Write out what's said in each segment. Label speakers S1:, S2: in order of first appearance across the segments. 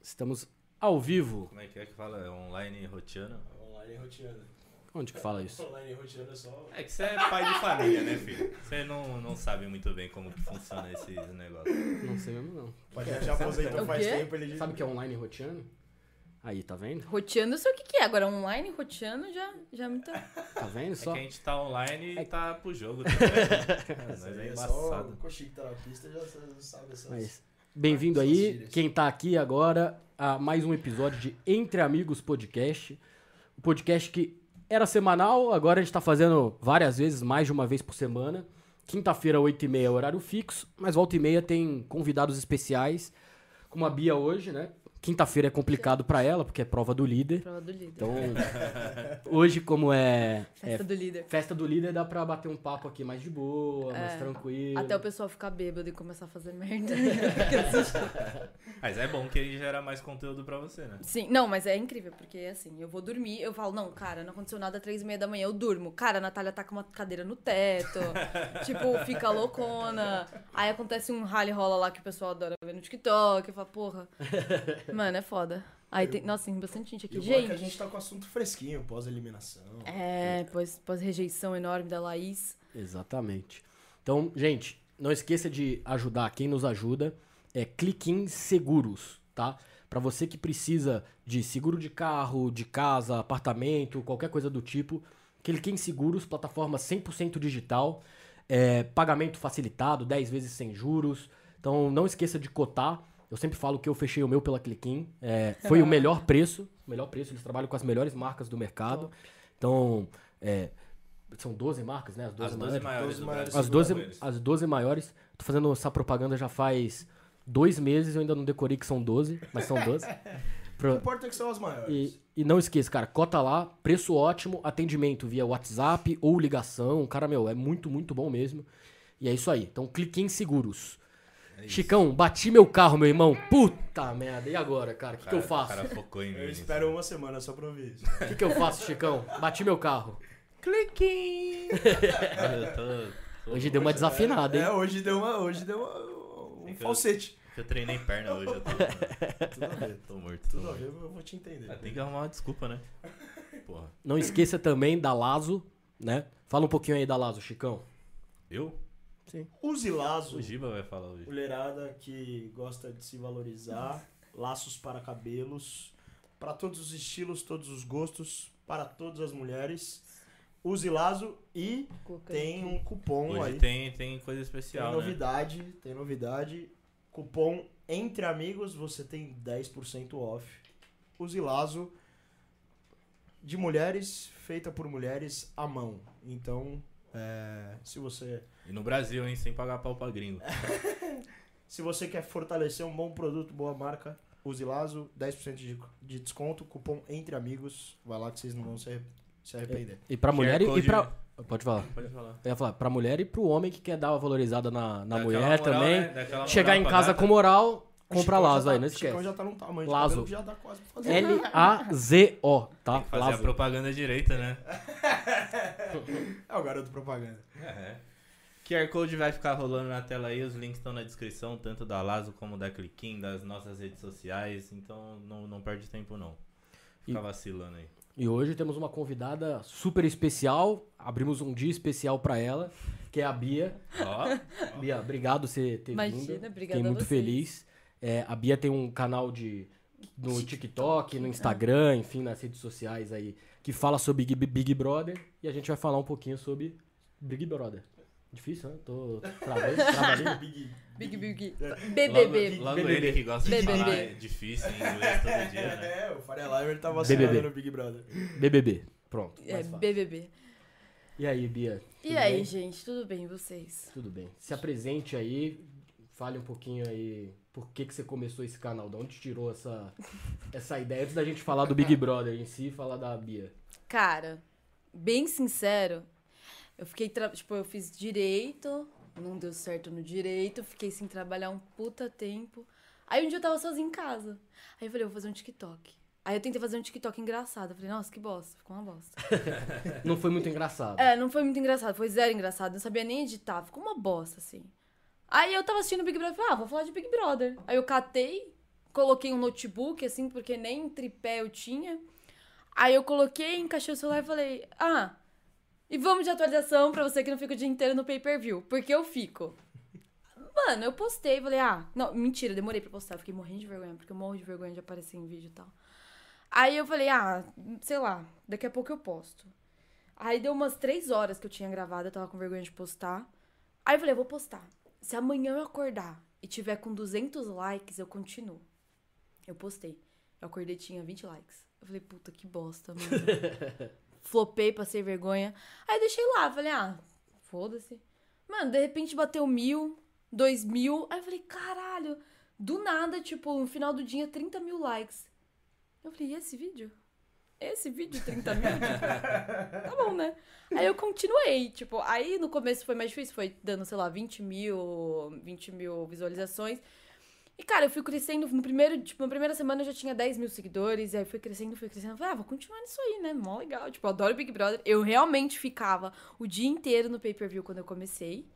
S1: Estamos ao vivo.
S2: Como é que é que fala? É Online rotiana?
S3: Online rotiana.
S1: Onde que fala isso?
S3: Online rotiana é só.
S2: É que você é pai de família, né, filho? Você não, não sabe muito bem como que funciona esses negócios.
S1: Não sei mesmo não.
S3: Pode já aposentou
S1: É o
S3: faz
S1: quê?
S3: tempo, ele
S1: Sabe o que é online roteando? Aí, tá vendo?
S4: Roteando, eu sei o que, que é. Agora, online, roteando, já, já é muito.
S1: Tá vendo
S2: É
S1: só?
S2: que a gente tá online
S1: É-
S2: e tá pro jogo também. né? Mas é
S3: é
S2: embaçado.
S3: só coxinho que tá na pista já sa- sabe essas.
S1: Mas bem-vindo aí,
S3: Gírias.
S1: quem tá aqui agora, a mais um episódio de Entre Amigos Podcast. O podcast que era semanal, agora a gente tá fazendo várias vezes, mais de uma vez por semana. Quinta-feira, 8h30 é horário fixo, mas volta e meia tem convidados especiais, como a Bia hoje, né? Quinta-feira é complicado pra ela, porque é prova do líder.
S4: Prova do líder.
S1: Então, hoje, como é, é
S4: Festa do líder.
S1: festa do líder, dá pra bater um papo aqui mais de boa, mais tranquilo.
S4: Até o pessoal ficar bêbado e começar a fazer merda.
S2: Mas é bom que ele gera mais conteúdo pra você, né?
S4: Sim, não, mas é incrível, porque assim, eu vou dormir, eu falo, não, cara, não aconteceu nada, três e meia da manhã eu durmo. Cara, a Natália tá com uma cadeira no teto, tipo, fica loucona. Aí acontece um rally rola lá que o pessoal adora ver no TikTok, eu falo, porra. Mano, é foda. Aí tem, nossa, tem bastante gente
S3: E
S4: aqui.
S3: o bom é que a
S4: Gente,
S3: gente tá com assunto fresquinho, pós-eliminação.
S4: é, pós, pós rejeição enorme da Laís.
S1: Exatamente. Então, gente, não esqueça de ajudar quem nos ajuda. É clique em seguros, tá? Pra você que precisa de seguro de carro, de casa, apartamento, qualquer coisa do tipo, clique em seguros, plataforma 100% digital, é, pagamento facilitado, 10 vezes sem juros. Então, não esqueça de cotar. Eu sempre falo que eu fechei o meu pela Cliquim. É, foi o melhor preço, o melhor preço. Eles trabalham com as melhores marcas do mercado. Então, é, são 12 marcas, né? As 12
S2: As 12
S1: maiores.
S2: maiores
S3: Os
S2: do
S3: maiores
S2: Brasil.
S1: As 12, as 12 maiores. Tô fazendo essa propaganda já faz dois meses, eu ainda não decorei que são 12, mas são 12.
S3: O que
S1: Pro-
S3: importa é que são as maiores.
S1: e, e não esqueça, cara, cota lá, preço ótimo, atendimento via WhatsApp ou ligação. Cara, meu, é muito, muito bom mesmo. E é isso aí. Então clique em seguros. Chicão, bati meu carro, meu irmão. Puta merda, e agora, cara? O que, que eu
S2: O
S1: faço?
S2: cara focou em mim.
S3: Eu
S2: nisso.
S3: espero um- uma semana só pra ouvir isso.
S1: O que, que eu faço, Chicão? Bati meu carro. Clique!
S2: Eu tô- tô-
S1: Hoje deu uma desafinada, hein?
S3: É, hoje deu uma. Hoje deu uma-
S2: É
S3: um
S2: que eu-
S3: falsete.
S2: Eu treinei perna hoje, eu tô,
S3: Tudo a ver.
S2: tô morto. Tô
S3: Tudo a ver,
S2: morto.
S3: eu vou te entender.
S2: Ah, Tem que arrumar uma desculpa, né? Porra.
S1: Não esqueça também da Lazo, né? Fala um pouquinho aí da Lazo, Chicão.
S2: Eu?
S3: Use laço,
S2: O Giba vai falar hoje.
S3: mulherada que gosta de se valorizar, laços para cabelos, para todos os estilos, todos os gostos, para todas as mulheres. Use laço e
S4: colocando
S3: tem
S4: aqui.
S3: um cupom
S2: Hoje
S3: aí.
S2: tem, tem coisa
S3: Tem
S2: especial, né?
S3: novidade, tem novidade. Cupom Entre Amigos, você tem 10% off. Use Lazo de mulheres, feita por mulheres à mão. Então, é, se você
S2: E no Brasil, hein? Sem pagar pau pra gringo.
S3: se você quer fortalecer um bom produto, boa marca, use Lazo, 10% de, de desconto, cupom Entre Amigos. Vai lá que vocês não vão se, se arrepender.
S1: E pra
S2: QR
S1: mulher e, e
S2: Code-
S1: pra. Pode falar.
S2: Pode falar.
S1: Eu ia falar, pra mulher e pro homem que quer dar uma valorizada na, na
S2: Daquela
S1: mulher
S2: moral,
S1: também.
S2: né? Daquela
S1: Chegar
S2: moral
S1: em
S2: pra
S1: casa
S2: gata.
S1: com moral, comprar
S3: Chicão já
S1: Lazo
S3: tá-
S1: aí, não
S3: Chicão
S1: esquece.
S3: já tá num tamanho de
S1: Lazo.
S3: cabelo que já dá quase pra fazer.
S1: L-A-Z-O, tá?
S2: Fazer a
S1: Lazo.
S2: propaganda direita, né?
S3: É o garoto propaganda.
S2: É. QR Code vai ficar rolando na tela aí, os links estão na descrição, tanto da Lazo como da Cliquim, das nossas redes sociais, então não, não perde tempo não. Fica
S1: E-
S2: vacilando aí.
S1: E hoje temos uma convidada super especial. Abrimos um dia especial pra ela, que é a Bia.
S2: Ó,
S1: Bia, obrigado por você ter
S4: Imagina,
S1: vindo.
S4: obrigada
S1: Fiquei
S4: a
S1: muito
S4: vocês.
S1: feliz. É, a Bia tem um canal de no TikTok, no
S4: né?
S1: Instagram, enfim, nas redes sociais aí, que fala sobre Big, Big Brother. E a gente vai falar um pouquinho sobre Big Brother. Difícil, né? Tô travando, travando.
S3: Tá Big,
S4: Big, big.
S1: É.
S2: logo,
S4: BBB.
S2: logo
S1: BBB.
S2: ele que gosta de
S4: BBB.
S2: falar é difícil em inglês todo dia, né?
S3: É, o Faria Live ele tava
S1: BBB.
S3: assinando no Big Brother.
S1: BBB. Pronto.
S4: É,
S1: mais fácil.
S4: BBB.
S1: E aí, Bia?
S4: E
S1: tudo
S4: aí,
S1: bem?
S4: gente, tudo bem? E vocês?
S1: Tudo bem. Se apresente aí, fale um pouquinho aí por que, que você começou esse canal, de onde tirou essa, essa ideia, antes da gente falar do Big Brother em si e falar da Bia.
S4: Cara, bem sincero, eu fiquei. tra- Tipo, eu fiz direito, não deu certo no direito, fiquei sem trabalhar um puta tempo. Aí um dia eu tava sozinha em casa. Aí eu falei, eu vou fazer um TikTok. Aí eu tentei fazer um TikTok engraçado. Eu falei, nossa, que bosta, ficou uma bosta.
S1: Não foi muito engraçado.
S4: É, não foi muito engraçado, foi zero engraçado, não sabia nem editar, ficou uma bosta, assim. Aí eu tava assistindo Big Brother, falei, ah, vou falar de Big Brother. Aí eu catei, coloquei um notebook, assim, porque nem tripé eu tinha. Aí eu coloquei, encaixei o celular e falei, ah, e vamos de atualização pra você que não fica o dia inteiro no pay-per-view, porque eu fico. Mano, eu postei, falei, ah, não, mentira, demorei pra postar, eu fiquei morrendo de vergonha, porque eu morro de vergonha de aparecer em vídeo e tal. Aí eu falei, ah, sei lá, daqui a pouco eu posto. Aí deu umas três horas que eu tinha gravado, eu tava com vergonha de postar. Aí eu falei, eu vou postar. Se amanhã eu acordar e tiver com 200 likes, eu continuo. Eu postei. Eu acordei e tinha 20 likes. Eu falei, puta, que bosta, mano. Flopei, passei vergonha. Aí deixei lá, falei, ah, foda-se. Mano, de repente bateu mil, dois mil. Aí eu falei, caralho, do nada, tipo, no final do dia, 30 mil likes. Eu falei, e esse vídeo? Esse vídeo, 30 mil? tá bom, né? Aí eu continuei, tipo, aí no começo foi mais difícil, foi dando, sei lá, 20 mil, 20 mil visualizações. E, cara, eu fui crescendo, no primeiro, tipo, na primeira semana eu já tinha 10 mil seguidores, aí fui crescendo, fui crescendo, falei, ah, vou continuar nisso aí, né, mó legal, tipo, eu adoro Big Brother, eu realmente ficava o dia inteiro no pay-per-view quando eu comecei,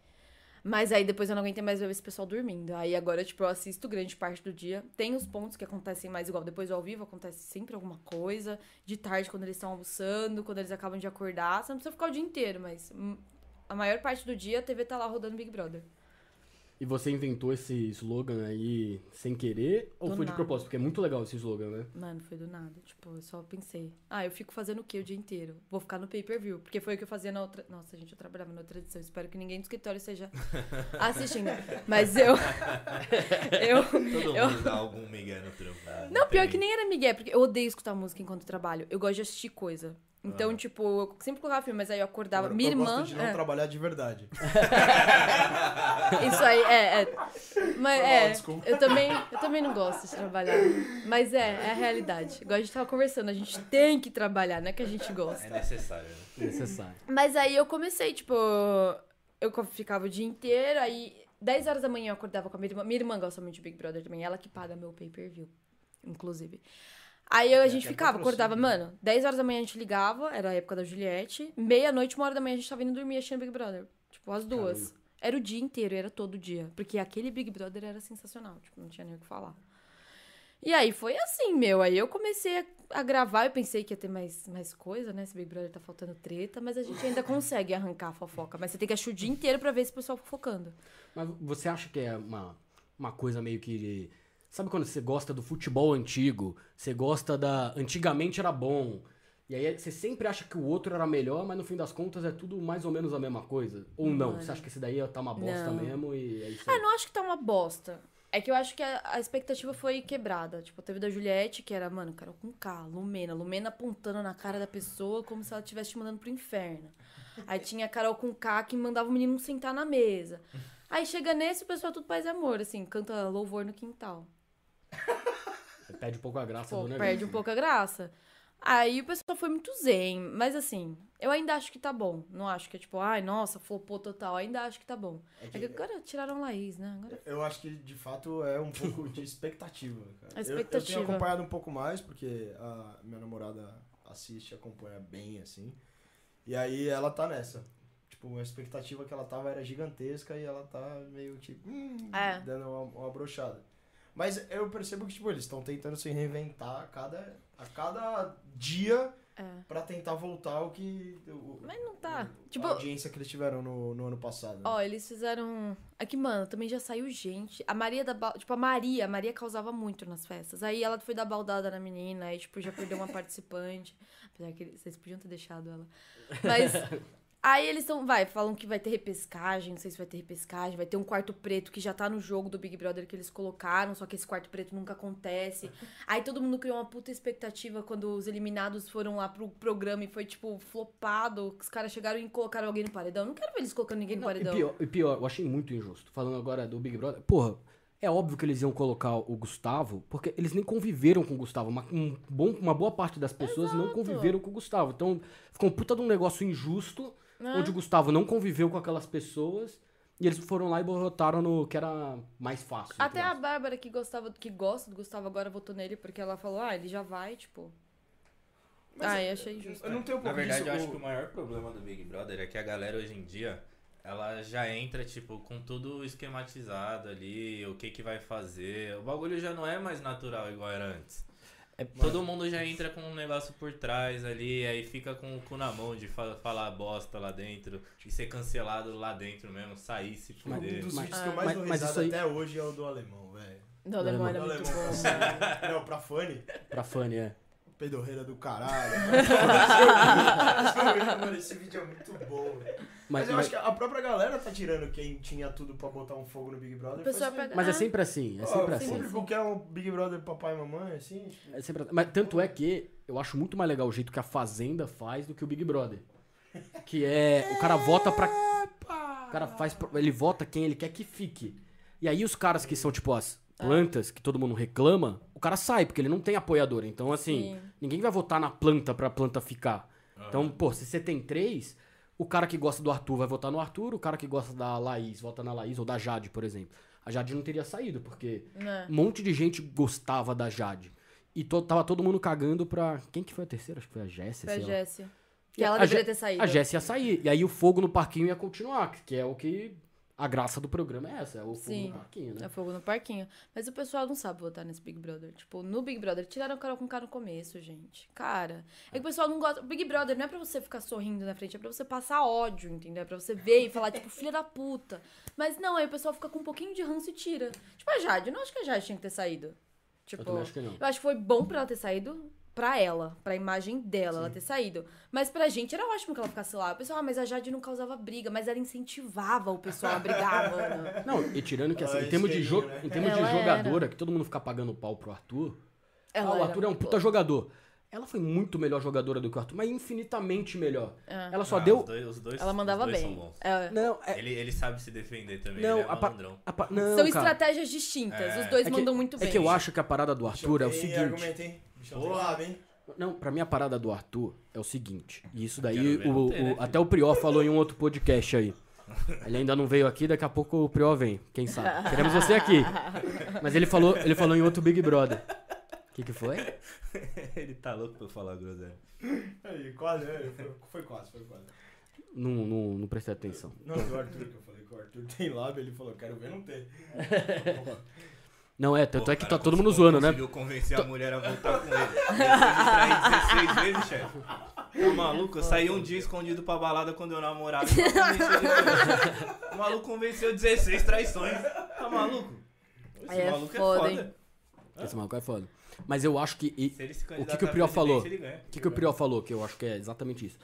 S4: mas aí depois eu não aguentei mais ver esse pessoal dormindo, aí agora, tipo, eu assisto grande parte do dia, tem os pontos que acontecem mais igual, depois do ao vivo acontece sempre alguma coisa, de tarde quando eles estão almoçando, quando eles acabam de acordar, você não precisa ficar o dia inteiro, mas hum, a maior parte do dia a TV tá lá rodando Big Brother.
S1: E você inventou esse slogan aí sem querer ou
S4: Do
S1: foi de
S4: nada.
S1: propósito? Porque é muito legal esse slogan, né?
S4: Mano, foi do nada. Tipo, eu só pensei. Ah, eu fico fazendo o quê o dia inteiro? Vou ficar no pay-per-view. Porque foi o que eu fazia na outra. Nossa, gente, eu trabalhava na outra edição. Espero que ninguém do escritório esteja assistindo. Mas eu. eu.
S2: Todo
S4: Eu-
S2: mundo dá algum migué no trampo.
S4: Não, pior
S2: tem-
S4: que nem era Miguel, porque eu odeio escutar música enquanto trabalho. Eu gosto de assistir coisa. Então,
S2: Ah.
S4: tipo, eu sempre colocava filme, mas aí eu acordava.
S3: Agora,
S4: Minha
S3: eu
S4: irmã.
S3: gosto de não
S4: é,
S3: trabalhar de verdade.
S4: Isso aí, é. é. Mas
S3: mal,
S4: é,
S3: desculpa.
S4: eu também, eu também não gosto de trabalhar. Mas é, é a realidade. Igual a gente tava conversando, a gente tem que trabalhar, não é que a gente gosta.
S2: É necessário, né?
S1: Necessário.
S4: Mas aí eu comecei, tipo, eu co- ficava o dia inteiro, aí 10 horas da manhã eu acordava com a minha irmã. Minha irmã gosta muito de Big Brother também, ela que paga meu pay-per-view, inclusive. Aí eu- a
S3: É,
S4: gente
S3: que é
S4: ficava,
S3: patrocínio,
S4: acordava,
S3: né?
S4: mano, 10 horas da manhã a gente ligava, era a época da Juliette, meia-noite, uma hora da manhã a gente tava indo dormir achando Big Brother. Tipo, as duas. Era o dia inteiro, era todo dia. Porque aquele Big Brother era sensacional, tipo, não tinha nem o que falar. E aí foi assim, meu. Aí eu comecei a, a gravar, eu pensei que ia ter mais, mais coisa, né? Esse Big Brother tá faltando treta, mas a gente ainda consegue arrancar a fofoca. Mas você tem que achar o dia inteiro pra ver esse pessoal fofocando.
S1: Mas você acha que é uma, uma coisa meio que. Sabe quando você gosta do futebol antigo? Você gosta da. Antigamente era bom. E aí você sempre acha que o outro era melhor, mas no fim das contas é tudo mais ou menos a mesma coisa? Ou não?
S4: Mano.
S1: Você acha que esse daí tá uma bosta
S4: é. Não.
S1: mesmo e é isso
S4: Ah,
S1: aí?
S4: não acho que tá uma bosta. É que eu acho que a, a expectativa foi quebrada. Tipo, teve da Juliette, que era, mano, Carol com K, Lumena. Lumena apontando na cara da pessoa como se ela estivesse te mandando pro inferno. Aí tinha a Carol com K que mandava o menino sentar na mesa. Aí chega nesse, o pessoal tudo paz e amor, assim, canta louvor no quintal.
S1: Perde um pouco a graça
S4: Pô,
S1: do negócio.
S4: perde um pouco a graça. Aí o pessoal foi muito zen, mas assim, eu ainda acho que tá bom. Não acho que é tipo, ai, nossa, flopou total. Ainda acho que tá bom.
S3: É
S4: É que
S3: que-
S4: agora tiraram Laís, né? Agora
S3: Eu acho que de fato é um pouco de expectativa. Cara.
S4: A
S3: Eu- Eu,
S4: expectativa.
S3: tenho acompanhado um pouco mais, porque a minha namorada assiste, acompanha bem, assim. E aí ela tá nessa. Tipo, a expectativa que ela tava era gigantesca e ela tá meio tipo. hum,
S4: É.
S3: dando uma, uma brochada. Mas eu percebo que, tipo, eles estão tentando se reinventar a cada, a cada dia
S4: É.
S3: pra tentar voltar ao que. o-
S4: Mas não tá.
S3: o-
S4: Tipo-
S3: A audiência que eles tiveram no, no ano passado. né?
S4: Ó, eles fizeram. É que, mano, também já saiu gente. A Maria da. Ba- Tipo, a Maria. A Maria causava muito nas festas. Aí ela foi dar baldada na menina. Aí, tipo, já perdeu uma participante. Apesar que eles- vocês podiam ter deixado ela. Mas. Aí eles estão. Vai, falam que vai ter repescagem. Não sei se vai ter repescagem. Vai ter um quarto preto que já tá no jogo do Big Brother que eles colocaram. Só que esse quarto preto nunca acontece. Aí todo mundo criou uma puta expectativa quando os eliminados foram lá pro programa e foi, tipo, flopado. Os caras chegaram e colocaram alguém no paredão. Não quero ver eles colocando ninguém no
S1: E
S4: paredão.
S1: pior, e pior, eu achei muito injusto. Falando agora do Big Brother, porra, é óbvio que eles iam colocar o Gustavo, porque eles nem conviveram com o Gustavo. Uma, um bom, uma boa parte das pessoas não conviveram com o Gustavo. Então, ficou um puta de um negócio injusto,
S4: É.
S1: onde o Gustavo não conviveu com aquelas pessoas, e eles foram lá e botaram no que era mais fácil.
S4: Até a
S1: entre
S4: Bárbara que gostava, que gosta do Gustavo agora votou nele porque ela falou, ah, ele já vai, tipo.
S3: Mas
S4: ah, eu achei injusto.
S1: é
S3: Eu não tenho um
S2: Na
S3: pouco
S2: verdade,
S3: disso,
S2: eu acho
S3: o-
S2: que o maior problema do Big Brother é que a galera hoje em dia
S5: Ela já entra, tipo, com tudo esquematizado ali, o que que vai fazer. O bagulho já não é mais natural igual era antes.
S1: É-
S5: Todo mundo já entra com um negócio por trás ali, aí fica com o cu na mão de fa- falar bosta lá dentro e ser cancelado lá dentro mesmo, sair, se
S3: Um
S5: fuder.
S3: dos
S1: Mas-
S3: vídeos que eu mais
S1: mas-
S3: dou
S1: mas
S3: risada
S1: isso aí-
S3: até hoje é o do alemão, velho.
S4: Do alemão era
S3: Do
S4: muito
S3: alemão.
S4: bom, né? mano.
S3: Não, pra Fanny,
S1: Pra Fanny, é.
S3: pedorreira do caralho. Acho que eu vi, Mano, esse vídeo é muito bom, velho. Mas,
S1: Mas,
S3: eu
S1: mas,
S3: acho que a própria galera tá tirando quem tinha tudo pra botar um fogo no Big Brother.
S4: O pessoal
S3: Faz-
S4: pega-
S1: mas é
S4: Ah.
S1: sempre assim, é
S3: Ó,
S1: sempre
S3: o
S1: assim.
S3: público quer um Big Brother papai e mamãe, assim. tipo,
S1: É sempre- Mas tanto é que eu acho muito mais legal o jeito que a Fazenda faz do que o Big Brother. Que é. O cara vota pra. O cara faz. pro- Ele vota quem ele quer que fique. E aí os caras que são, tipo, as plantas que todo mundo reclama, o cara sai, porque ele não tem apoiador. Então, assim,
S4: Sim.
S1: ninguém vai votar na planta pra planta ficar. Então, pô, se você tem três, o cara que gosta do Arthur vai votar no Arthur, o cara que gosta da Laís vota na Laís, ou da Jade, por exemplo. A Jade não teria saído, porque
S4: Né?
S1: um monte de gente gostava da Jade. E to- tava todo mundo cagando pra. Quem que foi a terceira? Acho que foi a Jéssica.
S4: Pra
S1: sei lá.
S4: Jessie.
S1: E
S4: Que ela
S1: a
S4: deveria
S1: Jé-
S4: ter saído.
S1: A Jéssica ia sair. E aí o fogo no parquinho ia continuar, que- que é o que. A graça do programa é essa, é o fogo
S4: Sim.
S1: no parquinho,
S4: É
S1: né?
S4: fogo no parquinho. Mas o pessoal não sabe votar nesse Big Brother. Tipo, no Big Brother, tiraram o Carol com cara no começo, gente. Cara, é que o pessoal não gosta. O Big Brother não é pra você ficar sorrindo na frente, é pra você passar ódio, entendeu? É pra você ver e falar, tipo, filha da puta. Mas não, aí o pessoal fica com um pouquinho de ranço e tira. Tipo, a Jade, eu não acho que a Jade tinha que ter saído. Tipo,
S1: Eu também acho que não.
S4: eu acho que foi bom pra ela ter saído pra ela, pra imagem dela, ela ter saído. Mas pra gente era ótimo que ela ficasse lá. O pessoal, ah, mas a Jade não causava briga, mas ela incentivava o pessoal a brigar, mano.
S1: Não, e tirando que assim,
S3: Ah,
S1: em termos de,
S3: isqueirinho,
S1: jo-
S3: né?
S1: em termos de
S4: Ela era.
S1: jogadora, que todo mundo fica pagando pau pro Arthur,
S4: Ela
S1: ah, o
S4: era
S1: Arthur é um
S4: muito
S1: puta jogador. Ela foi muito melhor jogadora do que o Arthur, mas infinitamente melhor.
S4: É.
S1: Ela só
S5: Ah,
S1: deu.
S5: Os dois, os dois-
S4: Ela mandava
S5: os dois
S4: bem.
S5: São bons.
S3: Ah, tá.
S4: É.
S1: Não, é.
S5: Ele, ele sabe se defender também,
S1: Não,
S5: ele é
S1: a pa-
S5: malandrão.
S1: a pa- não,
S4: São
S1: cara.
S4: estratégias distintas.
S5: É.
S4: Os dois
S1: É que-
S4: mandam muito bem.
S1: É que eu acho que a parada do Arthur é o
S3: chutei
S1: seguinte.
S3: Argumento, hein? Porra, hein?
S1: Não, pra mim a parada do Arthur é o seguinte. E isso daí
S5: Quero ver,
S1: o,
S5: não tem, né,
S1: o- até o Prior falou em um outro podcast aí. Ele ainda não veio aqui, daqui a pouco o Prior vem, quem sabe. Queremos você aqui. Mas ele falou, ele falou em outro Big Brother. O que, que foi?
S5: ele tá louco pra falar groselha.
S3: Aí, quase, é, foi, foi quase, foi quase.
S1: Não, não, não prestei atenção.
S3: Não, do Arthur que eu falei que o Arthur tem lábio, ele falou, quero ver, não tem.
S1: Não, é, tanto
S5: Pô,
S1: é que
S5: cara,
S1: tá todo
S5: cons-
S1: mundo zoando, né?
S5: conseguiu convencer a mulher a voltar com ele. Depois de trair 16 vezes, chefe. Ô, maluco, eu saí um dia escondido pra balada quando eu namorava. e não convenci ele. O maluco convenceu 16 traições. Tá maluco? Esse
S4: Aí é
S5: maluco
S4: foda,
S5: é
S4: hein?
S5: foda.
S1: Esse maluco é foda. Mas eu acho que. e-
S5: Se ele se
S1: que
S5: candidatar
S1: que o
S5: à
S1: Prior falou?
S5: presidência, ele ganha.
S1: O que, que o Priol falou, que eu acho que é exatamente isso.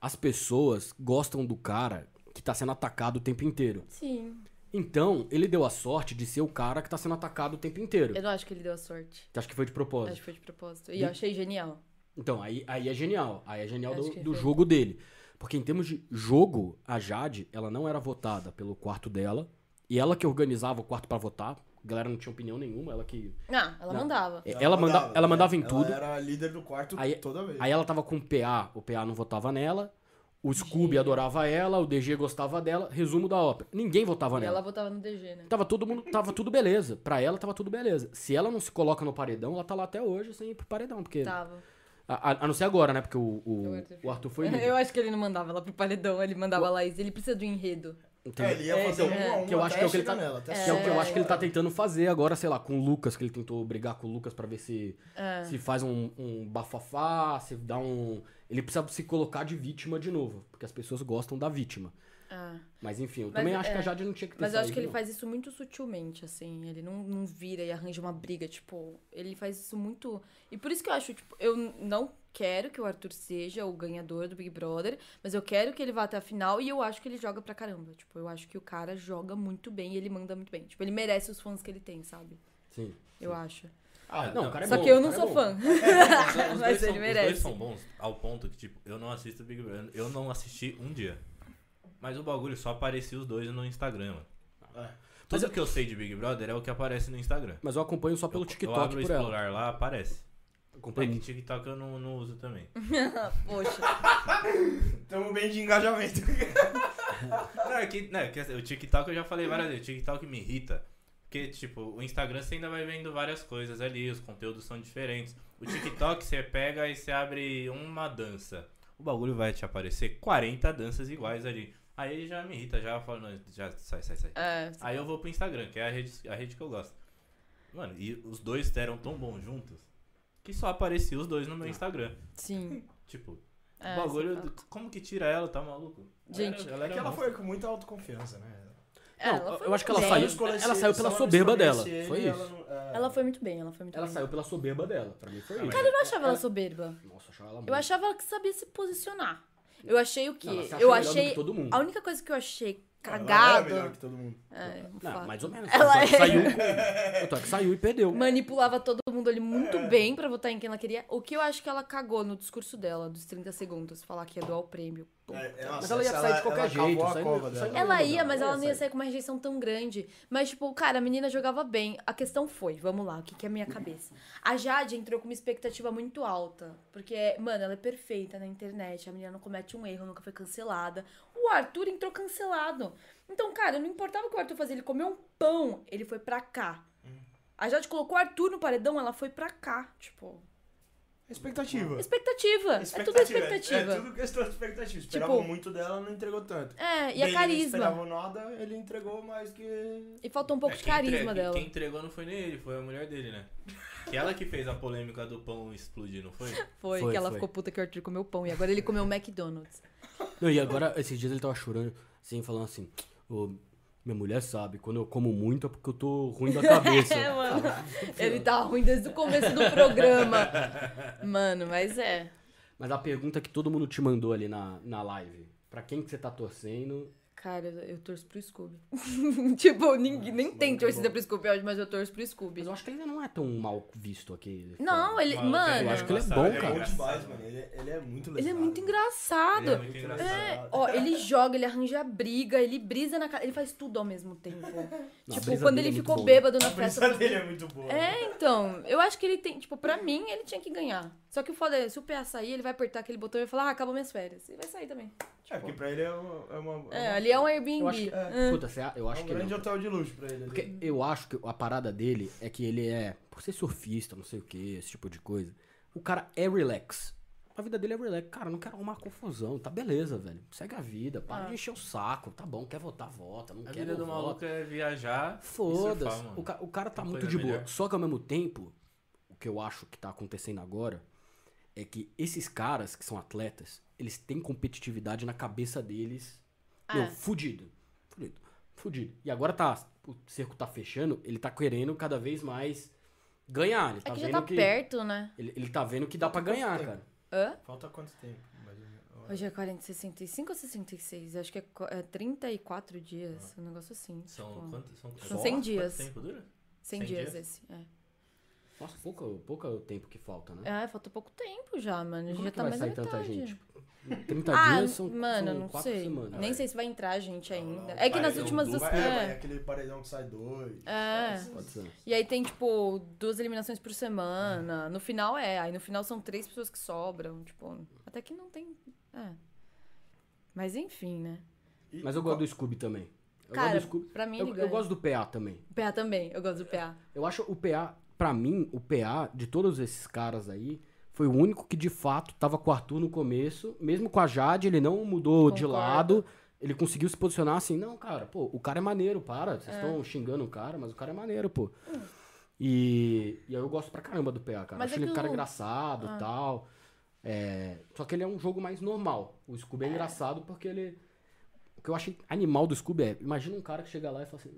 S1: As pessoas gostam do cara que tá sendo atacado o tempo inteiro.
S4: Sim.
S1: Então, ele deu a sorte de ser o cara que tá sendo atacado o tempo inteiro.
S4: Eu não acho que ele deu a sorte.
S1: Acho que foi de
S4: Acho
S1: propósito.
S4: que foi de propósito. E eu achei genial.
S1: Então, aí, aí é genial. Aí é genial
S4: Acho
S1: do,
S4: que
S1: do
S4: foi.
S1: jogo dele. Porque em termos de jogo, a Jade, ela não era votada pelo quarto dela. E ela que organizava o quarto pra votar. A galera não tinha opinião nenhuma, ela que.
S4: Ah, ela
S1: Não. É,
S4: mandava.
S1: Ela, manda- ela mandava em
S3: ela
S1: tudo.
S3: Ela era líder do quarto
S1: Aí-
S3: toda vez.
S1: Aí ela tava com o PA, o PA não votava nela. O Scooby adorava ela, o DG gostava dela. Resumo da ópera. Ninguém votava
S4: E
S1: nela.
S4: ela votava no DG, né?
S1: Tava todo mundo, tava tudo beleza. Pra ela tava tudo beleza. Se ela não se coloca no paredão, ela tá lá até hoje sem ir pro paredão, porque
S4: Tava.
S1: a, a- a não ser agora, né? Porque o, o,
S4: O Arthur
S1: o Arthur foi líder.
S4: Eu acho que ele não mandava ela pro paredão, ele mandava a Laís. Ele precisa do enredo.
S1: Entendeu?
S3: É, ele ia
S1: É,
S3: fazer
S1: então,
S3: um a um
S1: que eu acho
S3: até
S1: que é o que ele
S3: chegar
S1: tá-
S3: nela, até
S1: que é o que eu
S3: chegar
S1: acho que ele tá
S3: nela.
S1: tentando fazer agora, sei lá, com o Lucas, que ele tentou brigar com o Lucas pra ver se,
S4: É.
S1: se faz um, um bafafá, se dá um. Ele precisa se colocar de vítima de novo, porque as pessoas gostam da vítima.
S4: Ah.
S1: Mas enfim, eu
S4: Mas,
S1: também acho que a
S4: é,
S1: Jade não tinha que ter
S4: Mas eu acho
S1: saído,
S4: que ele
S1: não.
S4: faz isso muito sutilmente, assim. Ele não, não vira e arranja uma briga, tipo, ele faz isso muito. E por isso que eu acho, tipo, eu n- não quero que o Arthur seja o ganhador do Big Brother, mas eu quero que ele vá até a final e eu acho que ele joga pra caramba. Tipo, eu acho que o cara joga muito bem e ele manda muito bem. Tipo, ele merece os fãs que ele tem, sabe?
S1: Sim.
S4: Eu acho.
S1: Ah, não, o cara é
S4: Só
S1: bom,
S4: que eu
S1: o
S4: não
S1: cara é bom.
S4: sou fã.
S5: Os dois- os dois
S4: Mas
S5: são-
S4: ele merece.
S5: Os dois são bons ao ponto que, tipo, eu não assisto Big Brother. Eu não assisti um dia. Mas o bagulho só aparecia os dois no Instagram, mano. É.
S1: Mas
S5: Tudo que eu sei de Big Brother é o que aparece no Instagram.
S1: Mas eu acompanho só
S5: Eu-
S1: pelo
S5: Eu
S1: TikTok
S5: abro
S1: por ela.
S5: explorar lá, aparece. É que
S1: Acompanho.
S5: TikTok eu não, não uso também.
S4: Poxa.
S3: Tamo bem Então, um de engajamento.
S5: não, é que, não, é que assim, o TikTok eu já falei várias vezes. O TikTok me irrita. Porque, tipo, o Instagram você ainda vai vendo várias coisas ali, os conteúdos são diferentes. O TikTok você pega e você abre uma dança. O bagulho vai te aparecer 40 danças iguais ali.
S2: Aí ele já me irrita, já fala, não, já sai, sai, sai.
S4: É,
S2: Aí eu vou pro Instagram, que é a rede, a rede que eu gosto. Mano, e os dois eram tão bons juntos que só apareciam os dois no
S1: Tá.
S2: meu Instagram.
S4: sim.
S2: Tipo,
S4: É,
S2: o bagulho.
S4: sim,
S2: do- como que tira ela, tá maluco?
S4: Gente,
S2: ela, era- ela,
S3: É que
S2: era
S3: ela
S2: monstro.
S3: foi com muita autoconfiança, né?
S1: Não,
S4: ela foi
S1: eu acho que ela
S4: bem.
S1: saiu.
S3: não escolhece-
S1: Ela saiu
S3: se
S1: pela
S3: não
S1: soberba
S3: escolhesse
S1: dela,
S3: ele,
S1: foi isso.
S3: Ela, não- é.
S4: Ela foi muito bem, ela foi muito
S1: Ela
S4: bem.
S1: saiu pela soberba dela. Pra mim
S5: Ah,
S1: foi isso.
S2: Cara,
S4: Eu não achava ela soberba.
S1: Nossa, eu achava ela muito.
S4: Eu achava ela que sabia se posicionar. Eu achei o quê?
S1: Não, ela se achou
S4: eu
S1: melhor do que
S4: achei.
S1: todo mundo.
S4: A única coisa que eu achei
S3: Ela era melhor
S4: cagado.
S3: que todo mundo.
S4: É, um
S1: Não,
S4: fato.
S1: mais ou menos.
S4: Ela
S1: Ela
S4: é-
S1: saiu com... Tanto é que saiu e perdeu.
S4: Manipulava todo mundo ali muito
S3: É.
S4: bem pra votar em quem ela queria. O que eu acho que ela cagou no discurso dela, dos 30 segundos, falar que ia doar o prêmio. Pô.
S3: É,
S1: Mas
S3: nossa,
S1: ela ia
S3: essa-
S1: sair de qualquer
S3: ela cavou
S1: jeito,
S3: a
S1: saiu-
S3: cova
S1: saiu-
S3: dela.
S4: Ela
S1: lembro
S4: ia,
S1: dela,
S4: mas
S1: ela
S4: ela não ia
S1: sair.
S4: sair com uma rejeição tão grande. Mas, tipo, cara, a menina jogava bem. A questão foi, vamos lá, o que, que é a minha cabeça? A Jade entrou com uma expectativa muito alta. Porque, mano, ela é perfeita na internet. A menina não comete um erro, nunca foi cancelada. O Arthur entrou cancelado. Então, cara, não importava o que o Arthur fazia. Ele comeu um pão, ele foi pra cá. A Jade colocou o Arthur no paredão, ela foi pra cá. Tipo,
S3: É Expectativa.
S4: expectativa. É tudo expectativa.
S3: É tudo questão de expectativa. Esperavam
S4: Tipo-
S3: muito dela, não entregou tanto.
S4: É, e
S3: Bem,
S4: a
S3: não
S4: carisma.
S3: esperavam nada, ele entregou mais que...
S4: E faltou um pouco
S2: É,
S4: de
S2: quem entre-
S4: carisma
S2: quem-
S4: dela.
S2: Quem entregou não foi nem ele, foi a mulher dele, né? Que ela que fez a polêmica do pão explodir, não foi? É
S4: Foi,
S1: Foi,
S4: que ela
S1: foi.
S4: ficou puta que o Arthur comeu pão e agora ele comeu McDonald's.
S1: Não, e agora, esses dias ele tava chorando, assim, falando assim, "Ô, minha mulher sabe, quando eu como muito é porque eu tô ruim da cabeça.
S4: É, mano. Ele tá ruim desde o começo do programa. Mano, mas é.
S1: Mas a pergunta que todo mundo te mandou ali na, na live, pra quem que você tá torcendo?
S4: Cara, eu eu torço pro Scooby. tipo, ninguém, nem tem
S1: muito
S4: torcida
S1: bom.
S4: pro Scooby, hoje, mas eu torço pro Scooby.
S1: Mas eu acho que ele não é tão mal visto aqui.
S4: Não, ele.
S2: Maluco,
S4: mano,
S1: Eu acho que ele é
S2: Nossa,
S1: bom,
S2: ele é
S3: É
S1: cara.
S3: muito demais, mano. Ele, ele é muito legal.
S4: ele é muito engraçado.
S2: Ele é muito engraçado.
S4: É, ó, ele joga, ele arranja briga, ele brisa na cara, ele faz tudo ao mesmo tempo.
S1: Não, a
S4: tipo,
S1: brisa
S4: quando
S1: dele
S4: ele
S1: é muito
S4: ficou
S1: boa.
S4: bêbado na
S3: A
S4: festa.
S3: brisa
S4: todo
S3: dele é muito boa.
S4: É, então, eu acho que ele tem, tipo, pra mim, ele tinha que ganhar. Só que o foda é, se o PA sair, ele vai apertar aquele botão e vai falar, ah, acabou minhas férias. E vai sair também.
S3: É, porque pra ele é uma... É, uma,
S4: É, ali é um
S1: Eu acho
S4: Airbnb.
S1: que, Puta, você a- eu
S3: é
S1: acho
S3: um
S1: que não.
S3: grande hotel de luxo pra ele.
S1: Porque eu acho que a parada dele é que ele é, por ser surfista, não sei o que, esse tipo de coisa, o cara é relax. A vida dele é relax. Cara, não quero arrumar confusão. Tá beleza, velho. Segue a vida. Para
S4: Ah.
S1: de encher o saco. Tá bom, quer votar, vota. Não
S2: A
S1: quer,
S2: vida
S1: não
S2: do
S1: vota.
S2: maluco é viajar. e surfar,
S1: Foda-se.
S2: mano.
S1: O, ca- o cara tá
S2: Tem
S1: muito
S2: coisa
S1: de boa.
S2: melhor.
S1: Só que ao mesmo tempo, o que eu acho que tá acontecendo agora é que esses caras que são atletas, eles têm competitividade na cabeça deles.
S4: Ah,
S1: Meu,
S4: é.
S1: fudido. Fudido. Fudido. E agora tá. O cerco tá fechando, ele tá querendo cada vez mais ganhar. Ele
S4: É
S1: tá
S4: que já
S1: vendo
S4: tá
S1: que.
S4: perto, né?
S1: Ele, ele tá vendo que dá pra ganhar,
S3: Tem.
S1: cara.
S4: Hã?
S3: Falta quanto tempo? mais ou menos?
S4: Hoje é 40, 65 ou 66? Acho que é, co- é 34
S1: Ah.
S4: dias, um negócio assim.
S2: São
S4: tipo,
S2: quantos? São
S4: São
S2: quanto
S4: 100 dias.
S2: tempo dura?
S4: 100,
S2: 100
S4: dias,
S2: dias?
S4: esse. É.
S1: Nossa, pouco, pouco é o tempo que falta, né?
S4: É, falta pouco tempo já, mano.
S1: Como
S4: já
S1: é que
S4: tá
S1: vai
S4: mais
S1: sair
S4: da
S1: tanta
S4: metade.
S1: gente? 30
S4: ah,
S1: dias Tá, são,
S4: mano,
S1: são
S4: não
S1: quatro
S4: sei.
S1: semanas.
S4: Nem sei se vai entrar gente ainda.
S3: Não, não,
S1: Ah,
S4: é que nas
S2: paredão
S4: últimas
S2: do
S4: duas.
S3: Vai,
S4: é.
S3: vai, aquele paredão que sai dois.
S4: É.
S1: Pode ser.
S4: E aí tem, tipo, duas eliminações por semana. No final é. Aí no final são três pessoas que sobram. Tipo, até que não tem. É. Mas enfim, né?
S3: E-
S1: Mas eu gosto do Scooby também. Eu
S4: Cara,
S1: gosto do Scooby.
S4: pra mim
S1: Eu,
S4: ele
S1: eu
S4: ganha.
S1: gosto do PA também.
S4: O PA também. Eu gosto do PA.
S1: Eu acho o PA, pra mim, o PA de todos esses caras aí, foi o único que de fato tava com o Arthur no começo. Mesmo com a Jade, ele não mudou de
S4: Concordo.
S1: lado. Ele conseguiu se posicionar assim, não, cara, pô, o cara é maneiro, para. Vocês estão xingando o cara, mas o cara é maneiro, pô. E, e aí eu gosto pra caramba do PA, cara.
S4: Hum. Mas
S1: acho
S4: é
S1: ele
S4: que
S1: um cara
S4: o- Ah.
S1: engraçado e tal. É, só que ele é um jogo mais normal. O Scooby é engraçado porque ele. O que eu achei animal do Scooby é. Imagina um cara que chega lá e fala assim.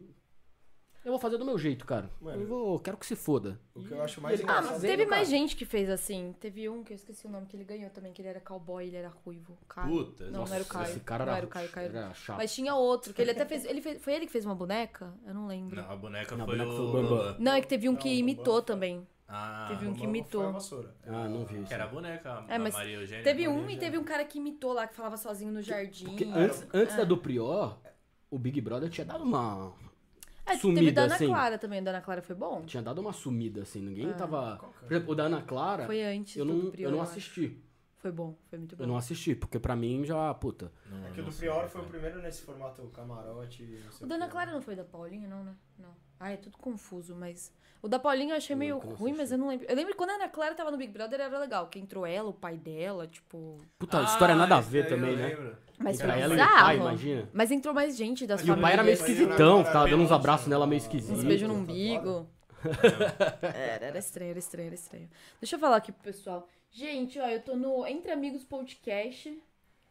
S1: Eu vou fazer do meu jeito, cara.
S3: Mano.
S1: eu vou. Quero que se foda.
S3: O que eu acho mais
S1: Ah,
S4: Ah,
S1: Tá
S4: mas
S3: engraçado... é
S1: vendo,
S4: teve mais
S1: cara?
S4: gente que fez assim. Teve um que eu esqueci o nome que ele ganhou também, que ele era cowboy, ele era ruivo. Caio.
S2: Puta,
S4: não, não era o
S2: nossa,
S4: Caio.
S1: Esse cara
S4: não
S1: era,
S4: era o Caio, Caio.
S1: era chato.
S4: Mas tinha outro, que ele até fez. Ele fez- foi ele que fez uma boneca? Eu não lembro. Não,
S2: Não, a boneca
S1: Não, a
S2: foi
S1: boneca
S2: o
S1: foi o Bambam.
S2: Bambam.
S4: é que teve um que
S3: Não, o Bambam
S4: imitou
S3: foi-
S4: também.
S2: Ah,
S4: Teve um que
S3: Foi
S4: imitou.
S3: a vassoura. É
S1: Ah, não vi isso.
S2: que era a boneca, a
S4: É, mas
S2: Maria Eugênia.
S4: Teve
S2: Maria
S4: um e
S2: Eugênia.
S4: teve um cara que imitou lá, que falava sozinho no jardim.
S1: Porque antes, antes da
S4: Ah.
S1: do Prior, o Big Brother tinha dado uma.
S4: É, teve
S1: sumida,
S4: da Ana
S1: assim.
S4: Clara também. Da Ana Clara foi bom? Tipo,
S1: Tinha dado uma sumida, assim. Ninguém tava. Por exemplo, o da Ana Clara,
S4: Ah. Foi antes
S1: eu
S4: do
S1: não,
S4: Prior,
S1: eu não
S4: eu acho.
S1: assisti.
S4: Foi bom, foi muito
S1: Eu não
S4: bom.
S1: assisti, porque pra mim já, puta.
S3: É que o do Prior foi o primeiro nesse formato camarote. não sei
S4: O Dona
S3: quê. né?
S4: Clara não foi da Paulinha, não, né? Não. Ai, é tudo confuso, mas. O da Paulinha eu achei
S1: Eu
S4: meio
S1: nunca
S4: ruim, mas
S1: assisti.
S4: eu não lembro. Eu lembro que quando a Ana Clara tava no Big Brother era legal, que entrou ela, o pai dela, tipo.
S1: Puta, história nada Então, a ver
S2: isso Ah, aí eu
S1: também, né?
S2: lembro.
S4: Mas
S1: Pra
S4: foi
S1: ela e o
S4: bizarro.
S1: pai, imagina.
S4: Mas entrou mais gente das
S1: E o pai era meio
S4: famílias.
S1: é esquisitão, que tava dando uns
S3: né?
S1: abraços nela meio esquisito.
S4: Uns beijos no umbigo. Era, era estranho, era estranho, era estranho. Deixa eu falar aqui pro pessoal. Gente, ó, eu tô no Entre Amigos Podcast.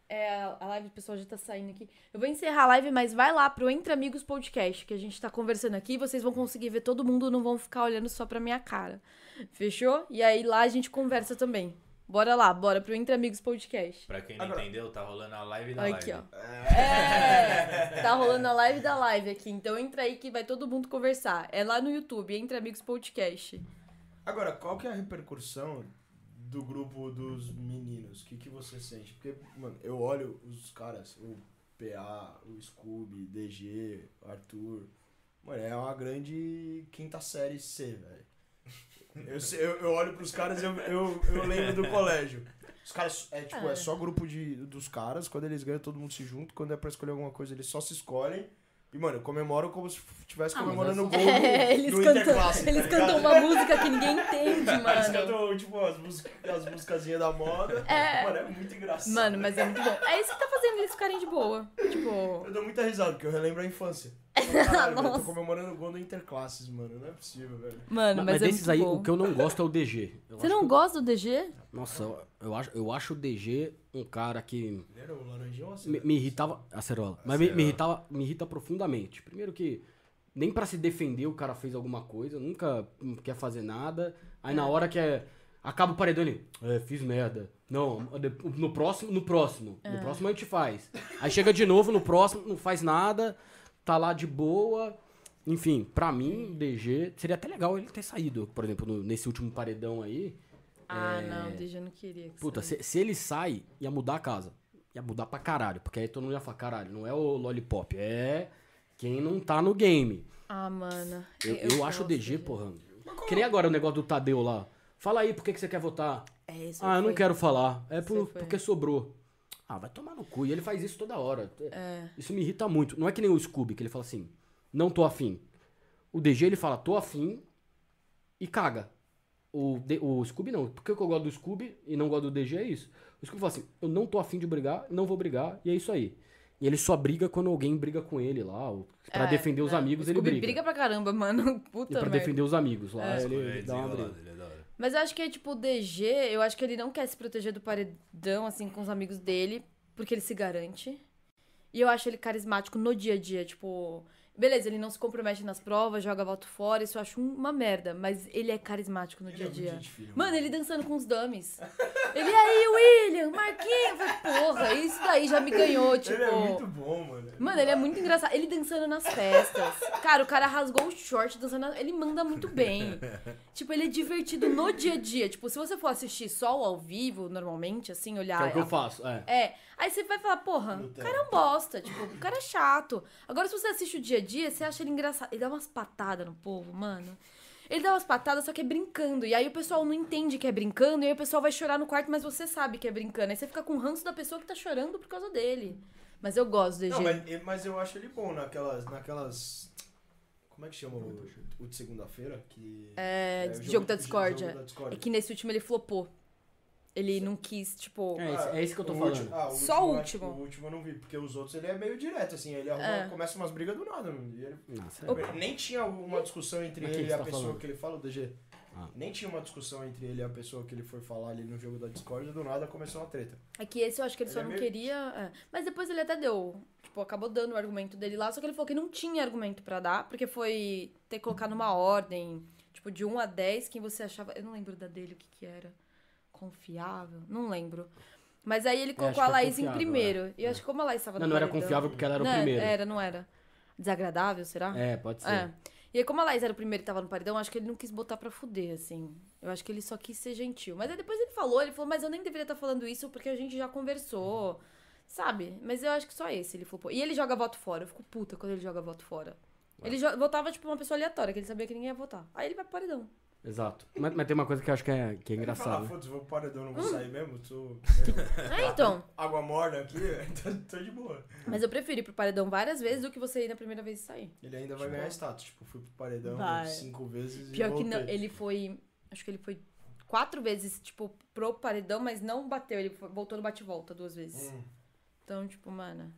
S4: É, a live do pessoal já tá saindo aqui. Eu vou encerrar a live, mas vai lá pro Entre Amigos Podcast, que a gente tá conversando aqui. Vocês vão conseguir ver todo mundo, não vão ficar olhando só pra minha cara. Fechou? E aí lá a gente conversa também. Bora lá, bora pro Entre Amigos Podcast.
S5: Pra quem não
S3: Agora-
S5: entendeu, tá rolando a live da
S4: Aqui,
S5: live.
S4: ó. É! Tá rolando a live da live aqui, então entra aí que vai todo mundo conversar. É lá no YouTube, Entre Amigos Podcast.
S3: Agora, qual que é a repercussão do grupo dos meninos? O que, que você sente? Porque, mano, eu olho os caras, o PA, o Scooby, DG, o Arthur. Mano, é uma grande quinta série C, velho. Eu, se- eu, eu olho pros caras e eu, eu, eu lembro do colégio. Os caras, é tipo, é só grupo de, dos caras. Quando eles ganham, todo mundo se junta. Quando é pra escolher alguma coisa, eles só se escolhem. E, mano, comemoram como se estivesse
S6: Ah, mas
S3: comemorando o
S6: assim-
S3: gol do-
S4: É, eles
S3: do
S4: cantam,
S3: Interclasse, tá
S4: eles
S3: ligado?
S4: cantam uma música que ninguém entende,
S3: Eles
S4: mano.
S3: cantam, tipo, as, mús- as musicazinhas da moda.
S4: É.
S3: Mano, é muito engraçado.
S4: Mano, mas é muito bom. É isso que tá fazendo eles ficarem de boa. Tipo,
S3: Eu dou muita risada, porque eu relembro a infância. Caralho, velho, eu tô
S4: Nossa.
S3: comemorando o gol do Interclasses, mano. Não é possível, velho.
S4: mano,
S1: Mas,
S4: mas, é
S1: desses
S4: muito
S1: aí,
S4: bom.
S1: o que eu não gosto é o DG. Eu
S4: Você
S1: acho É.
S4: não gosta do DG?
S1: que- Nossa, eu- eu acho, eu acho o DG um cara que
S3: Ele era o laranjão assim.
S1: me, me irritava. Acerola. Mas me, me irritava, me irrita profundamente. Primeiro que nem pra se defender o cara fez alguma coisa, nunca hum, quer fazer nada. Aí na hora que é. Acaba o paredão ele. É, fiz merda. Não, de- no próximo, no próximo. No próximo a gente faz. Aí chega de novo no próximo, não faz nada, tá lá de boa. Enfim, pra mim, DG, seria até legal ele ter saído, por exemplo, no- nesse último paredão aí.
S4: Ah, não, o DG não queria. que
S1: Puta,
S4: saísse.
S1: se, se ele sai, ia mudar a casa. Ia mudar pra caralho. Porque aí todo mundo ia falar, caralho, não é o Lollipop, é quem não tá no game.
S4: Ah, mano.
S1: Eu, eu acho o
S4: gosto
S1: DG, porra. Que nem agora o negócio do Tadeu lá. Fala aí, por que, que você quer votar?
S4: É isso.
S1: ah, eu não
S4: foi-
S1: quero falar. É
S4: Isso
S1: por-
S4: foi.
S1: porque sobrou. Ah, vai tomar no cu. E ele faz isso toda hora. Isso me irrita muito. Não é que nem o Scooby, que ele fala assim, não tô afim. O DG, ele fala, tô afim e caga. O, D- o Scooby não. Por que que eu gosto do Scooby e não gosto do DG é isso. O Scooby fala assim, eu não tô afim de brigar, não vou brigar, e é isso aí. E ele só briga quando alguém briga com ele lá. ou- Pra
S4: É,
S1: defender os
S4: é.
S1: amigos,
S4: O
S1: ele
S4: Scooby
S1: briga.
S4: pra caramba, mano. Puta
S1: E pra
S4: merda.
S1: defender os amigos lá, ele,
S5: Ele é
S1: dá uma briga.
S5: desenrolado, ele é da hora.
S4: Mas eu acho que é tipo o DG, eu acho que ele não quer se proteger do paredão, assim, com os amigos dele, porque ele se garante. E eu acho ele carismático no dia a dia, tipo. Beleza, ele não se compromete nas provas, joga voto fora, isso eu acho um, uma merda, mas ele é carismático no dia a dia. Mano, ele dançando com os dummies. Ele aí, William, Marquinhos, eu falei, porra, isso daí já me ganhou, tipo.
S3: Ele é muito bom, mano.
S4: Mano, ele é muito engraçado. Ele dançando nas festas. Cara, o cara rasgou o short dançando. na- Ele manda muito bem. Tipo, ele é divertido no dia a dia. Tipo, se você for assistir só o ao vivo, normalmente, assim, olhar.
S1: Que é o que eu faço, é.
S4: É. Aí você vai falar, porra, o cara é um bosta. Tipo, o cara é chato. Agora, se você assiste o dia a dia, você acha ele engraçado. Ele dá umas patadas no povo, mano. Ele dá umas patadas, só que é brincando. E aí o pessoal não entende que é brincando. E aí o pessoal vai chorar no quarto, mas você sabe que é brincando. Aí você fica com o ranço da pessoa que tá chorando por causa dele. Mas eu gosto do
S3: Não,
S4: DG.
S3: mas, e- mas eu acho ele bom naquelas. naquelas como é que chama o, o de segunda-feira? Que... É, o
S4: de jogo da discórdia.
S3: jogo da discórdia.
S4: É que nesse último ele flopou. Ele não quis, tipo.
S1: É isso, é isso que eu tô
S3: O
S1: falando.
S3: último- ah,
S4: Só o
S3: eu acho-
S4: último.
S3: O último eu não vi, porque os outros ele é meio direto, assim. Ele arruma,
S4: É.
S3: começa umas brigas do nada. E ele
S1: Nossa,
S4: Opa.
S3: É Nem tinha uma discussão entre
S1: Mas quem
S3: ele e
S1: você
S3: a
S1: tá
S3: pessoa
S1: falando?
S3: que ele fala, o DG.
S1: Ah.
S3: Nem tinha uma discussão entre ele e a pessoa que ele foi falar ali no jogo da Discord, do nada começou uma treta.
S4: É que esse eu acho que ele
S3: Ele
S4: só
S3: é
S4: não
S3: meio-
S4: queria. é. Mas depois ele até deu. Tipo, acabou dando o argumento dele lá, só que ele falou que não tinha argumento pra dar, porque foi ter que colocar numa ordem, tipo, de 1 a 10, quem você achava. Eu não lembro da dele o que que era. Confiável? Não lembro. Mas aí ele colocou a
S1: acho que é
S4: Laís em
S1: confiável,
S4: primeiro. E eu acho que como a Laís tava
S1: Não,
S4: no
S1: não era
S4: paredão-
S1: confiável porque ela era o
S4: então? Não,
S1: primeiro.
S4: Era, não era. Desagradável, será?
S1: É, pode ser.
S4: É. E aí, como a Laís era o primeiro e tava no paredão, acho que ele não quis botar pra fuder, assim. Eu acho que ele só quis ser gentil. Mas aí depois ele falou, ele falou, mas eu nem deveria estar falando isso porque a gente já conversou. Sabe? Mas eu acho que só esse ele flopou. E ele joga voto fora. Eu fico puta quando ele joga voto fora. Ele jo- votava, tipo, uma pessoa aleatória, que ele sabia que ninguém ia votar. Aí ele vai pro paredão.
S1: Exato. Mas, mas tem uma coisa que eu acho que é, que é
S3: Ele fala, "Ah,
S1: engraçado.
S3: foda-se, vou pro paredão, não
S4: Hum.
S3: vou sair mesmo, tô...
S4: É, então.
S3: Água morna aqui, tô, tô de boa.
S4: Mas eu prefiro ir pro paredão várias vezes do que você ir na primeira vez e sair.
S3: Ele ainda vai ganhar status, tipo, fui pro paredão
S6: Vai.
S3: cinco vezes e
S4: Pior que
S3: voltei.
S4: não, ele foi. Acho que ele foi quatro vezes, tipo, pro paredão, mas não bateu. Ele foi- voltou no bate-volta duas vezes.
S3: Hum.
S4: Então, tipo, mano.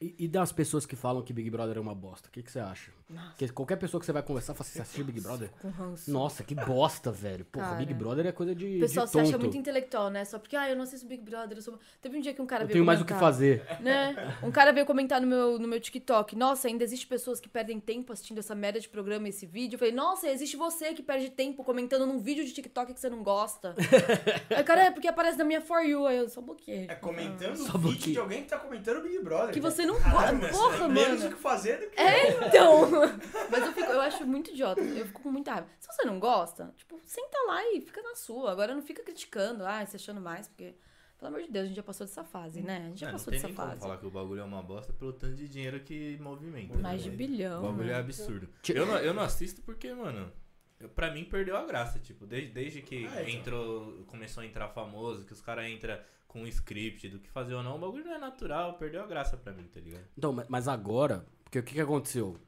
S1: E, e das pessoas que falam que Big Brother é uma bosta, o que, que você acha?
S4: Nossa.
S1: Porque qualquer pessoa que você vai conversar fala assim, você assistiu Big Brother?
S4: Com ranço.
S1: Nossa, que bosta, velho. Porra,
S4: Cara.
S1: Big Brother é coisa de.
S4: O pessoal
S1: de
S4: se
S1: tonto.
S4: acha muito intelectual, né? Só porque, ah, eu não assisto Big Brother, eu sou. Teve um dia que um cara
S1: Eu
S4: veio
S1: tenho mais o que
S4: comentar,
S1: fazer.
S4: Né? Um cara veio comentar no meu, no meu TikTok, nossa, ainda existe pessoas que perdem tempo assistindo essa merda de programa, esse vídeo. Eu falei, nossa, existe você que perde tempo comentando num vídeo de TikTok que você não gosta. aí, o cara, é porque aparece na minha For You, aí eu só um bloqueei.
S3: É comentando
S1: Só um
S3: o vídeo
S1: pouquinho.
S3: de alguém que tá comentando Big Brother.
S4: Que
S3: cara.
S4: você não
S3: Caralho,
S4: gosta.
S3: mas
S4: Porra,
S3: é Menos o
S4: mano.
S3: que fazer do que...
S4: É, então. Mas eu, fico- eu acho muito idiota. Eu fico com muita raiva. Se você não gosta, tipo, senta lá e fica na sua. Agora não fica criticando, ah, se achando mais, porque. Pelo amor de Deus, a gente já passou dessa fase, né? A gente já
S5: É, Não, não
S4: passou
S5: tem
S4: dessa
S5: nem como
S4: fase.
S5: falar que o bagulho é uma bosta pelo tanto de dinheiro que movimenta. né,
S4: Mais de
S5: velho?
S4: bilhão.
S5: O bagulho é
S4: né?
S5: absurdo.
S1: Ti-
S5: Eu não, eu não assisto porque, mano, eu, pra mim perdeu a graça, tipo, desde, desde que
S3: Ah, é, então.
S5: entrou, começou a entrar famoso, que os caras entram com um script do que fazer ou não, o bagulho não é natural, perdeu a graça pra mim, tá ligado?
S1: Então, ma- mas agora, porque o que, que aconteceu?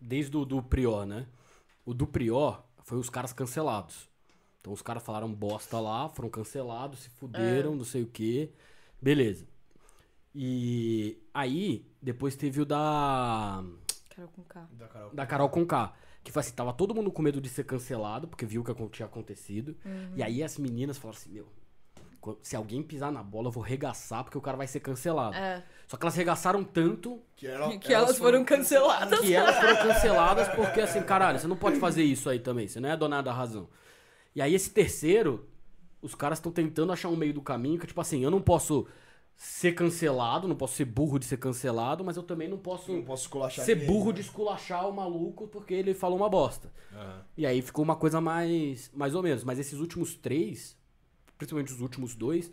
S1: Desde o do Prior, né? O do Prior foi os caras cancelados. Então os caras falaram bosta lá, foram cancelados, se fuderam, não sei o quê. Beleza. E aí, depois teve o da.
S4: Carol com K.
S3: Da Então, Carol.
S1: Da Carol Conká. Que foi assim, tava todo mundo com medo de ser cancelado, porque viu o que acon- tinha acontecido. E aí as meninas falaram assim, meu, quan- se alguém pisar na bola, eu vou regaçar, porque o cara vai ser cancelado.
S4: É.
S1: Só que elas regaçaram tanto
S3: Que, ela-
S4: Que elas foram canceladas.
S1: que elas foram canceladas porque assim, caralho, você não pode fazer isso aí também, você não é dona da razão. E aí esse terceiro, os caras estão tentando achar um meio do caminho que tipo assim, eu não posso ser cancelado, não posso ser burro de ser cancelado, mas eu também não posso
S3: Não posso esculachar
S1: ser
S3: ninguém,
S1: burro
S3: né?
S1: de esculachar o maluco porque ele falou uma bosta.
S5: Aham.
S1: E aí ficou uma coisa mais mais ou menos, mas esses últimos três, principalmente os últimos dois,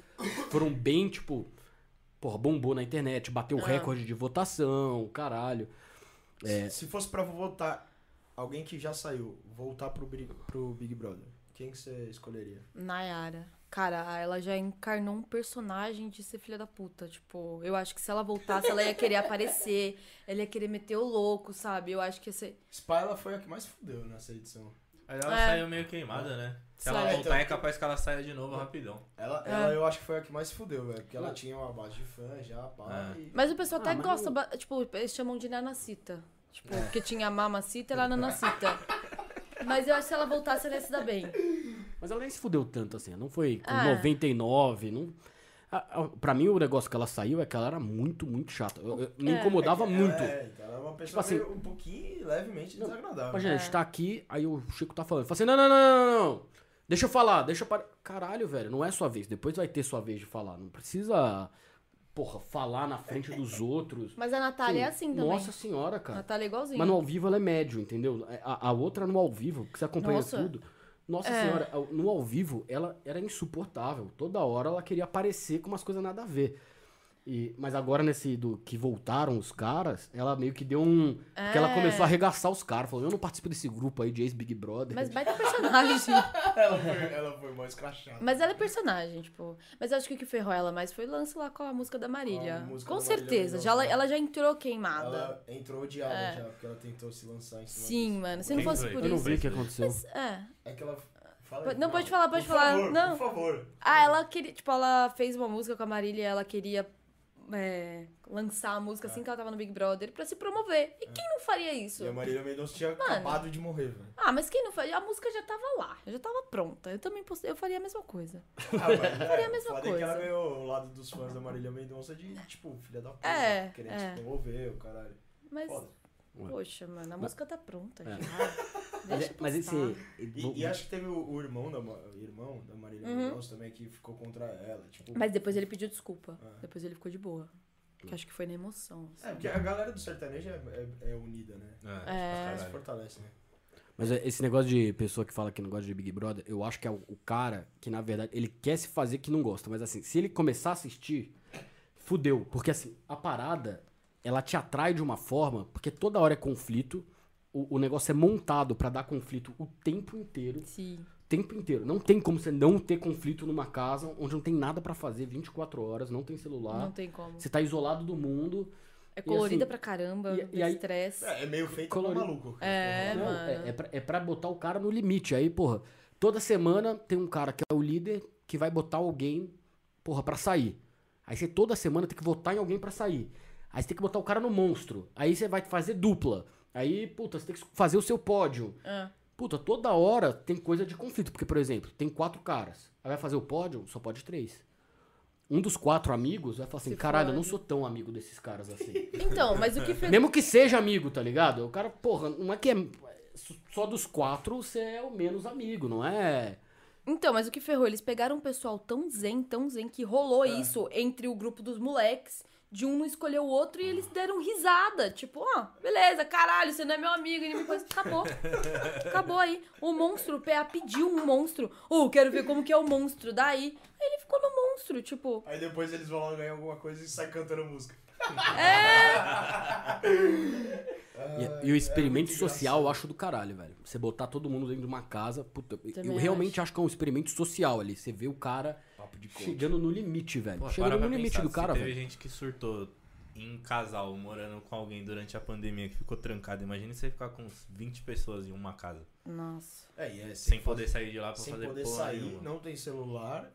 S1: foram bem tipo, porra, bombou na internet, bateu o
S4: Ah.
S1: recorde de votação, caralho.
S3: Se-
S1: É.
S3: Se fosse pra voltar alguém que já saiu, voltar pro, Bri- pro Big Brother, quem que você escolheria?
S4: Nayara. Cara, ela já encarnou um personagem de ser filha da puta. Tipo, eu acho que se ela voltasse, ela ia querer aparecer, ela ia querer meter o louco, sabe? Eu acho que ia ser.
S3: Spy, ela foi a que mais fudeu nessa edição.
S5: Aí ela
S4: É.
S5: saiu meio queimada, né? Se ela
S4: Sai.
S5: voltar,
S3: Então,
S5: é capaz que ela saia de novo rapidão.
S3: Ela,
S4: É.
S3: ela eu acho que foi a que mais fudeu, velho. Porque ela tinha uma base de fã já, pá.
S5: É.
S3: e-
S4: Mas o pessoal
S1: Ah,
S4: até
S1: mas
S4: gosta,
S1: eu- É.
S4: ba- tipo, eles chamam de nanacita. Tipo, porque tinha a mamacita e ela é a nanacita. Mas eu acho que se ela voltasse, ela ia se dar bem.
S1: Mas ela nem se fudeu tanto assim. Não foi com
S4: Ah.
S1: 99, não. A- a- Pra mim, o negócio que ela saiu é que ela era muito, muito chata. Eu, eu- me
S4: É.
S1: incomodava
S3: É que
S1: muito.
S3: Ela é, então ela é uma pessoa
S1: assim-
S3: meio- um pouquinho levemente desagradável.
S1: Imagina, a gente
S4: É.
S1: tá aqui, aí o Chico tá falando. Fala assim: não, não, não, não, não, não. Deixa eu falar, deixa eu parar. Caralho, velho, não é sua vez. Depois vai ter sua vez de falar. Não precisa, porra, falar na frente dos outros.
S4: Mas a Natália é assim também.
S1: Nossa senhora,
S4: a
S1: cara.
S4: Natália é igualzinha.
S1: Mas no ao vivo ela é médio, entendeu? A, a outra no ao vivo, que você acompanha
S4: Nossa.
S1: tudo. Nossa
S4: É.
S1: senhora, no ao vivo ela era insuportável. Toda hora ela queria aparecer com umas coisas nada a ver. E, mas agora nesse do que voltaram os caras, ela meio que deu um. Porque ela
S4: É.
S1: começou a arregaçar os caras. Falou, eu não participo desse grupo aí de ex-Big Brother.
S4: Mas baita personagem.
S3: Ela foi, ela foi mais crachada.
S4: Mas ela é personagem, tipo. Mas eu acho que o que ferrou ela mais foi o lance lá com a música da
S1: Ah,
S4: Marília.
S3: Com a música
S4: com
S3: da Marília
S1: é
S4: certeza.
S3: Mendonça.
S4: já,
S1: né?
S4: ela, ela já entrou queimada.
S3: Ela entrou odiada
S4: É.
S3: já, porque ela tentou se lançar em cima
S4: Sim,
S3: disso.
S4: mano. Se não
S5: Quem
S4: fosse
S5: foi?
S4: por
S1: eu não
S4: isso.
S1: vi o que aconteceu.
S4: É.
S3: É que ela. Fala
S4: Não,
S3: aí,
S4: pode falar, pode
S3: por
S4: falar.
S3: favor,
S4: Não.
S3: Por favor.
S4: Ah, ela queria. Tipo, ela fez uma música com a Marília e ela queria é, lançar a música
S3: Ah.
S4: assim que ela tava no Big Brother pra se promover. E quem não faria isso?
S3: E a Marília Mendonça tinha acabado de morrer, velho.
S4: Ah, mas quem não faria? A música já tava lá, já tava pronta. Eu também posso, eu faria a mesma coisa.
S3: Ah, mas,
S4: Faria a mesma
S3: foda é que ela
S4: coisa.
S3: ganhou o lado dos fãs da Marília Mendonça de, tipo, filha da puta.
S4: É,
S3: Querendo
S4: é.
S3: se promover, o caralho.
S4: Mas,
S3: Foda.
S4: poxa, mano, a música tá pronta já.
S1: É.
S4: Deixa
S1: Mas, mas esse.
S4: passar.
S1: vou-
S3: E, e acho que teve o, o irmão da, Ma- irmão da Marília
S4: Uhum.
S3: Mendonça também que ficou contra ela. Tipo,
S4: Mas depois ele pediu desculpa.
S3: É.
S4: Depois ele ficou de boa. Que acho que foi na emoção. assim.
S3: É, porque a galera do sertanejo é, é- é unida, né?
S4: É.
S5: pra
S3: Se
S5: caralho.
S3: fortalece, né?
S1: Mas é, esse negócio de pessoa que fala que não gosta de Big Brother, eu acho que é o, o cara que, na verdade, ele quer se fazer que não gosta. Mas assim, se ele começar a assistir, fudeu. Porque assim, a parada, ela te atrai de uma forma, porque toda hora é conflito, o, o negócio é montado pra dar conflito o tempo inteiro.
S4: Sim.
S1: O tempo inteiro. Não tem como você não ter conflito numa casa onde não tem nada pra fazer 24 horas, não tem celular.
S4: Não tem como.
S1: Você tá isolado do mundo.
S4: É colorida
S1: assim-
S4: pra caramba,
S1: e- e aí-
S4: estresse.
S3: É, é meio feito pra
S1: Colorido.
S3: maluco. né?
S4: É,
S1: Não,
S4: mano.
S1: é, é, pra, é pra botar o cara no limite. Aí, porra, toda semana tem um cara que é o líder que vai botar alguém, porra, pra sair. Aí você toda semana tem que votar em alguém pra sair. Aí você tem que botar o cara no monstro. Aí você vai fazer dupla. Aí, puta, você tem que fazer o seu pódio.
S4: Ah,
S1: Puta, toda hora tem coisa de conflito. Porque, por exemplo, tem quatro caras. Aí vai fazer o pódio, só pode três. Um dos quatro amigos vai falar assim:
S4: Se
S1: caralho, eu não
S4: fode."
S1: sou tão amigo desses caras assim.
S4: Então, mas o que fez.
S1: Mesmo que seja amigo, tá ligado? O cara, porra, não é que é. Só dos quatro você é o menos amigo, não é?
S4: Então, mas o que ferrou? Eles pegaram um pessoal tão zen, tão zen, que rolou isso entre o grupo dos moleques. De um não escolher o outro e eles deram risada. Tipo, ó, beleza, caralho, você não é meu amigo, ele me coisa. Acabou. Acabou aí. O monstro, o PA pediu um monstro. Ô, quero ver como que é o monstro. Daí, aí ele ficou no monstro, tipo.
S3: Aí depois eles vão lá ganhar alguma coisa e saem cantando música.
S1: E, e o experimento
S3: muito
S1: social eu acho do caralho, velho. Você botar todo mundo dentro de uma casa, puta,
S4: Também
S1: eu realmente acho. que é um experimento social ali. Você vê o cara chegando no limite, velho.
S5: Pô, para
S1: chegando no
S5: pra
S1: limite
S5: pensar,
S1: do
S5: se
S1: cara,
S5: teve
S1: velho.
S5: gente que surtou em casal, morando com alguém durante a pandemia, que ficou trancado. Imagina você ficar com uns 20 pessoas em uma casa,
S4: Nossa.
S3: É, e é, sem,
S5: sem poder sair de lá pra
S3: sem
S5: fazer
S3: poder
S5: porra
S3: sair,
S5: nenhuma.
S3: não tem celular.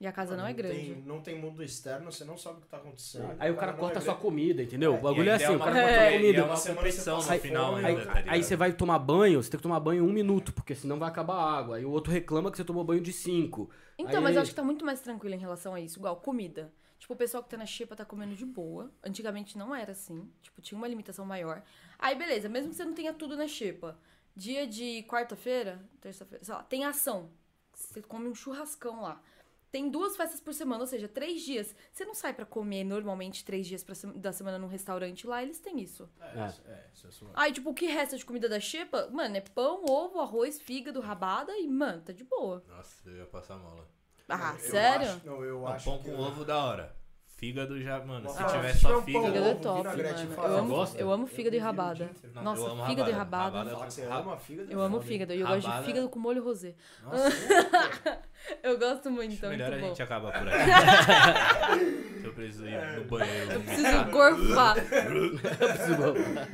S4: E a casa não é grande.
S3: Tem, não tem mundo externo, você não sabe o que tá acontecendo.
S1: Aí o cara
S3: não
S1: corta a
S3: é
S1: sua
S3: grande.
S1: comida, entendeu?
S3: É,
S1: O
S5: E
S1: bagulho é
S5: ainda
S1: assim, o cara
S5: uma-
S1: corta a
S5: e
S1: comida.
S5: É uma
S3: Semana
S5: competição no
S3: você passa
S5: final
S3: fome,
S1: Aí,
S5: ainda, tá ligado?
S1: aí você vai tomar banho, você tem que tomar banho em um minuto, porque senão vai acabar a água. Aí o outro reclama que você tomou banho de cinco.
S4: Então,
S1: Aí-
S4: mas eu acho que tá muito mais tranquilo em relação a isso, igual comida. Tipo, o pessoal que tá na xepa tá comendo de boa. Antigamente não era assim. Tipo, tinha uma limitação maior. Aí, beleza, mesmo que você não tenha tudo na xepa. Dia de quarta-feira, terça-feira, sei lá, tem ação. Você come um churrascão lá. Tem duas festas por semana, ou seja, três dias. Você não sai pra comer normalmente três dias pra sema- da semana num restaurante lá, eles têm isso.
S3: É, é, isso é sua-
S4: Aí, tipo, o que resta de comida da xepa? Mano, é pão, ovo, arroz, fígado, rabada e, mano, tá de boa.
S5: Nossa, eu ia passar mal. lá.
S3: É,
S4: Ah,
S3: Eu
S4: sério?
S3: acho- não,
S1: É um
S3: eu
S5: Não,
S3: acho
S5: pão
S3: que
S5: com
S3: eu-
S5: ovo da hora. Fígado já, mano, se
S3: Ah,
S5: tiver
S3: se
S5: só
S3: tiver um pão-
S5: fígado... tipo,
S4: Fígado é
S3: Ovo,
S4: top,
S3: vinagrete
S4: mano.
S3: fala.
S4: Eu amo,
S1: Gosta?
S4: eu amo fígado e
S3: prefiro o
S4: rabada.
S3: dia inteiro.
S5: Não,
S4: Nossa,
S5: eu amo
S4: fígado e
S5: rabada.
S4: rabada.
S1: né?
S5: Rabada é
S3: Fala que você ama fígado.
S4: Eu amo
S3: foda, hein?
S4: fígado. E eu gosto de
S5: Rabada-
S4: fígado com molho rosé.
S5: Nossa,
S4: Eu gosto muito, então.
S5: melhor a
S4: muito bom.
S5: gente acabar por aqui. eu preciso
S3: É.
S5: ir no banheiro.
S4: Preciso gorfar.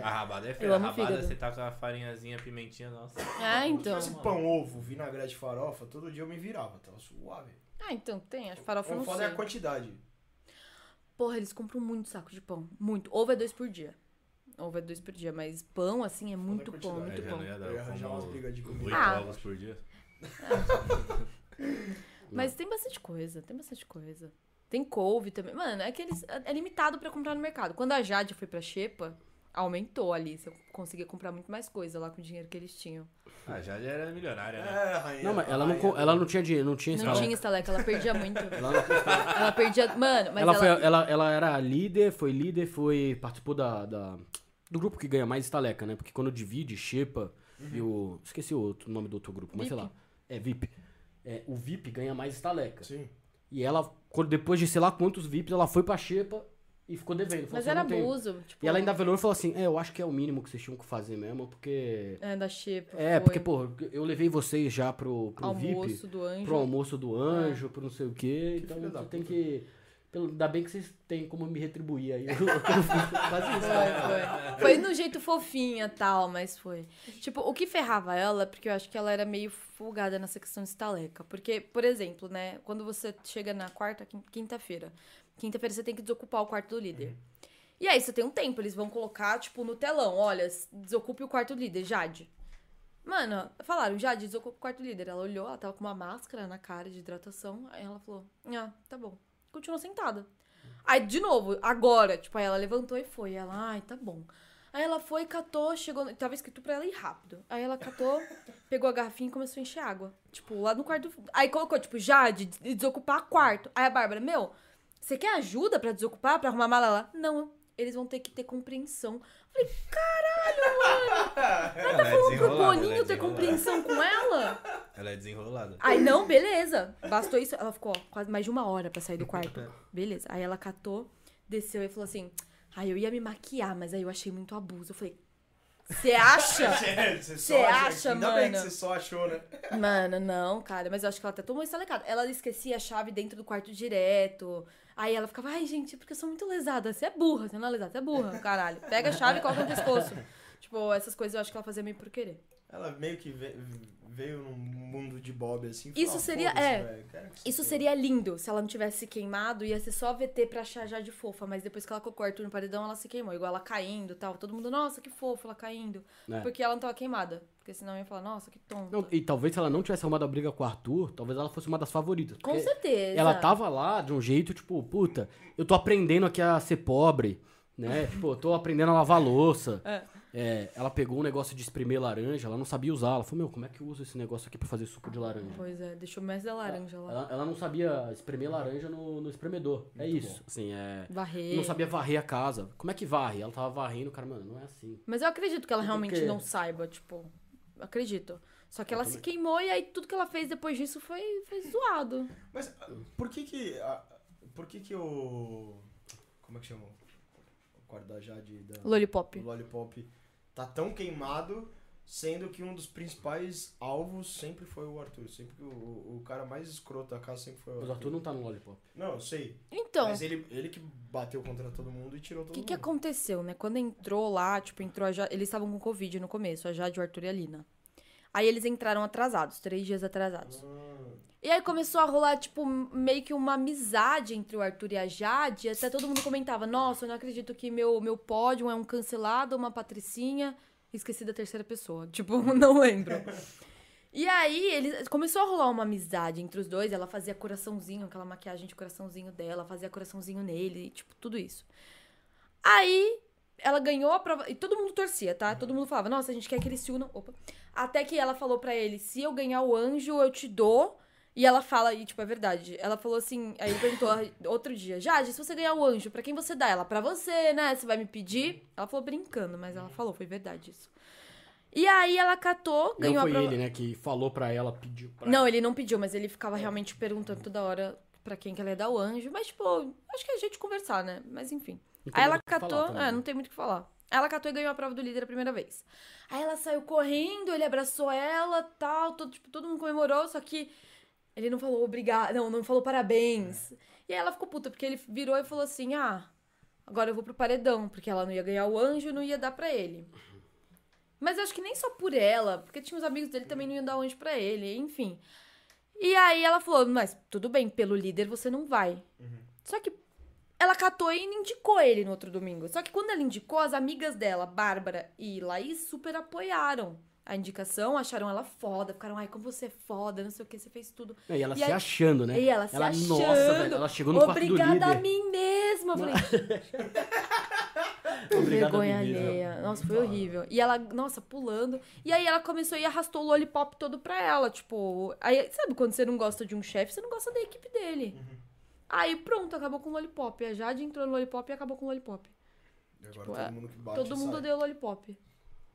S5: A rabada é
S4: Eu
S5: feia. A
S4: amo
S5: rabada,
S4: fígado.
S5: você tá com a farinhazinha, pimentinha, nossa.
S4: Ah, então.
S3: Se fosse pão, ovo, vinagrete e farofa, todo dia eu me virava, tava suave.
S4: Ah, então tem. As farofas eu
S3: O
S4: não
S3: foda é a
S4: sei.
S3: quantidade.
S4: Porra, eles compram muito saco de pão. Muito. Ovo é dois por dia. Ovo é dois por dia, mas pão, assim, é muito
S3: quantidade.
S4: pão,
S3: É,
S4: muito
S5: já
S4: pão.
S5: não ia dar,
S3: Eu ia
S5: eu
S3: arranjar
S5: como
S3: umas brigas de comida.
S5: oito
S4: Ah.
S5: ovos por dia.
S4: Mas tem bastante coisa, tem bastante coisa. Tem couve também. Mano, é que eles. É limitado pra comprar no mercado. Quando a Jade foi pra Xepa, aumentou ali. Você conseguia comprar muito mais coisa lá com o dinheiro que eles tinham.
S5: Ah, já já era milionária, né?
S3: É, rainha.
S1: Não, mas ela não,
S3: rainha.
S1: co- ela não tinha dinheiro, não tinha
S4: Não
S1: escala.
S4: tinha estaleca, ela perdia muito.
S1: Ela não-
S4: Ela perdia. Mano, mas
S1: ela,
S4: ela.
S1: foi, ela, ela era líder, foi líder, foi. participou da, da- do grupo que ganha mais estaleca, né? Porque quando divide, Xepa e o. Esqueci o outro- o nome do outro grupo, mas sei lá.
S4: VIP.
S1: É VIP. É, o VIP ganha mais estaleca.
S3: Sim.
S1: E ela, quando- depois de sei lá quantos VIPs, ela foi pra Xepa e ficou devendo. Falou
S4: Mas
S1: assim,
S4: era
S1: "Eu não tenho".
S4: abuso. Tipo,
S1: E ela ainda velou e falou assim: É, eu acho que é o mínimo que vocês tinham que fazer mesmo, porque.
S4: É, da Xepa.
S1: É,
S4: foi.
S1: porque, pô, eu levei vocês já pro, pro
S4: Almoço
S1: VIP
S4: do anjo.
S1: pro almoço
S4: É.
S1: do anjo, pro não sei o quê. então
S3: filha da
S1: você tem
S3: puta.
S1: que. Pelo, ainda bem que vocês têm como me retribuir aí. Eu, eu quase isso. né?
S4: Foi, foi. Foi no jeito fofinha tal, mas foi. Tipo, o que ferrava ela, porque eu acho que ela era meio folgada nessa questão de estaleca. Porque, por exemplo, né, quando você chega na quarta, quin- quinta-feira. Quinta-feira você tem que desocupar o quarto do líder. E aí você tem um tempo, eles vão colocar, tipo, no telão: olha, s- desocupe o quarto do líder, Jade. Mano, falaram, Jade, desocupa o quarto do líder. Ela olhou, ela tava com uma máscara na cara de hidratação. Aí ela falou: ah, tá bom. Continuou sentada. Aí, de novo, agora, tipo, aí ela levantou e foi. Ela, ai, tá bom. Aí ela foi, catou, chegou. Tava escrito pra ela ir rápido. Aí ela catou, pegou a garrafinha e começou a encher água. Tipo, lá no quarto. Aí colocou, tipo, Jade, de- desocupar quarto. Aí a Bárbara, meu, você quer ajuda pra desocupar, pra arrumar a mala lá? Não, eles vão ter que ter compreensão. Falei, tá
S5: Ela é
S4: como pro
S5: desenrolada, ela é
S4: Boninho ter
S5: desenrolada.
S4: compreensão com ela?
S5: Ela é desenrolada.
S4: Aí, não, beleza. Bastou isso. Ela ficou ó, quase mais de uma hora pra sair do quarto. Beleza. Aí ela catou, desceu e falou assim: Ai, eu ia me maquiar, mas aí eu achei muito abuso. Eu falei: Você acha?
S3: É, Você
S4: Cê acha,
S3: Ainda bem que
S4: mano?
S3: você só achou, né?
S4: Mano, não, cara. Mas eu acho que ela até tomou estalecada. Ela esquecia a chave dentro do quarto direto. Aí ela ficava, ai, gente, porque eu sou muito lesada. Você é burra, você não é lesada, você é burra, caralho. Pega a chave e coloca no pescoço. Tipo, essas coisas eu acho que ela fazia meio por querer.
S3: Ela meio que ve- veio num mundo de Bob assim.
S4: Isso
S3: falou, "Ah,
S4: seria-
S3: foda-se,
S4: é.
S3: velho, quero que se
S4: Isso
S3: foda."
S4: seria lindo se ela não tivesse queimado, ia ser só VT pra achar já de fofa, mas depois que ela colocou o Arthur no paredão, ela se queimou, igual ela caindo e tal. Todo mundo, nossa, que fofa ela caindo.
S1: É.
S4: Porque ela não tava queimada. Porque senão ia falar, nossa, que tonta.
S1: Não, e talvez se ela não tivesse arrumado a briga com o Arthur, talvez ela fosse uma das favoritas.
S4: Com
S1: porque
S4: certeza.
S1: Ela tava lá de um jeito, tipo, puta, eu tô aprendendo aqui a ser pobre, né? tipo, eu tô aprendendo a lavar louça.
S4: É.
S1: É, ela pegou um negócio de espremer laranja, ela não sabia usar. Ela falou, meu, como é que eu uso esse negócio aqui pra fazer suco de laranja?
S4: Pois é, deixou o mestre da laranja lá.
S1: Ela, ela não sabia espremer laranja no, no espremedor. é isso. Assim, é.
S4: Varrer.
S1: Não sabia varrer a casa. Como é que varre? Ela tava varrendo, cara, mano, não é assim.
S4: Mas eu acredito que ela
S1: Então,
S4: realmente
S1: porque-
S4: não saiba, tipo. Acredito. Só que
S1: Eu
S4: ela
S1: também.
S4: se queimou e aí tudo que ela fez depois disso foi, foi zoado.
S3: Mas ah, por que que. ah, Por que que o. Como é que chamou? O quarto da Jade. Da...
S4: Lollipop.
S3: o Lollipop tá tão queimado, sendo que um dos principais alvos sempre foi o Arthur. Sempre que o, o- o cara mais escroto da casa sempre foi o
S1: Mas
S3: Arthur.
S1: o Arthur não tá no lollipop.
S3: Não, eu sei.
S4: Então,
S3: Mas ele, ele que bateu contra todo mundo e tirou
S4: o
S3: todo
S4: que,
S3: mundo.
S4: que aconteceu, né? Quando entrou lá, tipo, entrou a Jade, Eles estavam com Covid no começo, a Jade, o Arthur e a Lina. Aí eles entraram atrasados, três dias atrasados.
S3: Ah,
S4: E aí começou a rolar, tipo, meio que uma amizade entre o Arthur e a Jade. Até todo mundo comentava, nossa, eu não acredito que meu, meu pódio é um cancelado, uma patricinha. Esqueci da terceira pessoa. Tipo, não lembro. E aí, ele começou a rolar uma amizade entre os dois. Ela fazia coraçãozinho, aquela maquiagem de coraçãozinho dela, fazia coraçãozinho nele, tipo, tudo isso. Aí, ela ganhou a prova. E todo mundo torcia, tá? Todo mundo falava, nossa, a gente quer que eles se unam. Opa. Até que ela falou pra ele: se eu ganhar o anjo, eu te dou. E ela fala, e tipo, é verdade. Ela falou assim, aí ele perguntou outro dia, Jade, se você ganhar o anjo, pra quem você dá? Ela, pra você, né? Você vai me pedir? Ela falou brincando, mas ela falou, foi verdade isso. E aí ela catou, ganhou
S1: Não
S4: a
S1: foi
S4: prova.
S1: ele, né, que falou pra ela, pediu pra
S4: Não,
S1: ela. É.
S4: ele não pediu, mas ele ficava realmente perguntando toda hora pra quem que ela ia dar o anjo. Mas, tipo, acho que é jeito de conversar, né? Mas enfim.
S1: Não tem
S4: Aí ela
S1: muito o que falar
S4: catou.
S1: também,
S4: é,
S1: né?
S4: não tem muito o que falar. Aí Ela catou e ganhou a prova do líder a primeira vez. Aí ela saiu correndo, ele abraçou ela, tal, todo, tipo, todo mundo comemorou, só que ele não falou obrigado, não, não falou parabéns.
S1: É.
S4: E aí ela ficou puta, porque ele virou e falou assim: ah, agora eu vou pro paredão, porque ela não ia ganhar o anjo e não ia dar pra ele. Mas eu acho que nem só por ela, porque tinha os amigos dele também não iam dar o anjo pra ele, enfim. E aí ela falou: mas tudo bem, pelo líder você não vai.
S1: Uhum.
S4: Só que ela catou e indicou ele no outro domingo. Só que quando ela indicou, as amigas dela, Bárbara e Laís, super apoiaram a indicação, acharam ela foda, ficaram, ai, como você é foda, não sei o que, você fez tudo.
S1: É, E ela
S4: E
S1: se
S4: aí-
S1: achando, né?
S4: E ela se achando.
S1: Nossa, velho, ela chegou no quarto do
S4: Obrigada
S1: líder.
S4: a mim mesma. Eu falei,
S1: Obrigado a mim
S4: vergonha
S1: mesma.
S4: alheia. Nossa, foi horrível. E ela, nossa, pulando. E aí ela começou e arrastou o lollipop todo pra ela. Tipo, aí, sabe quando você não gosta de um chefe, você não gosta da equipe dele.
S1: Uhum.
S4: Aí pronto, acabou com o lollipop. A Jade entrou no lollipop e acabou com o lollipop.
S3: E agora
S4: Tipo, é,
S3: todo mundo que bate.
S4: Todo mundo
S3: sai.
S4: odeia o lollipop.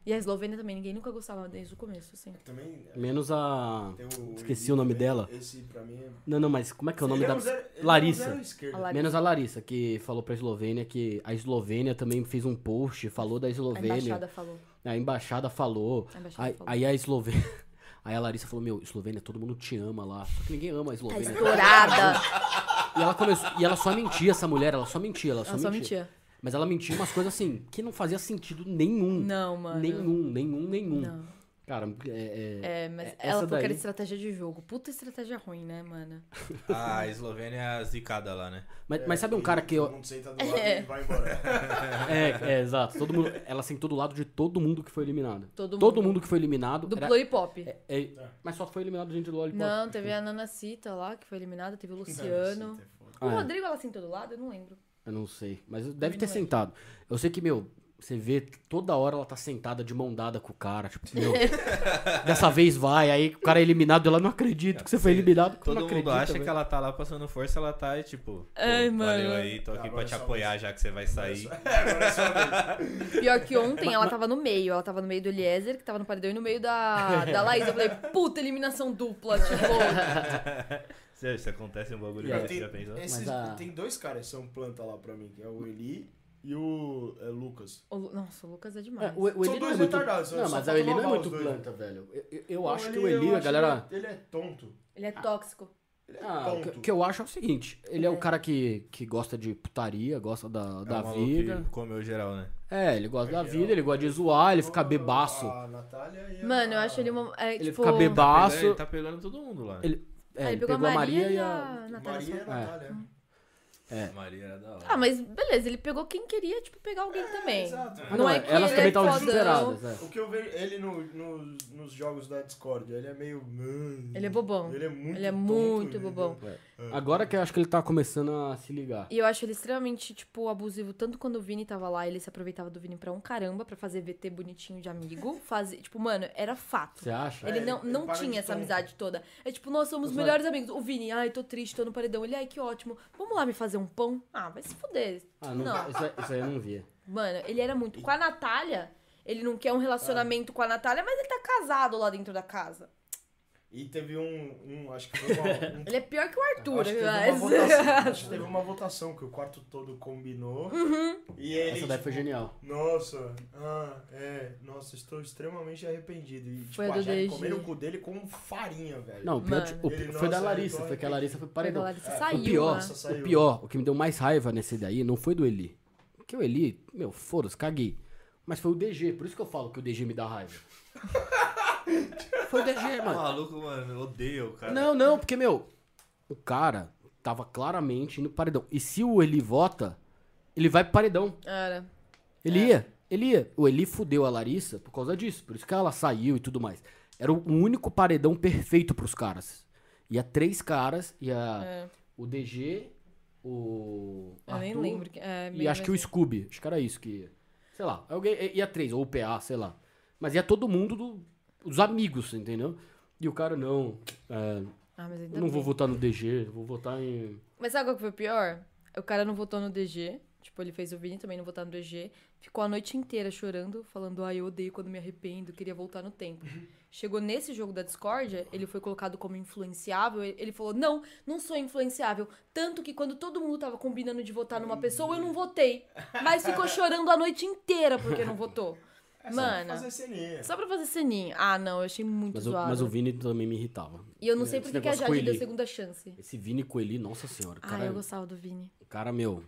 S4: E a Eslovênia também, ninguém nunca gostava desde o começo, assim.
S3: Também. é,
S1: Menos a.
S3: tem o-
S1: Esqueci o nome
S3: também.
S1: dela.
S3: Esse pra mim é.
S1: Não, não, mas como é que é o nome
S3: Ele
S1: da.
S3: é um zero- ele é um
S1: Larissa.
S3: zero esquerda.
S4: A Larissa.
S1: Menos a Larissa, que falou pra Eslovênia que a Eslovênia também fez um post, falou da
S4: A
S1: Eslovênia.
S4: embaixada falou.
S1: A embaixada falou.
S4: A embaixada
S1: aí,
S4: falou.
S1: aí a Eslovênia. Aí a Larissa falou: Meu, Eslovênia, todo mundo te ama lá. Só que ninguém ama a
S4: Tá
S1: Eslovênia.
S4: estourada.
S1: E ela começou. E ela só mentia, essa mulher, ela só mentia, ela só,
S4: Ela só
S1: mentia.
S4: mentia.
S1: Mas ela mentia umas coisas assim, que não fazia sentido nenhum.
S4: Não, mano.
S1: nenhum, nenhum, nenhum.
S4: Não.
S1: Cara, é. é-
S4: É, mas
S1: É, essa
S4: ela falou que era
S1: daí-
S4: estratégia de jogo. Puta estratégia ruim, né, mano? Ah.
S5: A Eslovênia é a zicada lá, né?
S1: Mas, mas sabe um cara que.
S3: Todo
S1: eu-
S3: mundo É, senta do lado e vai embora.
S1: É, é, exato. Todo mundo, ela sentou do lado de todo mundo que foi eliminado.
S4: Todo
S1: Todo
S4: mundo.
S1: mundo que foi eliminado.
S4: Do
S1: era-
S4: Lollipop.
S1: É, é- Mas só foi eliminado gente do Lollipop.
S4: não, teve a Nanacita lá, que foi eliminada, teve o Luciano.
S1: Ah,
S4: O
S1: é.
S4: Rodrigo, ela sentou do lado? Eu não lembro.
S1: Eu não sei. Mas deve
S4: não
S1: ter
S4: lembro.
S1: sentado. Eu sei que, meu, você vê toda hora ela tá sentada de mão dada com o cara. Tipo, meu, dessa vez vai. Aí o cara é eliminado. Ela não acredita que você foi eliminado.
S5: Todo
S1: não
S5: mundo
S1: acredita,
S5: acha
S1: velho."
S5: que ela tá lá passando força, ela tá e tipo.
S4: Ai,
S5: pô,
S4: mano.
S5: Valeu aí, tô aqui
S3: Agora
S5: pra
S3: é
S5: te
S3: só
S5: apoiar já que você vai sair.
S3: Agora é só a vez.
S4: Pior que ontem ela tava no meio. Ela tava no meio do Eliezer, que tava no paredão, e no meio da, da Laís. Eu falei, puta, eliminação dupla. Tipo,
S5: Sério, isso acontece um bagulho
S1: E aí
S5: que você já
S3: Tem,
S5: pensou?
S3: esses-
S1: Mas a-
S3: tem dois caras que são planta lá pra mim, que é o Eli e o é, Lucas.
S4: O Lu- Nossa, o Lucas é demais.
S1: É, o, o
S3: São
S1: Eli não é
S3: dois
S1: muito...
S3: retardados, só-
S1: Não,
S3: só
S1: mas o
S3: falta
S1: Eli não é
S3: babar
S1: muito
S3: os dois, né?
S5: então.
S1: planta, velho. Eu, eu- eu acho
S3: Não,
S1: que o Eli, a
S3: acho
S1: galera...
S3: que Ele é tonto.
S4: Ele é tóxico.
S3: Ele é
S1: Ah, o que,
S3: tonto.
S1: que eu acho é o seguinte, ele é, o cara que, que gosta de putaria, gosta da, da
S5: é um maluco
S1: vida.
S5: Que comeu geral, né?
S1: É, ele gosta da vida, ele gosta de zoar, ele
S5: Ah.
S1: fica bebaço.
S3: A Natália e a-
S4: Mano, eu acho ele uma. É,
S1: Ele
S4: tipo,
S1: fica bebaço.
S5: Ele tá pegando todo mundo lá.
S1: Ele- É,
S4: Ah,
S1: ele pegou a Maria e a...
S4: Natália.
S3: Maria e a
S4: só.
S3: Natália.
S5: É. Maria era da hora.
S4: Ah, mas beleza, ele pegou quem queria, tipo, pegar alguém também.
S3: Exato.
S1: Ah, não,
S4: é
S1: é,
S4: que
S1: elas
S4: ele
S1: também
S4: é
S1: estavam
S4: fodão.
S1: desesperadas. É.
S3: O que eu vejo ele no- no- nos jogos da Discord, ele é meio.
S4: Ele é bobão.
S3: Ele é muito
S4: Ele é
S3: tonto,
S4: muito
S3: né?
S4: bobão.
S1: Agora que eu acho que ele tá começando a se ligar.
S4: E eu acho ele extremamente, tipo, abusivo. Tanto quando o Vini tava lá, ele se aproveitava do Vini pra um caramba, pra fazer VT bonitinho de amigo. Fazer, tipo, mano, era fato.
S1: Você acha?
S4: Ele
S3: É,
S4: não,
S3: ele
S4: não
S3: paga de
S4: tinha essa
S3: tonto.
S4: amizade toda. É tipo, nós somos os
S1: Exato.
S4: melhores amigos. O Vini, ai, tô triste, tô no paredão. Ele, ai, que ótimo. Vamos lá me fazer um pão? Ah, vai se fuder.
S1: Ah, não,
S4: Não.
S1: Isso, aí- isso aí eu não via.
S4: Mano, ele era muito. Com a Natália, ele não quer um relacionamento com a Natália, mas ele tá casado lá dentro da casa.
S3: E teve um. um acho que foi uma, um
S4: Ele é pior que o Arthur,
S3: Acho que, teve uma
S4: mas.
S3: votação, acho que teve uma votação que o quarto todo combinou.
S4: Uhum.
S3: E ele.
S1: Essa daí foi
S3: tipo,
S1: genial.
S3: Nossa, ah, é. Nossa, estou extremamente arrependido. E
S4: Foi
S3: tipo,
S4: do
S3: a Jair
S4: DG.
S3: comendo o cu dele com farinha, velho.
S1: Não, o pior,
S4: Mano.
S1: o pior-
S3: Ele,
S1: foi da
S3: nossa,
S1: Larissa, foi
S3: ele
S1: que a
S3: corre.
S1: Larissa foi pro
S4: Quando
S1: paredão.
S4: a Larissa
S1: O
S4: saiu.
S1: pior,
S4: né?
S3: Nossa, saiu.
S1: o pior, o que me deu mais raiva nesse daí não foi do Eli. Porque o Eli, meu, foda-se, caguei. Mas foi o DG, por isso que eu falo que o DG me dá raiva. foi o DG,
S5: O
S1: mano.
S5: É um maluco, mano, odeia o cara.
S1: Não, não, porque, meu, o cara tava claramente indo pro paredão. E se o Eli vota, ele vai pro paredão.
S4: Era. É.
S1: Ele ia, ele ia. O Eli fudeu a Larissa por causa disso. Por isso que ela saiu e tudo mais. Era o único paredão perfeito pros caras. Ia três caras, ia
S4: É.
S1: o DG, o.
S4: Eu nem
S1: Arthur,
S4: lembro. que- É,
S1: E
S4: meio
S1: acho que o
S4: assim.
S1: Scooby. Acho que era isso que ia. Sei lá. Alguém, ia- ia três, ou o PA, sei lá. Mas ia todo mundo do- dos amigos, entendeu? E o cara, não. é,
S4: Ah, mas ainda
S1: eu não
S4: bem.
S1: vou votar no DG, eu vou votar em.
S4: Mas sabe qual que foi o pior? O cara não votou no DG. Tipo, ele fez o Vini também não votar no DG. Ficou a noite inteira chorando, falando, ai, eu odeio quando me arrependo, queria voltar no tempo.
S1: Uhum.
S4: Chegou nesse jogo da discórdia, ele foi colocado como influenciável. e- Ele falou, não, não sou influenciável. Tanto que quando todo mundo tava combinando de votar numa pessoa, eu não votei. Mas ficou chorando a noite inteira porque não votou.
S1: É,
S4: Mano,
S3: Fazer ceninha.
S4: só pra fazer ceninha. Ah, não, eu achei muito
S1: Mas o,
S4: zoado.
S1: mas o Vini também me irritava.
S4: E eu não sei
S1: Esse
S4: porque que a
S1: negócio com
S4: Jade deu
S1: ele.
S4: segunda chance.
S1: Esse Vini com Eli, nossa senhora. o
S4: Ah,
S1: Cara,
S4: eu gostava do Vini.
S1: o cara, meu,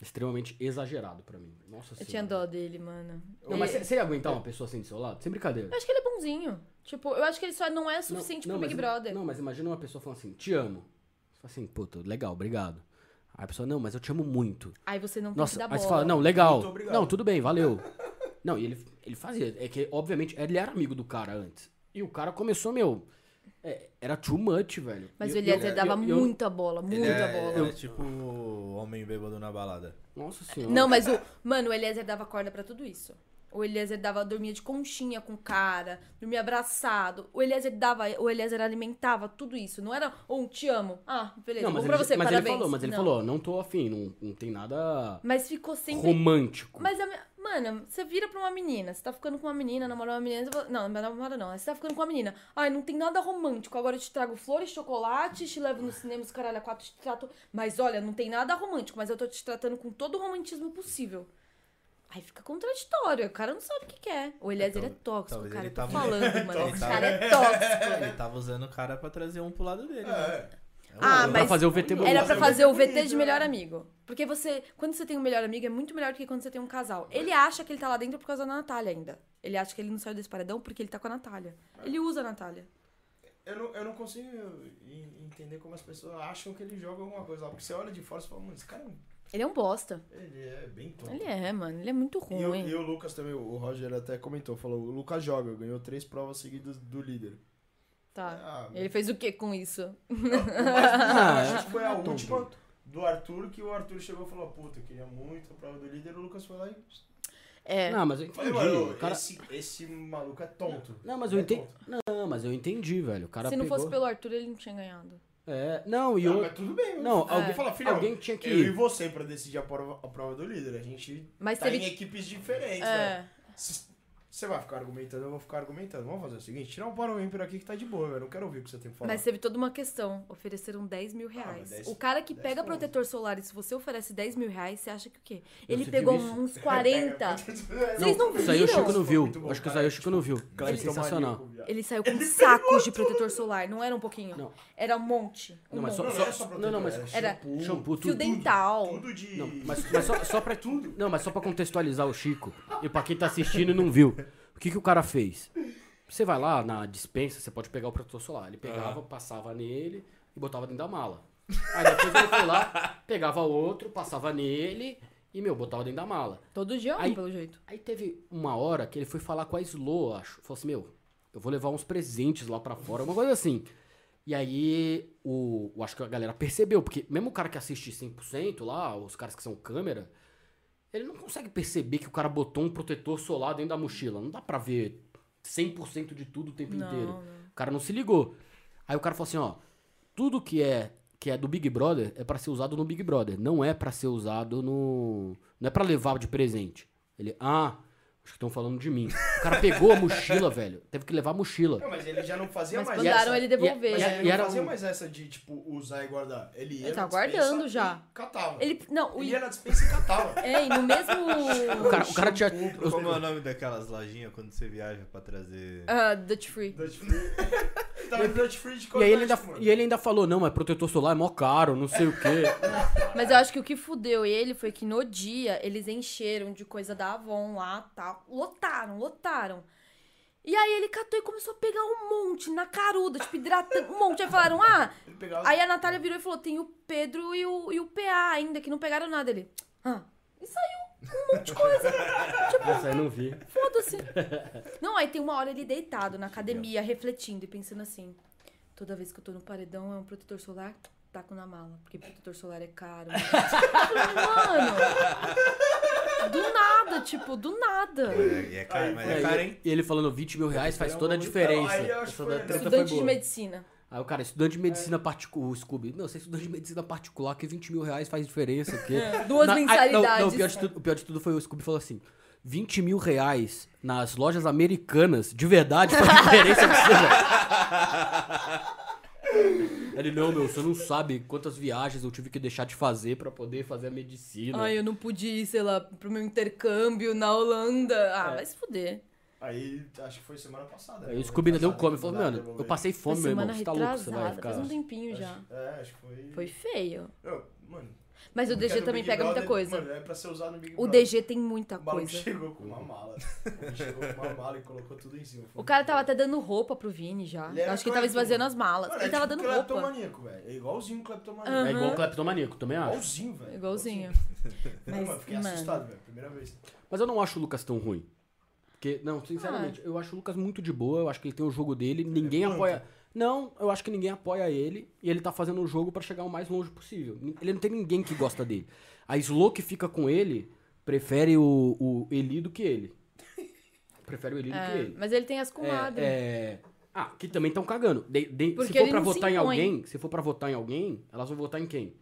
S1: extremamente exagerado pra mim. Nossa senhora.
S4: Eu tinha dó dele, mano.
S1: Não, mas
S4: Ele-
S1: você ia aguentar uma pessoa assim do seu lado? Sem brincadeira.
S4: Eu acho que ele é bonzinho. Tipo, eu acho que ele só não é suficiente
S1: não,
S4: pro
S1: mas
S4: Big
S1: im-
S4: Brother.
S1: Não, mas imagina uma pessoa falando assim, te amo. Você fala assim, puta, legal, obrigado. Aí a pessoa, não, mas eu te amo muito.
S4: Aí você não
S1: Nossa,
S4: tem
S1: aí
S4: que dar bola.
S1: você fala, não,
S3: Muito
S1: legal.
S3: obrigado.
S1: Não, tudo bem, valeu. não, e ele, ele fazia. É que, obviamente, ele era amigo do cara antes. E o cara começou, meu. é, era too much, velho.
S4: Mas
S1: E
S4: o
S1: eu-
S4: Eliezer
S1: eu-
S4: dava
S1: eu- eu-
S4: muita bola, muita
S5: Ele é,
S4: bola.
S5: ele é tipo o homem bêbado na balada.
S1: Nossa senhora.
S4: Não, mas o. Mano, o Eliezer dava corda pra tudo isso. O Eliezer dava, dormia de conchinha com o cara, dormia abraçado. O Eliezer dava, o Eliezer alimentava tudo isso. Não era um te amo. Ah, beleza,
S1: Não, mas
S4: bom
S1: ele,
S4: pra você,
S1: mas
S4: parabéns.
S1: ele falou, mas ele
S4: Não.
S1: falou, ó, não tô afim, não, não tem nada
S4: Mas ficou sempre
S1: romântico.
S4: Mas, a me- mano, você vira pra uma menina, você tá ficando com uma menina, namorou uma menina, você fala, não, mas namora não, você tá ficando com uma menina. Ai, não tem nada romântico, agora eu te trago flores, chocolate, te levo no cinema, os caralho, a quatro te trato. Mas olha, não tem nada romântico, mas eu tô te tratando com todo o romantismo possível. Aí fica contraditório, o cara não sabe o que quer. O Eliezer é
S5: Então,
S4: tóxico,
S5: talvez
S4: cara,
S5: ele
S4: eu tô
S5: tava-
S4: falando, mano, esse
S5: tava-
S4: cara é tóxico.
S5: Ele tava usando o cara pra trazer um pro lado dele. né?
S3: É,
S4: Ah,
S1: pra
S4: mas
S1: fazer o VT
S4: Era
S1: bonito.
S4: pra
S3: Nossa,
S4: fazer o
S3: muito
S4: VT de
S3: bonito,
S4: melhor
S3: né?
S4: amigo. Porque você, quando você tem um melhor amigo, é muito melhor do que quando você tem um casal. Ele acha que ele tá lá dentro por causa da Natália ainda. Ele acha que ele não saiu desse paredão porque ele tá com a Natália. Ele usa a Natália.
S3: eu, não, eu não consigo en- entender como as pessoas acham que ele joga alguma coisa lá. Porque você olha de fora e fala, mano, esse cara é um-
S4: Ele é um bosta.
S3: ele é bem tonto.
S4: Ele é, mano. Ele é muito
S3: E o, e
S4: ruim.
S3: o Lucas também, o Roger até comentou, falou, o Lucas joga, ganhou três provas seguidas do líder.
S4: Tá.
S3: Ah,
S4: Ele fez o que com isso?
S1: Ah,
S3: acho que foi a
S4: é
S1: tonto.
S3: última do Arthur, que o Arthur chegou e falou, puta, eu queria muito a prova do líder, o Lucas foi lá e...
S4: É.
S1: Não, mas eu
S3: Falei,
S1: entendi.
S3: mano,
S1: o cara...
S3: esse, esse maluco é tonto.
S1: Não, mas eu
S3: É
S1: entendi.
S3: tonto.
S1: Não, mas eu entendi, velho. O cara
S4: Se não
S1: pegou...
S4: fosse pelo Arthur, ele não tinha ganhado.
S1: É, não, e
S3: Ah,
S1: eu...
S3: mas tudo bem.
S1: Não,
S3: eu-
S1: alguém-
S3: eu falo, filhão,
S1: alguém tinha que
S3: eu e
S1: ir.
S3: você pra decidir a prova, a prova do líder. A gente
S4: Mas
S3: tá em
S4: teve.
S3: equipes diferentes, velho.
S4: É.
S3: Se- Você vai ficar argumentando, eu vou ficar argumentando. Vamos fazer o seguinte: tirar um paralímpico aqui que tá de boa, velho. Não quero ouvir o que você tem pra falar.
S4: Mas teve toda uma questão. Ofereceram 10 mil
S3: mas
S4: reais.
S3: 10
S4: o cara que
S3: 10
S4: pega
S3: pontos.
S4: protetor solar e se você oferece 10 mil reais, você acha que o quê?
S1: Eu
S4: Ele
S1: sei
S4: pegou
S1: disso.
S4: uns
S3: É,
S4: 40. Vocês não
S1: Isso aí o
S4: viram?
S1: Chico não
S3: Foi
S1: viu.
S3: muito bom,
S1: Acho que isso
S3: cara. Tipo,
S1: aí o Chico não viu.
S3: Cara,
S1: é
S3: eles são
S1: sensacional.
S3: maníacos, um viado.
S4: Ele saiu com sacos de protetor solar. Não era um pouquinho.
S1: Não.
S4: Era um monte. Um
S1: Não, mas só,
S3: Não,
S4: monte.
S1: só-
S3: não é só protetor,
S1: não, não, mas
S3: era
S1: shampoo,
S3: shampoo,
S1: shampoo
S4: Fio
S1: tudo.
S4: dental.
S3: Tudo de.
S1: Não, mas, mas só, só pra
S3: Tudo.
S1: Não, mas só pra contextualizar o Chico e pra quem tá assistindo e não viu, o que que o cara fez? Você vai lá na dispensa, você pode pegar o protetor solar. Ele
S3: Ah.
S1: pegava, passava nele e botava dentro da mala. Aí depois ele foi lá, pegava outro, passava nele e, meu, botava dentro da mala.
S4: Todo dia
S1: Aí-
S4: um, pelo jeito.
S1: Aí teve uma hora que ele foi falar com a Slow, eu acho. Falou assim, meu, eu vou levar uns presentes lá pra fora, uma coisa assim. E aí, o, eu acho que a galera percebeu, porque mesmo o cara que assiste 100% lá, os caras que são câmera, ele não consegue perceber que o cara botou um protetor solar dentro da mochila. Não dá pra ver 100% de tudo o tempo
S4: Não,
S1: inteiro.
S4: não.
S1: O cara não se ligou. Aí o cara falou assim, ó, tudo que é que é do Big Brother é pra ser usado no Big Brother, não é pra ser usado no, não é pra levar de presente. Ele, ah, acho que estão falando de mim. O cara pegou a mochila, velho. Teve que levar a mochila.
S3: Não, mas ele já não fazia
S4: Mas
S3: mais
S4: mandaram
S3: essa.
S4: ele devolver.
S3: Mas
S1: E-
S3: ele
S1: e
S3: não
S1: era
S3: fazia
S1: um-
S3: mais essa de, tipo, usar e guardar. Ele ia.
S4: Ele tá
S3: na dispensa
S4: guardando
S3: e
S4: já.
S3: Catava.
S4: Ele. Não, o.
S3: Ele ia na dispensa e catava.
S4: É, e no mesmo.
S1: O cara, o cara tinha
S5: Como é o nome daquelas lojinhas quando você viaja pra trazer.
S4: Ah, Dutch Free.
S3: Dutch Free. Tava em Dutch Free de
S1: e aí ele ainda,
S3: Cotonete, mano.
S1: e ele ainda falou, não, mas protetor solar é mó caro, não sei o quê.
S4: Mas eu acho que o que fudeu ele foi que no dia eles encheram de coisa da Avon lá tal. Lotaram, lotaram. E aí ele catou e começou a pegar um monte na caruda, tipo, hidratando um monte. Aí falaram, ah.
S3: Ele pegava.
S4: Aí a Natália virou e falou: tem o Pedro e o, e o PA ainda, que não pegaram nada. Ele. Ah. E saiu um monte de coisa.
S1: Essa aí eu não vi.
S4: Foda-se. Não, aí tem uma hora ele deitado na academia, refletindo e pensando assim: toda vez que eu tô no paredão é um protetor solar, taco na mala, porque protetor solar é caro. Mano, Mano, do nada, tipo, do nada.
S5: E é caro, mas
S1: E
S5: é
S1: aí,
S5: caro, hein?
S1: e ele falando 20 mil reais faz
S3: É um
S1: toda a
S3: bagulho-
S1: diferença.
S3: Não, aí eu acho
S1: Essa
S3: que foi-
S1: da treta foi
S4: Estudante de
S1: boa.
S4: medicina.
S1: Aí o cara, estudante de medicina
S4: É.
S1: particular, o Scooby. Não, você é estudante de medicina particular, que 20 mil reais faz diferença. Que...
S4: É, duas
S1: aí-
S4: mensalidades.
S1: não, o, pior de tudo, o pior de tudo foi o Scooby falou assim: 20 mil reais nas lojas americanas, de verdade, faz diferença pra você. velho." Ele, não, meu, você não sabe quantas viagens eu tive que deixar de fazer pra poder fazer a medicina.
S4: Ai, eu não pude ir, sei lá, pro meu intercâmbio na Holanda. Ah, vai se fuder.
S3: Aí, acho que foi semana passada.
S1: Aí
S3: né?
S1: o Scooby ainda deu
S3: Passada,
S1: come. Falou,
S3: mandaram
S1: mano,
S3: devolver.
S1: eu passei
S4: Foi
S1: fome, meu irmão.
S4: semana
S1: Você tá louco, você vai
S4: retrasada,
S1: ficar.
S4: faz um tempinho
S3: Acho-
S4: já.
S3: É, acho que foi.
S4: Foi feio.
S3: Eu, mano.
S4: Mas o
S3: porque é
S4: DG
S3: do
S4: também
S3: Big
S4: pega muita
S3: Brother,
S4: coisa.
S3: Mano, é pra ser usado no Big
S4: O
S3: Brother.
S4: DG tem muita
S3: O maluco
S4: coisa.
S3: chegou com uma mala. Ele chegou com uma mala e colocou tudo em cima. Foi
S4: O cara
S3: muito
S4: tava até dando roupa pro Vini já.
S3: Ele era
S4: Acho que ele
S3: cleptomaníaco.
S4: tava esvaziando as malas.
S3: Mano,
S4: ele
S3: é
S4: tava
S3: tipo
S4: dando roupa.
S3: cleptomaníaco, velho. É igualzinho o cleptomaníaco.
S1: É
S4: Aham.
S1: igual o cleptomaníaco, também acho.
S3: Igualzinho, velho.
S4: Igualzinho.
S3: Não, mano, eu fiquei
S4: mano,
S3: assustado, velho. Primeira vez.
S1: Mas eu não acho o Lucas tão ruim. Porque, não,
S4: Ah.
S1: sinceramente, eu acho o Lucas muito de boa, eu acho que ele tem o jogo dele, ninguém
S3: planta.
S1: apoia. Não, eu acho que ninguém apoia ele e ele tá fazendo o jogo pra chegar o mais longe possível. Ele não tem ninguém que gosta dele. A Slow que fica com ele prefere o, o Eli do que ele. Prefere o Eli do que
S4: é,
S1: ele.
S4: mas ele tem as comadres.
S1: É, é- Ah, que também estão cagando. De- de- se
S4: Porque
S1: for
S4: ele
S1: pra
S4: não se
S1: votar em
S4: impõe.
S1: alguém, se for para votar em alguém, elas vão votar em quem?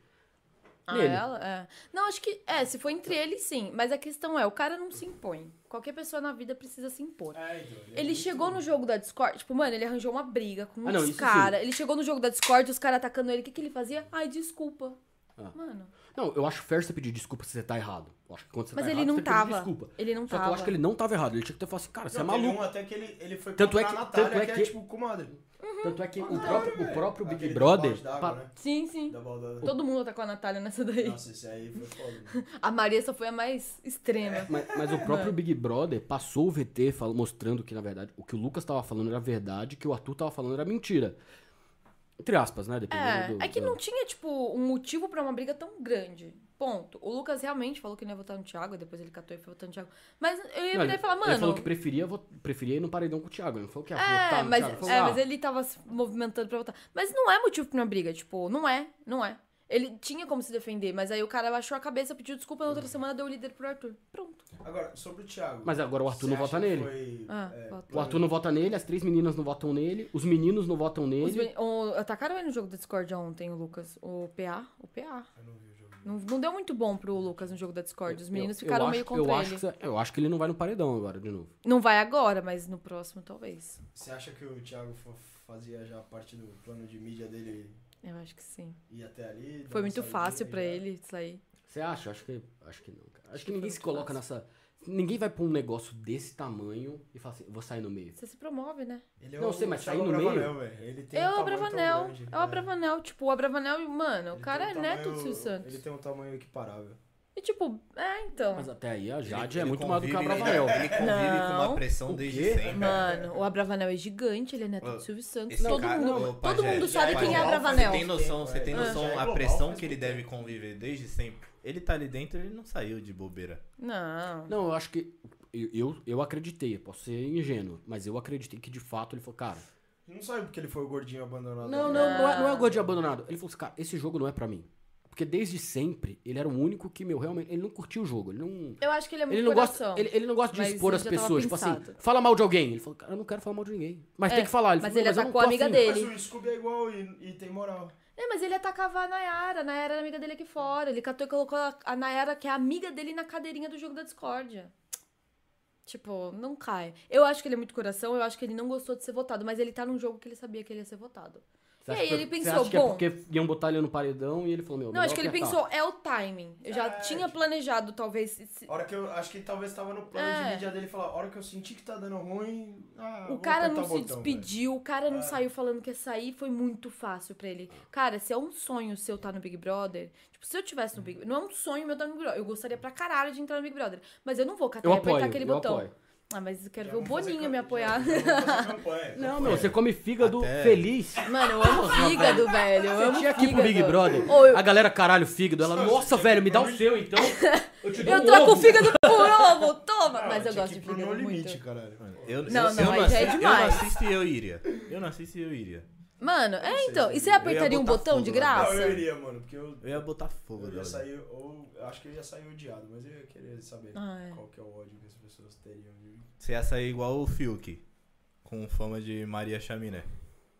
S4: Ah,
S1: nele.
S4: ela? É. Não, acho que. É, se for entre eles, sim. Mas a questão é, o cara não se impõe. Qualquer pessoa na vida precisa se impor.
S3: É, então,
S4: Ele chegou no jogo da Discord, tipo, mano, ele arranjou uma briga com
S1: Ah, não,
S4: uns
S1: isso
S4: caras. Ele chegou no jogo da Discord, os caras atacando ele. O que, que ele fazia? Ai, desculpa.
S1: Ah.
S4: Mano.
S1: Não, eu acho fair você pedir desculpa se você tá errado. Eu acho que quando você
S4: Mas
S1: tá
S4: ele
S1: errado,
S4: não
S1: você tem que pedir
S4: tava.
S1: desculpa.
S4: Ele não
S1: Só
S4: tava.
S1: que eu acho que ele não tava errado. Ele tinha que ter falado assim, cara, você é
S3: Não, teve
S1: maluco.
S3: Um até que ele, ele foi
S1: Tanto é
S3: comprar
S1: que-
S3: a Natália,
S1: tanto é
S3: que,
S1: que-
S3: é tipo comadre.
S1: Tanto é que o
S3: Da
S1: próprio,
S3: hora,
S1: o
S3: velho.
S1: próprio Big
S3: Aquele
S1: Brother.
S3: balde d'água,
S1: pa-
S3: né?
S4: Sim, sim.
S3: Da balda-
S4: Todo mundo atacou a Natália nessa daí.
S3: Nossa, esse aí foi foda. mano.
S4: A Maria só foi a mais extrema.
S1: Mas, mas o próprio Big Brother passou o VT fal- mostrando que, na verdade, o que o Lucas tava falando era verdade, o que o Arthur tava falando era mentira. Entre aspas, né? Dependendo do.
S4: É, é que
S1: do-
S4: não tinha, tipo, um motivo pra uma briga tão grande. Ponto. O Lucas realmente falou que não ia votar no Thiago, depois ele catou e foi votar no Thiago. Mas eu ia
S1: Não,
S4: virar e falar, mano.
S1: Ele falou que preferia, vo- preferia ir no paredão com o Thiago. Ele não falou que ia votar
S4: é,
S1: no
S4: mas,
S1: Thiago. Ele falou,
S4: é,
S1: "Ah,
S4: mas ele tava se movimentando pra votar. Mas não é motivo pra uma briga, tipo, não é, não é. Ele tinha como se defender, mas aí o cara baixou a cabeça, pediu desculpa na
S1: Uhum.
S4: outra semana, deu o líder pro Arthur. Pronto.
S3: Agora, sobre o Thiago.
S1: Mas agora o Arthur não
S3: Você acha
S1: vota
S3: que
S1: nele.
S3: foi,
S4: Ah,
S3: é,
S4: votou.
S1: O Arthur não vota nele, as três meninas não votam nele, os meninos não votam
S4: Os
S1: nele.
S4: meni- o- atacaram ele no jogo da Discord ontem, o Lucas. O PA? O PA.
S3: É Eu não vi o jogo.
S4: Não, não deu muito bom pro Lucas no jogo da Discord. Os
S1: Eu-
S4: meninos
S1: eu
S4: ficaram
S1: acho-
S4: meio contra
S1: eu
S4: ele.
S1: acho, que, eu acho que ele não vai no paredão agora, de novo.
S4: Não vai agora, mas no próximo talvez.
S3: Você acha que o Thiago fa- fazia já parte do plano de mídia dele
S4: Eu acho que sim.
S3: ir até ali? dar uma
S4: Foi
S3: é-
S4: muito
S3: saidinha
S4: fácil
S3: e
S4: pra
S3: já-
S4: ele sair.
S1: Você acha? Acho que, acho que não, cara. Acho que
S4: que
S1: ninguém se
S4: foi muito
S1: coloca nessa. Ninguém vai pra um negócio desse tamanho e fala assim, vou sair no meio.
S4: Você se promove, né?
S3: Ele é
S1: Não,
S3: o
S1: sei, mas
S3: Thiago
S1: sair no
S3: Abravanel, velho. Ele tem
S4: eu,
S3: um
S4: o
S3: tamanho tão
S4: Abravanel.
S3: grande, né?
S4: É o Abravanel. Tipo, o Abravanel, mano, o
S3: Ele
S4: cara
S3: tem
S4: é
S3: um
S4: neto do
S3: tamanho-
S4: Silvio Santos.
S3: Ele tem um tamanho equiparável.
S4: E tipo, é, então.
S1: Mas até aí a Jade
S5: Ele-
S1: é
S5: ele
S1: muito maior do que a
S5: convive-
S1: Abravanel.
S5: Ele convive com
S4: Não.
S5: uma pressão
S1: O
S5: desde
S1: quê?
S5: sempre.
S4: Mano, o Abravanel é gigante, ele é neto do
S5: Ô,
S4: Silvio Santos.
S5: Esse
S4: Todo
S5: cara-
S4: mundo,
S5: Ô,
S4: todo
S5: Pajé,
S4: mundo sabe
S5: Pajé,
S4: quem é
S5: Pajé,
S4: Abravanel.
S5: Você tem noção, você tem
S4: Ah.
S5: noção
S3: Já é
S5: a
S3: global,
S5: pressão
S3: faz
S5: que ele
S3: muito
S5: deve conviver desde sempre. Ele tá ali dentro, ele não saiu de bobeira.
S4: Não.
S1: Não, eu acho que. Eu, eu, eu acreditei, eu posso ser ingênuo, mas eu acreditei que de fato ele falou, cara.
S3: Não sabe porque ele foi o gordinho abandonado.
S1: Não, não,
S3: né?
S1: não é, não é o Godinho abandonado. Ele falou assim, cara, esse jogo não é pra mim. Porque desde sempre ele era o único que, meu, realmente. Ele não curtia o jogo, ele não.
S4: Eu acho que ele é muito
S1: Ele não,
S4: coração.
S1: gosta, ele, ele não gosta de
S4: Mas
S1: expor
S4: ele
S1: as
S4: já tava
S1: pessoas. Tipo assim,
S4: pensado.
S1: fala mal de alguém. Ele falou, cara, eu não quero falar mal de ninguém. Mas
S4: É,
S1: tem que falar. Ele
S4: mas
S1: falou,
S4: ele
S1: eu
S4: atacou
S1: não
S4: a
S1: tô
S4: amiga
S1: afim."
S4: dele.
S3: Mas o Scooby é igual e, e tem moral.
S4: É, mas ele atacava a Nayara. A Nayara era amiga dele aqui fora. Ele catou e colocou a a Nayara, que é amiga dele, na cadeirinha do jogo da discórdia. Tipo, não cai. Eu acho que ele é muito coração, eu acho que ele não gostou de ser votado, mas ele tá num jogo que ele sabia que ele ia ser votado.
S1: Você
S4: E
S1: acha
S4: aí
S1: que-
S4: ele
S1: você
S4: pensou,
S1: acha que
S4: bom.
S1: É porque iam botar ele no paredão e ele falou, meu.
S4: Não,
S1: melhor
S4: acho que ele
S1: apertar.
S4: pensou, é o timing. Eu já
S3: É,
S4: tinha planejado, talvez. se- se-
S3: A hora que eu acho que talvez tava no plano
S4: É.
S3: de mídia dele falar, a hora que eu senti que tá dando ruim, ah,
S4: O
S3: vou
S4: cara
S3: apertar
S4: não
S3: o
S4: se
S3: botão,
S4: despediu, o cara não
S3: É.
S4: saiu falando que ia sair, foi muito fácil pra ele. Cara, se é um sonho seu estar no Big Brother, tipo, se eu tivesse no Big
S3: Uhum.
S4: Brother, não é um sonho meu estar no Big Brother, eu gostaria pra caralho de entrar no Big Brother, mas eu não vou catar
S1: Eu
S4: e "Ah, apertar
S1: apoio,
S4: aquele
S1: eu
S4: botão.
S1: apoio.
S4: Ah, mas eu quero
S3: velho.
S4: ver
S3: Já
S4: o
S3: vamos fazer
S4: Boninho me
S3: campanha,
S4: apoiar.
S3: já vamos fazer campanha. então.
S1: Não, meu, você come fígado
S5: Até-
S1: feliz.
S4: Mano, eu amo fígado, velho. Eu amo
S1: Tinha aqui pro
S4: fígado.
S1: Big Brother.
S4: Ô, eu-
S1: A galera, caralho, fígado. Ela, nossa, velho, me dá o seu então. Eu te dou
S4: Eu
S1: um
S4: troco o
S1: ovo.
S4: fígado por ovo, toma!
S3: Ah,
S4: mas eu
S3: tinha
S4: gosto
S3: que ir
S4: de
S3: pro
S4: fígado
S3: No
S4: muito.
S3: Limite, caralho.
S5: Eu,
S4: Não,
S5: eu-
S4: não,
S5: eu
S4: aí já
S5: assisto,
S4: é
S5: Eu
S4: demais.
S5: não assisto e eu iria. Eu não assisto e eu iria.
S4: Mano, é então. E você apertaria um
S5: botar
S4: botão de
S5: fogo lá
S3: Não,
S4: graça?
S3: eu iria, mano, porque eu,
S5: Eu ia botar fogo
S3: eu ia
S5: dela.
S3: sair, ou eu acho que eu ia sair odiado, mas eu ia querer saber
S4: Ah, é.
S3: qual que é o ódio que as pessoas teriam de mim.
S5: Você ia sair igual o Fiuk, com fama de Maria Chaminé.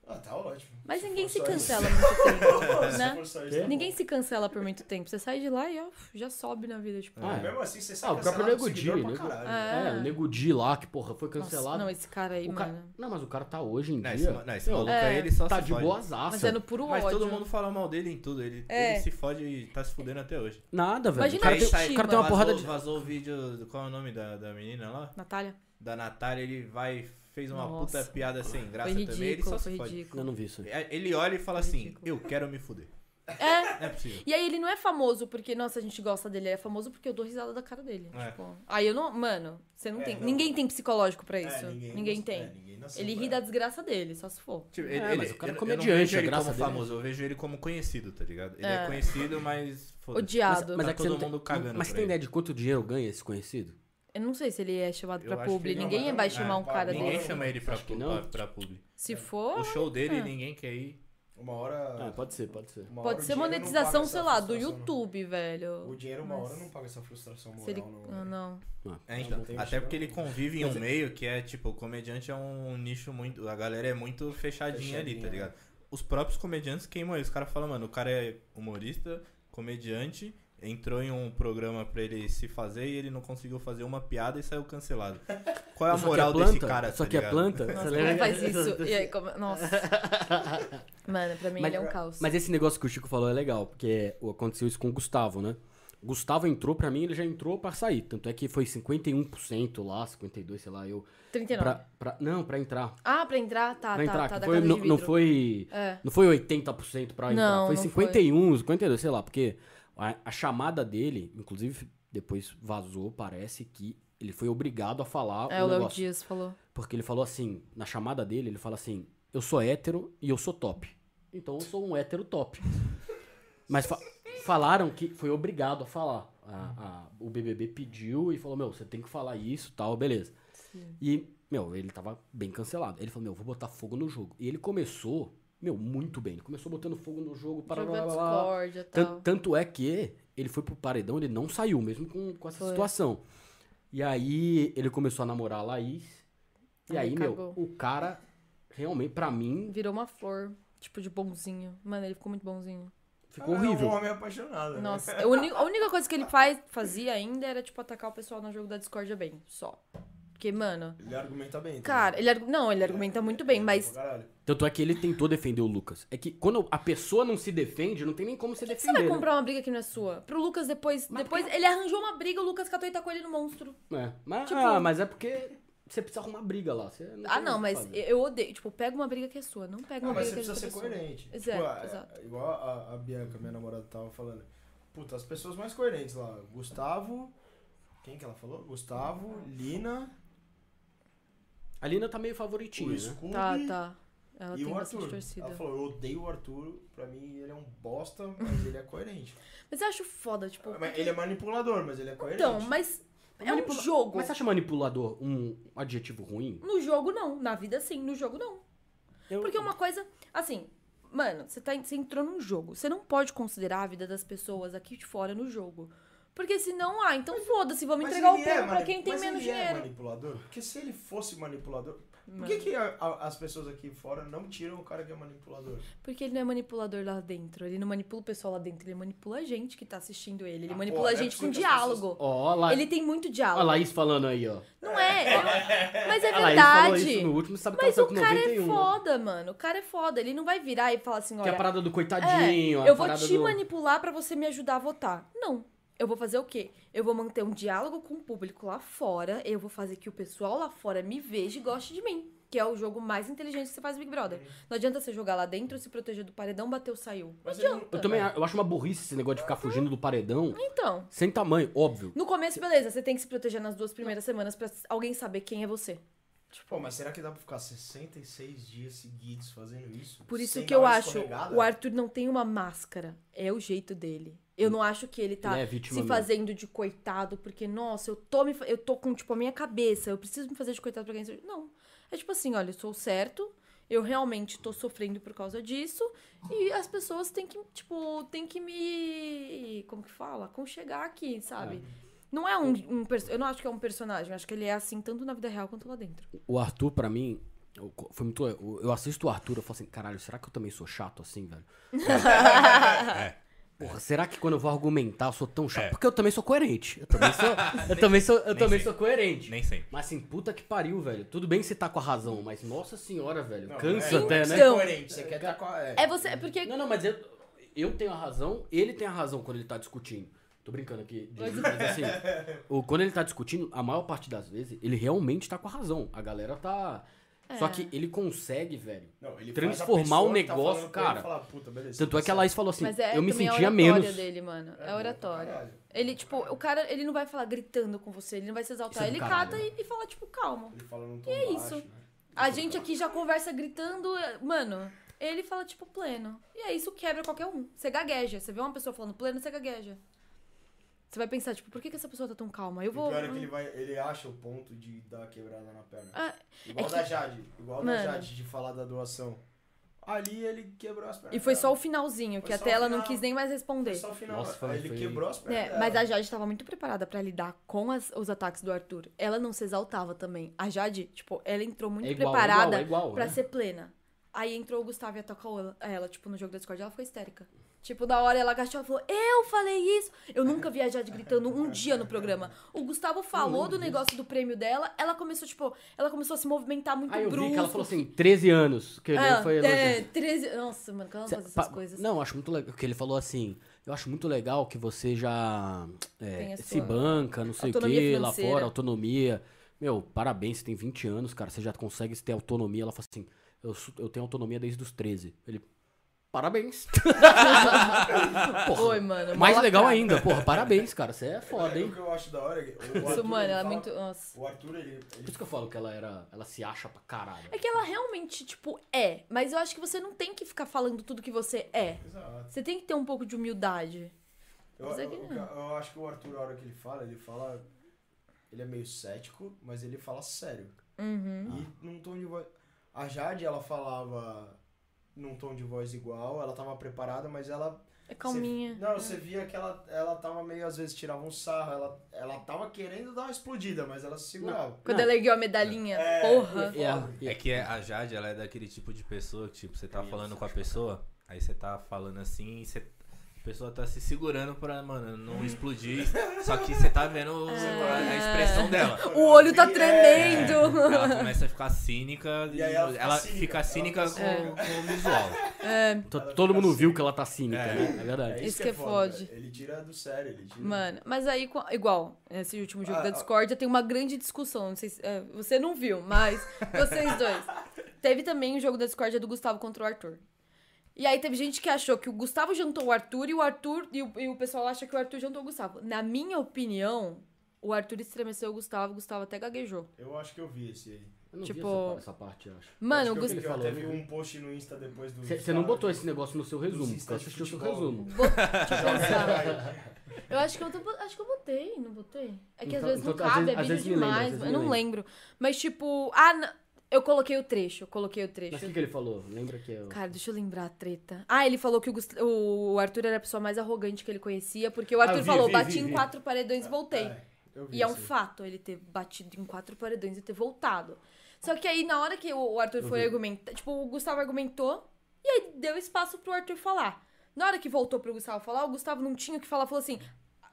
S3: Ah, tá ótimo.
S4: Mas ninguém
S3: for
S4: se
S3: só isso.
S4: cancela muito tempo,
S3: Se
S4: né?
S3: for só
S1: Quê?
S3: isso, tá
S4: Ninguém se cancela por muito tempo. Você sai de lá e ó, já sobe na vida, tipo.
S1: Ah,
S3: bom.
S1: é.
S3: Mesmo assim, você sai
S1: Ah, o próprio
S3: cancelado do
S1: Nego Di,
S3: seguidor pra
S1: Nego-
S3: caralho. né?
S4: É.
S1: É, o Nego Di lá, que porra, foi
S4: nossa,
S1: cancelado.
S4: não, esse cara aí,
S1: O ca-
S4: mano.
S1: Não, mas o cara tá hoje em
S5: Não, esse,
S1: dia.
S5: ma- não, esse
S1: meu,
S5: maluco
S4: É.
S5: aí, ele só
S1: tá
S5: se
S1: de
S5: fode.
S1: boazaça.
S4: Mas é no puro
S5: Mas
S4: ódio.
S5: todo mundo fala mal dele em tudo. Ele,
S4: É.
S5: ele se fode e tá se fudendo até hoje.
S1: Nada, velho.
S4: Imagina
S1: o cara,
S4: a
S1: tem,
S4: autoestima.
S1: o cara tem uma porrada
S5: vazou,
S1: de.
S5: Vazou o vídeo, do- qual é o nome da, da menina lá?
S4: Natália?
S5: Da Natália, ele vai, fez uma
S4: Nossa.
S5: puta piada sem graça
S4: Foi
S5: também, ele só
S4: ridículo,
S5: se
S4: foi
S5: fode.
S4: ridículo.
S1: Eu não vi isso. aí.
S5: É, Ele olha e fala assim,
S4: Ridículo.
S5: eu quero me fuder.
S4: É.
S5: Não é possível.
S4: E aí ele não é famoso porque, nossa, a gente gosta dele, ele é famoso porque eu dou risada da cara dele.
S5: É.
S4: Tipo, aí eu não. Mano, você não
S3: É,
S4: tem.
S3: não.
S4: Ninguém tem psicológico pra
S3: É,
S4: isso. ninguém tem.
S3: é, ninguém nasceu
S4: ele
S3: pra-
S4: ri da desgraça dele, só se for.
S5: Tipo,
S1: É, mas o cara é
S5: eu-
S1: comediante,
S5: eu não vejo
S1: a
S5: ele
S1: graça
S5: como
S1: dele.
S5: famoso, eu vejo ele como conhecido, tá ligado? Ele é,
S4: É.
S5: conhecido, mas foda-se.
S4: Odiado.
S5: Tá
S1: você
S5: todo
S1: não tem-
S5: mundo cagando
S1: Mas
S5: pra
S1: tem
S5: ele.
S1: ideia de quanto dinheiro ganha esse conhecido?
S4: Eu não sei se ele é chamado
S5: Eu
S4: pra
S5: acho
S4: publi.
S5: que não,
S4: Ninguém
S3: mas
S4: vai
S3: não,
S4: chamar um
S3: é,
S4: cara
S3: paga.
S5: Ninguém
S4: dele.
S5: chama ele pra,
S1: Acho que
S5: pub-
S1: não.
S5: pra, pra publi.
S4: Se for.
S5: o show dele,
S4: é.
S5: ninguém quer ir.
S3: Uma
S5: Ah.
S3: hora.
S1: É, Ah, pode ser, pode ser.
S3: uma hora
S4: Pode
S3: o
S4: ser
S3: dinheiro não paga
S4: monetização,
S3: essa
S4: sei lá, do
S3: frustração, não.
S4: YouTube, velho.
S3: O dinheiro uma
S4: Mas-
S3: hora não paga essa frustração moral,
S4: Se ele.
S3: não.
S4: Ah,
S3: velho.
S4: não.
S5: É, então,
S3: tem
S5: até
S3: chão.
S5: porque ele convive em um
S1: Mas é-
S5: meio que é, tipo, o comediante é um nicho muito. A galera é muito fechadinha, ali, tá
S3: Fechadinha.
S5: ligado? Os próprios comediantes queimam isso. O cara fala, mano, o cara é humorista, comediante, entrou em um programa pra ele se fazer e ele não conseguiu fazer uma piada e saiu cancelado. Qual é a
S1: Só que
S5: moral
S1: a planta,
S5: desse cara?
S1: Só
S5: tá
S1: que a
S5: ligado?
S1: planta.
S4: Nossa,
S1: você
S4: como
S1: lembra-
S4: faz isso? E
S1: assim?
S4: aí, como... Nossa. Mano, pra mim
S1: Mas-
S4: ele é um caos.
S1: Mas esse negócio que o Chico falou é legal, porque o- aconteceu isso com o Gustavo, né? O Gustavo entrou, pra mim, ele já entrou pra sair. Tanto é que foi 51% lá, 52%, sei lá, eu.
S4: 39.
S1: Pra, pra- não, pra entrar.
S4: Ah, pra entrar? Tá,
S1: pra
S4: tá,
S1: entrar.
S4: tá.
S1: que
S4: Da
S1: foi,
S4: casa
S1: não,
S4: de
S1: não
S4: vidro.
S1: foi.
S4: É.
S1: Não foi 80% pra entrar.
S4: Não,
S1: foi
S4: não
S1: 51, 52, sei lá, porque a, a chamada dele, inclusive, depois vazou, parece que ele foi obrigado a falar
S4: É,
S1: o
S4: o Léo
S1: negócio.
S4: Dias falou.
S1: Porque ele falou assim, na chamada dele, ele fala assim: Eu sou hétero e eu sou top. Então eu sou um hétero top. Mas fa- falaram que foi obrigado a falar. A- a- o BBB pediu e falou: Meu, você tem que falar isso tal, beleza. E, meu, ele tava bem cancelado. Ele falou: Meu, vou botar fogo no jogo. E ele começou, meu, muito bem. Ele começou botando fogo no jogo, para
S4: Jogou
S1: blá, blá, blá.
S4: discórdia e
S1: Tan-
S4: tal.
S1: Tanto é que ele foi pro paredão, ele não saiu, mesmo com, com essa
S4: Foi.
S1: situação. E aí ele começou a namorar a Laís. E
S4: Aí
S1: aí, meu,
S4: cagou.
S1: o cara realmente, pra mim,
S4: Virou uma flor, tipo de bonzinho. Mano, ele ficou muito bonzinho.
S1: Ficou
S3: Cara, É um
S1: horrível.
S3: homem apaixonado. né?
S4: Nossa, a uni- a única coisa que ele faz, fazia ainda era, tipo, atacar o pessoal no jogo da discórdia bem, só. Porque, mano...
S3: Ele argumenta bem. tá
S4: Cara, ele... argu- Não, ele argumenta muito bem,
S3: ligado? Pra
S4: mas...
S3: caralho. Ah,
S1: Tanto é que ele tentou defender o Lucas. É que quando a pessoa não se defende, não tem nem como se
S4: Por que você
S1: defender.
S4: vai
S1: né?
S4: comprar uma briga que não é sua? Pro Lucas depois... Depois ele arranjou uma briga, o Lucas catou e tacou ele no monstro.
S1: É, mas,
S4: Tipo-
S1: ah, mas é porque você precisa arrumar briga lá. você não
S4: Ah,
S1: tem
S4: não,
S1: o que
S4: mas
S1: fazer.
S4: eu odeio. Tipo, pega uma briga que é sua, não pega
S3: Não,
S4: uma
S3: Ah, mas
S4: briga
S3: você
S4: que
S3: precisa
S4: é de
S3: ser
S4: outra pessoa.
S3: coerente. Tipo,
S4: Exato,
S3: a-
S4: exato.
S3: Igual a, a Bianca, minha namorada, tava falando. Puta, as pessoas mais coerentes lá. Gustavo. Quem que ela falou? Gustavo, Lina,
S1: A Lina tá meio
S3: o
S1: favoritinha, né?
S3: Scooby
S4: Tá, tá. Ela
S3: e
S4: tem
S3: o
S4: bastante
S3: Arthur.
S4: torcida.
S3: Ela falou, eu odeio o Arthur. Pra mim, ele é um bosta, mas ele é coerente.
S4: Mas eu acho foda, tipo...
S3: Mas ele é manipulador, mas ele é coerente.
S4: Então, mas... É um
S1: Manipula-
S4: jogo.
S1: Mas você acha manipulador um adjetivo ruim?
S4: No jogo, não. Na vida, sim. No jogo, não.
S1: Eu-
S4: Porque é uma coisa, assim, mano, você, tá, você entrou num jogo. Você não pode considerar a vida das pessoas aqui de fora no jogo. Porque senão, ah, então foda-se, vamos
S3: Mas
S4: entregar o
S3: ele é
S4: prêmio pra
S3: mani-
S4: quem tem
S3: mas
S4: menos
S3: ele É
S4: dinheiro.
S3: manipulador? Porque se ele fosse manipulador. Por
S4: Mano.
S3: que, que a- a- as pessoas aqui fora não tiram o cara que é manipulador?
S4: Porque ele não é manipulador lá dentro. Ele não manipula o pessoal lá dentro, ele manipula a gente que tá assistindo ele. Ele
S3: Ah,
S4: manipula
S3: pô,
S4: a
S3: não é
S4: gente com
S3: possível que as pessoas-
S4: diálogo.
S1: Ó, ó, lá.
S4: Ele tem muito
S1: Ó, a
S4: diálogo.
S1: Laís falando aí, ó.
S4: Não é, eu- mas é
S1: A Laís falou
S4: verdade.
S1: isso no último, sabe que ela
S4: Mas
S1: saiu
S4: o
S1: com
S4: cara
S1: 91.
S4: é
S1: né?
S4: foda, mano. O cara é foda. Ele não vai virar e falar assim,
S1: Que é a
S4: olha, é,
S1: parada do coitadinho,
S4: eu
S1: a
S4: vou
S1: parada
S4: te
S1: do...
S4: manipular pra você me ajudar a votar. Não. Eu vou fazer o quê? Eu vou manter um diálogo com o público lá fora, eu vou fazer que o pessoal lá fora me veja e goste de mim. Que é o jogo mais inteligente que você faz Big Brother. Não adianta você jogar lá dentro, se proteger do paredão, bateu, saiu. Não
S3: Mas ele não-
S4: adianta.
S1: Eu também eu acho uma burrice esse negócio de ficar fugindo do paredão.
S4: Então,
S1: Sem tamanho, óbvio.
S4: no começo, beleza, você tem que se proteger nas duas primeiras semanas pra alguém saber quem é você.
S3: Pô, mas será que dá pra ficar 66 dias seguidos fazendo isso?
S4: Por isso
S3: Sem
S4: que
S3: dar
S4: eu
S3: uma
S4: acho,
S3: escorregada?
S4: o Arthur não tem uma máscara. É o jeito dele. Eu não acho que ele tá
S1: Ele é vítima
S4: se
S1: mesmo.
S4: fazendo de coitado, porque, nossa, eu tô, me, fa- eu tô com, tipo, a minha cabeça, eu preciso me fazer de coitado pra ganhar esse- Não. É tipo assim, olha, eu sou certo, eu realmente tô sofrendo por causa disso, e as pessoas têm que, tipo, têm que me... Como que fala? Conchegar aqui, sabe? Não é um, um... perso- Eu não acho que é um personagem, eu acho que ele é assim, tanto na vida real quanto lá dentro.
S1: O Arthur, pra mim, eu- foi muito. Eu eu assisto o Arthur, eu falo assim, caralho, será que eu também sou chato assim, velho? É. Porra, será que quando eu vou argumentar eu sou tão chato?
S5: É.
S1: Porque eu também sou coerente. Eu também sou. Eu também sou, eu também
S5: sei.
S1: sou coerente.
S5: Nem sempre.
S1: Mas assim, puta que pariu, velho. Tudo bem que você tá com a razão, mas nossa senhora, velho.
S3: Não,
S1: cansa
S3: é,
S1: até,
S3: você
S1: né?
S3: é coerente, você quer tá com a-
S4: É você... É porque...
S1: Não, não, mas eu, eu tenho a razão, ele tem a razão quando ele tá discutindo. Tô brincando aqui, Didi, mas
S4: é.
S1: assim, o, quando ele tá discutindo, a maior parte das vezes, ele realmente tá com a razão. A galera tá.
S4: É.
S1: Só que ele consegue, velho.
S3: Não, ele faz
S1: transformar
S3: a
S1: o
S3: pessoa que tá
S1: negócio,
S3: falando com ele
S1: cara.
S3: falar, "Puta, beleza, tá
S1: Tanto é que a Laís falou assim,
S4: Mas é,
S1: eu me
S4: também
S1: sentia
S4: a oratória
S1: menos.
S4: dele, mano. É,
S3: bom pra
S4: oratória.
S3: caralho.
S4: Ele, tipo, o cara, ele não vai falar gritando com você, ele não vai se
S1: Isso é
S4: exaltar.
S1: do
S4: ele
S1: caralho,
S4: cata
S1: né?
S4: e, e fala, tipo, calma.
S3: Ele fala num tom
S4: é
S3: baixo,
S4: isso.
S3: né?
S4: A gente aqui já conversa gritando, é, mano. Ele fala, tipo, pleno. E aí isso quebra qualquer um. Você gagueja. Você vê uma pessoa falando pleno, você gagueja. Você vai pensar, tipo, por que, que essa pessoa tá tão calma? Eu
S3: E
S4: vou.
S3: pior é que ele, vai, ele acha o ponto de dar a quebrada na perna.
S4: Ah,
S3: igual
S4: é
S3: da Jade. Igual da
S4: Mano.
S3: Jade de falar da doação. Ali ele quebrou as pernas.
S4: E foi
S3: dela.
S4: só o finalzinho, que
S3: É. Foi só
S4: até
S3: o
S4: ela não
S3: final.
S4: quis nem mais responder.
S3: Foi só o final.
S1: Nossa, foi-
S3: ele
S1: foi-
S3: quebrou as pernas.
S4: É,
S3: dela.
S4: mas a Jade tava muito preparada pra lidar com as- os ataques do Arthur. Ela não se exaltava também. A Jade, tipo, ela entrou muito
S1: É igual, é
S4: preparada
S1: igual, é igual,
S4: pra
S1: né?
S4: ser plena. Aí entrou o Gustavo e atacou ela, ela, tipo, no jogo da Discord. Ela ficou histérica. Tipo, da hora ela agachou e falou: Eu falei isso! Eu nunca vi a Jade gritando um dia no programa. O Gustavo falou do negócio do prêmio dela, ela começou, tipo, ela começou a se movimentar muito
S1: Aí eu vi que ela
S4: brusco.
S1: falou assim, 13 anos, que ele
S4: Ah,
S1: foi
S4: é,
S1: elogiado.
S4: 13. Nossa, mano, que ela não faz essas
S1: Pa-
S4: coisas.
S1: Não, acho muito legal. Porque ele falou assim: eu acho muito legal que você já é,
S4: Tem a
S1: se
S4: sua
S1: banca, não sei o
S4: autonomia
S1: que, lá
S4: financeira.
S1: fora, autonomia. Meu, parabéns, você tem 20 anos, cara, você já consegue ter autonomia. Ela falou assim: eu, su- eu tenho autonomia desde os 13. Ele. Parabéns. Porra,
S4: Oi, mano. mó
S1: mais legal
S4: lacrada.
S1: ainda, porra, parabéns, cara, você é foda,
S3: O
S1: hein?
S3: que eu acho da hora é que. o
S4: Isso,
S3: Arthur,
S4: mano,
S3: ele
S4: ela é
S3: fala-
S4: muito. Nossa.
S3: O Arthur, ele.
S1: Por
S3: ele
S1: isso que eu falo que ela era. Ela se acha pra caralho.
S4: É que ela realmente, tipo, é. Mas eu acho que você não tem que ficar falando tudo que você é.
S3: Exato.
S4: Você tem que ter um pouco de humildade.
S3: Eu,
S4: Mas é
S3: eu-
S4: que
S3: eu-
S4: não.
S3: eu acho que o Arthur, a hora que ele fala, ele fala. Ele é meio cético, mas ele fala sério.
S4: Uhum.
S3: E num tom de voz. A Jade, ela falava num tom de voz igual, ela tava preparada, mas ela.
S4: É calminha.
S3: Cê- não, você via que ela, ela tava meio, às vezes, tirava um sarro, ela, ela tava querendo dar uma explodida, mas ela se segurava.
S4: Quando
S1: Não.
S4: ela ergueu a medalhinha.
S3: É.
S4: Porra.
S1: E a- e-
S5: É que é- a Jade, ela é daquele tipo de pessoa que, tipo, você tá falando com a pessoa, aí você tá falando assim e você pessoa tá se segurando pra, mano, não explodir. Só que você tá vendo a a expressão dela.
S4: O olho
S3: É.
S4: tá tremendo.
S5: Ela começa a ficar cínica e,
S3: E aí
S5: ela
S3: ela
S5: fica
S3: fica
S5: cínica,
S3: cínica,
S5: com,
S3: ela
S4: fica
S5: com o visual.
S1: To- Todo mundo viu que ela tá cínica,
S5: É.
S1: né? É verdade.
S3: É
S4: Isso que é fode.
S3: velho. Ele tira do sério, ele tira.
S4: Mano, mas aí, co- igual, esse último jogo
S3: Ah,
S4: da
S3: ah.
S4: Discord tem uma grande discussão. Não sei se, é, você não viu, mas vocês dois. Teve também o jogo da Discord é do Gustavo contra o Arthur. E aí teve gente que achou que o Gustavo jantou o Arthur e o Arthur. E o, e o pessoal acha que o Arthur jantou o Gustavo. Na minha opinião, o Arthur estremeceu o Gustavo, o Gustavo até gaguejou.
S3: Eu acho que eu vi esse aí.
S1: Eu não vi
S4: Tipo-
S1: essa, pa- essa parte, eu acho.
S4: Mano,
S3: Acho
S4: o
S3: que eu vi
S4: Gustavo.
S3: que
S1: Gustavo-
S3: Teve um post no Insta depois do.
S1: Você não botou esse negócio no seu resumo,
S3: Dos
S1: porque eu
S3: instas tá de
S1: assisti
S3: né?
S1: o seu
S3: futebol.
S1: resumo.
S4: Deixa eu pensar. Eu acho que eu, tô- acho que eu botei, não botei? É que às
S1: Então-
S4: vezes não
S1: então, às
S4: cabe,
S1: vezes-
S4: é
S1: às
S4: vídeo
S1: vezes me lembra, às
S4: demais.
S1: vezes
S4: eu
S1: me
S4: não lembro. Mas tipo, ah, n- eu coloquei o trecho, eu coloquei o trecho.
S1: Mas o que, que ele falou? Lembra que eu...
S4: Cara, deixa eu lembrar a treta. Ah, ele falou que o, Gust- o Arthur era a pessoa mais arrogante que ele conhecia, porque o
S1: Ah,
S4: Arthur
S1: vi,
S4: falou,
S1: vi,
S4: bati
S1: vi,
S4: em
S1: vi." Ah,
S4: quatro paredões e voltei.
S3: Eu vi
S4: E é um
S3: esse aí.
S4: fato ele ter batido em quatro paredões e ter voltado. Só que aí, na hora que o o Arthur foi
S1: vi.
S4: argumentar, tipo, o Gustavo argumentou e aí deu espaço pro Arthur falar. Na hora que voltou pro Gustavo falar, o Gustavo não tinha o que falar, falou assim: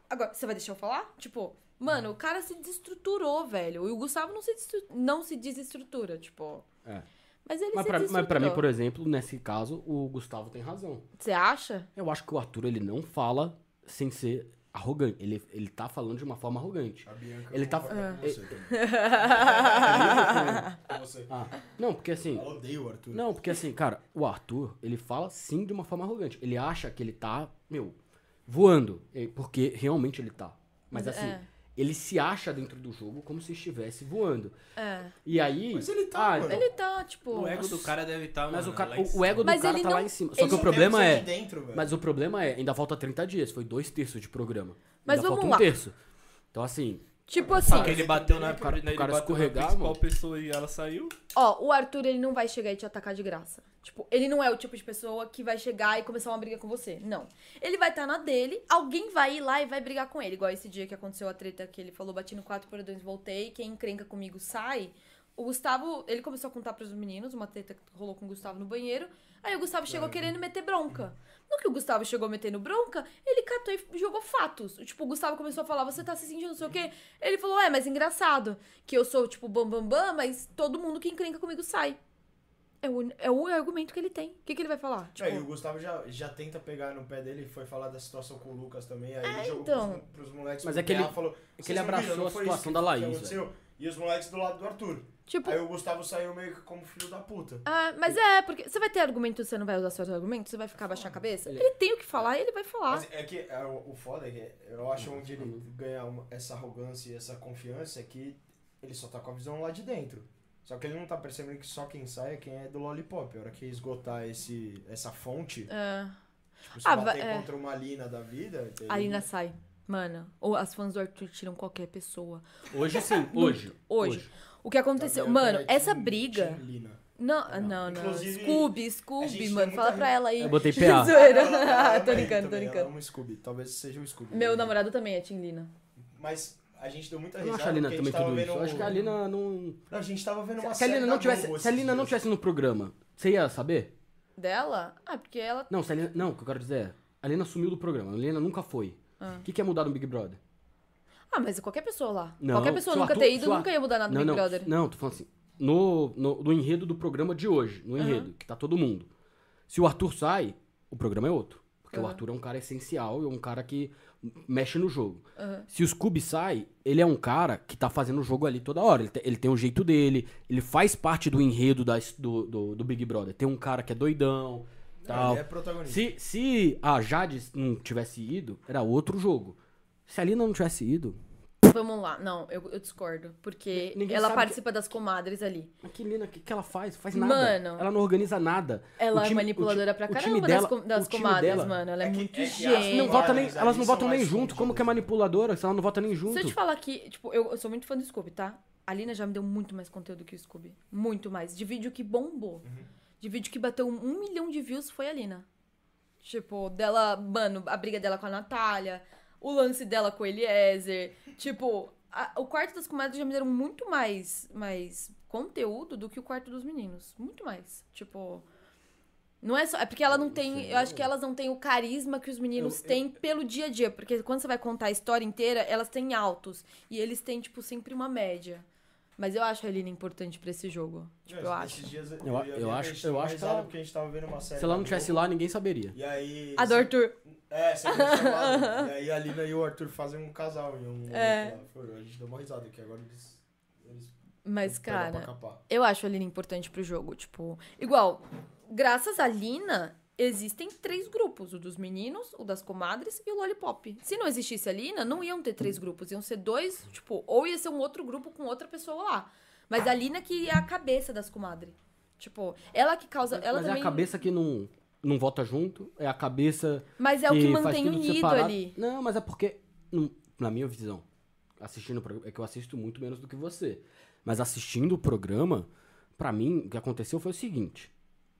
S4: agora, você vai deixar eu falar? Tipo, mano, o cara se desestruturou, velho. E o Gustavo não se, destru- não se desestrutura, tipo.
S1: É.
S4: Mas ele
S1: Mas pra,
S4: se
S1: mas pra
S4: desestruturou.
S1: mim, por exemplo, nesse caso, o Gustavo tem razão.
S4: Você acha?
S1: Eu acho que o Arthur, ele não fala sem ser arrogante. Ele, ele tá falando de uma forma arrogante.
S3: A Bianca.
S1: Ele tá-
S4: Ah.
S3: concorda com
S1: É.
S3: você também. Com você.
S1: Ah, não, porque assim...
S3: Eu odeio o Arthur.
S1: Não, porque assim, cara, o Arthur, ele fala sim de uma forma arrogante. Ele acha que ele tá, meu, voando. eh, Porque realmente ele tá. Mas assim,
S4: É.
S1: ele se acha dentro do jogo como se estivesse voando.
S4: É.
S1: E aí.
S3: Mas ele tá,
S1: ah,
S3: mano.
S4: Ele tá, tipo.
S5: O ego do cara deve estar,
S1: Mas
S5: mano,
S1: o, cara,
S5: lá em
S1: o, o ego do
S4: Mas
S1: cara
S4: ele
S1: tá
S4: não-
S1: lá em cima. Só
S4: ele um
S1: que o
S4: não
S1: problema
S3: Tem que
S1: é.
S3: sair de Dentro, velho.
S1: Mas o problema é, ainda falta 30 dias, foi dois terços de programa.
S4: Mas
S1: ainda
S4: vamos
S1: falta um
S4: lá.
S1: terço. Então assim,
S4: Tipo
S5: Só
S4: assim,
S5: que ele bateu na,
S1: O cara-
S5: ele
S1: o cara
S5: bateu na
S1: escorregar,
S5: principal
S1: mano.
S5: pessoa e ela saiu.
S4: ó, o Arthur ele não vai chegar e te atacar de graça. Tipo, ele não é o tipo de pessoa que vai chegar e começar uma briga com você. Não. Ele vai estar na dele, alguém vai ir lá e vai brigar com ele. Igual esse dia que aconteceu a treta que ele falou, bati no 4 por 2 voltei, quem encrenca comigo sai. O Gustavo, ele começou a contar pros meninos uma treta que rolou com o Gustavo no banheiro. Aí o Gustavo chegou querendo meter bronca. No que o Gustavo chegou metendo bronca, ele catou e jogou fatos. Tipo, o Gustavo começou a falar, você tá se sentindo não sei o quê. Ele falou, é, mas engraçado, que eu sou, tipo, bam, bam, bam, mas todo mundo que encrenca comigo sai. É o, é o argumento que ele tem. O que, que ele vai falar? Tipo,
S3: É, e o Gustavo já, já tenta pegar no pé dele, foi falar da situação com o Lucas também, aí ele jogou
S4: então.
S3: pros, pros moleques
S1: Mas
S3: do
S1: é que ele-
S3: PA e falou,
S1: ele
S3: "Vocês não viram,
S1: abraçou
S3: não
S1: a
S3: foi
S1: situação
S3: isso que-
S1: da
S3: que
S1: Laís,
S3: aconteceu?" E os moleques do lado do Arthur.
S4: tipo
S3: Aí o Gustavo saiu meio que como filho da puta.
S4: ah, mas é, porque você vai ter argumento, você não vai usar seus argumentos, você vai ficar baixar a cabeça. Ele tem o que falar e ele vai falar.
S3: é. Mas é que é, o, o foda é que eu acho onde ele ganha uma- essa arrogância e essa confiança é que ele só tá com a visão lá de dentro. Só que ele não tá percebendo que só quem sai é quem é do lollipop. A hora que esgotar esse, essa fonte,
S4: É.
S3: tipo, se
S4: Ah,
S3: bater
S4: vai- é.
S3: contra uma Lina da vida. daí-
S4: A Lina sai. Mano, ou as fãs do Arthur tiram qualquer pessoa.
S1: hoje sim, hoje.
S4: Hoje. O que
S3: Tá
S4: aconteceu? Mano,
S3: É
S4: essa briga.
S3: Team Lina.
S4: Não, não, não.
S3: Inclusive,
S4: Scooby,
S3: a gente
S4: Scooby,
S3: tem
S4: mano.
S3: muita
S4: Fala pra ela aí.
S1: Eu botei PA.
S4: Zoeira.
S3: Ela- ela ama
S4: tô
S3: ele
S4: brincando, tô
S3: também,
S4: brincando.
S3: Ela é um Scooby, talvez seja o Scooby.
S4: Meu namorado também é Tim Lina.
S3: Mas a gente deu muita
S1: Eu não
S3: risada.
S1: acho a Lina
S3: Tá porque
S1: também
S3: a gente tava
S1: tudo isso.
S3: vendo um
S1: Eu acho que a Lina não.
S3: Não, a gente tava vendo uma
S1: Se a Lina
S3: série
S1: não
S3: da Globo
S1: tivesse, se a
S3: esses
S1: Lina não
S3: dias.
S1: tivesse no programa, você ia saber?
S4: Dela? Ah, porque ela.
S1: Não, se a Lina, não, o que eu quero dizer é, a Lina sumiu do programa, a Lina nunca foi. O que, que ia mudar no Big Brother?
S4: Ah, mas qualquer pessoa lá.
S1: Não,
S4: qualquer pessoa
S1: se o
S4: nunca
S1: Arthur-
S4: ter ido,
S1: se o Ar-
S4: nunca ia mudar nada do
S1: não,
S4: Big
S1: não,
S4: Brother.
S1: Não, tô falando assim, no, no, no enredo do programa de hoje, no enredo, que tá todo mundo. Se o Arthur sai, o programa é outro. Porque o
S4: Aham.
S1: Arthur é um cara essencial e é um cara que mexe no jogo.
S4: Aham.
S1: Se o Scooby sai, ele é um cara que tá fazendo o jogo ali toda hora. Ele, te- ele tem o jeito dele, ele faz parte do enredo da his- do, do, do Big Brother. Tem um cara que é doidão,
S3: Não,
S1: tal.
S3: ele é protagonista.
S1: Se, se a Jade não tivesse ido, era outro jogo. Se a Lina não tivesse ido.
S4: Vamos lá. Não, eu, eu discordo. Porque
S1: Ninguém
S4: ela
S1: sabe
S4: participa das comadres ali.
S1: Mas que Lina, o que, que ela faz? Faz nada.
S4: Mano.
S1: ela não organiza nada.
S4: Ela
S1: O
S4: é
S1: time-
S4: manipuladora
S1: o ti-
S4: pra
S1: o time
S4: caramba das
S1: dela-
S4: com- das,
S1: o time
S4: comadres,
S1: dela-
S4: mano. Ela é,
S3: É que-
S4: muito
S3: é que as
S4: gente.
S1: Não votam nem,
S3: Mas
S1: elas não
S3: aí são
S1: votam nem
S3: mais
S1: junto. Como que é
S3: escondidas.
S1: manipuladora? Se ela não vota nem junto.
S4: Se eu te falar que, tipo, eu, eu sou muito fã do Scooby, tá? A Lina já me deu muito mais conteúdo que o Scooby. Muito mais. De vídeo que bombou. De vídeo que bateu um milhão de views foi a Lina. Tipo, dela, mano, a briga dela com a Natália, o lance dela com o Eliezer. tipo, a- o quarto das comadres já me deram muito mais, mais conteúdo do que o quarto dos meninos. Muito mais. Tipo. Não é só. É porque ela não tem. Eu acho que elas não têm o carisma que os meninos têm pelo dia a dia. Porque quando você vai contar a história inteira, elas têm altos. E eles têm, tipo, sempre uma média. Mas eu acho a Aline importante pra esse jogo. Tipo, eu acho.
S3: Esses dias eu,
S1: Eu- eu acho- eu acho que
S3: que
S1: ela-
S3: porque a gente tava vendo uma série.
S1: Se ela
S3: da
S1: não tivesse
S3: Globo,
S1: lá, ninguém saberia.
S3: E aí.
S4: A do Arthur.
S3: É, você foi chamado. e aí a Lina e o Arthur fazem um casal em um momento
S4: É.
S3: lá. Foi, A gente deu uma risada aqui, agora eles. eles
S4: Mas,
S3: pegam pra
S4: cara.
S3: capar.
S4: Eu acho a Lina importante pro jogo, tipo, igual, graças à Lina, existem três grupos, o dos meninos, o das comadres e o Lollipop. Se não existisse a Lina, não iam ter três grupos, iam ser dois, tipo, ou ia ser um outro grupo com outra pessoa lá. Mas a Lina que é a cabeça das comadres. Tipo, ela que causa, ela
S1: Mas
S4: também,
S1: é a cabeça que não, não vota junto, é a cabeça
S4: mas é o que
S1: faz
S4: mantém
S1: tudo
S4: unido
S1: separado.
S4: ali.
S1: Não, mas é porque, hum, na minha visão, assistindo o programa, é que eu assisto muito menos do que você. Mas assistindo o programa, pra mim, o que aconteceu foi o seguinte: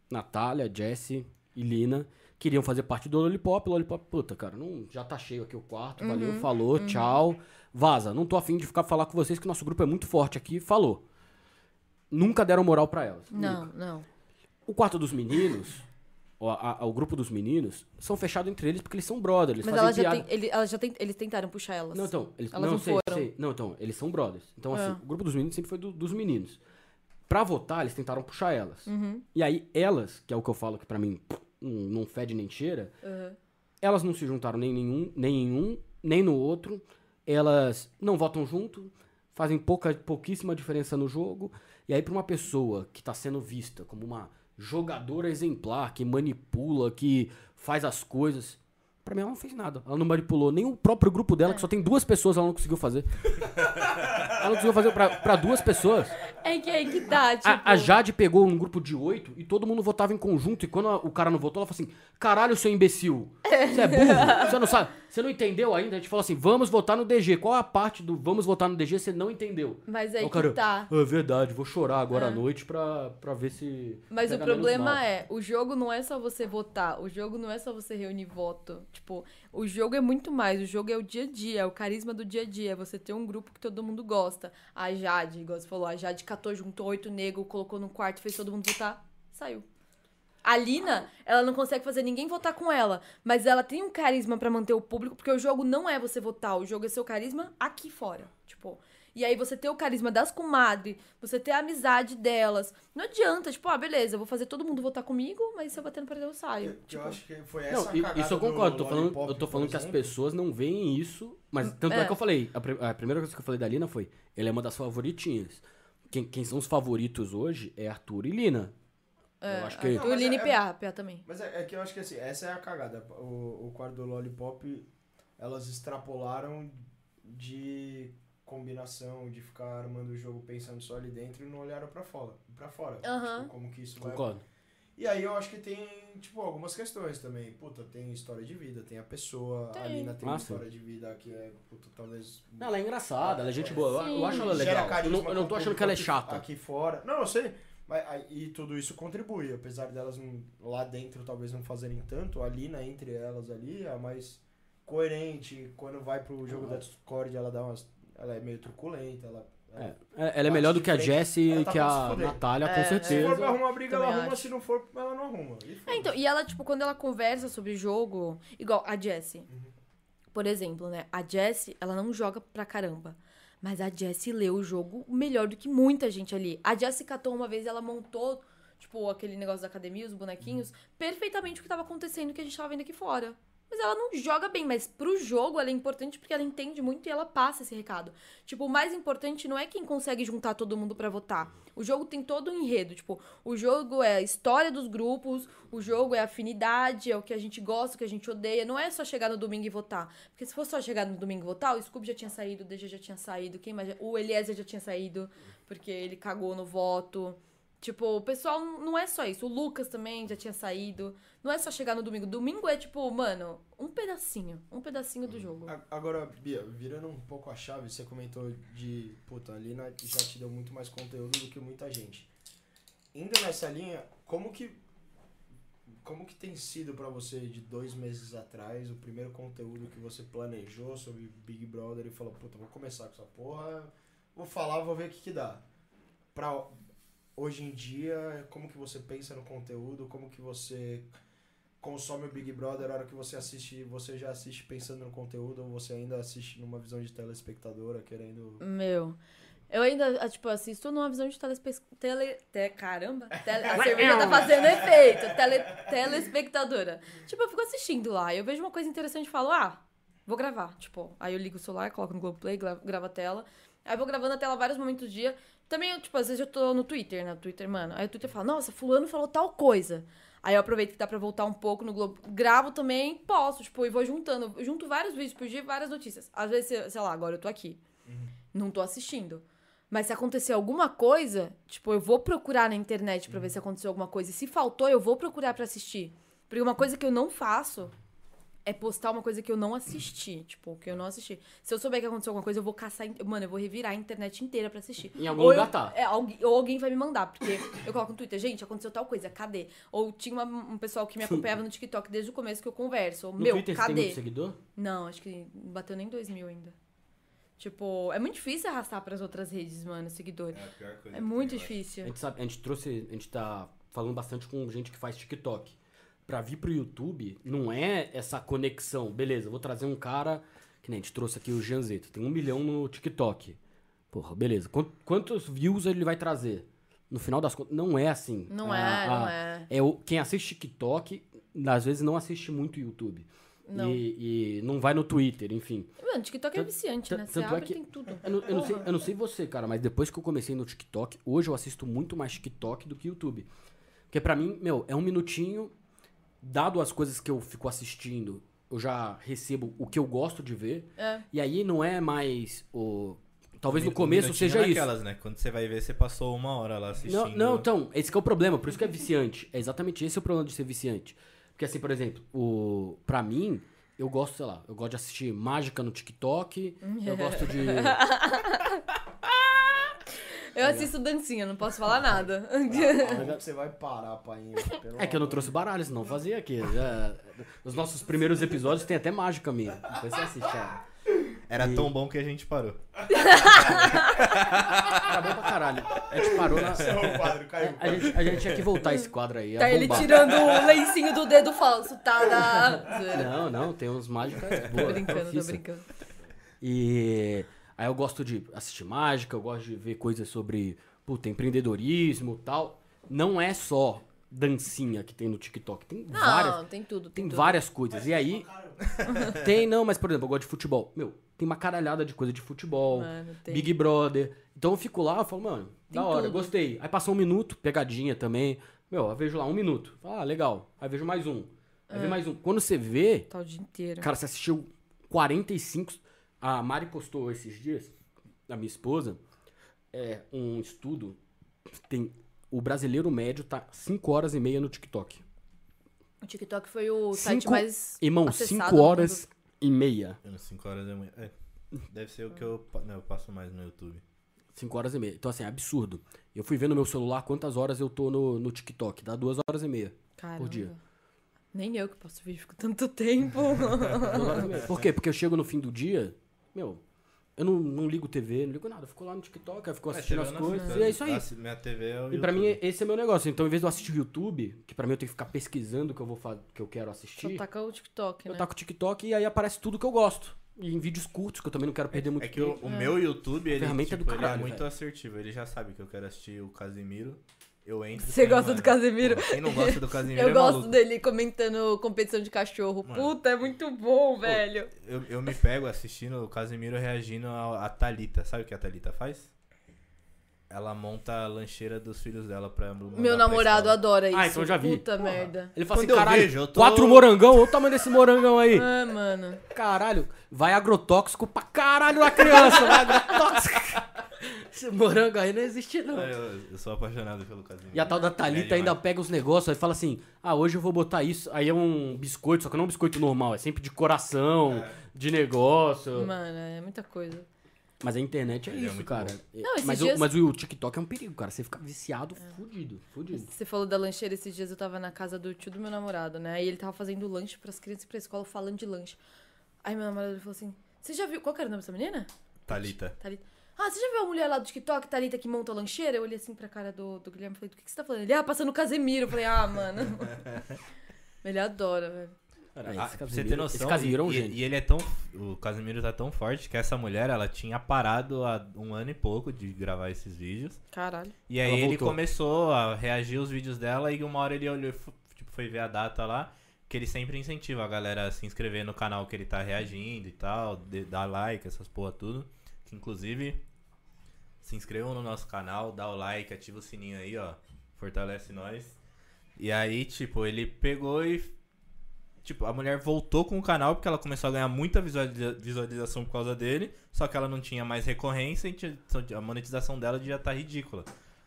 S1: Natália, Jesse e Lina queriam fazer parte do Lollipop. Lollipop, puta, cara, não, já tá cheio aqui o quarto,
S4: Uhum,
S1: valeu, falou, tchau, vaza. Não tô afim de ficar falar com vocês que nosso grupo é muito forte aqui, falou. Nunca deram moral pra elas.
S4: Não, não.
S1: O quarto dos meninos, ó, a- a- o grupo dos meninos, são fechados entre eles porque eles são brothers. Eles
S4: Mas
S1: fazem
S4: ela já
S1: piada.
S4: tem, ele, ela já tem, eles tentaram puxar elas.
S1: Não, então, eles
S4: Elas
S1: não,
S4: não
S1: sei,
S4: foram.
S1: sei. Não, então, eles são brothers. Então, assim,
S4: É.
S1: o grupo dos meninos sempre foi do- dos meninos. Pra votar, eles tentaram puxar elas.
S4: Uhum.
S1: E aí, elas, que é o que eu falo que pra mim não, não fede nem cheira,
S4: Uhum.
S1: elas não se juntaram nem em um, nem em um, nem no outro. Elas não votam junto, fazem pouca, pouquíssima diferença no jogo. E aí, pra uma pessoa que tá sendo vista como uma jogadora exemplar, que manipula, que faz as coisas. Pra mim, ela não fez nada. Ela não manipulou nem o próprio grupo dela, que só tem duas pessoas, ela não conseguiu fazer. ela não conseguiu fazer pra, pra duas pessoas.
S4: É que é que dá, tipo...
S1: A, a Jade pegou um grupo de oito e todo mundo votava em conjunto. E quando a- o cara não votou, ela falou assim: caralho, seu imbecil. Você é burro? Você não sabe? Você não entendeu ainda? A gente falou assim: vamos votar no DG. Qual a parte do vamos votar no DG você não entendeu?
S4: Mas é
S1: Ô,
S4: que
S1: cara,
S4: tá.
S1: É verdade, vou chorar agora
S4: É.
S1: à noite pra, pra ver se.
S4: Mas o
S1: pega menos mal."
S4: problema é, o jogo não é só você votar, o jogo não é só você reunir voto. Tipo, o jogo é muito mais, o jogo é o dia a dia, é o carisma do dia a dia, é você ter um grupo que todo mundo gosta. A Jade, igual você falou, a Jade catou, juntou oito negros, colocou num quarto, fez todo mundo votar, saiu. A Lina, ela não consegue fazer ninguém votar com ela, mas ela tem um carisma pra manter o público, porque o jogo não é você votar, o jogo é seu carisma aqui fora, tipo. E aí você ter o carisma das comadres, você ter a amizade delas. Não adianta, tipo, ah, beleza, eu vou fazer todo mundo votar comigo, mas se eu bater no paredão eu saio.
S3: Eu,
S4: tipo,
S3: eu acho que foi essa
S1: Não,
S3: a
S1: i-
S3: cagada
S1: isso eu
S3: do
S1: concordo. Tô falando,
S3: Lollipop,
S1: eu tô
S3: por
S1: falando que as
S3: exemplo.
S1: pessoas não veem isso. Mas tanto é,
S4: é.
S1: que eu falei. A, pri- a primeira coisa que eu falei da Lina foi: ela é uma das favoritinhas. Quem, quem são os favoritos hoje é Arthur e Lina.
S4: É,
S1: eu acho que.
S4: E o Lini PA, PA também.
S3: Mas é, é que eu acho que assim, essa é a cagada. O, o quarto do Lollipop, elas extrapolaram de combinação, de ficar armando o jogo pensando só ali dentro e não olharam pra fora. Pra fora.
S4: Aham.
S3: Tipo, como que isso vai
S1: Concordo.
S3: E aí eu acho que tem, tipo, algumas questões também. Puta, tem história de vida, tem a pessoa, a
S4: Tem.
S3: Lina tem uma
S1: Ah, sim.
S3: história de vida que é, puta, talvez.
S1: Não, ela é engraçada, ela é gente boa. Eu- Eu,
S4: Sim.
S1: acho ela
S3: gera
S1: legal. Eu
S3: carisma
S1: não, eu não
S3: com Ah.
S1: tô
S3: o
S1: achando
S3: público
S1: que ela é
S3: aqui-
S1: chata.
S3: Aqui fora. Não, eu sei. Mas, aí- e tudo isso contribui, apesar delas não- lá dentro talvez não fazerem tanto, a Lina entre elas ali é a mais coerente. Quando vai pro jogo da Discord, ela dá umas. Ela é meio truculenta, ela. ela-
S1: É, é- ela é melhor do que a
S3: Diferente.
S1: Jessie e
S3: Ela tá
S1: que
S3: pra se
S1: a
S3: fuder.
S1: Natália,
S4: É,
S1: com
S4: é.
S3: Se for pra
S1: certeza.
S3: arruma briga, ela
S4: Também
S3: arruma,
S4: acho.
S3: se não for, ela não arruma. E
S4: É, então, e ela, tipo, quando ela conversa sobre jogo, igual a Jessie. Por exemplo, né? A Jessie, ela não joga pra caramba. Mas a Jessie lê o jogo melhor do que muita gente ali. A Jessie catou uma vez, ela montou, tipo, aquele negócio da academia, os bonequinhos, perfeitamente o que tava acontecendo, o que a gente tava vendo aqui fora. Mas ela não joga bem, mas pro jogo ela é importante porque ela entende muito e ela passa esse recado. Tipo, o mais importante não é quem consegue juntar todo mundo pra votar. O jogo tem todo um enredo, tipo, o jogo é a história dos grupos, o jogo é a afinidade, é o que a gente gosta, o que a gente odeia. Não é só chegar no domingo e votar. Porque se fosse só chegar no domingo e votar, o Scooby já tinha saído, o DG já tinha saído, quem mais? já- O Eliezer já tinha saído, porque ele cagou no voto. Tipo, o pessoal n- não é só isso. O Lucas também já tinha saído. Não é só chegar no domingo. Domingo é tipo, mano, um pedacinho. Um pedacinho do jogo.
S3: A- Agora, Bia, virando um pouco a chave, você comentou de, puta, a Lina já te deu muito mais conteúdo do que muita gente. Ainda nessa linha, como que como que tem sido pra você de dois meses atrás o primeiro conteúdo que você planejou sobre Big Brother e falou, puta, vou começar com essa porra, vou falar, vou ver o que que dá. Pra hoje em dia, como que você pensa no conteúdo, como que você consome o Big Brother, a hora que você assiste, você já assiste pensando no conteúdo ou você ainda assiste numa visão de telespectadora, querendo...
S4: Meu. Eu ainda, ah, tipo, assisto numa visão de telespe... tele... te- Caramba! Tele... A cerveja tá fazendo efeito. Tele... Telespectadora. Tipo, eu fico assistindo lá. Eu vejo uma coisa interessante e falo, ah, vou gravar. Tipo, aí eu ligo o celular, coloco no Globoplay, gra- gravo a tela. Aí eu vou gravando a tela vários momentos do dia. Também, eu, tipo, às vezes eu tô no Twitter, né? Twitter, mano. Aí o Twitter fala, nossa, fulano falou tal coisa. Aí eu aproveito que dá pra voltar um pouco no Globo. Gravo também, posso, tipo, e vou juntando. Eu junto vários vídeos por dia e várias notícias. Às vezes, sei lá, agora eu tô aqui.
S1: Uhum.
S4: Não tô assistindo. Mas se acontecer alguma coisa, tipo, eu vou procurar na internet pra ver
S1: Uhum.
S4: se aconteceu alguma coisa. E se faltou, eu vou procurar pra assistir. Porque uma coisa que eu não faço é postar uma coisa que eu não assisti, tipo, que eu não assisti. Se eu souber que aconteceu alguma coisa, eu vou caçar, in- mano, eu vou revirar a internet inteira pra assistir.
S1: Em algum
S4: Ou
S1: lugar
S4: eu-
S1: tá.
S4: É, alguém, ou alguém vai me mandar, porque eu coloco no Twitter, gente, aconteceu tal coisa, cadê? Ou tinha uma- um pessoal que me acompanhava no TikTok desde o começo que eu converso, ou,
S1: No
S4: meu,
S1: Twitter você tem
S4: cadê?
S1: muito seguidor?
S4: Não, acho que não bateu nem dois mil ainda. Tipo, é muito difícil arrastar pras outras redes, mano, seguidores.
S5: a pior coisa.
S4: É
S5: que
S4: muito
S5: tem, eu acho.
S1: A
S4: difícil.
S1: gente, sabe, a gente trouxe, a gente tá falando bastante com gente que faz TikTok. Pra vir pro YouTube, não é essa conexão. Beleza, eu vou trazer um cara que nem a gente trouxe aqui o Janzeto. Tem um milhão no TikTok. Porra, beleza. Quant- Quantos views ele vai trazer? No final das contas, não é assim.
S4: Não
S1: A-
S4: é,
S1: a-
S4: não é.
S1: é o, quem assiste TikTok, às vezes não assiste muito YouTube.
S4: Não.
S1: E, e não vai no Twitter, enfim.
S4: Mano, TikTok é
S1: Tan-
S4: viciante,
S1: tan-
S4: né? Você
S1: tanto é
S4: abre
S1: que-
S4: tem tudo.
S1: Eu não, eu não sei,
S4: Porra.
S1: eu não sei você, cara, mas depois que eu comecei no TikTok, hoje eu assisto muito mais TikTok do que YouTube. Porque pra mim, meu, é um minutinho, dado as coisas que eu fico assistindo, eu já recebo o que eu gosto de ver.
S4: É.
S1: E aí não é mais o. Talvez no
S5: Um
S1: começo
S5: minutinho
S1: seja isso.
S5: naquelas, né? Quando você vai ver, você passou uma hora lá
S1: Não,
S5: assistindo.
S1: não, então, esse que é o problema, por isso que é viciante. É exatamente esse o problema de ser viciante. Porque assim, por exemplo, o para mim, eu gosto, sei lá, eu gosto de assistir mágica no TikTok, eu gosto de
S4: Eu assisto dancinha, não posso falar nada.
S3: Aonde que você vai parar, painho? Pelo
S1: É que eu não
S3: amor
S1: trouxe baralho, senão eu fazia aqui. Já- Os nossos primeiros episódios tem até mágica minha. assim, Depois você assiste. cara.
S5: Era tão bom que a gente parou.
S1: Tá bom pra caralho. A gente parou na.
S3: de Deus, o quadro caiu.
S1: A gente, a gente tinha que voltar esse quadro aí. ia
S4: tá ele
S1: bombar.
S4: tirando o lencinho do dedo falso, tá? Da... Zoeira.
S1: Não, não, tem uns mágicas
S4: Tô
S1: boas.
S4: brincando, tô
S1: profissa.
S4: brincando.
S1: E aí eu gosto de assistir mágica, eu gosto de ver coisas sobre puta, empreendedorismo e tal. Não é só dancinha que tem no TikTok, tem
S4: Não,
S1: várias.
S4: tem tudo.
S1: Tem
S4: tudo.
S1: várias coisas. E aí. Tem, não, mas por exemplo, eu gosto de futebol. Meu, tem uma caralhada de coisa de futebol.
S4: Mano, tem.
S1: Big Brother. Então eu fico lá, eu falo, mano,
S4: Tem
S1: da hora,
S4: tudo.
S1: gostei. Aí passa um minuto, pegadinha também. Meu, eu vejo lá um minuto. Fala, ah, legal. Aí vejo mais um. Aí
S4: Ah.
S1: vejo mais um. Quando você vê,
S4: Tá o dia inteiro.
S1: cara, você assistiu 45. A Mari postou esses dias, a minha esposa, é, um estudo. Tem. O brasileiro médio tá 5 horas e meia no TikTok.
S4: O TikTok foi o site
S1: Cinco-
S4: mais.
S1: Irmão,
S4: acessado
S1: 5
S4: no
S1: horas e meia.
S5: 5 horas da manhã. É. Deve ser o que eu. pa- Não, eu passo mais no YouTube.
S1: 5 horas e meia. Então, assim, é absurdo. Eu fui ver no meu celular quantas horas eu tô no, no TikTok. Dá 2 horas e meia.
S4: Caramba.
S1: dia.
S4: Nem eu que posso vir, fico tanto tempo.
S1: Duas horas e meia. Por quê? Porque eu chego no fim do dia, meu, eu não, não ligo TV, não ligo nada. Eu fico lá no TikTok, eu fico assistindo as coisas. E é isso aí.
S5: Minha TV é o
S1: E pra mim,
S5: YouTube.
S1: esse é meu negócio. Então, em vez de eu assistir o YouTube, que pra mim eu tenho que ficar pesquisando o que eu, vou fa- que eu quero
S4: Só
S1: assistir,
S4: taca o TikTok, né?
S1: eu taco o TikTok e aí aparece tudo que eu gosto. E em vídeos curtos, que eu também não quero perder muito
S5: É que o,
S1: tempo.
S5: o meu YouTube, ele,
S1: ferramenta é do
S5: tipo, ele
S1: caralho,
S5: é muito
S1: velho.
S5: assertivo. Ele já sabe que eu quero assistir o Casimiro. Eu entro. e
S4: Você
S5: falo,
S4: gosta
S5: "Mano,
S4: do Casemiro?
S5: pô, Quem não gosta do Casimiro
S4: Eu
S5: é
S4: gosto
S5: maluco.
S4: dele comentando competição de cachorro.
S5: Mano.
S4: Puta, é muito bom, velho.
S5: Eu, eu me pego assistindo o Casimiro reagindo a, a Thalita. Sabe o que a Thalita faz? Ela monta a lancheira dos filhos dela pra mandar
S4: Meu
S5: pra
S4: namorado
S5: escola.
S4: adora isso.
S1: Ah, então eu já vi.
S4: Puta merda.
S1: Ele fala
S5: Quando
S1: assim,
S5: eu
S1: caralho,
S5: vejo, eu tô- É.
S1: quatro morangão, olha o tamanho desse morangão aí.
S4: Ah, mano.
S1: Caralho, vai agrotóxico pra caralho na criança, vai agrotóxico. Esse morango aí não existe, não.
S5: É, Eu, eu sou apaixonado pelo Casimiro.
S1: E a tal da Thalita
S5: É
S1: ainda
S5: demais.
S1: pega os negócios e fala assim: ah, hoje eu vou botar isso. Aí é um biscoito, só que não é um biscoito normal, é sempre de coração,
S5: É.
S1: de negócio.
S4: Mano, é muita coisa.
S1: Mas a internet é
S5: Ele é
S1: isso,
S5: muito
S1: cara.
S4: Não, esses
S1: mas, o,
S4: dias-
S1: mas o TikTok é um perigo, cara. Você fica viciado, fudido, fudido.
S4: Você falou da lancheira esses dias, eu tava na casa do tio do meu namorado, né? E ele tava fazendo lanche pras crianças e pra escola, falando de lanche. Aí meu namorado ele falou assim: Você já viu? Qual que era o nome dessa menina?
S5: Thalita.
S4: Thalita. Ah, você já viu a mulher lá do TikTok, Thalita, que monta lancheira? Eu olhei assim pra cara do, do Guilherme e falei, do que, que você tá falando? Ele, ah, passando o Casemiro. Eu falei, ah, mano. Ele adora, velho.
S1: Cara,
S5: Ah,
S1: esse
S5: pra
S1: Casemiro,
S5: você ter noção,
S1: esse Casemiro é um
S5: e,
S1: gênio.
S5: e ele é tão. O Casemiro tá tão forte que essa mulher, ela tinha parado há um ano e pouco de gravar esses vídeos.
S4: Caralho.
S5: E aí
S1: Ela
S5: ele
S1: voltou.
S5: começou a reagir aos vídeos dela e uma hora ele olhou, e f- tipo, foi ver a data lá, que ele sempre incentiva a galera a se inscrever no canal que ele tá reagindo e tal, de- dar like, essas porra tudo. Que inclusive, se inscrevam no nosso canal, dá o like, ativa o sininho aí, ó. Fortalece nós. E aí, tipo, ele pegou e. Tipo, a mulher voltou com o canal porque ela começou a ganhar muita visualiza- visualização por causa dele. Só que ela não tinha mais recorrência e tinha- a monetização dela já tá ridícula.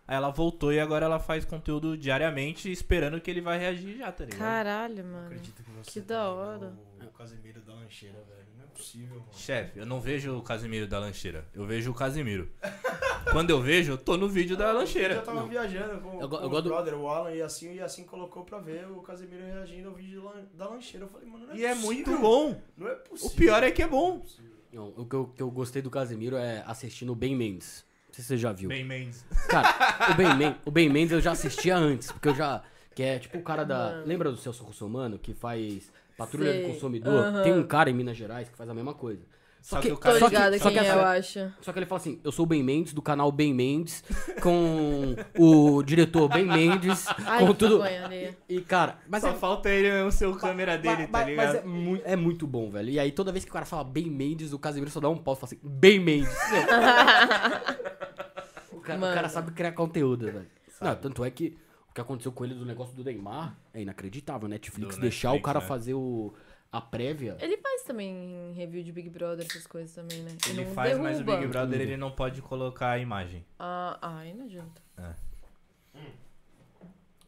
S5: Aí ela voltou e agora ela faz conteúdo diariamente, esperando que ele vai reagir já, tá ligado?
S4: Caralho,
S3: Não
S4: mano.
S3: acredito que você.
S4: que
S3: tá
S4: da
S3: indo
S4: hora.
S3: O Casemiro da lancheira, velho. Não é possível, mano.
S5: Chefe, eu não vejo o Casimiro da lancheira. Eu vejo o Casimiro. Quando eu vejo, eu tô no vídeo da
S3: Eu
S5: lancheira.
S3: já tava viajando com,
S1: Eu go-
S3: com
S1: eu
S3: o
S1: gosto do-
S3: brother, o Alan, e assim, e assim colocou pra ver o Casemiro reagindo ao vídeo de lan- da lancheira. Eu falei, mano, não é
S5: E é
S3: possível.
S5: muito bom.
S3: Não é
S5: O
S3: possível.
S5: pior é que é bom.
S1: Não, o que eu, que eu gostei do Casemiro é assistindo o Ben Mendes. Não sei se você já viu.
S5: Bem, Mendes.
S1: Cara, o Ben, Men- o Ben Mendes eu já assistia antes, porque eu já. Que é tipo o cara da. Lembra do Celso Russomano que faz Patrulha
S4: Sei,
S1: do Consumidor?
S4: aham.
S1: Tem um cara em Minas Gerais que faz a mesma coisa. Só,
S5: Só
S1: que,
S5: que o
S4: Tô
S5: cara-
S1: só,
S4: ligada
S1: que, só,
S4: quem
S1: que
S4: é,
S1: essa-
S4: eu acho.
S1: só que ele fala assim: eu sou o Ben Mendes do canal Ben Mendes, com o diretor Ben Mendes,
S4: Ai,
S1: com
S4: que
S1: tudo.
S4: vergonha alheia.
S1: E, cara, mas
S5: Só
S1: é
S5: falta ele mesmo ser o câmera dele,
S1: Ba-
S5: tá
S1: ba-
S5: ligado?
S1: Mas é, mui- é muito bom, velho. E aí, toda vez que o cara fala bem Mendes, o Casemiro só dá um pau e fala assim, bem Mendes. o, cara, o
S4: Mano.
S1: cara sabe criar conteúdo, velho. Não, tanto é que o que aconteceu com ele do negócio do Neymar é inacreditável. Netflix
S5: Do
S1: deixar
S5: Netflix,
S1: o cara
S5: né?
S1: fazer o, a prévia.
S4: Ele faz também review de Big Brother, essas coisas também, né?
S5: Ele
S4: não
S5: faz,
S4: derruba.
S5: mas o Big Brother ele não pode colocar a imagem.
S4: Ah, ai, não adianta.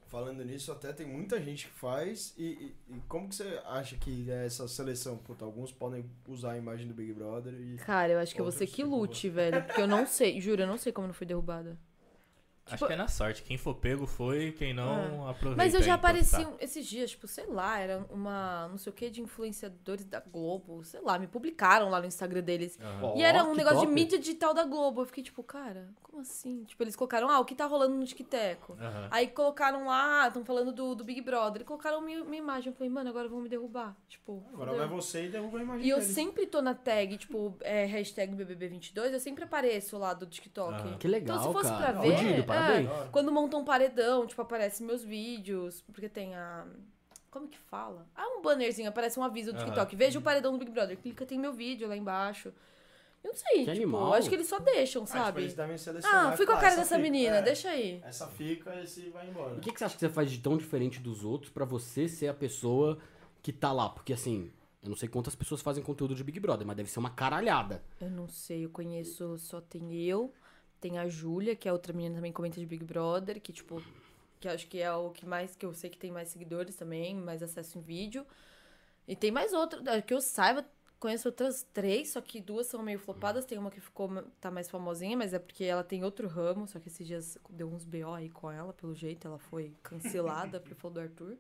S3: Falando nisso, até tem muita gente que faz. E, e- e como que você acha que é essa seleção? Puta, alguns podem usar a imagem do Big Brother e.
S4: Cara, eu acho que é você
S3: Outros
S4: que
S3: derruba.
S4: lute, velho. Porque eu não sei, juro, eu não sei como não fui derrubada.
S5: Acho que é na sorte. Quem for pego foi, quem não aproveita.
S4: Tipo- Ah. Mas eu já
S5: enquanto
S4: apareci
S5: tá.
S4: um- esses dias, tipo, sei lá, era uma não sei o que de influenciadores da Globo, sei lá, me publicaram lá no Instagram deles.
S3: Ah.
S5: Aham.
S4: e era
S1: Ó,
S4: um
S1: que
S4: negócio de
S1: é top.
S4: mídia digital da Globo. Eu fiquei tipo, cara, como assim? Tipo, eles colocaram, ah, o que tá rolando no Tic-Teco?
S3: Ah.
S5: Aham.
S4: Aí colocaram lá, estão falando do, do Big Brother. E colocaram minha, minha imagem. Eu falei, mano, agora vão me derrubar. Tipo,
S3: Agora
S4: fudeu.
S3: vai você e derruba a imagem
S4: E eu
S3: dele.
S4: sempre tô na tag, tipo, é, hashtag BBB22, eu sempre apareço lá do TikTok.
S5: Aham.
S3: Ah.
S1: Que legal,
S4: Então, se fosse
S1: cara.
S4: pra
S1: Ô,
S4: ver,
S1: Dido,
S4: é,
S1: parabéns.
S4: Quando montam um paredão, tipo, aparecem meus vídeos, porque tem a... Como que fala? Ah, um bannerzinho, aparece um aviso do
S5: Aham.
S4: TikTok.
S1: Uhum.
S4: Veja o paredão do Big Brother. Clica, tem meu vídeo lá embaixo. Eu não sei,
S1: Que
S4: tipo,
S1: animal.
S4: eu acho que eles só deixam,
S3: Ah, tipo, eles
S4: sabe?
S3: devem
S4: Ah,
S3: selecionar e
S4: fui com a
S3: falar,
S4: cara
S3: essa
S4: dessa
S3: fica,
S4: menina,
S3: é,
S4: deixa aí.
S3: Essa fica, esse vai embora.
S1: O que, que você acha que você faz de tão diferente dos outros pra você ser a pessoa que tá lá? Porque, assim, eu não sei quantas pessoas fazem conteúdo de Big Brother, mas deve ser uma caralhada.
S4: Eu não sei, eu conheço, só tem eu, tem a Júlia, que é outra menina também que comenta de Big Brother, que tipo, que acho que é o que mais, que eu sei que tem mais seguidores também, mais acesso em vídeo. E tem mais outra, da- que eu saiba, conheço outras três, só que duas são meio flopadas, tem uma que ficou, ma- tá mais famosinha, mas é porque ela tem outro ramo, só que esses dias deu uns BO aí com ela, pelo jeito, ela foi cancelada por falou do Arthur.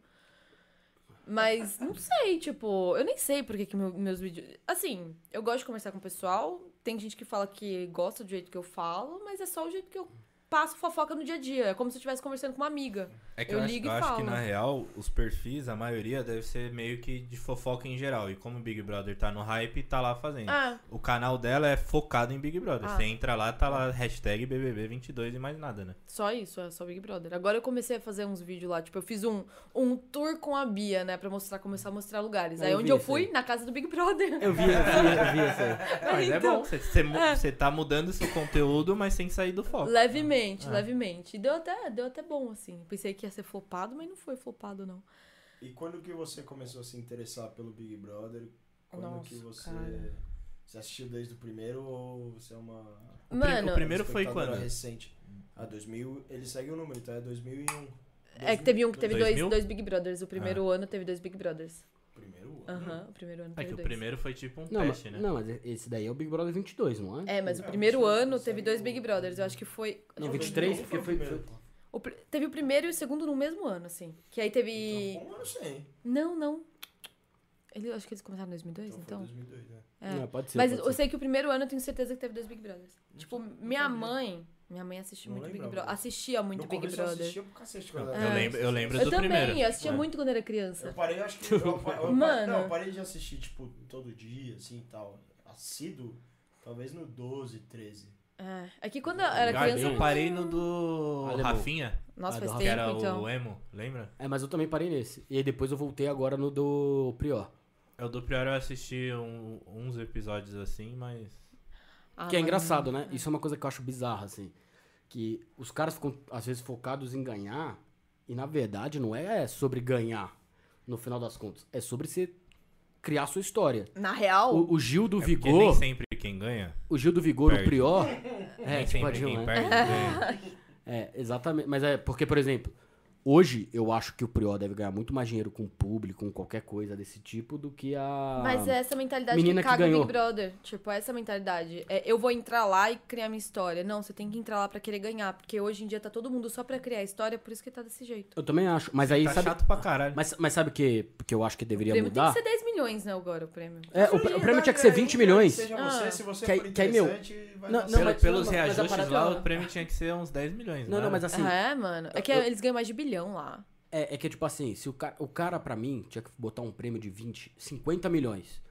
S4: Mas não sei, tipo, eu nem sei porque que meu- meus vídeos. Assim, eu gosto de conversar com o pessoal. Tem gente que fala que gosta do jeito que eu falo, mas é só o jeito que eu passo fofoca no dia a dia. É como se eu estivesse conversando com uma amiga.
S5: É que
S4: Eu
S5: eu, acho,
S4: ligo
S5: eu
S4: e
S5: acho que
S4: falo.
S5: na real, os perfis, a maioria deve ser meio que de fofoca em geral. E como o Big Brother tá no hype, tá lá fazendo.
S4: Ah,
S5: O canal dela é focado em Big Brother.
S4: Ah.
S5: Você entra lá, tá lá, hashtag BBB22 e mais nada, né?
S4: só isso, é só Big Brother. Agora eu comecei a fazer uns vídeos lá. Tipo, eu fiz um, um tour com a Bia, né? Pra mostrar, começar a mostrar lugares.
S1: Eu
S4: Aí
S1: vi
S4: onde eu
S1: isso
S4: fui?
S1: aí.
S4: Na casa do Big Brother.
S1: Eu vi, eu vi, eu vi essa aí.
S5: Mas é
S4: Então,
S5: bom, você, você, mu-
S4: é.
S5: você tá mudando seu conteúdo, mas sem sair do foco.
S4: Levemente,
S1: Ah.
S4: levemente. E deu até, deu até bom, assim. Pensei que ia ser flopado, mas não foi flopado, não.
S3: E quando que você começou a se interessar pelo Big Brother? Quando
S4: Nossa,
S3: que você.
S4: cara.
S3: Você assistiu desde o primeiro ou você é uma.
S5: pri- o
S4: Mano,
S5: primeiro foi
S3: espectadora
S5: quando?
S3: recente. Ah, 2000. Ele segue o número, então é 2001.
S4: É que teve um que teve dois,
S5: 2000?
S4: dois Big Brothers. O primeiro ano teve dois Big Brothers.
S3: Primeiro ano.
S4: Aham, o primeiro ano
S5: É
S4: teve
S5: que o
S4: dois.
S5: primeiro foi tipo um
S1: Não, mas,
S5: teste, né?
S1: não, mas esse daí é o Big Brother 22, não é?
S4: É, mas o
S3: É,
S4: primeiro
S3: você-
S4: ano
S3: você
S4: teve
S3: saiu-
S4: dois Big Brothers. Eu acho que foi.
S1: Não,
S4: deixa eu
S1: 23,
S4: ver.
S1: porque foi-
S3: primeiro.
S4: O pr- teve
S1: Então,
S4: o primeiro e o segundo no mesmo ano, assim. Que aí teve.
S3: Então, foi um ano sem.
S4: Não, não. Ele, acho que eles começaram em 2002, então.
S3: foi 2002, né?
S4: É.
S1: Não, pode ser.
S4: Mas
S1: pode
S4: eu
S1: ser.
S4: sei que o primeiro ano eu tenho certeza que teve dois Big Brothers. tipo, minha
S3: sabia.
S4: mãe. Minha mãe assistia
S3: Não
S4: muito Big
S3: lembrava
S4: Brother. Assistia muito
S3: No
S4: Big
S3: começo eu
S4: Brother.
S3: assistia pro cacete quando
S5: Eu
S3: era
S5: lembro- eu lembro
S4: Eu,
S5: do
S4: também,
S5: primeiro.
S4: eu assistia
S5: É.
S4: muito quando era
S3: Eu
S4: criança.
S3: parei, eu acho que. eu- eu- eu-
S4: Mano.
S3: Não, eu parei de assistir, tipo, todo dia, assim e tal. Assíduo, talvez no 12, 13.
S4: É. É que quando eu era criança.
S5: eu
S4: não-
S5: parei no do
S1: Alemão.
S5: Rafinha,
S4: Nossa,
S1: Ah,
S4: faz
S1: do
S5: que
S4: tempo,
S5: era
S4: então.
S5: o Emo, lembra?
S1: É, mas eu também parei nesse. E aí depois eu voltei agora no do Prior.
S5: Eu É do Prior eu assisti um- uns episódios assim, mas.
S4: Ah,
S1: que é
S4: mano.
S1: engraçado, né? Isso é uma coisa que eu acho bizarra, assim. Que os caras ficam, às vezes, focados em ganhar. E, na verdade, não é sobre ganhar, no final das contas. É sobre você criar sua história.
S4: Na real,
S1: O, o Gil do
S5: É porque nem
S1: Vigor,
S5: sempre quem ganha.
S1: o Gil do Vigor, o
S5: perde.
S1: Prior... É,
S5: nem
S1: tipo a
S5: sempre
S1: Dilma, né?
S5: quem perde ganha.
S1: É, exatamente. Mas é porque, por exemplo, hoje eu acho que o Prior deve ganhar muito mais dinheiro com o público, com qualquer coisa desse tipo, do que a.
S4: Mas é essa
S1: Ah,
S4: mentalidade
S1: menina
S4: que
S1: que
S4: caga o
S1: ganhou.
S4: Big Brother. Tipo, é essa mentalidade. É, eu vou entrar lá e criar minha história. Não, você tem que entrar lá pra querer ganhar. Porque hoje em dia tá todo mundo só pra criar história, por isso que tá desse jeito.
S1: Eu também acho. Mas aí
S5: Tá
S1: sabe.
S5: chato pra caralho.
S1: Mas, mas sabe o que, que eu acho que
S4: o
S1: deveria
S4: prêmio
S1: mudar?
S4: tem que ser 10 milhões, né, agora, o prêmio.
S1: É, o, pr- o prêmio tinha que ser 20 milhões.
S3: Seja
S4: Ah.
S3: você, se você
S1: Que aí-
S3: for
S1: que aí, meu,
S3: interessante, vai
S1: não-
S3: dar
S1: não,
S3: certo.
S5: Pelo-
S1: mas-
S5: pelos
S1: mas a
S5: reajustes
S1: parada
S5: lá,
S1: é-
S5: o prêmio tinha que ser uns 10 milhões,
S1: Não,
S5: né?
S1: não, mas assim.
S4: é, mano. É que
S1: eu-
S4: eles ganham mais de bilhão lá.
S1: É, é que, tipo assim, se o cara, o cara, pra mim, tinha que botar um prêmio de 20, 50 milhões.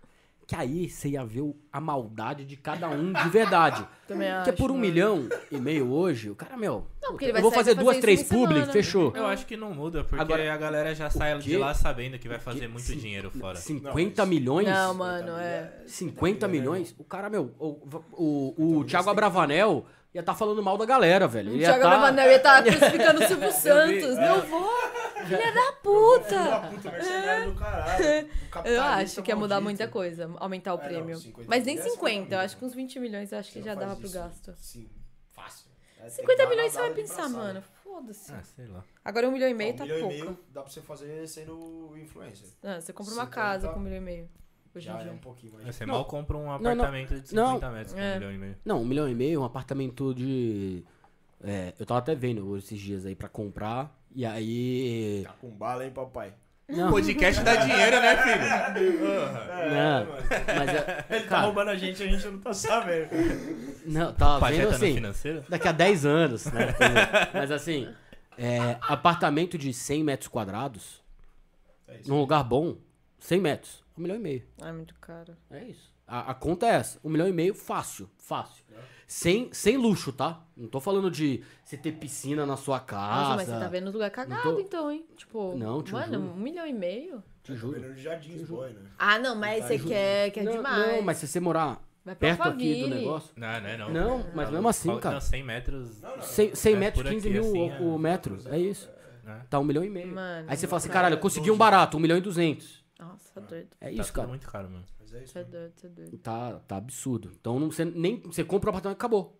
S1: Que aí você ia ver o- a maldade de cada um de verdade.
S4: Também
S1: Porque
S4: acho,
S1: por um
S4: mano.
S1: milhão e meio hoje, o cara, meu.
S4: Não, porque ele
S1: eu
S4: vai
S1: vou
S4: sair
S1: fazer
S4: pra
S1: duas,
S4: fazer
S1: três
S4: isso uma
S1: public,
S4: semana. né?
S1: fechou.
S5: Eu acho que não muda, porque
S1: Agora,
S5: a galera já sai de
S1: quê?
S5: lá sabendo que vai fazer
S1: quê?
S5: muito
S1: Sim.
S5: dinheiro fora.
S1: 50
S3: Não,
S1: milhões?
S4: Não, mano, é.
S1: 50 milhões? O cara, meu, o,
S3: Então,
S1: o, o Thiago Abravanel ia estar falando mal da galera, velho.
S4: O
S1: Ele ia
S4: Thiago
S1: tá-
S4: Abravanel ia tá crucificando o Silvio
S1: É.
S4: Santos.
S5: vi,
S4: Não vou! Filha da
S3: Uma
S4: puta!
S3: é puta mercenário do caralho.
S1: Tá,
S3: Um
S4: Eu
S3: capitalista
S4: acho que ia mudar
S3: maldito.
S4: muita coisa, aumentar o
S3: É, não,
S4: prêmio.
S3: 50
S4: Mas nem
S3: milhões é
S4: 50, eu
S3: maravilha.
S4: acho que uns 20 milhões eu acho que
S3: Você
S4: já
S3: não
S4: dava
S3: faz
S4: pro
S3: isso.
S4: gasto.
S3: Sim, fácil. É, tem que
S4: 50
S3: dar
S4: milhões você
S3: nadada
S4: vai
S3: de
S4: pensar,
S3: braçada.
S4: mano. Foda-se.
S1: É.
S5: Ah, sei lá.
S4: Agora um milhão e meio
S3: um
S4: tá
S3: milhão
S4: pouco.
S3: e meio dá pra você fazer sendo influencer.
S4: Ah, você compra uma
S3: 50
S4: casa
S3: tá-
S4: com um milhão e meio. Hoje
S3: Já
S4: em
S3: é um
S4: dia.
S3: pouquinho mais.
S5: Você
S1: Não.
S5: mal compra um
S1: não.
S5: apartamento de
S1: Não.
S5: 50 metros com
S4: É.
S5: um milhão e meio.
S1: Não, um milhão e meio, um apartamento de. é, eu tava até vendo esses dias aí pra comprar. E aí.
S3: Tá com bala, hein, papai?
S1: Não,
S5: Podcast dá dinheiro, né, filho? É.
S3: É,
S1: não, mas é, cara,
S3: tá roubando a gente, a gente não tá sabendo.
S1: não, tava vendo
S5: Pajeta no
S1: assim.
S5: financeiro?
S1: Daqui a 10 anos, né? Mas assim, é, apartamento de 100 metros quadrados,
S3: É isso.
S1: num lugar bom, 100 metros, um milhão e meio.
S4: Ah, é muito caro.
S1: É isso. A, a conta é essa. Um milhão e meio, fácil, fácil.
S5: É.
S1: Sem, sem luxo, tá? Não tô falando de você ter piscina na sua casa.
S4: Nossa, mas você tá vendo os lugares
S1: Ah, Não
S4: cagados,
S1: tô-
S4: então, hein? Tipo,
S1: Não, te
S4: mano,
S1: juro.
S4: um milhão e meio?
S1: Te juro.
S3: Primeiro de Jardins, boy, né?
S4: Ah, não, mas você quer, quer
S1: Tá não,
S4: é demais.
S1: não, mas se você morar
S4: Vai pra
S1: perto aqui do
S4: Alphaville.
S1: negócio.
S5: Não, não é não.
S1: Não, mas mesmo assim,
S5: Fala-
S1: cara.
S5: Não, 100 metros.
S3: Não, não.
S1: 100, 100
S5: É,
S1: metros,
S5: por
S1: 15
S5: aqui,
S1: mil
S5: assim,
S1: o,
S5: é.
S1: o metro. É isso.
S5: Né?
S1: Tá um milhão e meio.
S4: Mano,
S1: Aí você fala assim,
S4: cara,
S1: caralho, eu consegui um barato, um milhão e duzentos.
S4: Nossa, tá doido.
S1: É
S5: Tá
S1: isso,
S5: tudo
S1: cara.
S5: muito caro, mano.
S3: Mas é isso.
S4: Você é
S3: né?
S4: doido, você é doido.
S1: Tá, tá absurdo. Então não, você nem. Você compra um apartamento, acabou.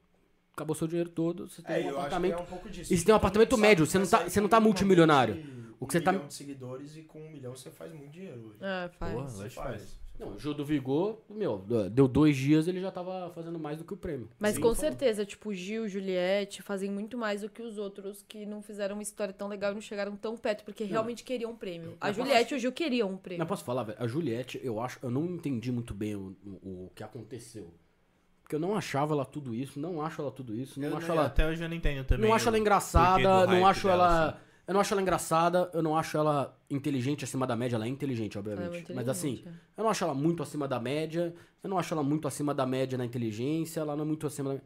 S1: Acabou seu dinheiro todo, você tem
S3: É,
S1: um
S3: eu acho que
S1: apartamento.
S3: é um pouco disso.
S1: E se tem um apartamento
S3: Sabe,
S1: médio, você não tá-
S3: sair
S1: você não tá
S3: com um
S1: multimilionário.
S3: milhão de-
S1: O que você
S3: um
S1: tá-
S3: milhão de seguidores e com um milhão você faz muito dinheiro hoje.
S4: Ah, faz.
S5: Porra,
S3: Você
S5: lógico que
S3: faz.
S5: faz.
S1: Não, o Gil do Vigor, meu, deu dois dias ele já tava fazendo mais do que o prêmio.
S4: Mas
S3: Sim,
S4: com
S3: por favor.
S4: certeza, tipo, Gil, Juliette fazem muito mais do que os outros que não fizeram uma história tão legal e não chegaram tão perto, porque realmente queriam um prêmio. A
S1: Mas
S4: Juliette e o Gil queriam um
S1: Não
S4: prêmio.
S1: posso falar, velho. A Juliette, eu acho, eu não entendi muito bem o, o, o que aconteceu. Porque eu não achava ela tudo isso, não acho ela tudo isso, não
S5: Eu
S1: acho
S5: não-
S1: ela.
S5: Até hoje eu não entendo também.
S1: Não acho
S5: o
S1: ela
S5: porquê
S1: engraçada,
S5: do
S1: não
S5: hype
S1: acho
S5: dela,
S1: ela.
S5: assim.
S1: Eu não acho ela engraçada, eu não acho ela inteligente acima da média. Ela é inteligente,
S4: Ela é
S1: obviamente.
S4: muito é.
S1: Mas assim,
S4: inteligente,
S1: eu não acho ela muito acima da média. Eu não acho ela muito acima da média na inteligência. Ela não é muito acima da.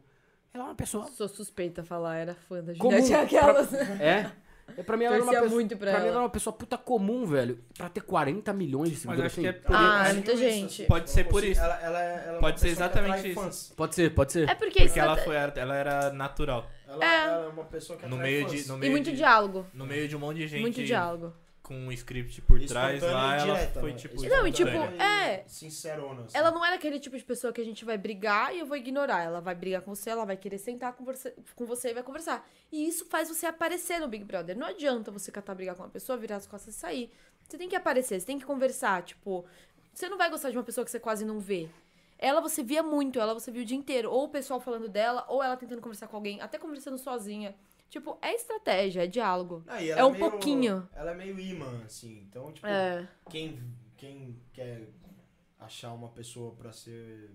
S1: Ela é uma pessoa.
S4: Sou suspeita a falar, era fã da
S1: Comum.
S4: Juliette aquelas. né?
S1: É. é pra mim ela era uma
S4: Torcia
S1: pessoa.
S4: muito pra
S1: mim ela
S4: ela.
S1: era uma pessoa puta comum, velho. Pra ter 40 milhões de
S5: Mas
S1: seguidores.
S5: acho que é
S1: assim,
S5: por
S4: Ah,
S3: Ela
S4: muita
S3: conseguiu isso,
S4: gente.
S3: assim.
S5: Pode ser
S3: Ela
S5: por
S3: conseguiu-
S5: isso.
S3: Ela, ela, é- ela é
S5: Pode
S3: uma
S5: ser
S3: pessoa que
S5: exatamente
S3: atrai
S5: isso.
S3: fãs.
S1: Pode ser, pode ser.
S4: É porque,
S5: Porque
S4: isso
S5: ela,
S4: tá-
S5: foi, ela era natural.
S3: Ela,
S4: É.
S3: ela é uma pessoa que
S5: No
S3: atrai
S5: meio,
S3: fãs.
S5: de, no,
S4: E
S5: meio
S4: muito
S5: de,
S4: diálogo.
S5: no meio de um monte de gente
S4: Muito diálogo.
S5: com um script por
S3: Espontânea
S5: trás lá,
S3: e
S5: ela
S3: direta,
S5: foi
S3: né?
S5: tipo...
S4: Não, e tipo,
S5: espontânea.
S4: é.
S3: Sincerona. assim.
S4: Ela não era aquele tipo de pessoa que a gente vai brigar e eu vou ignorar. Ela vai brigar com você, ela vai querer sentar com você, com você e vai conversar. E isso faz você aparecer no Big Brother. Não adianta você catar brigar com uma pessoa, virar as costas e sair. Você tem que aparecer, você tem que conversar. Tipo, você não vai gostar de uma pessoa que você quase não vê. Ela você via muito, ela você viu o dia inteiro. Ou o pessoal falando dela, ou ela tentando conversar com alguém, até conversando sozinha. Tipo, é estratégia, é diálogo.
S3: Ah, e
S4: é um pouquinho.
S3: Ela é meio imã, assim. Então, tipo,
S4: É.
S3: quem, quem quer achar uma pessoa pra ser.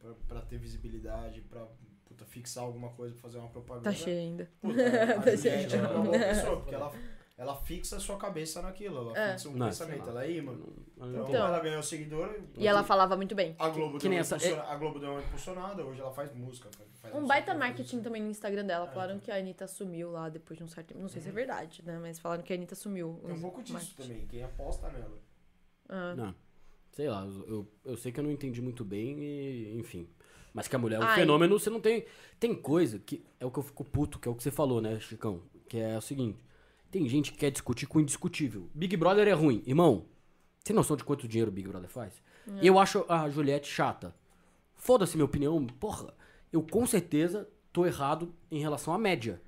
S3: pra, pra ter visibilidade, pra puta, fixar alguma coisa, pra fazer uma propaganda.
S6: Tá cheio ainda.
S3: Puta, a
S6: Tá
S3: Juliette
S6: cheio.
S3: é uma boa pessoa, porque ela, ela fixa a sua cabeça naquilo, ela
S4: É.
S3: fixa um
S1: Não,
S3: pensamento,
S1: sei
S3: ela é imã.
S1: Não,
S3: Então,
S1: não
S4: Então.
S3: ela ganhou seguidor.
S6: E ela falava muito bem.
S3: A Globo,
S1: Que
S3: deu
S1: nem
S3: uma
S1: essa- é
S3: impulsiona- a Globo deu uma impulsionada, hoje ela faz música. faz
S4: Um
S3: não sei
S4: baita
S3: o que, faz
S4: marketing também no Instagram dela.
S3: É,
S4: Falaram
S3: então. Uhum.
S4: que a Anitta sumiu lá depois de um certo tempo. Não sei se é verdade, né? Mas falaram que a Anitta sumiu.
S3: Tem um pouco disso também, quem aposta nela.
S4: Ah.
S1: Não. Sei lá, eu, eu sei que eu não entendi muito bem e, enfim. Mas que a mulher é um
S4: Ai.
S1: fenômeno, você não tem. Tem coisa que é o que eu fico puto, que é o que você falou, né, Chicão? Que é o seguinte: tem gente que quer discutir com o indiscutível. Big Brother é ruim. Irmão, você tem noção de quanto dinheiro o Big Brother faz? Eu acho a Juliette chata. Foda-se minha opinião, porra. Eu com certeza tô errado em relação à média.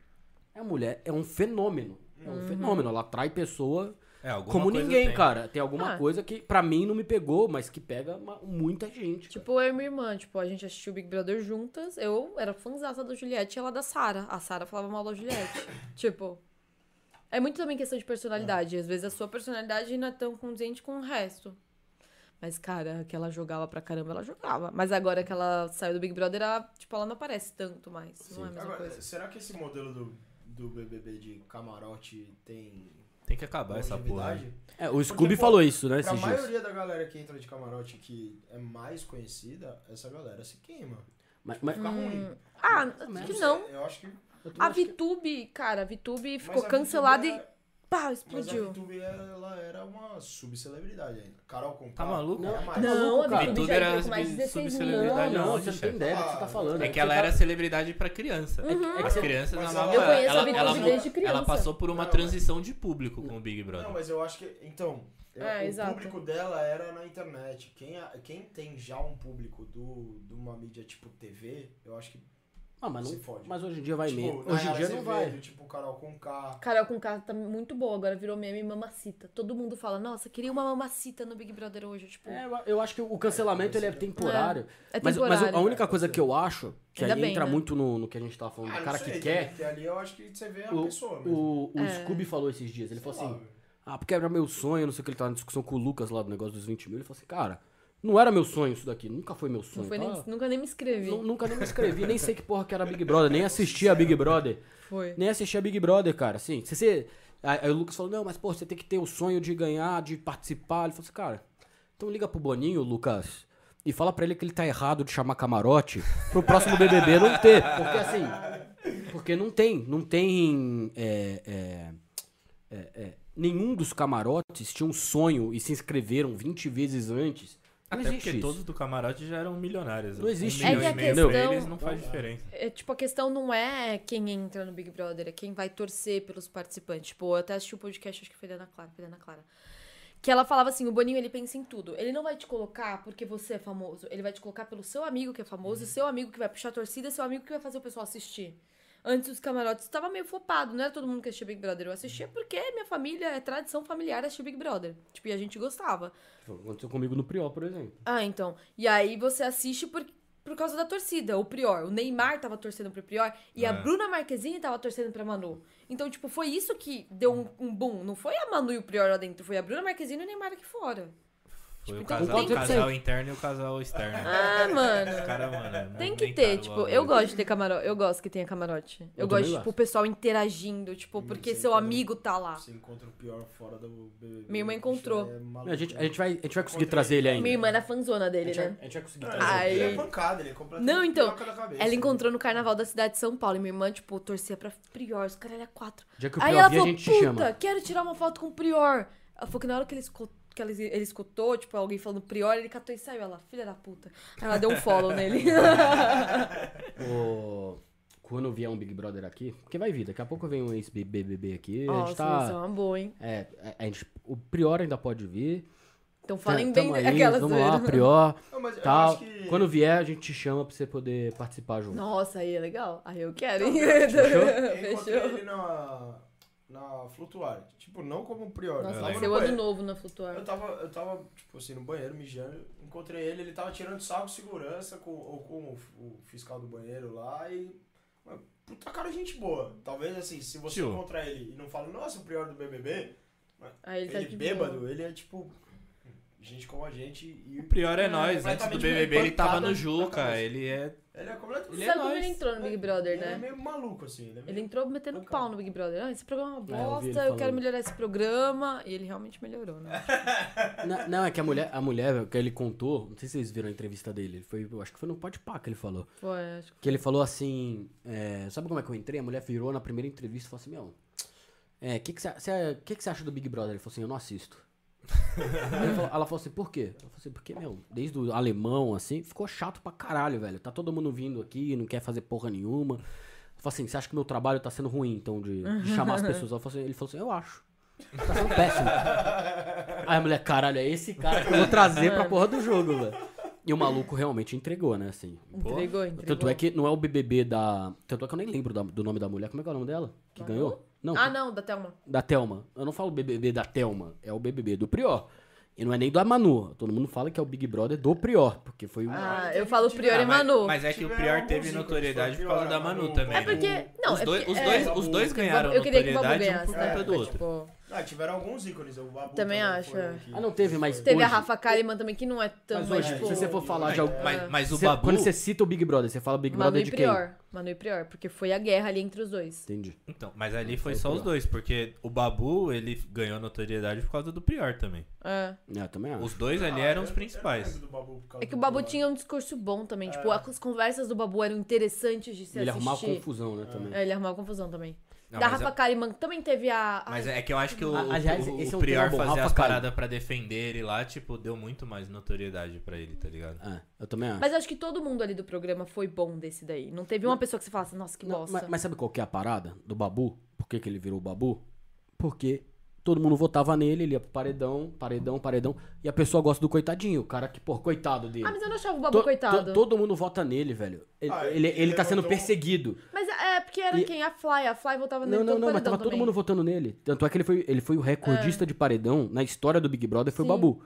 S1: A mulher é um fenômeno. É um fenômeno. Ela atrai pessoa
S5: É, alguma
S1: como
S5: coisa
S1: ninguém,
S5: tem.
S1: cara. Tem alguma
S4: Ah.
S1: coisa que pra mim não me pegou, mas que pega ma- muita gente.
S4: Tipo, eu e minha irmã, tipo, a gente assistiu Big Brother juntas. Eu era fãzaça da Juliette e ela da Sara. A Sara falava mal da Juliette. tipo. É muito também questão de personalidade.
S3: É.
S4: Às vezes a sua personalidade não é tão condizente com o resto. Mas, cara, que ela jogava pra caramba, ela jogava. Mas agora que ela saiu do Big Brother, ela, tipo, ela não aparece tanto mais. Não é a mesma
S3: Agora,
S4: coisa.
S3: será que esse modelo do, do BBB de camarote tem
S5: Tem que acabar essa porra.
S3: longevidade?
S5: aí.
S1: É, o
S3: Porque,
S1: Scooby
S3: pô,
S1: falou isso, né,
S4: é
S3: Pra
S1: esses dias.
S3: maioria da galera que entra de camarote que é mais conhecida, essa galera se queima.
S1: Mas, mas-
S3: Fica ruim.
S4: Ah, acho que não.
S3: Eu acho que.
S1: eu também
S4: A
S1: acho que-
S4: VTube, cara, a VTube
S3: mas
S4: ficou
S3: a
S4: cancelada
S3: VTube
S4: e
S3: era-
S4: pá,
S3: Mas a
S4: explodiu.
S3: VTube, ela era uma subcelebridade ainda. Carol Conká.
S5: Tá maluco?
S3: Não,
S1: Não,
S3: mas-
S1: Não,
S4: a
S1: cara.
S4: VTube
S5: VTube
S4: já
S5: era
S4: entrou com mais de 16 mil.
S5: subcelebridade,
S1: Não, não,
S5: não,
S1: você não
S5: chefe.
S1: tem ideia do que você tá falando.
S5: É que ela era celebridade pra criança.
S1: é que
S5: As
S1: você-
S5: crianças
S3: mas
S5: amavam
S3: ela- Eu
S5: ela.
S3: conheço a
S5: Ela,
S3: Vitube
S5: ela,
S6: desde
S5: ela
S6: criança.
S5: passou por uma
S3: Não,
S5: transição de público com o Big
S3: Não,
S5: Brother.
S3: mas eu acho que. Então, eu-
S4: É,
S3: o
S4: exato.
S3: público dela era na internet. Quem, a- quem tem já um público do, de uma mídia tipo TV, eu acho que.
S1: Ah, mas, não-
S3: Se fode.
S1: mas hoje em dia vai
S3: tipo,
S1: mesmo. Hoje em
S3: Nayara
S1: dia não
S3: Azevedo,
S1: vai.
S3: Tipo, Carol Conká.
S4: Carol com K tá muito boa, agora virou meme mamacita. Todo mundo fala, nossa, queria uma mamacita no Big Brother hoje, tipo.
S1: É, eu- eu acho que o cancelamento ele é temporário.
S4: É
S1: Mas, mas
S4: temporário.
S1: a única coisa que eu acho, que
S4: Ainda
S1: aí
S4: bem,
S1: entra
S4: né?
S1: muito no, no que a gente tava falando,
S3: Ah,
S1: do
S3: não
S1: cara
S3: sei,
S1: que quer.
S3: Porque ali eu acho que você vê a
S1: O,
S3: pessoa mesmo.
S1: o,
S4: É.
S1: o Scooby falou esses dias, ele
S3: Sei
S1: falou assim.
S3: lá, velho.
S1: Ah, porque era meu sonho, não sei o que, ele tava na discussão com o Lucas lá do negócio dos 20 mil. Ele falou assim, cara, não era meu sonho isso daqui, nunca foi meu sonho.
S4: Não foi
S1: tá?
S4: nem- nunca nem me inscrevi.
S1: Nu- Nunca nem me inscrevi, nem sei que porra que era Big Brother, nem assistia a Big Brother.
S4: Foi.
S1: Nem assistia a Big Brother, cara. Assim, se você. Aí aí o Lucas falou, não, mas pô, você tem que ter o sonho de ganhar, de participar. Ele falou assim, cara, então liga pro Boninho, Lucas, e fala pra ele que ele tá errado de chamar camarote pro próximo BBB não ter. Porque assim. Porque não tem, não tem. é, é, é, é, nenhum dos camarotes tinha um sonho e se inscreveram 20 vezes antes. Não
S5: Até
S1: existe
S5: porque
S1: isso.
S5: todos do camarote já eram milionários.
S1: Não existe
S5: um milhão
S4: isso. É que a
S5: e meio pra
S4: questão-
S5: eles não faz diferença.
S4: É, tipo, a questão não é quem entra no Big Brother, é quem vai torcer pelos participantes. Tipo, eu até assisti o podcast, acho que foi da Ana Clara, foi da Ana Clara. Que ela falava assim, o Boninho, ele pensa em tudo. Ele não vai te colocar porque você é famoso. Ele vai te colocar pelo seu amigo que é famoso, seu amigo que vai puxar a torcida, seu amigo que vai fazer o pessoal assistir. Antes os camarotes tava meio flopado, não era todo mundo que assistia Big Brother. Eu assistia porque minha família, é tradição familiar assistir Big Brother. Tipo, e a gente gostava.
S1: Aconteceu comigo no Priol, por exemplo.
S4: Ah, então. E aí você assiste por, por causa da torcida, o Prior. O Neymar tava torcendo pro Prior e a
S5: É.
S4: Bruna Marquezine tava torcendo pra Manu. Então, tipo, foi isso que deu um, um boom. Não foi a Manu e o Prior lá dentro, foi a Bruna Marquezine e o Neymar aqui fora.
S5: Foi o
S4: então
S5: casal,
S1: tem que
S5: o casal
S1: ter.
S5: interno e o casal externo.
S4: Ah, mano.
S5: Os caras, mano.
S4: Tem que
S5: movimentaram
S4: ter,
S5: o
S4: tipo,
S5: bagulho.
S1: né?
S4: eu gosto de ter camarote, eu gosto que tenha camarote. Eu,
S1: Eu
S4: gosto,
S1: também
S4: de, tipo,
S1: gosto.
S4: o pessoal interagindo, tipo, porque
S3: sei
S4: seu
S3: também.
S4: amigo tá lá.
S3: Você encontra o pior fora do BBB.
S4: Minha irmã
S3: bicho,
S4: encontrou.
S3: é maluco,
S1: A gente, a
S3: né?
S1: gente, vai, a gente vai conseguir
S3: Encontrei.
S1: trazer ele ainda.
S4: Minha irmã era fanzona
S1: né? a
S4: dele,
S1: gente, vai,
S4: né?
S1: a gente vai conseguir
S3: Não,
S1: trazer.
S4: Ai.
S3: Ele é pancada, ele é completamente
S4: Não, então,
S3: piroca da cabeça.
S1: né?
S4: Ela encontrou no carnaval da cidade de São Paulo e minha irmã, tipo, torcia pra Prior, os caras eram quatro.
S1: O dia que o
S4: Aí
S1: Priol
S4: ela
S1: vir, a
S4: falou,
S1: gente te
S4: puta,
S1: chama.
S4: quero tirar uma foto com o Prior. Ela falou que na hora que ele escutou, que ela- ele escutou, tipo, alguém falando Prior, ele catou e saiu. Ela, filha da puta. Aí ela deu um follow nele.
S1: tá- O- Quando vier um Big Brother aqui, porque vai vir, daqui a pouco vem um ex-BBB aqui. a
S4: Nossa,
S1: gente
S4: isso é
S1: tá.
S4: uma boa, hein?
S1: É, a- a gente, o Prior ainda pode vir.
S4: Então falem
S1: Tá-
S4: bem
S1: tamo aí,
S4: aquelas
S1: Vamos lá,
S4: zoeiras.
S1: Prior.
S3: Não, mas eu
S1: Tal.
S3: acho que-
S1: Quando vier, a gente te chama pra você poder participar junto.
S4: Nossa, aí é legal. Aí eu quero, hein?
S3: Eu encontrei
S4: Fechou?
S3: ele na, na Flutuar. Tipo, não como prior.
S4: Nossa,
S3: eu
S4: vai
S3: tava
S4: ser
S3: no
S4: o ano
S3: banheiro.
S4: novo na Flutuar.
S3: Eu tava, eu tava, tipo assim, no banheiro, mijando. Encontrei ele, ele tava tirando sarro com segurança, com, ou com o, f- o fiscal do banheiro lá. E. Mano, puta cara, gente boa. Talvez assim, se você
S5: Tio.
S3: encontrar ele e não fala, nossa, o prior do BBB,
S4: Aí ele
S3: ele,
S4: tá de boa.
S3: bêbado, ele é tipo. gente como a gente e.
S5: O Prior é nós. Antes
S3: completamente
S5: do BBB ele tava no
S3: pancada na
S5: Juca.
S3: cabeça.
S5: Ele é.
S3: Ele é completamente.
S5: Ele é
S4: Sabe como
S5: nóis.
S4: ele entrou no Big Brother,
S3: Ele é
S4: né?
S3: meio maluco, assim. Ele é meio-
S4: Ele entrou metendo
S3: Pancada.
S4: pau no Big Brother. Ah, esse programa
S1: É,
S4: é uma
S1: eu vi
S4: bosta,
S1: ele
S4: eu, quero
S1: falando.
S4: melhorar esse programa. E ele realmente melhorou, né?
S1: Na- Não, é que a mulher, a mulher que ele contou, não sei se vocês viram a entrevista dele, foi, eu acho que foi no Pode Pá que ele falou.
S4: Foi, acho que
S1: Que ele falou assim: é, Sabe como é que eu entrei? A mulher virou na primeira entrevista e falou assim: Meu, é, o que, que, você, você- que, que você acha do Big Brother? Ele falou assim: Eu não assisto. Aí ele falou- ela falou assim: Por quê? Ela falou assim: Porque, meu, desde o alemão, assim, ficou chato pra caralho, velho. Tá todo mundo vindo aqui, não quer fazer porra nenhuma. Ela falou assim: Você acha que meu trabalho tá sendo ruim, então, de, de chamar as pessoas? Ela falou assim- ele falou assim: Eu acho. Tá sendo péssimo. Aí a mulher, caralho, é esse cara que eu vou trazer pra porra do jogo, velho. E o maluco realmente entregou, né, assim.
S4: entregou, entregou.
S1: Tanto é que não é o BBB da. Tanto é que eu nem lembro da- do nome da mulher. Como é que é o nome dela? Que
S4: Manu?
S1: ganhou? Não,
S4: Ah, não, da Thelma.
S1: da Thelma. Eu não falo BBB da Thelma, é o BBB do Prior. E não é nem da Manu. Todo mundo fala que é o Big Brother do Prior, porque foi o.
S4: Ah, eu falo Prior
S5: Ah,
S4: e
S5: mas-
S4: Manu.
S5: Mas é que o
S3: Tiveram
S5: Prior
S3: alguns
S5: teve
S3: ícones,
S5: notoriedade
S3: foi
S5: por
S3: o
S5: causa da
S3: Prior,
S5: Manu
S3: o-
S5: também.
S4: É
S5: né?
S4: porque. Não,
S5: os,
S4: é
S5: dois,
S4: porque-
S5: os,
S4: é,
S5: dois,
S4: é,
S3: Babu.
S5: os dois ganharam
S4: eu queria que o Babu
S5: notoriedade um
S4: ganhasse,
S5: por
S4: né?
S5: conta do
S4: Mas,
S5: outro.
S4: tipo,
S3: Ah, tiveram alguns ícones. O Babu
S4: Também
S3: também
S4: acho,
S3: foi
S4: é.
S3: um que-
S1: Ah, não teve, mas.
S4: teve
S1: hoje,
S4: a Rafa Kalimann também, que não é tão,
S1: Mas
S4: mas,
S1: hoje,
S4: tipo...
S1: se você for falar de
S5: Mas,
S1: algum.
S5: mas- mas o
S1: Cê-
S5: Babu.
S1: Quando você cita o Big Brother, você fala Big
S4: Manu
S1: Brother
S4: e
S1: de quem?
S4: Prior. Manu e Prior, porque foi a guerra ali entre os dois.
S1: Entendi.
S5: Então, mas ali
S1: foi
S5: foi
S1: o
S5: só os
S1: Prior.
S5: dois, porque o Babu, ele ganhou notoriedade por causa do Prior também.
S4: É.
S1: É, eu também acho.
S5: Os dois ali
S3: Ah,
S5: eram
S3: eu-
S5: os
S3: eu
S5: um principais.
S3: lembro do Babu por causa
S4: É que o
S3: do
S4: Babu
S3: Prior.
S4: tinha um discurso bom também. Tipo, as conversas do Babu eram interessantes de se
S1: Ele
S4: assistir.
S1: arrumava confusão, né, também.
S4: É, ele arrumava confusão também.
S5: Não,
S4: da
S5: mas
S4: Rafa
S5: é-
S4: Kalimann também teve a...
S5: Mas
S4: a-
S5: é que eu acho que o,
S1: Ah, aliás,
S5: o-
S1: esse é
S5: o
S1: um tema
S5: Prior
S1: bom.
S5: fazer
S1: Rafa
S5: as
S1: Kalimann.
S5: paradas pra defender ele lá, tipo, deu muito mais notoriedade pra ele, tá ligado?
S1: É, eu também acho.
S4: Mas eu acho que todo mundo ali do programa foi bom desse daí. Não teve uma pessoa que você falasse, nossa, que
S1: Não,
S4: bosta.
S1: mas, mas sabe qual que é a parada do Babu? Por que, que ele virou o Babu? Porque todo mundo votava nele, ele ia pro paredão, paredão, paredão. E a pessoa gosta do coitadinho, o cara que, pô, coitado dele.
S4: Ah, mas eu não achava o Babu
S1: To-
S4: coitado.
S1: to- todo mundo vota nele, velho. Ele,
S3: Ah,
S1: ele,
S3: ele
S1: ele tá sendo
S3: levantou-
S1: perseguido.
S4: Mas é porque era
S1: E-
S4: quem? A Fly. A Fly voltava nele
S1: Não, não,
S4: todo
S1: não, mas
S4: paredão
S1: tava todo
S4: também. É.
S1: mundo votando nele. Tanto é que ele foi, ele foi o recordista de paredão na história do Big Brother, foi o
S4: Sim.
S1: Babu.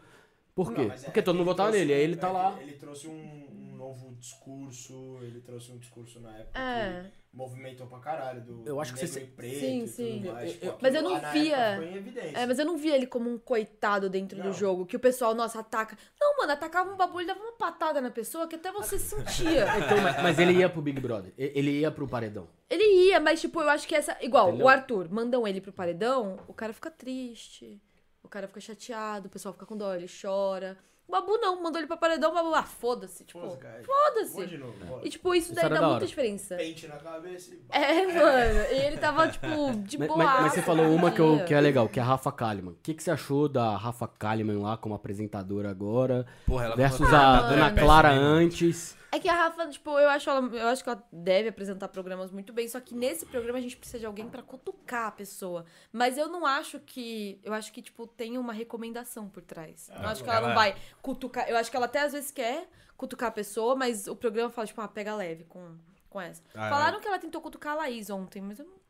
S1: Por quê?
S3: Não, mas é-
S1: Porque todo mundo
S3: ele
S1: votava
S3: trouxe-
S1: nele, aí ele tá
S3: é,
S1: lá.
S3: Ele trouxe um, um novo discurso, ele trouxe um discurso na época
S4: É.
S3: que movimentou pra caralho do
S1: Eu acho que
S3: negro
S1: você-
S3: e preto
S4: Sim,
S3: e
S4: sim.
S3: tudo mais.
S1: Eu-
S3: tipo,
S1: eu-
S3: aquilo
S4: Mas eu não
S3: lá na
S4: via-
S3: época Foi em evidência.
S4: É, mas eu não via ele como um coitado dentro do
S3: Não.
S4: jogo. Que o pessoal, nossa, ataca. Não, mano, atacava um babu, ele dava uma patada na pessoa que até você sentia.
S1: Então, mas, mas
S3: é.
S1: ele ia pro Big Brother, e- ele ia pro paredão.
S4: Ele ia, mas tipo, eu acho que essa. Igual,
S1: Entendeu?
S4: o Arthur, mandam ele pro paredão, o cara fica triste. O cara fica chateado, o pessoal fica com dó, ele chora. O Babu não, mandou ele pra paredão, o Babu, ah, foda-se, tipo,
S3: Pô, cara, vou de
S4: foda-se.
S3: novo, bora.
S4: E tipo, isso
S1: Isso
S4: daí
S1: era
S4: dá
S1: da
S4: muita
S1: hora.
S4: diferença.
S3: Pente na cabeça e...
S4: É, mano. E ele tava, tipo, de
S1: Mas,
S4: boa.
S1: mas- mas você falou uma que, eu- que é legal, que é a Rafa Kalimann. O que, que você achou da Rafa Kalimann lá como apresentadora agora?
S5: Porra, ela
S1: versus
S5: como
S1: a
S5: apresentadora
S1: Ana
S5: é
S1: Clara
S5: péssima, hein, mano?
S1: antes.
S4: É que a Rafa, tipo, eu acho, ela, eu acho que ela deve apresentar programas muito bem, só que nesse programa a gente precisa de alguém pra cutucar a pessoa. Mas eu não acho que. Eu acho que, tipo, tem uma recomendação por trás. eu acho que ela, não
S5: Ah, ela-
S4: vai cutucar. Eu acho que ela até às vezes quer cutucar a pessoa, mas o programa fala, tipo, ah, pega leve com, com essa.
S5: Ah,
S4: Falaram que ela tentou cutucar a Laís ontem, mas eu não.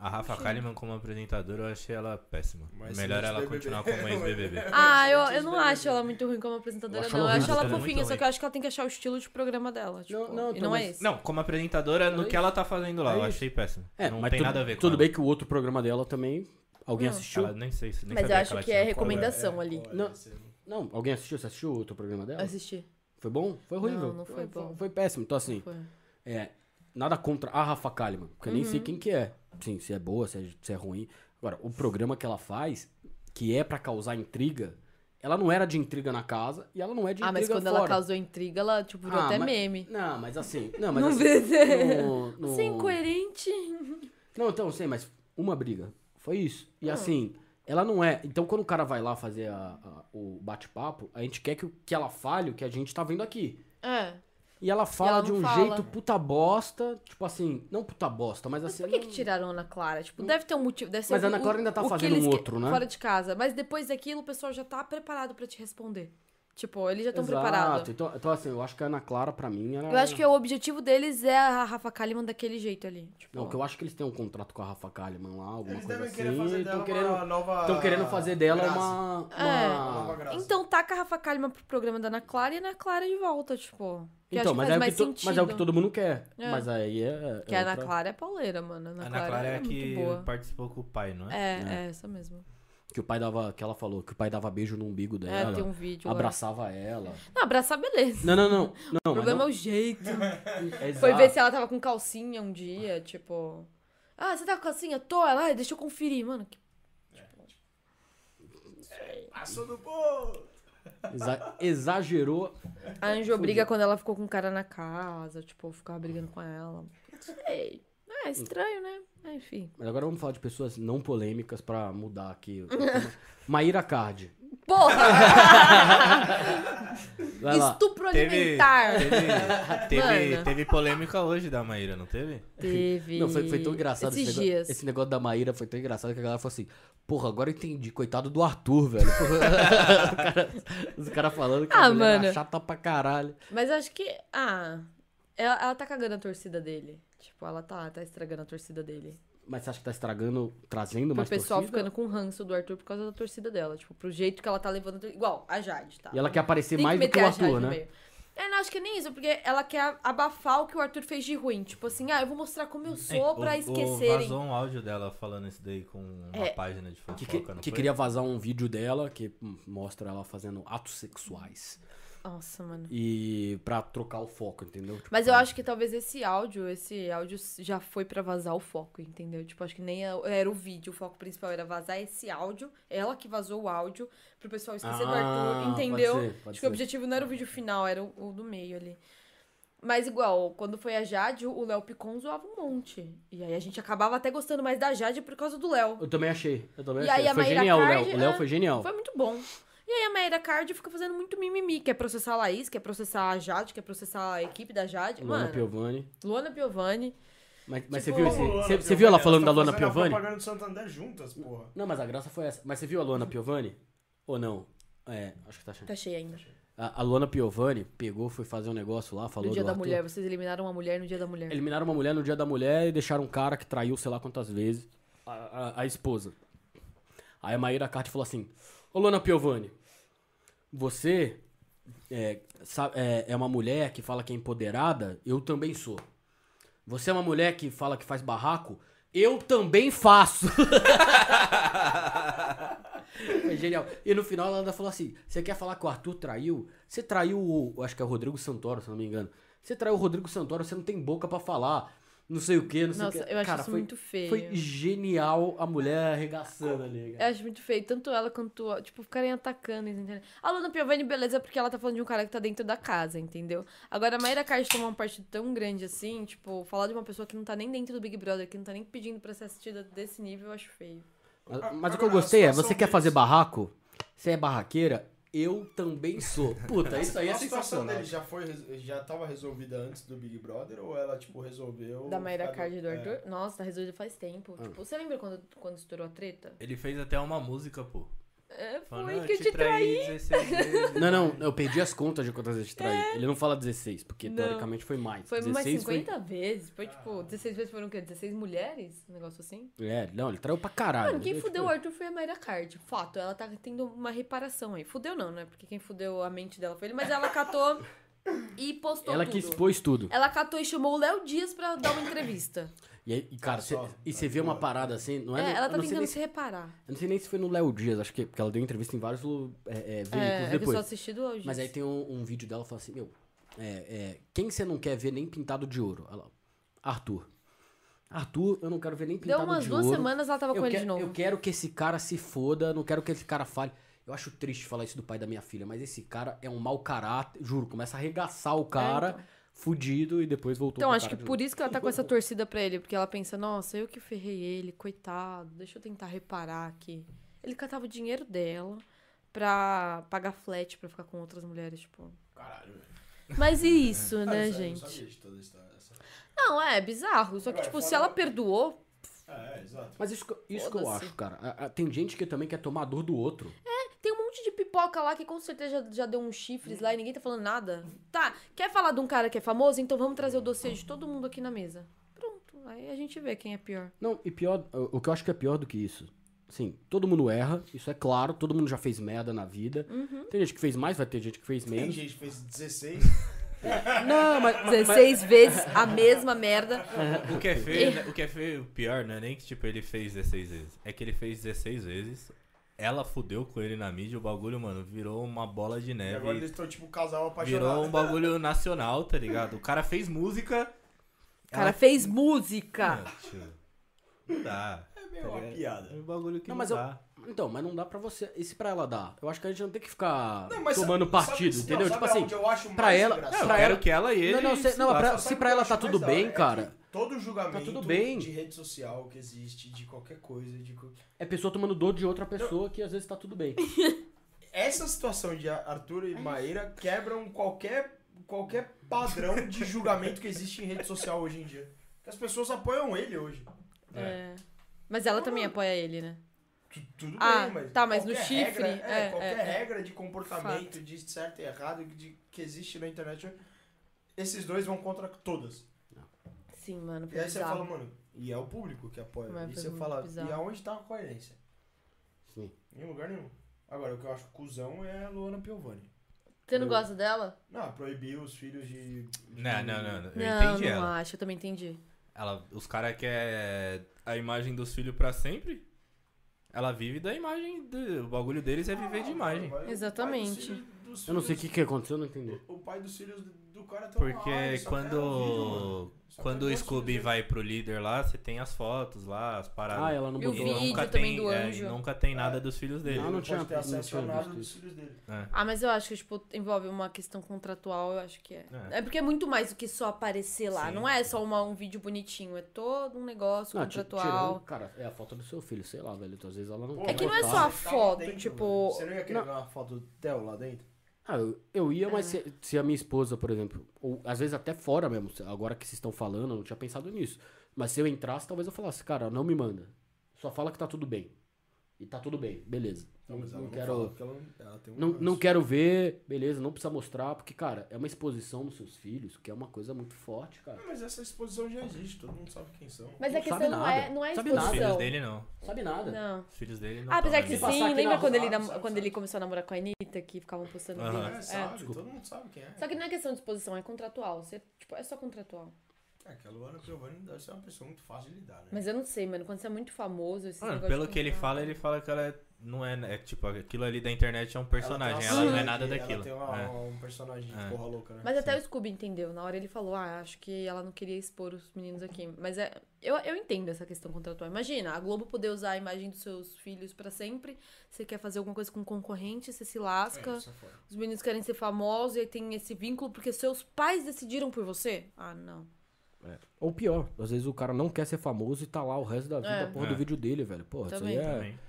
S5: A Rafa Kalimann como apresentadora, eu achei ela péssima.
S3: Mas
S5: Melhor ela
S3: ex-BBB.
S5: continuar como ex-BBB.
S4: Ah, eu, eu não acho ela muito ruim como apresentadora,
S1: Eu acho
S4: não.
S1: ela
S4: Eu acho
S1: horrível,
S4: ela
S5: ela é muito
S4: fofinha, só
S5: ruim.
S4: que eu acho que ela tem que achar o estilo de programa dela. Tipo,
S1: não,
S4: e
S1: então,
S4: não é
S1: mas-
S4: esse.
S5: Não, como apresentadora, no que ela tá fazendo lá, eu achei péssimo.
S1: É,
S5: não
S1: mas
S5: tem
S1: tudo,
S5: nada a ver com
S1: Tudo
S5: ela.
S1: bem que o outro programa dela também. Alguém
S4: Não.
S1: assistiu?
S5: Ela nem sei se nem
S4: Mas eu
S5: sabia
S4: acho
S5: ela
S4: que
S5: tinha
S4: é
S5: um programa.
S4: recomendação ali.
S3: Olha, é,
S1: Não.
S3: você-
S1: Não, alguém assistiu? Você assistiu o outro programa dela?
S4: Assistir.
S1: Foi bom? Foi
S4: Não,
S1: horrível.
S4: não foi bom.
S1: Foi, péssimo. Então, assim,
S4: Foi.
S1: é, nada contra a Rafa Kalimann, porque eu nem
S4: Uhum.
S1: sei quem que é. Sim, se é boa, se é, se é ruim. Agora, o programa que ela faz, que é pra causar intriga, ela não era de intriga na casa e ela não é de
S4: Ah,
S1: intriga
S4: mas quando
S1: fora.
S4: ela causou intriga, ela, tipo, virou
S1: Ah,
S4: até
S1: mas-
S4: meme.
S1: Não, mas assim. Não, mas
S4: Não
S1: assim.
S4: vê, né?
S1: no- no-
S4: Você é incoerente.
S1: Não, então, sei, mas uma briga. Foi isso.
S4: Ah.
S1: E assim, ela não é. Então, quando o cara vai lá fazer a- a- o bate-papo, a gente quer que, o- que ela fale o que a gente tá vendo aqui.
S4: É.
S1: E ela fala
S4: ela
S1: de
S4: não
S1: um
S4: fala.
S1: jeito puta bosta. Tipo assim, não puta bosta, mas,
S4: Mas
S1: assim.
S4: por que,
S1: não- Hum.
S4: que tiraram a Ana Clara? Tipo, deve ter um motivo. Deve ser
S1: Mas a
S4: o-
S1: Ana Clara ainda tá
S4: o que
S1: fazendo
S4: eles
S1: um
S4: que-
S1: outro, né?
S4: Fora de casa. Mas depois daquilo, o pessoal já tá preparado pra te responder. Tipo, eles já estão
S1: Exato.
S4: preparados.
S1: Então, então, assim, eu acho que a Ana Clara, pra mim, ela. é-
S4: Eu acho que o objetivo deles é a Rafa Kalimann daquele jeito ali. Tipo,
S1: Não, que eu acho que eles têm um contrato com a Rafa Kalimann lá, alguma coisa
S3: Eles devem
S1: assim.
S3: querer fazer
S1: e
S3: dela
S1: tão querendo,
S3: uma nova...
S1: tão querendo fazer dela
S3: graça.
S1: uma.
S4: É.
S1: uma-
S3: Uma nova graça.
S4: Então taca a Rafa Kalimann pro programa da Ana Clara e a Ana Clara de volta, tipo. Que eu acho
S1: Então, mas
S4: que faz
S1: é, o que
S4: mais
S1: to- mas é o que
S4: sentido.
S1: todo mundo quer.
S4: É.
S1: Mas aí é.
S4: Que a Ana
S1: outra-
S4: Clara é pauleira, mano. A Ana,
S5: Ana Clara é a
S4: muito
S5: que
S4: boa.
S5: participou com o pai, não é?
S4: É, é, essa mesmo.
S1: Que o pai dava. Que ela falou, que o pai dava beijo no umbigo
S4: É,
S1: dela.
S4: tem um vídeo.
S1: abraçava ela.
S4: é. Não, abraçar, beleza.
S1: Não, não, não. não mas
S4: o problema
S1: não-
S4: é o jeito.
S1: Exato.
S4: Foi ver se ela tava com calcinha um dia, tipo. Ah, você tá com calcinha? Tô, ela, "Ai, deixa eu conferir, mano. que-
S7: Passou do bolo!
S1: Exa- exagerou.
S4: A Anjo briga quando ela ficou com o cara na casa, tipo, ficava brigando com ela. Não Sei. Ah, é estranho, né? Ah, enfim.
S1: Mas agora vamos falar de pessoas não polêmicas pra mudar aqui. Maíra Card.
S4: Porra!
S1: Vai lá.
S4: estupro
S5: Teve,
S4: alimentar!
S5: teve, teve,
S4: Mano.
S5: teve polêmica hoje da Maíra, não teve?
S4: Teve.
S1: Não, foi, foi tão engraçado
S4: Esses
S1: esse,
S4: dias.
S1: negócio, esse negócio da Maíra foi tão engraçado que a galera falou assim: Porra, agora eu entendi, coitado do Arthur, velho. O cara- os caras falando que a
S4: Ah,
S1: mulher era
S4: mano.
S1: chata pra caralho.
S4: Mas acho que. Ah. Ela, ela tá cagando a torcida dele. Tipo, ela tá, tá estragando a torcida dele.
S1: Mas você acha que tá estragando, trazendo
S4: Pro
S1: mais
S4: pessoal
S1: torcida?
S4: ficando com ranço do Arthur por causa da torcida dela. Tipo, pro jeito que ela tá levando. a tor- Igual a Jade, tá?
S1: E ela quer aparecer
S4: Tem
S1: mais do que
S4: meter
S1: o
S4: a Jade
S1: Arthur,
S4: no
S1: né?
S4: meio. É, não, acho que é nem isso, porque ela quer abafar o que o Arthur fez de ruim. Tipo assim, ah, eu vou mostrar como eu
S1: É,
S4: sou pra
S5: O- o-
S4: esquecerem.
S5: Vazou um áudio dela falando isso daí com uma
S4: É.
S5: página de fofoca,
S1: Que, que,
S5: não
S1: que
S5: foi?
S1: queria vazar um vídeo dela que hum, mostra ela fazendo atos sexuais.
S4: Nossa, mano.
S1: E pra trocar o foco, entendeu? Tipo,
S4: Mas eu acho que talvez esse áudio, esse áudio já foi pra vazar o foco, entendeu? Tipo, acho que nem a- era o vídeo, o foco principal era vazar esse áudio, ela que vazou o áudio pro pessoal esquecer do
S1: Ah,
S4: Arthur,
S1: pode ser,
S4: entendeu?
S1: pode
S4: acho
S1: ser.
S4: que o objetivo não era o vídeo final, era o, o do meio ali. Mas igual, quando foi a Jade, o Léo Picon zoava um monte. E aí a gente acabava até gostando mais da Jade por causa do Léo.
S1: Eu também achei. Eu também
S4: E
S1: achei.
S4: aí a
S1: foi
S4: Maíra
S1: genial, o
S4: Card,
S1: Léo. O Léo
S4: é,
S1: foi genial.
S4: Foi muito bom. E aí a Maíra Card fica fazendo muito mimimi, quer processar a Laís, quer processar a Jade, quer processar a equipe da Jade.
S1: Luana
S4: Mano,
S1: Piovani.
S4: Luana Piovani.
S1: Mas, mas você
S4: Tipo,
S1: viu
S3: Ô,
S1: esse-
S3: Luana
S1: Você, você
S3: Piovani,
S1: viu ela
S3: elas
S4: tá
S1: falando da
S3: tão
S1: Luana
S3: fazendo a
S1: Piovani?
S3: propaganda do Santander juntas, porra.
S1: Não, mas a graça foi essa. Mas você viu a Luana Piovani? Ou não? É, acho que tá achando.
S4: Tá cheia ainda.
S1: A, a Luana Piovani pegou, foi fazer um negócio lá, falou
S4: no Dia
S1: do
S4: da
S1: Arthur.
S4: Mulher, vocês eliminaram uma mulher no Dia da Mulher.
S1: Eliminaram uma mulher no dia da mulher e deixaram um cara que traiu sei lá quantas vezes a, a- a esposa. Aí a Maíra Carti falou assim: Ô Luana Piovani, você é, sa- é- é uma mulher que fala que é empoderada? Eu também sou. Você é uma mulher que fala que faz barraco? Eu também faço. Foi É genial. E no final ela ainda falou assim: você quer falar que o Arthur traiu? Você traiu o. eu Acho que é o Rodrigo Santoro, se eu não me engano. Você traiu o Rodrigo Santoro, você não tem boca pra falar. Não sei o que, não sei o
S4: Nossa,
S1: que.
S4: eu acho isso muito feio.
S1: Foi genial a mulher arregaçando ali.
S4: Eu
S1: cara.
S4: acho muito feio, tanto ela quanto, tipo, ficarem atacando, entendeu? A Luana Piovani, beleza, porque ela tá falando de um cara que tá dentro da casa, entendeu? Agora, a Mayra Card tomar um partido tão grande assim, tipo, falar de uma pessoa que não tá nem dentro do Big Brother, que não tá nem pedindo pra ser assistida desse nível, eu acho feio. Ah,
S1: Mas, mas o que eu gostei é: você quer fazer barraco? Você é barraqueira? Eu também sou. Puta, isso aí é
S3: a situação
S1: sensacional.
S3: dele já foi, res- já tava resolvida antes do Big Brother ou ela, tipo, resolveu...
S4: Da Mayra
S3: ficar-
S4: Card e do
S3: É.
S4: Arthur? Nossa, tá resolvido faz tempo. Tipo, você lembra quando, quando estourou a treta?
S5: Ele fez até uma música, pô.
S4: É,
S5: Falando,
S4: foi
S5: "Ah,
S4: que eu te traí.
S5: 16 vezes."
S1: Não, não, eu perdi as contas de quantas vezes te traí. Ele não fala 16, porque
S4: É. Não.
S1: teoricamente foi mais.
S4: Foi umas
S1: 16
S4: 50 vezes. Foi tipo, 16 vezes foram o quê? 16 mulheres? Um negócio assim?
S1: Foi... É, não, ele traiu pra caralho.
S4: Mano, quem
S1: Ele,
S4: fudeu o
S1: tipo,
S4: Arthur foi a Mayra Card. Fato, ela tá tendo uma reparação aí. Fudeu não, né? Porque quem fudeu a mente dela foi ele, mas ela catou e postou
S1: Ela
S4: tudo.
S1: que expôs tudo.
S4: Ela catou e chamou o Léo Dias pra dar uma entrevista.
S1: E, aí, e, cara,
S3: Tá só,
S1: cê- e
S3: tá
S1: você vê
S3: boa.
S1: uma parada assim, não é?
S4: é,
S1: no-
S4: ela
S1: eu
S4: tá
S1: não sei
S4: tentando
S1: nem
S4: se reparar.
S1: Eu não sei nem se foi no Léo Dias, acho que. Porque ela deu entrevista em vários lu- é, é, veículos
S4: É, é que eu
S1: depois.
S4: só assisti do Léo Dias.
S1: Mas aí tem um, um vídeo dela falando assim, meu, é, é, quem você não quer ver nem pintado de ouro? Ela, Arthur. Arthur, eu não quero ver nem
S4: Deu
S1: pintado de ouro.
S4: umas duas semanas, ela tava
S1: eu
S4: com ele
S1: que-
S4: de novo.
S1: Eu quero que esse cara se foda, não quero que esse cara fale. Eu acho triste falar isso do pai da minha filha, mas esse cara é um mau caráter, juro, começa a arregaçar o cara, fudido, e depois voltou
S4: É, Então,
S1: pro
S4: acho que
S1: um cara de
S4: por isso que ela tá com essa torcida pra ele, porque ela pensa, nossa, eu que ferrei ele, coitado, deixa eu tentar reparar aqui. Ele catava o dinheiro dela pra pagar flat pra ficar com outras mulheres, tipo.
S3: Caralho, velho.
S4: Mas e isso,
S3: Ah,
S4: né,
S3: isso aí eu Não
S4: gente?
S3: sabia de toda essa... essa-
S4: Não, é bizarro. Só que,
S3: Agora,
S4: tipo,
S3: fora-
S4: se ela perdoou,
S3: É, é, exato.
S1: Mas isso, que- isso que eu
S4: Foda-se.
S1: acho, cara. A- a- Tem gente que também quer tomar a dor do outro.
S4: tem um monte de pipoca lá que com certeza já, já deu uns chifres lá e ninguém tá falando nada. Tá, quer falar de um cara que é famoso? Então vamos trazer o dossiê de todo mundo aqui na mesa. Pronto, aí a gente vê quem é pior.
S1: Não, e pior, o o que eu acho que é pior do que isso. Sim, todo mundo erra, isso é claro, todo mundo já fez merda na vida.
S4: Uhum.
S1: Tem gente que fez mais, vai ter gente que fez
S3: Tem
S1: menos.
S3: gente que fez 16,
S1: Não, mas.
S4: 16 vezes a mesma merda.
S5: O que é né? feio, né? o que é feio, o pior, não é nem que tipo, ele fez 16 vezes. É que ele fez 16 vezes, ela fudeu com ele na mídia, o bagulho, mano, virou uma bola de
S3: E
S1: É,
S5: neve.
S3: agora eles estão, tipo, um casal apaixonado.
S5: Virou um bagulho nacional, tá ligado? O cara fez música.
S4: O
S1: Ah.
S4: cara fez
S1: É.
S4: música.
S5: Mano, tio, Não dá.
S3: É meio uma
S5: É
S3: piada.
S5: um bagulho que
S1: Não,
S5: não,
S1: mas eu-
S5: dá.
S1: Então, mas não dá pra você. E se pra ela dá? Eu acho que a gente não tem que ficar
S3: Não, mas
S1: tomando
S3: sabe-
S1: partido,
S3: sabe-
S1: entendeu?
S3: não,
S1: tipo
S3: sabe
S1: assim.
S3: aonde eu acho
S1: pra
S3: mais
S1: ela-
S5: Não,
S3: engraçado?
S5: eu
S1: pra
S5: quero
S1: ela-
S5: que ela e ele.
S1: Não, não, se,
S5: se
S1: não, pra-
S5: lasquem.
S1: se pra
S3: Sabe o que
S1: ela
S3: eu
S1: tá
S3: acho
S1: tudo
S3: mais da
S1: bem,
S3: hora? É
S1: cara,
S3: que todo julgamento
S1: tudo bem.
S3: de rede social que existe, de qualquer coisa, de co-
S1: é pessoa tomando dor de outra pessoa que às vezes tá tudo bem.
S3: Essa situação de Arthur e Maíra quebram qualquer, qualquer padrão de julgamento que existe em rede social hoje em dia. As pessoas apoiam ele hoje.
S4: É. Mas ela também apoia ele, né?
S3: Tu- Tudo
S4: Ah,
S3: bem, mas.
S4: tá, mas no
S3: qualquer
S4: chifre,
S3: regra- é,
S4: é,
S3: qualquer
S4: é, é.
S3: regra de comportamento, de certo e errado, de, que existe na internet, esses dois vão contra todas.
S4: Sim, mano.
S3: E
S4: foi
S3: aí você
S4: bizarro.
S3: fala, mano, e é o público que apoia.
S4: Mas
S3: e
S4: foi
S3: você
S4: muito
S3: fala,
S4: bizarro.
S3: e aonde tá a coerência?
S1: Sim.
S3: Em lugar nenhum. Agora, o que eu acho cuzão é a Luana Piovani.
S4: Você não gosta dela?
S3: Não, proibir os filhos de.
S5: Não, não, não. não, Eu
S4: não,
S5: entendi
S4: não
S5: ela.
S4: acho. Eu também entendi.
S5: ela. Os caras querem a imagem dos filhos pra sempre. Ela vive da imagem. do- O bagulho deles é viver de imagem.
S4: Exatamente.
S1: Eu não sei o que, que aconteceu, eu não entendi.
S3: O pai dos filhos do cara tá
S5: Porque
S3: é
S5: quando. Quando o
S3: né?
S5: Scooby vai pro líder lá, você tem as fotos lá, as paradas.
S1: Ah, ela não
S4: E o
S1: botou.
S5: E
S4: vídeo
S5: nunca
S4: também
S5: tem,
S4: do
S5: é,
S4: anjo.
S5: e nunca tem nada dos filhos dele.
S1: Ah,
S3: Ele
S1: não
S3: não
S1: tinha-
S3: pode ter
S1: não
S3: acesso a
S1: tinha
S3: nada
S1: visto
S3: dos
S1: isso.
S3: filhos dele.
S4: Ah, mas eu acho que, tipo, envolve uma questão contratual, eu acho que é. É, porque é muito mais do que só aparecer lá.
S5: Sim.
S4: Não é só uma- um vídeo bonitinho, é todo um negócio
S1: Não, ti- tirando,
S4: contratual.
S1: cara, é a foto do seu filho, sei lá, velho. Então, às vezes ela não
S3: Pô,
S1: quer
S4: É que não é
S1: botar.
S4: só a
S3: Tava
S4: foto,
S3: dentro,
S4: tipo-
S3: velho. Você não ia querer ver uma foto do Theo lá dentro?
S1: Ah, eu, eu ia, mas se, se a minha esposa, por exemplo, ou às vezes até fora mesmo, se- agora que vocês estão falando, eu não tinha pensado nisso. Mas se eu entrasse, talvez eu falasse, cara, não me manda. Só fala que tá tudo bem. E tá tudo bem, beleza. Não,
S3: Mas ela
S1: não
S3: não fala,
S1: quero.
S3: porque ela não- ela tem um
S1: Não, não
S3: ranço.
S1: quero ver, beleza, não precisa mostrar, porque, cara, é uma exposição nos seus filhos, que é uma coisa muito forte, cara.
S3: Ah, Mas essa exposição já existe, todo mundo sabe quem são.
S4: Mas
S1: Não
S4: a questão
S1: sabe
S4: não
S1: nada.
S4: é, não é
S1: Sabe
S5: Os
S1: nada.
S5: filhos
S4: exposição.
S5: dele não.
S1: Sabe nada.
S4: Não.
S5: Os filhos dele não.
S4: Ah, apesar
S5: tão
S4: que
S5: ali.
S1: Se passar
S4: sim,
S1: aqui
S4: lembra
S1: na
S4: quando,
S3: rua,
S4: ele, nam-
S3: sabe,
S4: quando
S3: sabe.
S4: ele começou a namorar com a Anitta, que ficavam postando
S5: Aham.
S3: É,
S4: vídeos? É.
S3: sabe, todo mundo sabe quem é.
S4: Só que não é questão de exposição, é contratual. Você, tipo, é só contratual.
S3: É que a Luana Piovani deve ser uma pessoa muito fácil de lidar, né?
S4: Mas eu não sei, mano. Quando você é muito famoso, esse
S5: Mano,
S4: negócio
S5: pelo
S4: de
S5: que ele
S4: contratual-
S5: fala, ele fala que ela é, não é, né? é. Tipo, aquilo ali da internet é um personagem,
S3: tem
S5: ela,
S3: uma
S5: não é
S3: saga
S5: nada
S3: que-
S5: daquilo.
S3: Ela tem uma-
S5: É.
S3: um personagem de
S5: É.
S3: porra louca, né?
S4: Mas até o Scooby entendeu. Na hora ele falou, ah, acho que ela não queria expor os meninos aqui. Mas é, eu, eu entendo essa questão contratual. Imagina, a Globo poder usar a imagem dos seus filhos pra sempre. Você quer fazer alguma coisa com um concorrente, você se lasca.
S3: Isso é foda.
S4: Os meninos querem ser famosos e aí tem esse vínculo porque seus pais decidiram por você. Ah, não.
S1: Ou pior, às vezes o cara não quer ser famoso e tá lá o resto da vida,
S4: É.
S1: a porra
S5: É.
S1: do vídeo dele, velho. Porra,
S4: Também.
S1: isso aí
S5: Também.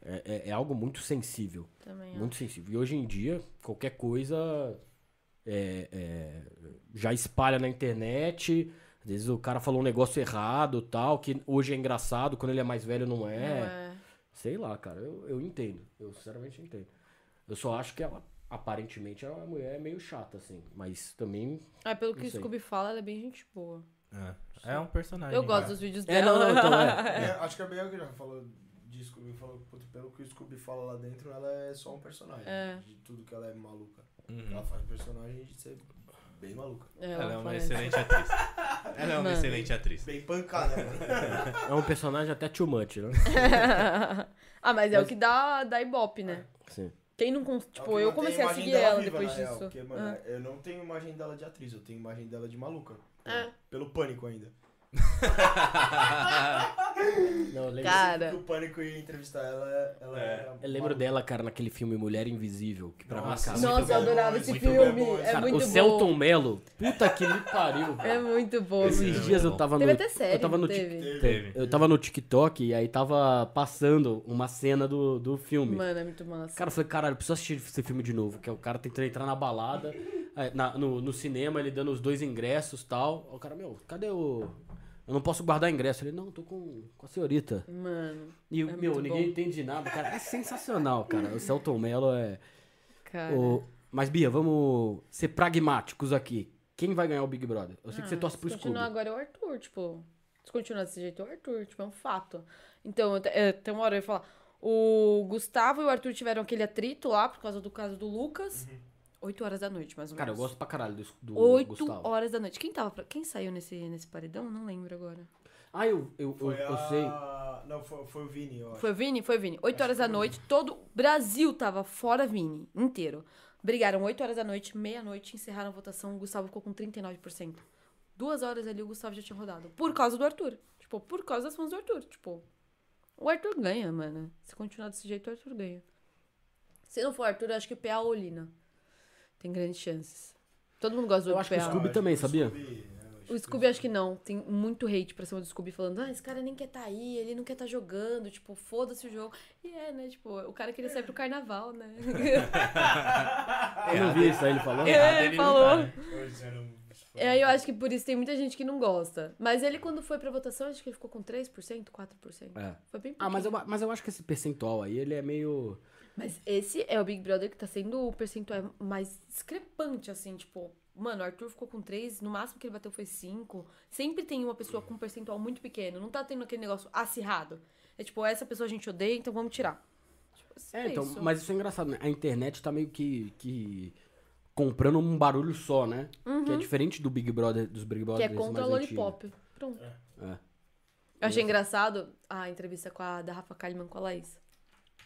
S1: é- é, é, é algo muito sensível.
S4: Também. ó.
S1: Muito sensível. E hoje em dia, qualquer coisa é, é, já espalha na internet. Às vezes o cara falou um negócio errado tal, que hoje é engraçado, quando ele é mais velho não
S4: Não
S1: é.
S4: é.
S1: Sei lá, cara, eu, eu entendo. Eu sinceramente entendo. Eu só acho que ela, aparentemente, a mulher é meio chata, assim. Mas também.
S4: Ah, pelo que
S1: Não
S4: o
S1: sei.
S4: Scooby fala, ela é bem gente boa.
S5: É. É um personagem.
S4: Eu gosto
S5: cara.
S4: dos vídeos
S1: É,
S4: dela.
S1: não, não, então é.
S3: É, acho que a Bianca já falou de Scooby. Falou, puta, pelo que o Scooby fala lá dentro, ela é só um personagem.
S4: É.
S3: De tudo que ela é maluca.
S5: Uhum.
S3: Ela faz personagem de ser bem maluca.
S4: É,
S5: Ela é uma
S4: parece.
S5: excelente atriz. Ela é uma
S4: Mano.
S5: excelente atriz.
S3: Bem pancada, né?
S1: É um personagem até too much, né?
S4: ah, mas é
S1: Mas-
S4: o que dá, dá ibope, né?
S1: Sim.
S4: Quem não. cons-
S3: É o
S4: Tipo,
S3: que
S4: eu
S3: mantém
S4: comecei a
S3: imagem
S4: seguir
S3: dela
S4: ela
S3: viva,
S4: depois
S3: na real,
S4: disso. Ah.
S3: porque, mano, é eu não tenho imagem dela de atriz, eu tenho imagem dela de maluca.
S4: É.
S3: Pelo pânico ainda.
S1: Não, eu lembro,
S4: Cara.
S3: Porque o pânico ia entrevistar ela, ela
S5: É.
S3: era
S1: eu lembro
S3: maluca.
S1: dela, cara, naquele filme Mulher Invisível, que pra
S5: Nossa,
S1: mim,
S5: muito
S1: cara,
S4: Nossa, eu
S5: bom.
S4: adorava esse
S5: Muito
S4: filme.
S3: bom,
S4: é
S1: cara,
S4: muito
S1: o
S4: bom.
S1: Celton Mello, puta que me pariu, velho.
S4: É muito bom.
S5: Esse-
S4: mano.
S1: Esses
S5: muito
S1: dias eu
S5: bom.
S1: tava no.
S4: Teve até série.
S1: eu tava
S4: não
S1: no
S4: teve?
S1: Tik-
S5: Teve.
S1: Eu tava no TikTok e aí tava passando uma cena do, do filme.
S4: Mano, é muito massa.
S1: Cara, eu falei, caralho, eu preciso assistir esse filme de novo. Que é o cara tentando entrar na balada, aí, na- no, no cinema, ele dando os dois ingressos e tal. Aí O cara, meu, cadê o. Eu não posso guardar ingresso. Ele, não, tô com, com a senhorita.
S4: Mano,
S1: E, meu,
S4: É muito
S1: ninguém
S4: bom.
S1: entende nada, cara. É sensacional, cara. O Celton Mello é.
S4: cara.
S1: o- Mas, Bia, vamos ser pragmáticos aqui. Quem vai ganhar o Big Brother? Eu sei que você
S4: Ah,
S1: torce
S4: se
S1: pro Scooby.
S4: continuar agora é o Arthur, tipo. Se continuar desse jeito é o Arthur, tipo, é um fato. Então, eu te- é, tem uma hora eu ia falar. O Gustavo e o Arthur tiveram aquele atrito lá por causa do caso do Lucas. oito horas da noite, mais ou menos.
S1: Cara, eu gosto pra caralho do, do
S4: oito
S1: Gustavo.
S4: horas da noite. Quem tava pra- quem saiu nesse, nesse paredão? Não lembro agora.
S1: Ah, eu, eu, eu,
S3: Foi
S1: eu
S3: a-
S1: sei.
S3: Não, foi, foi o Vini, eu acho.
S4: Foi o Vini? Foi o Vini. 8 horas da noite, todo o Brasil tava fora Vini, inteiro. Brigaram 8 horas da noite, meia-noite, encerraram a votação, o Gustavo ficou com 39%. Duas horas ali o Gustavo já tinha rodado. Por causa do Arthur. Tipo, por causa das fãs do Arthur. Tipo, o Arthur ganha, mano. Se continuar desse jeito, o Arthur ganha. Se não for Arthur, eu acho que PA ou Lina. Tem grandes chances. Todo mundo gosta do
S1: Eu acho que o
S4: PA.
S1: Scooby também, sabia?
S4: O Scooby acho que não. Tem muito hate pra cima do Scooby falando, ah, esse cara nem quer tá aí, ele não quer tá jogando, tipo, foda-se o jogo. E é, né? Tipo, o cara queria sair pro carnaval, né?
S1: Eu não vi isso aí ele falando.
S4: é,
S5: ele
S4: ele
S5: não
S4: falou.
S5: tá, né?
S4: É, eu acho que por isso tem muita gente que não gosta. Mas ele, quando foi pra votação, acho que ele ficou com 3%, 4%.
S1: É.
S4: Foi bem pouquinho.
S1: Ah, mas eu, mas eu acho que esse percentual aí, ele é meio.
S4: Mas esse é o Big Brother que tá sendo o percentual mais discrepante, assim, tipo. Mano, o Arthur ficou com 3, no máximo que ele bateu foi 5. Sempre tem uma pessoa com um percentual muito pequeno. Não tá tendo aquele negócio acirrado. É tipo, essa pessoa a gente odeia, então vamos tirar. Tipo,
S1: É, então,
S4: isso.
S1: mas isso é engraçado, né? A internet tá meio que. que comprando um barulho só, né? Que é diferente do Big Brother, dos Big
S4: Uhum. Que é
S1: Brothers
S4: contra
S1: mais
S4: Lollipop. Pronto.
S1: É.
S4: Eu achei engraçado a entrevista com a da Rafa Kalimann com a Laís.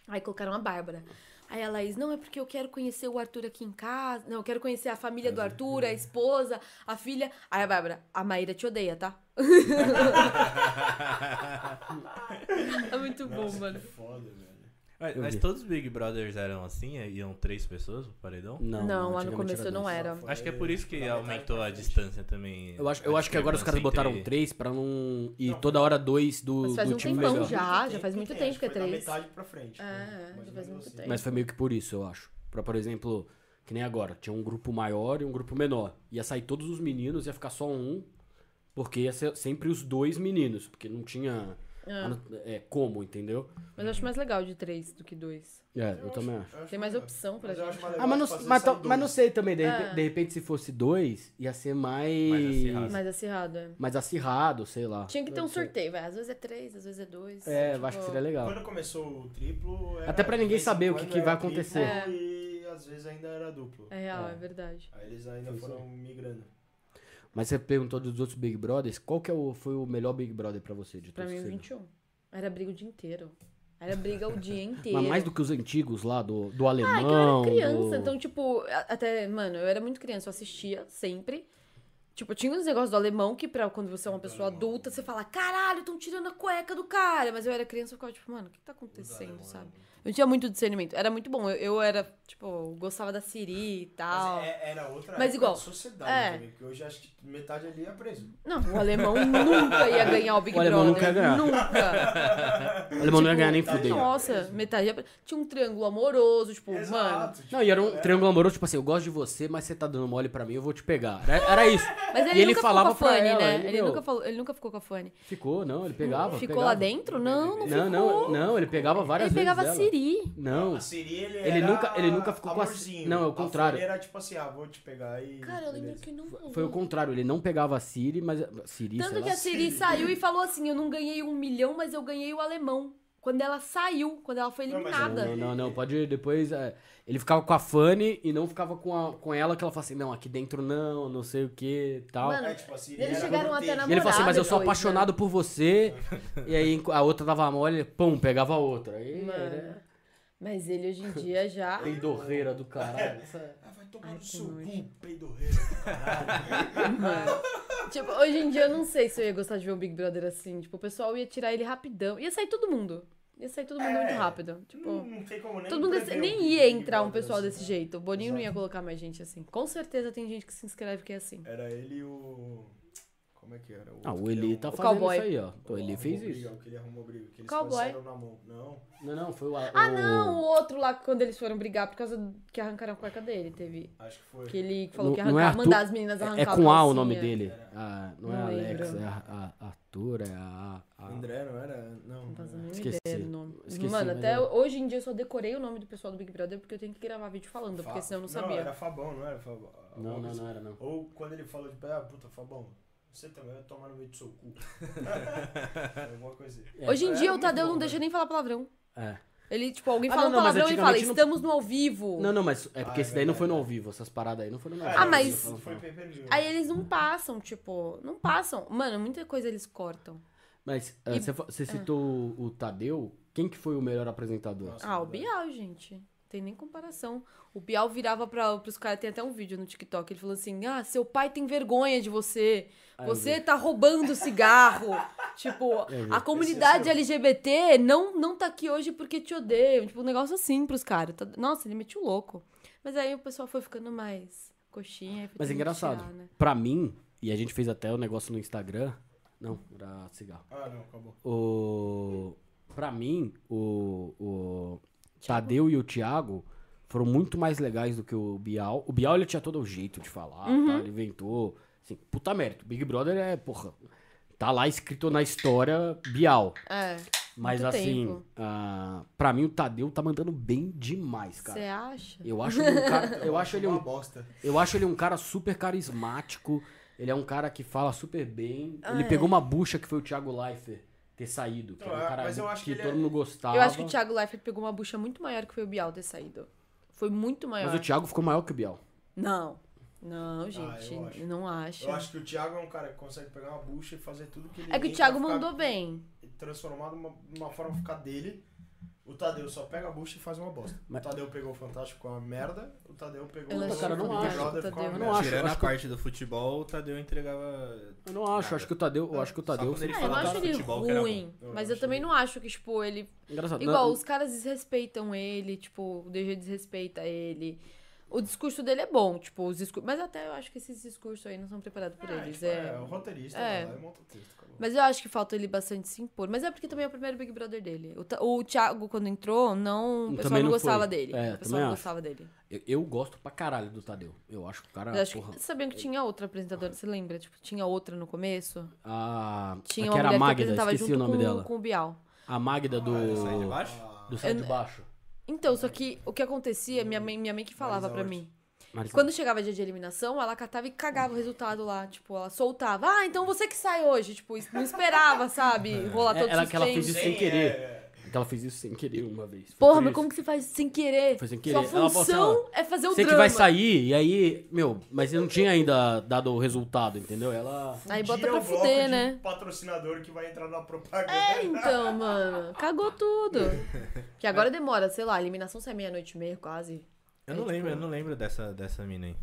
S4: Aí colocaram a Bárbara. Aí a Laís, não, é porque eu quero conhecer o Arthur aqui em casa. Não, eu quero conhecer a família do Arthur, a esposa, a filha. Aí a Bárbara, a Maíra te odeia, tá? é muito bom, mano.
S3: Foda, velho.
S5: Mas,
S1: Eu
S5: mas
S1: vi.
S5: todos os Big Brothers eram assim? é, Iam três pessoas pro paredão?
S1: Não,
S4: Não, lá no
S1: antigamente
S4: começo
S1: dois.
S4: não era.
S5: Acho que é por isso que aumentou a distância também.
S1: Eu acho, eu acho que agora os caras
S5: discrepância
S1: botaram
S5: entre-
S1: três pra não. E toda hora dois do,
S4: Mas faz
S1: do
S4: um
S1: time
S4: tempão
S1: melhor.
S4: já. faz muito tempo
S3: acho
S4: que é
S3: Foi da
S4: três.
S3: metade pra frente.
S4: É,
S3: né?
S4: é,
S3: Mais ou
S4: faz
S3: menos
S4: muito
S3: assim.
S4: tempo.
S1: Mas foi meio que por isso, eu acho. Pra, por exemplo, que nem agora, tinha um grupo maior e um grupo menor. Ia sair todos os meninos, ia ficar só um, porque ia ser sempre os dois meninos, porque não tinha é, como, entendeu?
S4: Mas eu acho mais legal de três do que dois.
S1: É, eu, também acho.
S3: Eu acho
S4: Tem mais
S3: legal.
S4: opção pra
S3: Mas eu
S4: gente.
S3: acho mais legal
S1: Ah, mas não,
S3: fazer
S1: mas,
S3: sair
S1: tal- mas não
S3: dois.
S1: sei também, de,
S4: É.
S1: de repente se fosse dois, ia ser mais...
S5: Mais acirrado.
S4: Mais acirrado, é.
S1: mais acirrado, sei lá.
S4: Tinha que ter
S1: Não
S4: um
S1: sei.
S4: sorteio, vai. Às vezes é três, às vezes é dois.
S1: É,
S4: tipo,
S1: eu acho que seria legal.
S3: Quando começou o triplo. era-
S1: Até pra ninguém
S3: de vez em
S1: saber o que
S3: quando
S1: que vai
S3: era triplo
S1: acontecer.
S4: É.
S3: E às vezes ainda era duplo.
S4: É real, é verdade.
S3: Aí eles ainda foram
S1: é.
S3: migrando.
S1: Mas você perguntou dos outros Big Brothers, qual que é o, foi o melhor Big Brother pra você? De
S4: Pra
S1: todos
S4: mim,
S1: que você viu?
S4: 21. Era briga o dia inteiro. Era briga o dia inteiro.
S1: Mas mais do que os antigos lá, do, do alemão...
S4: Ah, é que eu era
S1: do-
S4: criança, então, tipo, a- até, mano, eu era muito criança, eu assistia sempre. Tipo, tinha uns negócios do alemão que pra quando você é uma pessoa adulta, você fala, caralho, estão tirando a cueca do cara. Mas eu era criança, eu ficava, tipo, mano, o que tá
S3: é
S4: acontecendo, sabe? Eu tinha muito discernimento. Era muito bom. Eu, eu era, tipo, gostava da Siri e tal.
S3: Mas é- era outra
S4: Ah, Mas
S3: época
S4: igual,
S3: de sociedade
S4: é.
S3: também, porque hoje acho que metade ali é preso.
S4: Não, o alemão nunca ia ganhar o Big
S1: O alemão
S4: Brother.
S1: nunca ia ganhar.
S4: Nunca.
S1: O alemão
S3: Tipo,
S1: não ia ganhar
S4: tipo,
S3: tá
S1: nem fudeu.
S4: Nossa, metade. ia pra- Tinha um triângulo amoroso, tipo, mano.
S3: tipo,
S1: Não, e era um
S3: é,
S1: triângulo amoroso, tipo assim, eu gosto de você, mas você tá dando mole pra mim, eu vou te pegar. Era, era isso.
S4: Mas ele,
S1: E ele
S4: nunca
S1: falava
S4: ficou com
S1: pra
S4: a Fanny,
S1: ela,
S4: né?
S1: ele,
S4: Ele,
S1: meu-
S4: nunca falou, ele nunca ficou com a Fanny.
S1: Ficou, não, ele pegava.
S4: ficou
S1: pegava.
S4: lá dentro? Não, não ficou.
S1: Não, não, não, ele pegava várias
S4: ele pegava a
S1: vezes. ela.
S4: Siri.
S1: Não.
S3: A Siri, ele,
S1: Ele
S3: era
S1: nunca- ele nunca ficou com a-
S3: amorzinho.
S1: não, é o contrário.
S3: Ele era tipo assim, ah, vou te pegar e...
S4: Cara, eu lembro
S3: beleza.
S4: que não rolou.
S1: Foi o contrário, ele não pegava a Siri, mas. Siri, sei
S4: Tanto
S1: lá.
S4: que é a Siri saiu e falou assim: eu não ganhei um milhão, mas eu ganhei o alemão. Quando ela saiu, quando ela foi
S3: Não, mas
S4: eliminada.
S1: Não, não, não, pode ir depois. é, ele ficava com a Fanny e não ficava com, a, com ela, que ela falava assim, não, aqui dentro não, não sei o que tal.
S4: Mano,
S3: É, tipo, a Siri
S4: Eles
S3: era
S4: chegaram até
S3: cortejo.
S4: na
S1: e ele falava assim, mas eu sou
S4: depois, Tá né?
S1: apaixonado por você. e aí enqu- a outra dava mole, ele, pum, pegava a outra. Aí,
S4: Mano.
S1: né?
S4: Mas ele hoje em dia já.
S1: Peidorreira do
S4: É,
S1: caralho.
S3: Ah, vai tomar
S4: Ai,
S3: no
S4: que
S3: seu
S4: nojo.
S3: cu, peidorreiro.
S4: Mano. tipo, hoje em dia eu não sei se eu ia gostar de ver o Big Brother assim. Tipo, o pessoal ia tirar ele rapidão. Ia sair todo mundo. Ia sair todo mundo
S3: É.
S4: muito rápido. Tipo,
S3: Não, não tem como nem
S4: todo mundo ia ser-
S3: prever
S4: nem
S3: o
S4: ia
S3: Big
S4: entrar um
S3: Brother,
S4: pessoal
S3: assim,
S4: desse
S3: né?
S4: jeito. O Boninho não ia
S3: Exato.
S4: colocar mais gente assim. Com certeza tem gente que se inscreve que é assim.
S3: Era ele e o... Como é que era?
S1: Ah,
S3: outro
S1: o
S3: que
S1: Eli
S3: ele
S1: tá
S4: O
S1: fazendo
S4: cowboy.
S1: isso aí, ó. O
S3: arrumou-
S1: Eli
S3: arrumou
S1: fez
S3: briga,
S1: isso.
S3: o que ele arrumou briga, que eles
S4: Cowboy.
S3: passaram na mão. Não.
S1: Não, não, foi o.
S4: Ah, não! O outro lá, quando eles foram brigar por causa do- que arrancaram a cueca dele, teve.
S3: Acho que foi.
S4: Que ele falou
S1: Não-
S4: que ia
S1: não é
S4: arrancar,
S1: Arthur-
S4: mandar as meninas arrancar
S1: É
S4: a
S1: com A o
S4: calcinha.
S1: nome dele. Ah, não, é
S4: Não
S1: Alex,
S4: lembro.
S1: é a, a- Arthur, é a. a-
S3: André não era? Não.
S4: Não tá faço a
S3: né?
S4: mínima
S1: Esqueci.
S4: ideia do nome.
S1: Esqueci,
S4: Mano,
S1: mas
S4: até
S1: é.
S4: hoje em dia eu só decorei o nome do pessoal do Big Brother porque eu tenho que gravar vídeo falando, porque
S3: Fa-
S4: senão eu não sabia.
S3: era Fabão, não era Fabão? Ah,
S1: Não, não, não era não.
S3: assim. Ou quando ele falou de ah, puta, Fabão, você também vai tomar no meio do seu cu. Alguma coisa assim.
S1: É.
S4: Hoje em
S3: Era
S4: dia o
S3: muito bom,
S4: Tadeu
S3: né?
S4: não
S3: velho.
S4: deixa nem falar palavrão.
S1: É.
S4: Ele, tipo, alguém
S1: Ah,
S4: fala
S1: não,
S4: um
S1: não, mas
S4: palavrão e fala,
S1: antigamente não-
S4: estamos no ao vivo.
S1: Não, não, mas é porque
S3: Ah, é
S1: esse daí não foi no
S3: verdade.
S1: ao vivo, essas paradas aí não foram no ao
S3: Ah,
S1: vivo.
S4: Ah, mas-
S1: Não, não,
S3: Foi né?
S1: não.
S3: pay per view.
S4: Aí eles não passam, tipo, não passam. Mano, muita coisa eles cortam.
S1: Mas ah, você fa- você citou o Tadeu. Quem que foi o melhor apresentador?
S4: Ah, o Bial, gente. Não Tem nem comparação. O Bial virava para os caras, tem até um vídeo no TikTok, ele falou assim: "Ah, seu pai tem vergonha de você.
S1: Ah, eu
S4: Você tá roubando cigarro". tipo,
S1: Eu vi.
S4: a comunidade
S1: é
S4: LGBT não não tá aqui hoje porque te odeiam, tipo um negócio assim pros caras. Tá- Nossa, ele metiu louco. Mas aí o pessoal foi ficando mais coxinha, aí foi
S1: Mas é
S4: tendo que
S1: engraçado.
S4: tirar, né?
S1: Pra mim, e a gente fez até o negócio no Instagram. Não, era cigarro.
S3: Ah, não, acabou.
S1: O... Pra mim, o, o Tadeu e o Thiago foram muito mais legais do que o Bial. O Bial, ele tinha todo o jeito de falar,
S4: Uhum.
S1: tá? ele inventou. Assim, puta mérito. Big Brother é, porra, tá lá escrito na história Bial.
S4: É.
S1: Mas
S4: Muito
S1: assim,
S4: tempo.
S1: ah, pra mim o Tadeu tá mandando bem demais, cara.
S4: Você acha?
S1: Eu acho, ele um cara, eu, acho ele
S3: uma
S1: um,
S3: bosta.
S1: eu acho ele um cara super carismático. Ele é um cara que fala super bem.
S4: Ah, é.
S1: ele pegou uma bucha que foi o Thiago Leifert ter saído. Que
S3: Não,
S1: era um
S3: é,
S1: cara
S3: mas eu acho
S1: que,
S3: que ele
S1: todo
S3: é-
S1: mundo gostava.
S4: Eu acho que o Thiago Leifert pegou uma bucha muito maior que foi o Bial ter saído. Foi muito é maior.
S1: Mas o Thiago ficou maior que o Biel.
S4: Não. Não, gente,
S3: Ah, eu acho.
S4: não acho.
S3: Eu acho que o Thiago é um cara que consegue pegar uma bucha e fazer tudo que ele
S4: É que o
S3: ninguém
S4: Thiago
S3: pra ficar
S4: mandou bem.
S3: Transformado numa, numa forma ficar dele. O Tadeu só pega a bucha e faz uma bosta.
S1: Mas-
S3: O Tadeu pegou o Fantástico com uma merda. O Tadeu pegou
S4: Eu
S3: o
S4: achei
S1: Cara, eu não
S3: Big
S1: acho,
S3: Brother
S4: Tadeu.
S3: ficou
S1: Eu
S3: uma
S1: não
S3: merda. é,
S1: acho,
S5: Tirando a
S1: que-
S5: parte do futebol, o Tadeu entregava.
S1: Eu não acho, acho que o Tadeu. Eu acho que o Tadeu.
S5: quando ele
S4: Ah,
S5: fala
S4: eu não
S5: do
S4: acho ele
S5: futebol que era bom.
S4: ruim.
S3: Eu
S4: Mas
S3: acho
S4: eu também
S3: ele-
S4: não acho que, tipo, ele.
S1: Engraçado.
S4: Igual,
S1: não-
S4: os caras desrespeitam ele, tipo, o DG desrespeita ele. O discurso dele é bom, tipo, os discursos. Mas até eu acho que esses discursos aí não são preparados por
S3: Ah,
S4: eles.
S3: tipo,
S4: é...
S3: é, o roteirista
S4: É.
S3: vai lá e monta o texto. acabou.
S4: Mas eu acho que falta ele bastante se impor. Mas é porque também é o primeiro Big Brother dele. O, Ta- o Thiago, quando entrou, não. O pessoal
S1: Também
S4: não,
S1: não
S4: gostava
S1: foi. É,
S4: dele. o pessoal
S1: também
S4: não
S1: acho.
S4: gostava dele.
S1: Eu, eu gosto pra caralho do Tadeu. Eu acho que o cara.
S4: Mas acho
S1: porra,
S4: que, sabiam que tinha outra apresentadora, você lembra? Tipo, tinha outra no começo?
S1: a,
S4: Tinha
S1: a É que
S4: uma
S1: era a
S4: mulher que
S1: Magda,
S4: apresentava
S1: esqueci o
S4: junto
S1: nome
S4: com,
S1: dela.
S4: com o Bial.
S1: A Magda do.
S5: Sai de baixo?
S3: Ah,
S1: Do Sai de Baixo.
S4: Então, só que o que acontecia, minha mãe, minha mãe que falava
S3: Marisa
S4: pra
S3: Hort.
S4: mim. que
S1: Marisa-
S4: Quando chegava dia de eliminação, ela catava e cagava o resultado lá. Tipo, ela soltava. Ah, então você que sai hoje. Tipo, isso não esperava, sabe? Rolar
S1: É,
S4: todo
S1: ela que ela fez
S4: suspense.
S1: isso sem querer.
S3: é,
S1: Que ela fez isso sem querer uma vez. Foi
S4: Porra,
S1: por
S4: mas
S1: isso.
S4: como que você faz isso sem querer?
S1: Foi sem querer.
S4: Sua
S1: Ela
S4: função
S1: falou
S4: é fazer o
S1: Você
S4: drama.
S1: que vai sair, e aí, meu, mas eu não tinha ainda dado o resultado, entendeu? Ela.
S4: Aí
S3: Fudia
S4: bota pra
S3: o é um bloco
S4: fuder,
S3: de
S4: né?
S3: patrocinador que vai entrar na propaganda.
S4: É, então, mano. Cagou tudo. Que agora demora, sei lá, a eliminação sai meia-noite e meia, quase.
S5: Eu não lembro, eu não lembro dessa, dessa mina aí.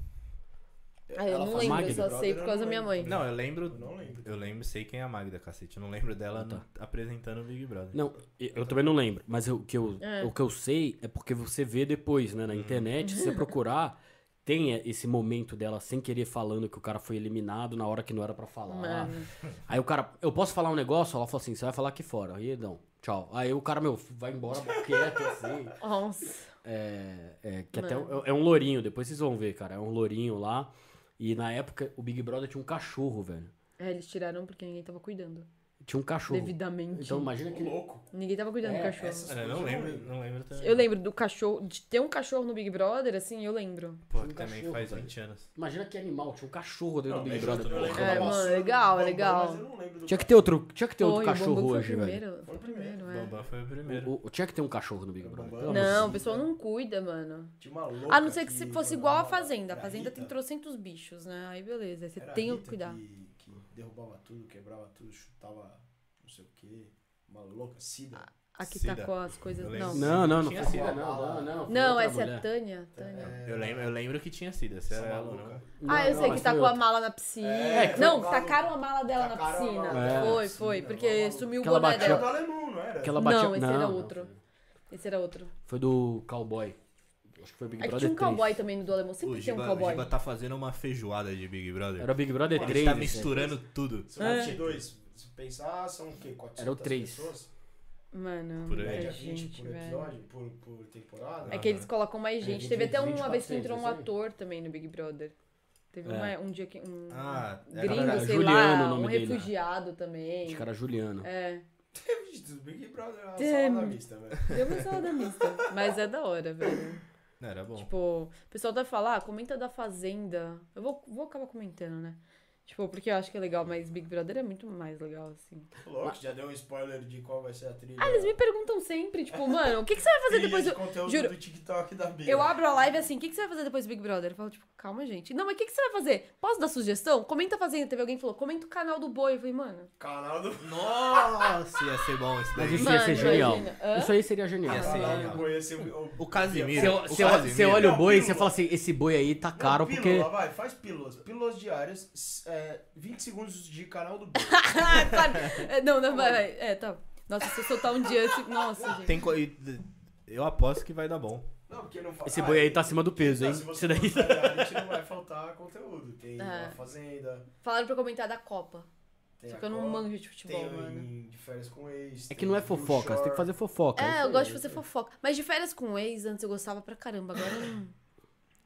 S4: Ah, eu
S3: Ela
S4: não
S3: faz
S4: lembro,
S1: Magda.
S4: eu só sei por causa da minha mãe.
S5: Não, eu lembro.
S3: Eu não lembro.
S5: Eu lembro, sei quem é a Magda, cacete. Eu não lembro dela
S1: tá.
S5: no- apresentando o Big Brother.
S1: Não, e- eu também não lembro, mas eu- o que eu, o que eu sei é porque você vê depois, né, na internet, se você procurar, tem é, esse momento dela sem querer falando que o cara foi eliminado na hora que não era pra falar.
S4: Mano.
S1: Aí o cara, eu posso falar um negócio? Ela falou assim, você vai falar aqui fora. Aí, não, tchau. Aí o cara, meu, vai embora quieto, assim.
S4: Nossa.
S1: É, é, que até é, é um lourinho, depois vocês vão ver, cara. É um lourinho lá. E na época o Big Brother tinha um cachorro, velho.
S4: É, eles tiraram porque ninguém tava cuidando.
S1: Tinha um cachorro.
S4: Devidamente.
S1: Então imagina que.
S3: Louco.
S4: Ninguém tava cuidando do cachorro.
S3: É, essas
S5: Cara, eu É, não lembro, não lembro também.
S4: Eu lembro do cachorro, de ter um cachorro no Big Brother, assim, eu lembro.
S5: Pô,
S1: um
S5: também
S1: cachorro,
S5: faz
S1: velho.
S5: 20 anos.
S1: Imagina que animal, tinha um cachorro dentro
S3: Não,
S1: do Big
S3: mas
S1: Brother.
S3: eu lembro
S1: porra,
S4: É,
S3: da
S1: velho.
S4: mano,
S3: maçã do
S4: legal,
S3: Bambam,
S4: legal.
S3: mas eu não lembro do
S1: Tinha que
S3: cara.
S1: ter outro, tinha que ter outro
S4: Foi, o
S1: cachorro
S4: Bambu foi o
S1: hoje, velho.
S4: primeiro, Foi o primeiro, é.
S5: Bambam foi o primeiro.
S1: O, o- tinha que ter um cachorro no Big Brother. pelo amor de
S4: Não,
S1: Deus.
S4: o pessoal não cuida, mano.
S3: Tinha uma louca
S4: A não ser que se fosse igual a
S3: mandava
S4: Fazenda. A
S3: pra
S4: Fazenda
S3: Rita.
S4: tem trocentos bichos, né? Aí beleza, aí você
S3: Era a
S4: tem que
S3: Rita
S4: cuidar.
S3: Que, que derrubava tudo, quebrava tudo, chutava não sei o que. Uma louca, Cida.
S4: A que
S5: Cida.
S4: tacou tá as coisas.
S5: Eu lembro.
S4: Não.
S1: Não, não, não
S5: Tinha
S1: foi
S5: sido,
S1: ela,
S3: né?
S1: não, não, não. foi
S4: Não,
S1: outra
S4: essa é
S1: mulher.
S4: a Tânia. Tânia.
S5: Eu lembro, eu lembro que tinha sido, essa
S3: É, Essa
S5: era ela,
S3: maluca.
S1: né?
S5: não?
S4: Ah, eu
S1: Não,
S4: sei
S1: mas
S4: que
S1: foi
S4: tacou a
S1: outra.
S4: mala na piscina.
S3: É, que foi
S4: não,
S3: maluco.
S4: tacaram a mala dela na
S3: Tacaram a
S4: piscina.
S3: mala
S1: dela na
S4: foi,
S3: piscina,
S4: foi,
S3: uma
S4: porque
S3: maluca.
S4: sumiu o
S1: Aquela
S4: boné
S1: É. batia-
S3: Era do
S4: dela.
S3: alemão, não era?
S1: Que ela batia...
S4: Não, esse era
S1: não,
S4: outro. Esse era outro.
S1: Foi do cowboy. Acho que foi Big
S4: É que
S1: Brother
S4: tinha um
S1: 3.
S4: cowboy também no do alemão. Sempre tem um cowboy.
S5: tá fazendo uma feijoada de Big Brother.
S1: Era né? o Big Brother
S5: Ele
S1: 3.
S5: tá
S1: esse aí.
S5: misturando tudo.
S3: São
S4: É.
S3: 22. Se pensar, são o quê? 400
S1: Era o três.
S3: pessoas?
S4: Mano,
S5: Por aí.
S4: muita
S3: Média 20
S4: É, gente,
S3: por
S4: velho.
S3: episódio, por, por temporada.
S4: É que eles colocam mais gente.
S1: gente,
S4: Teve até
S1: 20,
S4: uma vez que
S1: 400,
S4: entrou um
S1: é isso aí?
S4: ator também no Big Brother. Teve
S1: É.
S4: uma- um dia que. Um
S5: Ah, era-
S4: gringo,
S1: era
S4: sei
S1: Juliano é o
S4: lá, um
S1: nome dele.
S4: refugiado
S1: Esse
S4: também.
S1: cara é Juliano.
S4: É.
S3: Do Big Brother, a
S4: Tem.
S3: sala da vista, velho.
S4: Deu uma salada mista. Mas é da hora, velho.
S5: Não, era bom.
S4: Tipo, o pessoal deve falar, ah, comenta da Fazenda. Eu vou, vou acabar comentando, né? Tipo, porque eu acho que é legal, mas Big Brother é muito mais legal, assim.
S3: Louco, já deu um spoiler de qual vai ser a trilha.
S4: Ah, eles me perguntam sempre, tipo, mano, o que, que você vai fazer
S3: Trilha
S4: depois
S3: de
S4: do.
S3: conteúdo
S4: juro.
S3: do TikTok da Bia.
S4: Eu abro a live assim, o que, que você vai fazer depois do Big Brother? Eu falo, tipo, Calma, gente. Não, mas o que, que você vai fazer? Posso dar sugestão? Comenta fazendo. Teve alguém que falou, comenta o canal do boi. Eu falei, mano.
S3: Canal do
S5: Nossa, ia ser bom esse
S1: Mas
S5: daí.
S1: isso ia ser
S4: Mano,
S1: genial.
S4: imagina. Hã?
S1: Isso aí seria genial.
S5: Ia ser.
S3: canal do boi, esse o-
S5: O Casimiro.
S1: Você-
S5: o
S1: Você
S5: Casimiro.
S1: você olha o boi e
S3: Não,
S1: você fala assim, esse boi aí tá caro
S3: Não,
S1: porque...
S3: Pílula, vai, faz pílulas. Pílulas diárias, s- é, 20 segundos de canal do boi.
S4: Ah, claro. É, não, não, vai, vai. É, tá. Nossa, se eu soltar um dia assim. Nossa, gente.
S5: Tem co- e- Eu aposto que vai dar bom.
S3: Não, porque não fa-
S1: Esse
S3: Ah,
S1: boi aí tá acima do peso, hein?
S3: Não, tá se
S1: Isso
S3: você
S1: daí... tá-
S3: for reality, não vai faltar conteúdo. Tem
S4: Ah.
S3: a Fazenda,
S4: Falaram pra eu comentar da Copa.
S3: tem
S4: só
S3: a
S4: que eu não
S3: Copa,
S4: manjo de futebol,
S3: tem o
S4: mano.
S3: em- de férias com ex.
S1: É que
S3: tem
S1: não é
S3: o Bill
S1: fofoca, você tem
S3: Shore.
S1: que fazer fofoca.
S4: É, eu
S3: isso
S4: gosto de
S3: aí,
S4: fazer
S3: isso aí.
S4: fofoca. Mas de férias com o ex, antes eu gostava pra caramba. Agora eu não,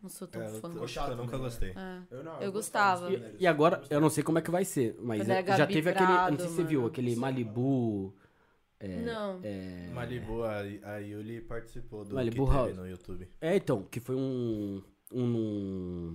S4: não sou tão
S5: É,
S4: fã.
S5: eu,
S3: Ficou chato,
S5: eu nunca
S3: né?
S5: gostei.
S4: É.
S3: Eu, não,
S4: Eu
S3: dos
S4: gostava.
S3: primeiros.
S1: E agora, eu não sei como é que vai ser, mas
S4: Quando era
S1: já
S4: Gabi
S1: teve aquele. Não sei
S4: Prado,
S1: se você viu,
S4: mano.
S1: aquele Malibu. É.
S4: não.
S3: É.
S5: Malibu, a, a Yuli participou do
S1: Malibu
S5: que teve
S1: House.
S5: no YouTube.
S1: É, então, que foi um. um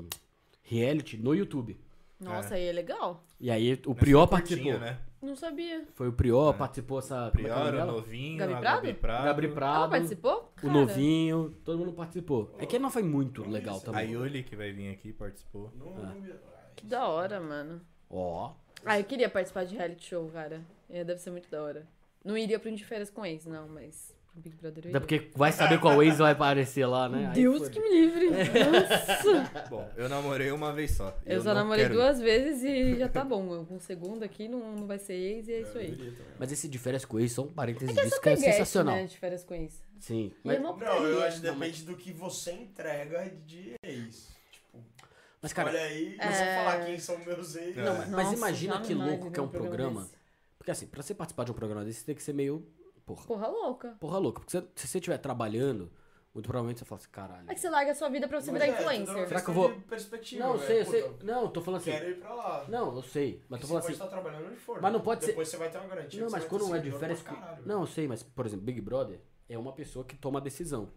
S1: reality no YouTube.
S4: Nossa, aí é legal.
S1: E aí o
S5: Mas
S1: Prió
S5: foi curtinho,
S1: participou.
S5: né?
S4: Não sabia.
S1: Foi o Prió, participou essa. como é que é o
S5: Prior,
S1: nome
S5: o
S1: dela?
S5: novinho,
S4: Gabi
S5: a
S4: Prado?
S5: Gabi Prado.
S1: Gabi
S4: Ela
S1: Prado,
S4: participou?
S1: Ah, o
S4: Cara,
S1: novinho, todo mundo participou. É que não foi muito legal
S5: A
S1: também.
S5: Yuli, que vai vir aqui, participou.
S3: Não, não me- ai,
S4: Que da hora, mano.
S1: Ó.
S4: Ah, eu queria participar de reality show, cara. É, deve ser muito da hora. Não iria pra um de férias com ex, não, mas pro Big Brother
S1: Até
S4: eu iria.
S1: porque vai saber qual ex vai aparecer lá, né? Aí
S4: Deus
S1: foi.
S4: que me livre. Nossa.
S5: Bom, eu namorei uma vez só. e
S4: Eu, só
S5: não
S4: namorei
S5: quero
S4: duas vezes e já tá bom. Um segundo aqui não, não vai ser ex e é isso aí.
S3: queria também.
S1: Mas esse de férias com ex, só um parênteses disso que é
S4: Peguei,
S1: sensacional.
S4: Né, de férias com ex.
S1: Sim.
S4: E
S1: Mas,
S4: é uma
S3: Não, eu
S4: putaria.
S3: acho que depende do que você entrega de ex. Tipo,
S1: mas, cara,
S3: olha aí, não vou
S4: é.
S3: falar quem são meus ex. é,
S5: Não,
S3: mas...
S5: mas-
S1: Mas
S4: Nossa,
S1: imagina
S4: jamais
S1: que louco
S4: vi
S1: que é um programa.
S4: desse.
S1: Porque assim, pra você participar de um programa desse, você tem que ser meio. Porra,
S4: Porra louca.
S1: porra louca. Porque se- se você estiver trabalhando, muito provavelmente você fala assim, caralho.
S4: É que você larga a sua vida pra você virar
S3: é, tudo é uma
S4: influencer.
S1: Será que eu
S3: questão
S1: vou-
S3: de Perspectiva,
S1: Não, eu
S3: velho.
S4: é,
S1: sei, eu
S3: Puta,
S1: sei. Não, eu tô falando assim.
S3: Quero ir pra lá.
S1: Não, eu sei. Mas
S3: Porque
S1: tô
S3: você
S1: falando
S3: pode
S1: assim.
S3: estar trabalhando no uniforme.
S1: Mas não pode ser-
S3: Depois você vai ter uma garantia.
S1: Não,
S3: que
S1: mas
S3: você vai
S1: quando
S3: ter
S1: é de
S3: seguidor
S1: férias
S3: pra
S1: com.
S3: caralho,
S1: Não, eu sei, mas, por exemplo, Big Brother é uma pessoa que toma a decisão.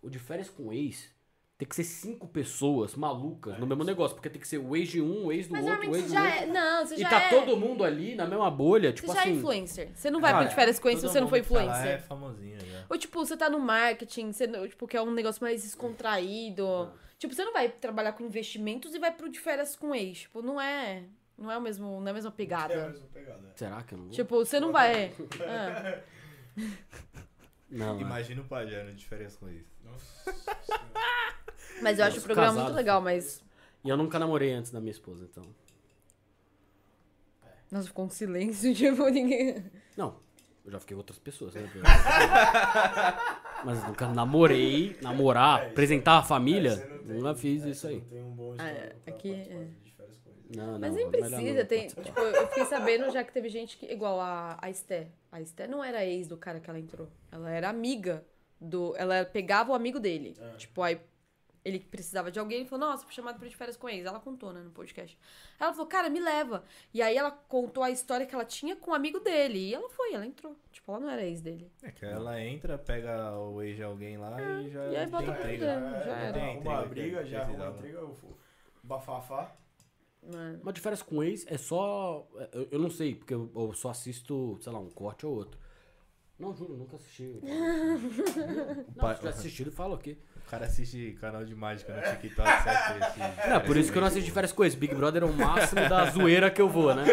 S1: O de férias com ex. Tem que ser cinco pessoas
S3: É
S1: malucas no mesmo negócio, porque tem que ser o ex de um, o ex do
S4: Mas
S1: outro, o
S4: normalmente
S1: ex
S4: você
S1: do
S4: já
S1: outro.
S4: é. Não, você
S1: E
S4: já
S1: tá
S4: é.
S1: todo mundo ali na mesma bolha,
S4: Você
S1: tipo
S4: já é
S1: assim.
S4: influencer. Você não vai
S5: Cara,
S4: pro de férias com ex se
S5: todo
S4: você não for
S5: mundo que tá lá
S4: influencer.
S5: é famosinha já.
S4: Ou tipo, você tá no marketing, você, não- tipo, que é um negócio mais descontraído. Tipo, você não vai trabalhar com investimentos e vai pro de férias com ex. Tipo, não é. Não é o mesmo. Não é a mesma
S3: É a
S4: pegada.
S3: mesma pegada.
S1: Será que eu não vou?
S4: Tipo, você não vai. Ah,
S1: não, é.
S5: Imagina o Pajé no de férias com isso.
S3: Nossa senhora.
S4: mas eu acho o
S1: Nossa,
S4: programa
S1: casado.
S4: muito legal, mas.
S1: E eu nunca namorei antes da minha esposa, então.
S4: Nossa, ficou um silêncio, tipo, ninguém.
S1: Não, eu já fiquei com outras pessoas, né? Mas nunca namorei, namorar,
S3: É, isso
S1: apresentar a
S3: É,
S1: família,
S3: você não tem-
S1: nunca fiz
S3: é,
S1: isso
S3: você
S1: aí.
S3: Não tem um bom histórico
S4: Ah,
S3: pra
S4: aqui,
S3: participar
S4: é.
S3: de férias com ex.
S1: Não, não,
S4: Mas nem
S1: melhor não
S4: precisa, tem.
S1: participar.
S4: Tipo, eu fiquei sabendo já que teve gente que. Igual a, a Esté. A Esté não era ex do cara que ela entrou. Ela era amiga do. Ela pegava o amigo dele.
S3: É.
S4: Tipo, aí ele precisava de alguém, ele falou, nossa, fui chamado pra ir de férias com ex. Ela contou, né, no podcast. Ela falou, cara, me leva. E aí ela contou a história que ela tinha com o amigo dele. E ela foi, ela entrou. Tipo, ela não era ex dele.
S5: É que ela entra, pega o ex de alguém lá e já.
S4: e aí bota
S5: tem
S3: É,
S4: pra
S5: intriga.
S4: dentro, já
S5: Não
S4: era.
S5: tem
S3: Arruma
S5: intriga
S3: uma
S5: que
S3: briga, já arruma
S5: precisava.
S3: uma intriga, o fo- bafafá.
S4: Né?
S1: Mas de férias com ex é só. Eu, eu não sei, porque eu, eu só assisto, sei lá, um corte ou outro. Não, juro, nunca assisti. assim. Não, se já assistiram, falo aqui.
S5: O cara assiste canal de mágica no TikTok, sabe? que esse-
S1: Não, por isso que eu não assisto de férias com ex. Big Brother é o máximo da zoeira que eu vou, né?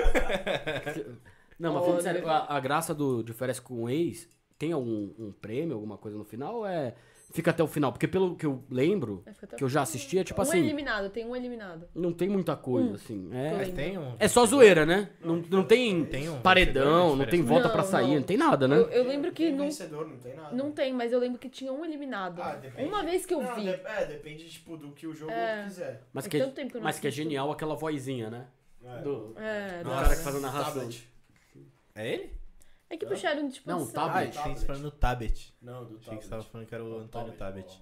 S1: Não, mas falando sério, a, a graça do de férias com ex tem algum um prêmio, alguma coisa no final? Ou é. Fica até o final? Porque pelo que eu lembro,
S4: Aí fica até-
S1: que eu já assisti, é tipo
S4: um Hum.
S1: assim.
S4: eliminado, tem um eliminado.
S1: Não tem muita coisa, assim. É,
S5: Mas tem um.
S1: é só zoeira, né? Não, não tem,
S5: Tem um
S1: paredão,
S5: vencedor de
S1: não
S5: férias
S1: tem
S5: com
S1: volta
S4: ex?
S1: pra
S4: Não,
S1: sair, não.
S4: não.
S1: tem nada, né?
S4: Eu, eu lembro que
S3: Tem
S4: não,
S3: vencedor, não tem nada.
S4: não tem, mas eu lembro que tinha um eliminado.
S3: Ah, depende.
S4: Uma vez que eu
S3: Não,
S4: vi.
S3: de- É, depende, tipo, do que o jogo quiser.
S1: Mas
S4: É
S1: que,
S4: tanto tempo que eu não
S1: mas que é
S4: assisto.
S1: genial aquela vozinha, né?
S3: É.
S1: Do,
S4: É,
S1: do
S4: não.
S1: cara que faz a narração.
S3: Tablet.
S5: É ele?
S4: É que puxaram de
S1: Não,
S4: disposição.
S1: tá-
S5: Ah,
S1: Tablet.
S5: ele tem falando Tabet.
S3: Não,
S5: Achei
S3: do
S5: que
S3: tablet.
S5: você tava falando que era o Antônio Tabet.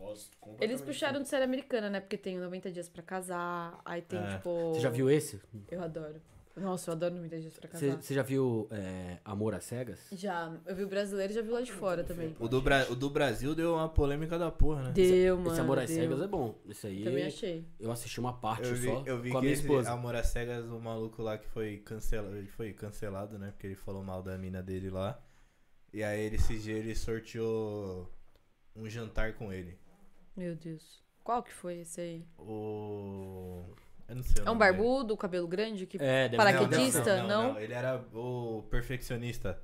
S4: Eles puxaram de série americana, né? Porque tem 90 dias pra casar, aí tem,
S5: É.
S4: tipo...
S1: Você já viu esse?
S4: Eu adoro. Nossa, eu adoro 90 dias pra
S1: Você
S4: casar.
S1: você já viu é, Amor às Cegas?
S4: Já. Eu vi o brasileiro e já vi
S1: Ah,
S4: lá de fora também.
S5: O do, Bra- o do Brasil deu uma polêmica da porra, né?
S4: Deu, mano.
S1: Esse Amor às
S4: deu.
S1: Cegas é bom. Isso aí.
S4: Também achei.
S1: Eu assisti uma parte
S5: Eu vi,
S1: só
S5: eu vi
S1: com a
S5: que
S1: minha
S5: esse
S1: esposa.
S5: Amor às Cegas, o maluco lá que foi cancelado, ele foi cancelado, né? Porque ele falou mal da mina dele lá. E aí ele, esse dia ele sorteou um jantar com ele.
S4: Meu Deus. Qual que foi esse aí?
S5: O. Eu não sei. o
S4: É um
S5: nome dele.
S4: barbudo, cabelo grande? Que...
S1: É, deve
S4: Paraquedista?
S1: ser-
S4: não?
S5: Ele era o perfeccionista.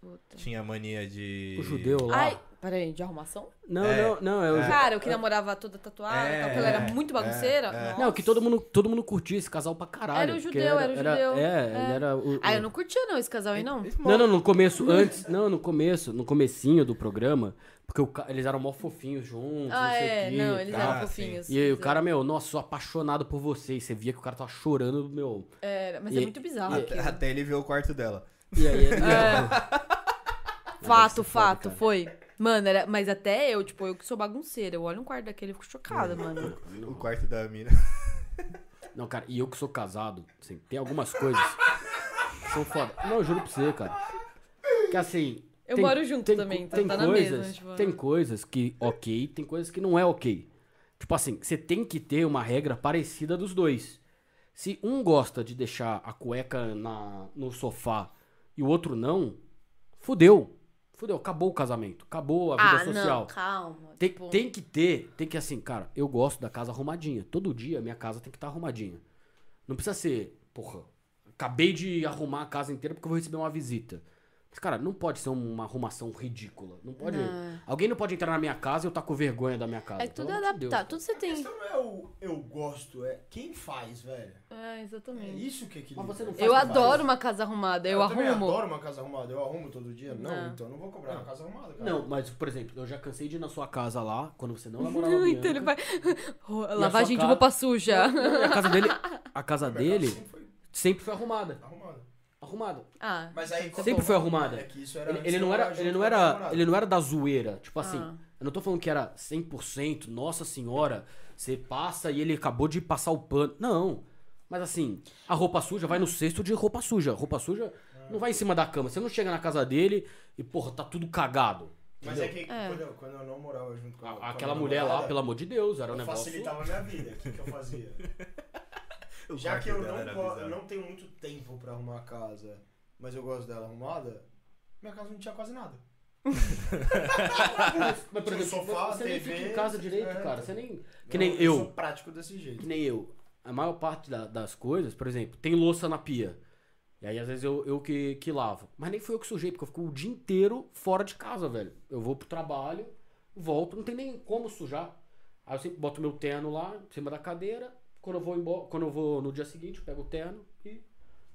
S4: Puta.
S5: Tinha mania de.
S1: O judeu lá.
S4: Ai, peraí, de arrumação?
S1: Não,
S5: É.
S1: não, não, é o ju-
S4: Cara, o que namorava toda tatuada,
S5: É,
S4: tal, que ela era
S5: é,
S4: muito bagunceira.
S1: Não, que todo mundo, todo mundo curtia esse casal pra caralho.
S4: Era o
S1: porque
S4: judeu, era o judeu.
S1: É,
S4: É.
S1: ele era o.
S4: Ah, eu
S1: o-
S4: não curtia não esse casal aí, não.
S1: Não, não, no começo, antes, não, no começo, no comecinho do programa, porque o ca- eles eram mó fofinhos juntos, não
S4: Ah,
S1: sei o
S4: é,
S1: quê
S4: não,
S1: e
S4: eles
S1: tal.
S5: Ah,
S4: eram assim, é.
S5: sim.
S4: fofinhos.
S1: E aí, o cara, meu, nossa, sou apaixonado por você. E você via que o cara tava chorando, meu.
S4: Era, mas
S1: E-
S4: é muito bizarro
S5: Até,
S4: aquilo.
S5: até ele viu o quarto dela.
S1: E aí,
S4: É.
S1: ele-
S4: Fato, fato, foi. Mano, era, mas até eu, tipo, eu que sou bagunceira, eu olho um quarto daquele e fico chocada,
S1: Uhum.
S4: mano.
S5: O quarto da mina.
S1: Não, cara, e eu que sou casado, assim, tem algumas coisas que são foda. Não, eu juro pra você, cara. Que assim.
S4: Eu moro junto também, então
S1: tem
S4: tá na
S1: coisas,
S4: mesma, tipo-
S1: Tem coisas que ok, tem coisas que não é ok. Tipo assim, você tem que ter uma regra parecida dos dois. Se um gosta de deixar a cueca na, no sofá e o outro não, fudeu. Fudeu, acabou o casamento, acabou a vida
S4: Ah,
S1: social.
S4: não, calma.
S1: Tem,
S4: tipo,
S1: tem que ter, tem que assim, cara, eu gosto da casa arrumadinha. Todo dia minha casa tem que estar arrumadinha. Não precisa ser, porra, acabei de arrumar a casa inteira porque eu vou receber uma visita. Mas, cara, não pode ser uma arrumação ridícula. Não pode.
S4: Não.
S1: Alguém não pode entrar na minha casa e eu tá com vergonha da minha casa.
S4: É tudo
S1: pelo amor de Deus.
S4: adaptado, tudo você
S3: A
S4: tem.
S3: questão não é o eu gosto, é quem faz, velho.
S4: É,
S3: É
S4: exatamente.
S3: isso que é equilíbrio.
S1: Hum. Mas você não faz
S4: Eu
S1: Faz com
S4: adoro uma casa arrumada, eu,
S3: também
S4: arrumo.
S3: adoro uma casa arrumada. Eu arrumo todo dia? Não,
S4: Não.
S3: então eu não vou cobrar uma casa arrumada, cara.
S1: Não, mas, por exemplo, eu já cansei de ir na sua casa lá, quando você não namorava. a Bianca.
S4: Então ele vai. Ro-
S1: a
S4: Lavagem
S1: sua
S4: de
S1: cara?
S4: roupa suja.
S1: Não, e a casa dele. A casa
S3: Minha casa
S1: dele
S3: sempre foi
S1: sempre foi arrumada.
S3: arrumada.
S1: Arrumada.
S4: Ah,
S3: Mas aí,
S1: Sempre foi arrumada.
S3: É que isso era
S1: Ele,
S3: antes
S1: ele
S3: de
S1: não
S3: morar
S1: era,
S3: junto
S1: ele
S3: com
S1: não
S3: a
S1: era,
S3: namorada.
S1: ele não era da zoeira, tipo assim.
S4: Ah.
S1: Eu não tô falando que era 100%, nossa senhora, você passa e ele acabou de passar o pano. Não. Mas assim, a roupa suja vai no cesto de roupa suja. Roupa suja não vai em cima da cama. Você não chega na casa dele e, porra, tá tudo cagado.
S3: Mas
S1: Entendeu?
S3: é que Quando, eu, quando eu não morava junto com a, com a
S1: Aquela
S3: minha
S1: mulher lá,
S3: namorada,
S1: pelo amor de Deus, era um
S3: eu
S1: negócio.
S3: facilitava a minha vida. O que, que eu fazia?
S5: O
S3: Já
S5: quarto
S3: que eu
S5: dela
S3: não,
S5: era
S3: go-
S5: bizarro.
S3: não tenho muito tempo pra arrumar a casa, mas eu gosto dela arrumada, minha casa não tinha quase nada.
S1: Mas, por
S3: Tinha um
S1: exemplo,
S3: sofá,
S1: você nem fica
S3: TV,
S1: em casa direito,
S3: é.
S1: cara. Você nem. Que nem
S3: eu
S1: eu.
S3: sou prático desse jeito.
S1: que nem eu, a maior parte da- das coisas, por exemplo, tem louça na pia. E aí, às vezes, eu, eu que, que lavo. Mas nem fui eu que sujei, porque eu fico o dia inteiro fora de casa, velho. Eu vou pro trabalho, volto, não tem nem como sujar. Aí eu sempre boto meu terno lá, em cima da cadeira. Quando eu vou embora, quando eu vou no dia seguinte, eu pego o terno e.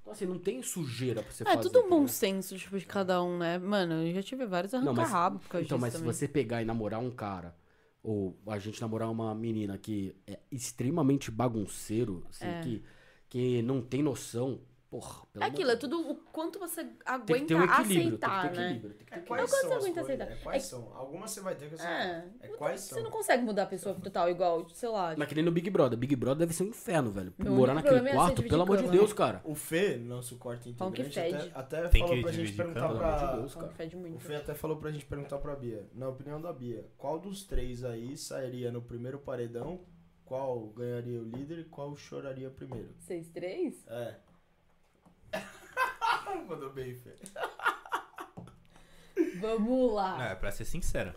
S1: Então, assim, não tem sujeira pra você
S4: é
S1: fazer.
S4: tudo bom
S1: entendeu?
S4: senso, tipo, de cada um, né? Mano, eu já tive vários
S1: Não, mas-
S4: arranca-rabo por causa
S1: Então,
S4: disso
S1: mas
S4: também.
S1: se você pegar e namorar um cara, ou a gente namorar uma menina que é extremamente bagunceiro, assim, que, que não tem noção, porra. pelo
S4: É aquilo, é
S1: amor de
S4: tudo o quanto você
S1: Deus.
S4: aguenta
S1: Tem que ter um equilíbrio,
S4: aceitar,
S1: tem que ter
S4: né?
S1: equilíbrio. Tem que ter
S3: É
S1: equilíbrio.
S3: quais
S4: quanto
S3: são
S4: você
S3: as
S4: aguenta
S3: coisas?
S4: aceitar?
S3: É quais
S4: É-
S3: são? Algumas você vai ter que aceitar.
S4: É,
S3: É, quais são?
S4: você não consegue mudar a pessoa total igual, sei lá.
S1: Mas que nem no Big Brother. Big Brother deve ser um inferno, velho.
S4: Meu
S1: Morar
S4: único
S1: naquele
S4: problema é
S1: quarto,
S4: ser
S1: pelo amor de
S4: dividir
S1: Deus, cara.
S3: O Fê, nosso quarto integrante,
S4: fede.
S3: até, até
S5: Tem
S3: falou
S5: que
S3: pra gente
S5: dividir
S3: perguntar
S5: cama,
S1: Pelo amor de
S3: pra...
S1: Deus, cara.
S4: Fede
S3: O
S4: muito.
S3: Fê até falou pra gente perguntar pra Bia. Na opinião da Bia, qual dos três aí sairia no primeiro paredão? Qual ganharia o líder e qual choraria primeiro?
S4: Vocês três?
S3: É. Mandou bem, Fê.
S4: Vamos lá.
S5: Não, é pra ser sincera.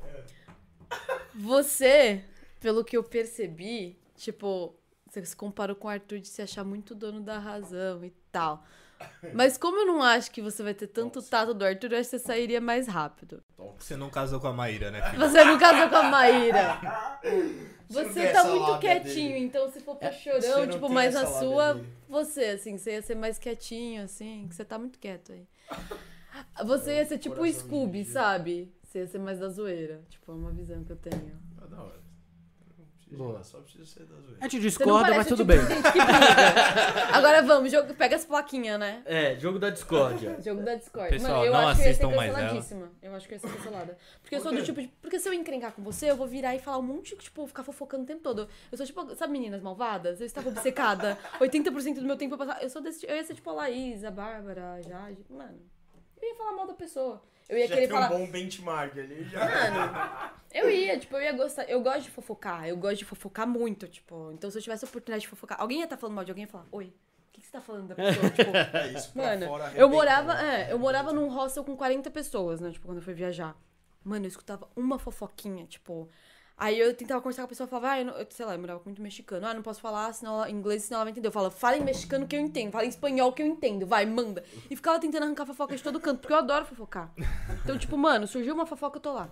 S4: Você, pelo que eu percebi, tipo, você se comparou com o Arthur de se achar muito dono da razão e tal. Mas como eu não acho que você vai ter tanto tato do Arthur, eu acho que você sairia mais rápido.
S5: Você não casou com a Maíra, né, filho?
S4: Você não casou com a Maíra.
S3: Você não
S4: Você
S3: tem
S4: tá
S3: essa
S4: muito
S3: lábia
S4: quietinho,
S3: dele. É,
S4: então se for pra
S3: você
S4: chorão,
S3: não
S4: tipo,
S3: tem
S4: mais na
S3: essa lábia
S4: sua,
S3: dele.
S4: você, assim, você ia ser mais quietinho, assim, que você tá muito quieto aí. Você
S3: É um
S4: ia ser tipo o
S3: coração
S4: Scooby,
S3: dividido.
S4: sabe? Você ia ser mais da zoeira. Tipo, é uma visão que eu tenho.
S3: Tá da hora. Não precisa
S1: Boa.
S3: jogar, Só precisa ser
S1: A
S3: das
S1: gente
S4: Você não
S1: discorda,
S4: parece
S1: mas
S4: o
S1: tudo
S4: tipo
S1: bem.
S4: de gente que briga. Agora vamos, jogo, pega as plaquinhas, né?
S1: É, jogo da discórdia.
S4: Jogo da Discord.
S5: Pessoal,
S4: Mano, eu
S5: não
S4: acho que eu ia ser
S5: assistam mais né? ela.
S4: canceladíssima. Eu acho que eu ia ser cancelada. Porque eu
S3: Por
S4: sou do
S3: quê?
S4: tipo de. Porque se eu encrencar com você, eu vou virar e falar um monte, tipo, ficar fofocando o tempo todo. Eu sou tipo, sabe, meninas malvadas? Eu estava obcecada. 80% do meu tempo eu passava. Eu sou desse. Eu ia ser tipo a Laís, a Bárbara, a Jade. Mano, eu ia falar mal da pessoa. Eu ia
S3: Já
S4: querer
S3: tem
S4: falar. Ah,
S3: um bom benchmark ali. Já...
S4: Mano, eu ia, tipo, eu ia gostar. Eu gosto de fofocar, eu gosto de fofocar muito, tipo. Então, se eu tivesse a oportunidade de fofocar, alguém ia estar falando mal de alguém ia falar, oi, o que, que você tá falando da pessoa? tipo,
S3: É isso, pra
S4: mano,
S3: fora arrebenta,
S4: eu morava,
S3: né?
S4: é, eu morava num hostel com 40 pessoas, né? Tipo, quando eu fui viajar. Mano, eu escutava uma fofoquinha, tipo.
S8: Aí eu tentava conversar com a pessoa, eu falava, ah, eu não- eu- sei lá, eu morava com muito mexicano. Ah, não posso falar senão ela, inglês, senão ela vai entender. Eu falava, fala em mexicano que eu entendo, fala em espanhol que eu entendo, vai, manda. E ficava tentando arrancar fofoca de todo canto, porque eu adoro fofocar. Então, tipo, mano, surgiu uma fofoca, eu tô lá.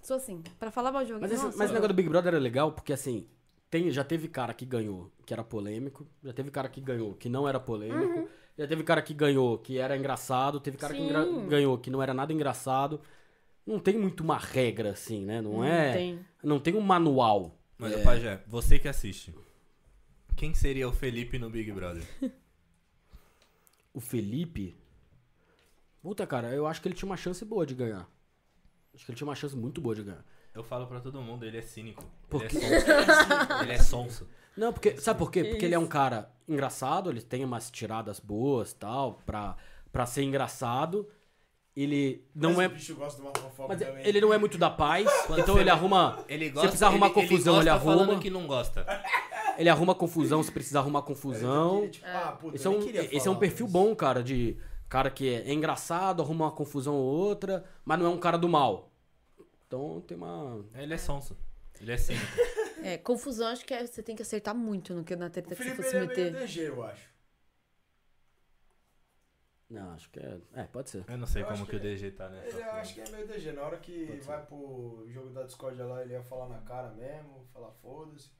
S8: Sou assim, pra falar mal de alguém,
S1: Mas, esse,
S8: nossa,
S1: mas o negócio do Big Brother era legal porque, assim, tem, já teve cara que ganhou que era polêmico, já teve cara que ganhou que não era polêmico,
S8: Uhum.
S1: já teve cara que ganhou que era engraçado, teve cara que engra- ganhou que não era nada engraçado. Não tem muito uma regra, assim, né? Não, é.
S8: tem.
S1: Não tem um manual.
S5: Mas, ô Pajé, você que assiste, quem seria o Felipe no Big Brother?
S1: O Felipe. Puta, cara, eu acho que ele tinha uma chance boa de ganhar. Acho que ele tinha uma chance muito boa de ganhar.
S5: Eu falo pra todo mundo, ele é cínico.
S1: Por
S5: ele, é sonso. ele é sonso.
S1: Não, porque. Sabe por quê? Porque ele é um cara engraçado, ele tem umas tiradas boas tal, pra, pra ser engraçado. Ele não
S3: Mas
S1: é.
S3: O bicho gosta de uma fofoca
S1: Mas
S3: também.
S1: ele não é muito da paz, então
S5: você-
S1: ele arruma.
S5: Ele
S1: se precisar arrumar
S5: ele- ele
S1: confusão, ele,
S5: gosta
S1: arruma.
S5: falando que não gosta.
S1: Ele arruma confusão se precisar arrumar confusão.
S3: Tipo, ah, puta,
S1: Esse é
S3: eu nem
S1: um,
S3: queria
S1: esse é
S3: falar,
S1: um perfil
S3: mas-
S1: bom, cara, de. Cara que é engraçado, arruma uma confusão ou outra, mas não é um cara do mal. Então tem uma.
S5: Ele é sonso. Ele é cínico.
S4: É, confusão acho que é, você tem que acertar muito no que na
S3: O
S4: treta que você
S3: Felipe
S4: for se
S3: ele é meio
S4: meter.
S3: DG, eu acho.
S1: Não, acho que é. É, pode ser.
S5: Eu não sei
S3: Eu
S5: como
S3: acho
S5: que, o DG tá nessa.
S3: Ele, eu
S5: porra.
S3: acho que é meio DG. Na hora que
S1: Pode ser.
S3: vai pro jogo da Discord lá, ele ia falar na cara mesmo, falar foda-se.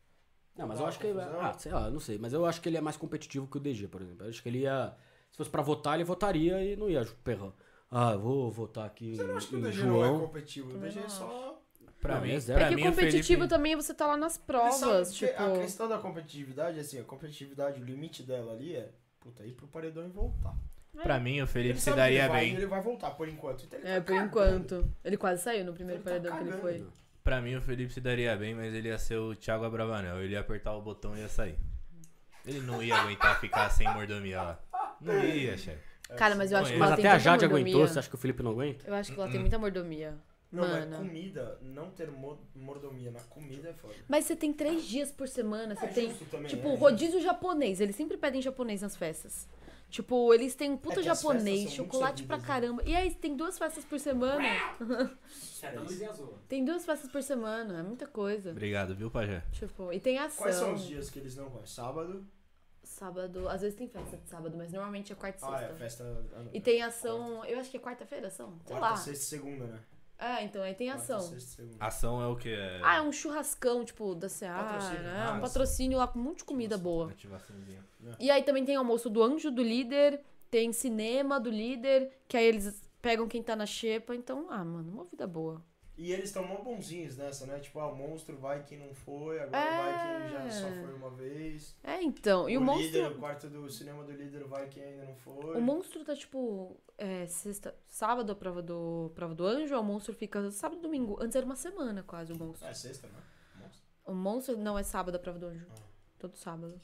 S1: Não, mas
S3: Dá
S1: eu
S3: uma
S1: acho que.
S3: confusão.
S1: Ah, sei lá, eu não sei. Mas eu acho que ele é mais competitivo que o DG, por exemplo. Eu acho que ele ia. Se fosse pra votar, ele votaria e não ia perra. Ah, eu vou votar aqui.
S3: Mas eu não acho que
S1: em
S3: o DG não é
S1: João.
S3: competitivo. O DG é só.
S5: Pra
S1: Não,
S5: mim,
S1: ele é zero.
S5: pra
S4: É que
S5: mim, o
S4: competitivo
S5: Felipe...
S4: também é você tá lá nas
S3: Ele
S4: provas,
S3: sabe que
S4: tipo...
S3: A questão da competitividade, assim, a competitividade, o limite dela ali é. Puta, ir pro paredão e voltar.
S5: Pra mim, o Felipe se
S3: sabe que ele
S5: daria
S3: vai,
S5: bem.
S3: Ele vai voltar por enquanto. Então ele
S4: É,
S3: tá
S4: por
S3: cagando.
S4: enquanto. Ele quase saiu no primeiro
S3: Ele tá
S4: paredão que ele
S3: cagando.
S4: foi.
S5: Pra mim, o Felipe se daria bem, mas ele ia ser o Thiago Abravanel. Ele ia apertar o botão e ia sair. Ele não ia aguentar ficar sem mordomia lá. Não ia, chefe.
S4: Cara, mas eu acho que
S1: Mas
S5: Mas
S4: ela
S1: até
S4: tem
S1: a
S4: tanta
S1: Jade
S4: mordomia.
S1: aguentou, você acha que o Felipe não aguenta?
S4: Eu acho que ela tem muita mordomia.
S3: Não,
S4: Mano.
S3: mas comida, não ter mo- mordomia na comida é foda.
S4: Mas você tem três dias por semana, você
S3: É
S4: tem...
S3: justo também,
S4: Tipo,
S3: né?
S4: rodízio japonês. Eles sempre pedem japonês nas festas. Tipo, eles têm um puta
S3: É que as
S4: japonês,
S3: festas são muito
S4: chocolate pra
S3: servidas, né?
S4: caramba. E aí, tem duas festas por semana. É, tá Tem duas festas por semana, é muita coisa.
S5: Obrigado, viu, Pajé?
S4: Tipo, e tem ação.
S3: Quais são os dias que eles não vão? É Sábado?
S4: Sábado, às vezes tem festa de sábado, mas normalmente é quarta e
S3: Ah,
S4: sexta.
S3: é festa. ah, não.
S4: E tem ação, eu acho que é quarta-feira ação? Sei
S3: Quarta,
S4: lá.
S3: sexta e segunda, né?
S4: É, então aí tem ação.
S3: Quarta, sexta e segunda.
S5: Ação é o que? É...
S4: Ah, é um churrascão, tipo, da Seara,
S3: Patrocínio.
S4: né? Um
S5: Ah,
S4: patrocínio lá com um monte de comida boa.
S5: Ativaçãozinha.
S4: E aí também tem almoço do anjo do líder, tem cinema do líder, que aí eles pegam quem tá na xepa. Então, ah, mano, uma vida boa.
S3: E eles estão mó bonzinhos nessa, né? Tipo, ah, o monstro vai quem não foi, agora
S4: É.
S3: vai quem já só foi uma vez.
S4: É, então. E o, monstro.
S3: líder, é né? o quarto do cinema do líder vai quem ainda não foi.
S4: O monstro tá tipo. É, sexta, sábado a prova do, prova do anjo, aí o monstro fica sábado e domingo. Antes era uma semana quase o monstro.
S3: É sexta, né? Monstro.
S4: O monstro não é sábado a prova do
S3: Ah.
S4: anjo. Todo sábado.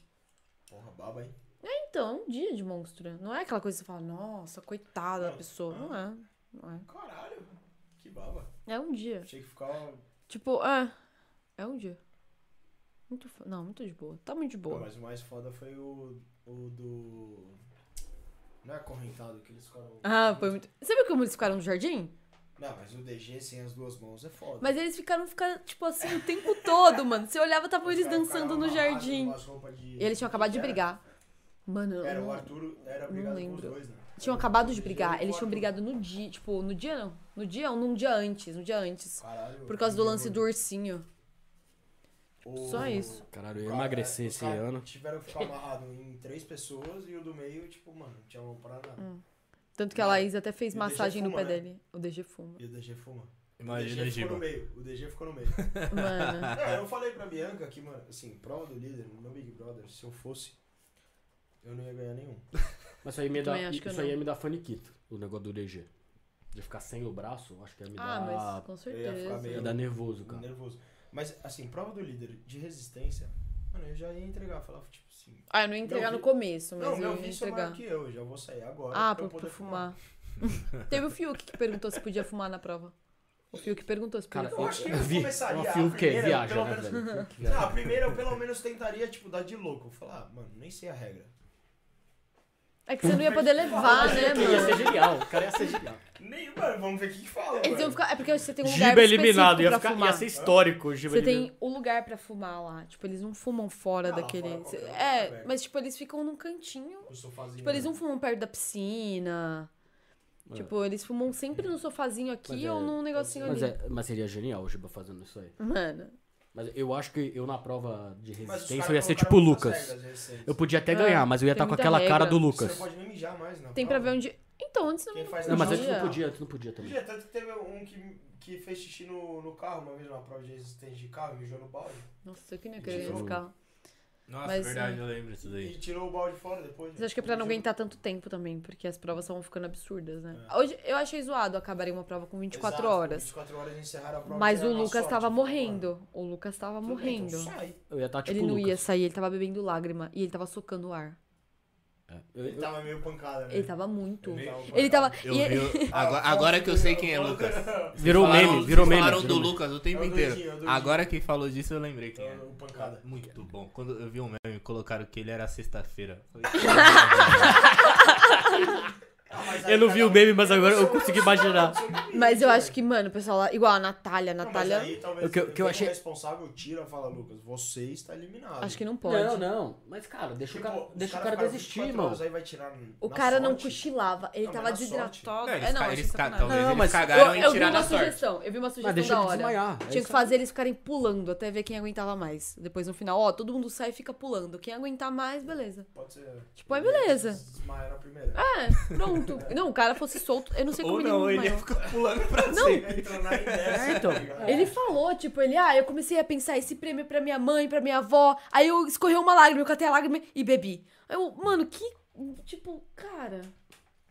S3: Porra, baba, hein?
S4: Então, é um dia de monstro. Não é aquela coisa que você fala, nossa, coitada da
S3: Não.
S4: pessoa. Não é. Não
S3: Caralho, que baba.
S4: é. É um dia.
S3: Achei que ficava.
S4: Tipo, é. É um dia. Muito fo- Não, muito de boa. Tá muito de
S3: Pô,
S4: boa.
S3: mas o mais foda foi o, o do. Não é correntado que eles ficaram.
S4: Ah, foi muito. Sabe como eles ficaram no jardim?
S3: Não, mas o DG sem as duas mãos é foda.
S4: Mas eles ficaram, fica- tipo assim, o tempo todo, mano. Você olhava, tava
S3: Os
S4: eles
S3: caras
S4: dançando
S3: ficaram
S4: no
S3: amarrados
S4: jardim.
S3: numas roupas de-
S4: E eles tinham acabado de
S3: Era-
S4: brigar. Mano, eu
S3: Era
S4: não-
S3: o Arthur, era brigado com os
S4: lembro.
S3: dois, né?
S4: tinham
S3: Era
S4: acabado
S3: o
S4: de
S3: DG e
S4: brigar.
S3: o
S4: Eles tinham
S3: Arthur.
S4: brigado no dia, tipo, no dia não. No dia não, num dia antes, no dia antes.
S3: Caralho,
S4: Por causa do lance do ursinho.
S3: o-
S4: Só isso.
S1: Caralho, eu ia emagrecer
S3: os
S1: esse
S3: caras
S1: ano.
S3: Tiveram que ficar amarrado em três pessoas e o do meio, tipo, mano, não tinha mão pra nada.
S4: Hum. Tanto que a Laís até fez
S3: Né? E o DG
S4: massagem no
S3: fuma,
S4: pé
S3: né?
S4: dele. O DG fuma.
S3: E o DG fuma. o
S5: Imagina,
S3: DG ficou
S5: Giba.
S3: no meio. O DG ficou no meio.
S4: Mano.
S3: Não, É, eu falei pra Bianca que, mano, assim, prova do líder, no Big Brother, se eu fosse, eu não ia ganhar nenhum.
S1: Mas isso aí, me
S4: Eu
S1: dá,
S4: também acho que
S1: isso
S4: não.
S1: aí ia me dar faniquito, o negócio do DG. De ficar sem o braço, acho que ia me
S4: Ah,
S1: dar.
S4: mas com
S3: eu ia ficar
S4: certeza.
S3: meio-
S1: Ia dar nervoso, cara.
S3: Nervoso. Mas, assim, prova do líder de resistência, mano, eu já ia entregar. Falava, tipo assim,
S4: Ah, eu não ia entregar
S3: Meu
S4: no começo, mas
S3: Não,
S4: eu
S3: meu
S4: ia
S3: vício é maior
S4: entregar.
S3: que eu, eu já vou sair agora. pra
S4: Ah, pra,
S3: eu
S4: pra
S3: poder
S4: fumar. Teve o Fiuk que perguntou se podia fumar na prova. O Fiuk perguntou se podia
S1: Cara,
S3: Eu
S4: fumar.
S3: acho que
S1: eu
S3: eu
S1: vi.
S3: começaria
S1: Uma
S3: a
S1: filme que
S3: primeira,
S1: viaja,
S3: pelo
S1: né,
S3: menos-
S1: velho? Filme que
S3: Não, a
S1: viaja.
S3: "Ah, primeira eu pelo menos tentaria, tipo, dar de louco. Falar, ah, mano, nem sei a regra.
S4: É que você não ia poder levar, né,
S1: Ia
S4: mano?
S1: ser genial. O cara ia ser genial.
S3: Nem, mano, vamos ver o que que fala,
S4: Eles iam
S3: mano.
S4: ficar... É porque você tem um lugar
S1: Giba eliminado.
S4: específico
S1: Ia,
S4: pra
S1: ficar,
S4: fumar.
S1: ia ser histórico o Giba
S4: Você
S1: eliminado.
S4: tem o lugar pra fumar lá. Tipo, eles não fumam fora
S3: Ah, lá
S4: daquele.
S3: fora, tá qualquer lugar,
S4: é,
S3: velho.
S4: mas tipo, eles ficam num cantinho.
S3: O sofazinho,
S4: Tipo, eles não fumam perto da piscina.
S1: É.
S4: Tipo, eles fumam sempre no sofazinho aqui
S1: Mas é-
S4: ou num negocinho
S1: Mas,
S4: ali.
S1: é- mas seria genial o Giba fazendo isso aí.
S4: Mano.
S1: Mas eu acho que eu na prova de
S3: Mas os
S1: resistência
S3: caras
S1: eu ia ser
S3: colocaram
S1: tipo o
S3: muitas
S1: Lucas.
S3: regras recentes.
S1: Eu podia até
S4: É,
S1: ganhar, mas eu ia
S4: tem
S1: estar com
S4: muita
S1: aquela cara
S4: regra.
S1: do
S3: Você não
S1: Lucas.
S3: pode nem mijar mais, na
S4: Tem pra
S3: prova.
S4: ver onde. Então, antes não.
S3: Quem faz
S1: Não, mas é tipo antes
S4: Podia.
S1: não podia, antes não podia também.
S3: Podia, tanto que teve um que, que fez xixi no, no carro uma vez numa prova de resistência de carro, mijou no balde.
S4: Nossa, eu que nem queria
S1: Jesus.
S4: esse carro.
S5: Nossa,
S4: Mas,
S5: verdade,
S4: sim.
S5: eu lembro disso daí.
S3: E tirou o balde fora depois. né?
S4: Mas acho que é pra não
S3: Mijou-
S4: aguentar tanto tempo também, porque as provas estavam ficando absurdas, né? Hoje eu achei zoado acabarem uma prova com 24
S3: É. Exato,
S4: horas.
S3: 24 horas encerraram a prova.
S4: Mas o
S3: tiraram a
S4: Lucas
S3: sorte,
S4: tava
S3: falaram,
S4: morrendo. O Lucas tava
S3: "Tudo bem, então
S4: morrendo.
S3: sai."
S1: Eu ia estar tipo
S4: Ele
S1: o
S4: não ia
S1: Lucas.
S4: sair, ele tava bebendo lágrima e ele tava socando o ar.
S1: Eu-
S3: Ele
S4: Então,
S1: eu-
S3: tava meio pancada, né?
S4: Ele tava muito.
S3: Ele tava-
S4: Ele tava.
S5: Eu
S4: e ele-
S5: vi o- agora, agora que eu sei quem é Lucas. Vocês
S1: Virou
S5: falaram-
S1: meme, virou
S5: vocês
S1: meme,
S5: falaram
S1: virou
S5: do
S1: meme.
S5: Lucas o tempo
S3: É o
S5: inteiro.
S3: doidinho, é o doidinho.
S5: Agora que falou disso, eu lembrei quem
S3: É
S5: é.
S3: o pancada.
S5: Muito bom. Quando eu vi um meme, colocaram que ele era sexta-feira. Falei,
S3: Ah, mas aí
S1: Eu não
S3: cada
S1: vi o
S3: um-
S1: meme, mas agora eu consegui imaginar.
S4: Mas eu acho que, mano, o pessoal lá. Igual a Natália, a
S3: Não, mas
S4: Natália.
S3: aí, talvez,
S1: O que eu- que eu
S3: quem é
S1: achei-
S3: responsável tira e fala, Lucas, você está eliminado.
S4: Acho que não pode.
S1: Não, não. Mas, cara, deixa o
S3: Tipo,
S1: cara,
S3: os
S1: deixa o
S3: caras
S1: cara
S3: ficaram
S1: desistir,
S3: 24
S1: mano.
S3: horas, Aí vai tirar
S4: O
S3: na
S4: cara não
S3: sorte.
S4: cosidilava, ele
S3: Não,
S4: tava
S3: mas na sorte.
S4: desidratado.
S5: Não, eles
S4: é, não,
S5: ca-
S4: achei
S5: eles ca-
S4: sacanagem.
S5: talvez
S1: Não,
S5: eles
S1: mas-
S5: cagaram
S4: eu,
S5: e
S4: eu vi
S5: tiraram
S4: uma
S5: a sorte.
S4: sugestão, eu vi uma sugestão
S1: Mas deixa
S4: da
S1: ele
S4: hora.
S1: desmaiar. é
S4: Tinha que
S1: isso
S4: fazer eles ficarem pulando até ver quem aguentava mais. Depois no final, ó, todo mundo sai e fica pulando. Quem aguentar mais, beleza.
S3: Pode ser.
S4: Tipo, aí beleza.
S3: Desmaia na primeira.
S4: É, pronto. Não, o cara fosse solto, eu não sei como
S5: Ou
S4: ele
S5: não, ele ia
S4: desmaiou.
S5: ficar pulando pra
S4: Não,
S5: sempre.
S3: Entra na inércia,
S1: É, então.
S3: tá ligado?
S4: Ele falou, tipo, ele, ah, eu comecei a pensar esse prêmio é pra minha mãe, pra minha avó. Aí eu escorreu uma lágrima, eu catei a lágrima e bebi. Aí eu, mano, que. Tipo, cara.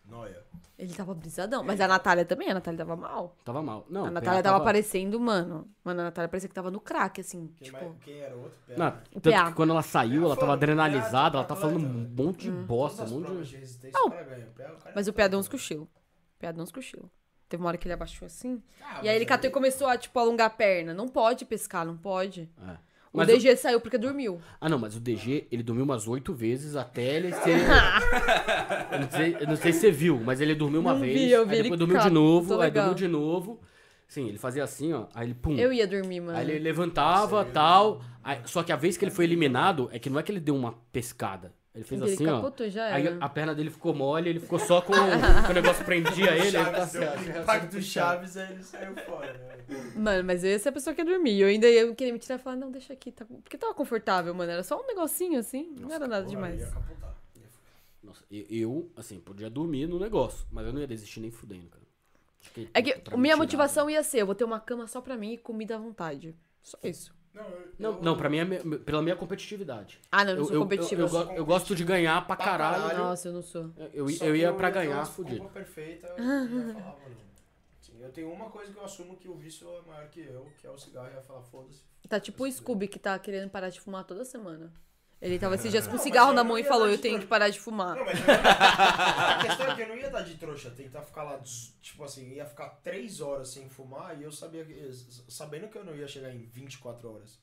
S3: Noia.
S4: Ele tava brisadão. Mas a Natália também, a Natália tava mal.
S1: Tava mal. Não,
S4: a
S1: ela
S4: Natália tava, parecendo, mano. Mano, a Natália parecia que tava no crack, assim.
S3: Quem,
S4: tipo.
S3: mais- quem era o outro? Pera.
S1: Não,
S3: Todas
S1: tanto
S4: PA.
S1: que quando ela saiu, ela tava
S3: Fora,
S1: adrenalizada, ela
S3: atleta,
S1: tá falando um
S3: atleta,
S1: monte de
S4: Hum.
S1: bosta, um
S3: as
S1: monte
S3: provas
S1: de.
S3: de resistência,
S4: Ah,
S3: o
S4: o-
S3: cara ganha. O cara- cara
S4: Mas
S3: é
S4: o piadão uns
S3: foda.
S4: cochilo. O piadão uns cochilo. Teve uma hora que ele abaixou assim.
S3: Ah,
S4: e aí ele
S3: mas
S4: catou e começou a, tipo, alongar a perna. Não pode pescar, não pode.
S1: É.
S4: O
S1: Mas o-
S4: DG saiu porque dormiu.
S1: Ah, não, mas o DG, ele dormiu umas oito vezes até ele ser. eu, não sei, eu não sei se você viu, mas ele dormiu uma
S4: Não
S1: vez,
S4: vi, eu vi,
S1: aí
S4: ele
S1: depois dormiu de
S4: catou,
S1: novo, aí
S4: legal.
S1: dormiu de novo. Sim, ele fazia assim, ó, aí ele pum.
S4: Eu ia dormir, mano.
S1: Aí ele levantava, tal. aí- só que a vez que ele foi eliminado, é que não é que ele deu uma pescada. Ele fez
S4: Ele
S1: assim,
S4: capotou,
S1: ó.
S4: já
S1: aí
S4: era.
S1: a perna dele ficou mole, ele ficou só com. com o negócio prendia ele. ele tá
S3: Chaves,
S1: assim, ó.
S3: deu o impacto do Chaves, aí ele saiu fora.
S4: Tá
S3: né?
S4: Mano, mas eu ia ser a pessoa que ia dormir. Eu ainda ia querer me tirar e falar, não, deixa aqui. Tá... Porque tava confortável, mano. Era só um negocinho assim. não era nada demais.
S3: Ia capotar.
S1: Nossa, e- eu, assim, podia dormir no negócio, mas eu não ia desistir nem fudendo, cara. Acho
S4: É que
S1: pra me
S4: minha
S1: tirar,
S4: motivação ia ser, eu vou ter uma cama só pra mim e comida à vontade. Só isso.
S3: Não, eu-
S1: Não, não, pra mim é me- pela minha competitividade.
S4: Ah, não, eu não sou
S1: eu,
S4: competitiva.
S1: eu go- eu gosto de ganhar pra
S3: Pra
S1: caralho.
S3: caralho.
S4: Nossa, eu não sou.
S1: Eu,
S3: Só
S1: eu
S3: que
S1: ia pra
S3: ter uma
S1: ganhar,
S3: desculpa
S1: fudido.
S3: perfeita, eu ia falar, mano. Sim, eu tenho uma coisa que eu assumo que o vício é maior que eu, que é o cigarro, e ia falar, foda-se.
S4: Tá tipo o Scooby que tá querendo parar de fumar toda semana. Ele tava esses dias com um
S3: Não, mas
S4: cigarro
S3: eu
S4: na
S3: não
S4: mão e
S3: ia
S4: falou,
S3: dar
S4: eu
S3: de
S4: tenho
S1: tipo
S3: trouxa.
S4: que parar de fumar.
S3: Não, mas eu- a questão é que eu não ia dar de trouxa, tentar ficar lá, zzz, tipo assim, ia ficar três horas sem fumar e eu sabia que, sabendo que eu não ia chegar em 24 horas.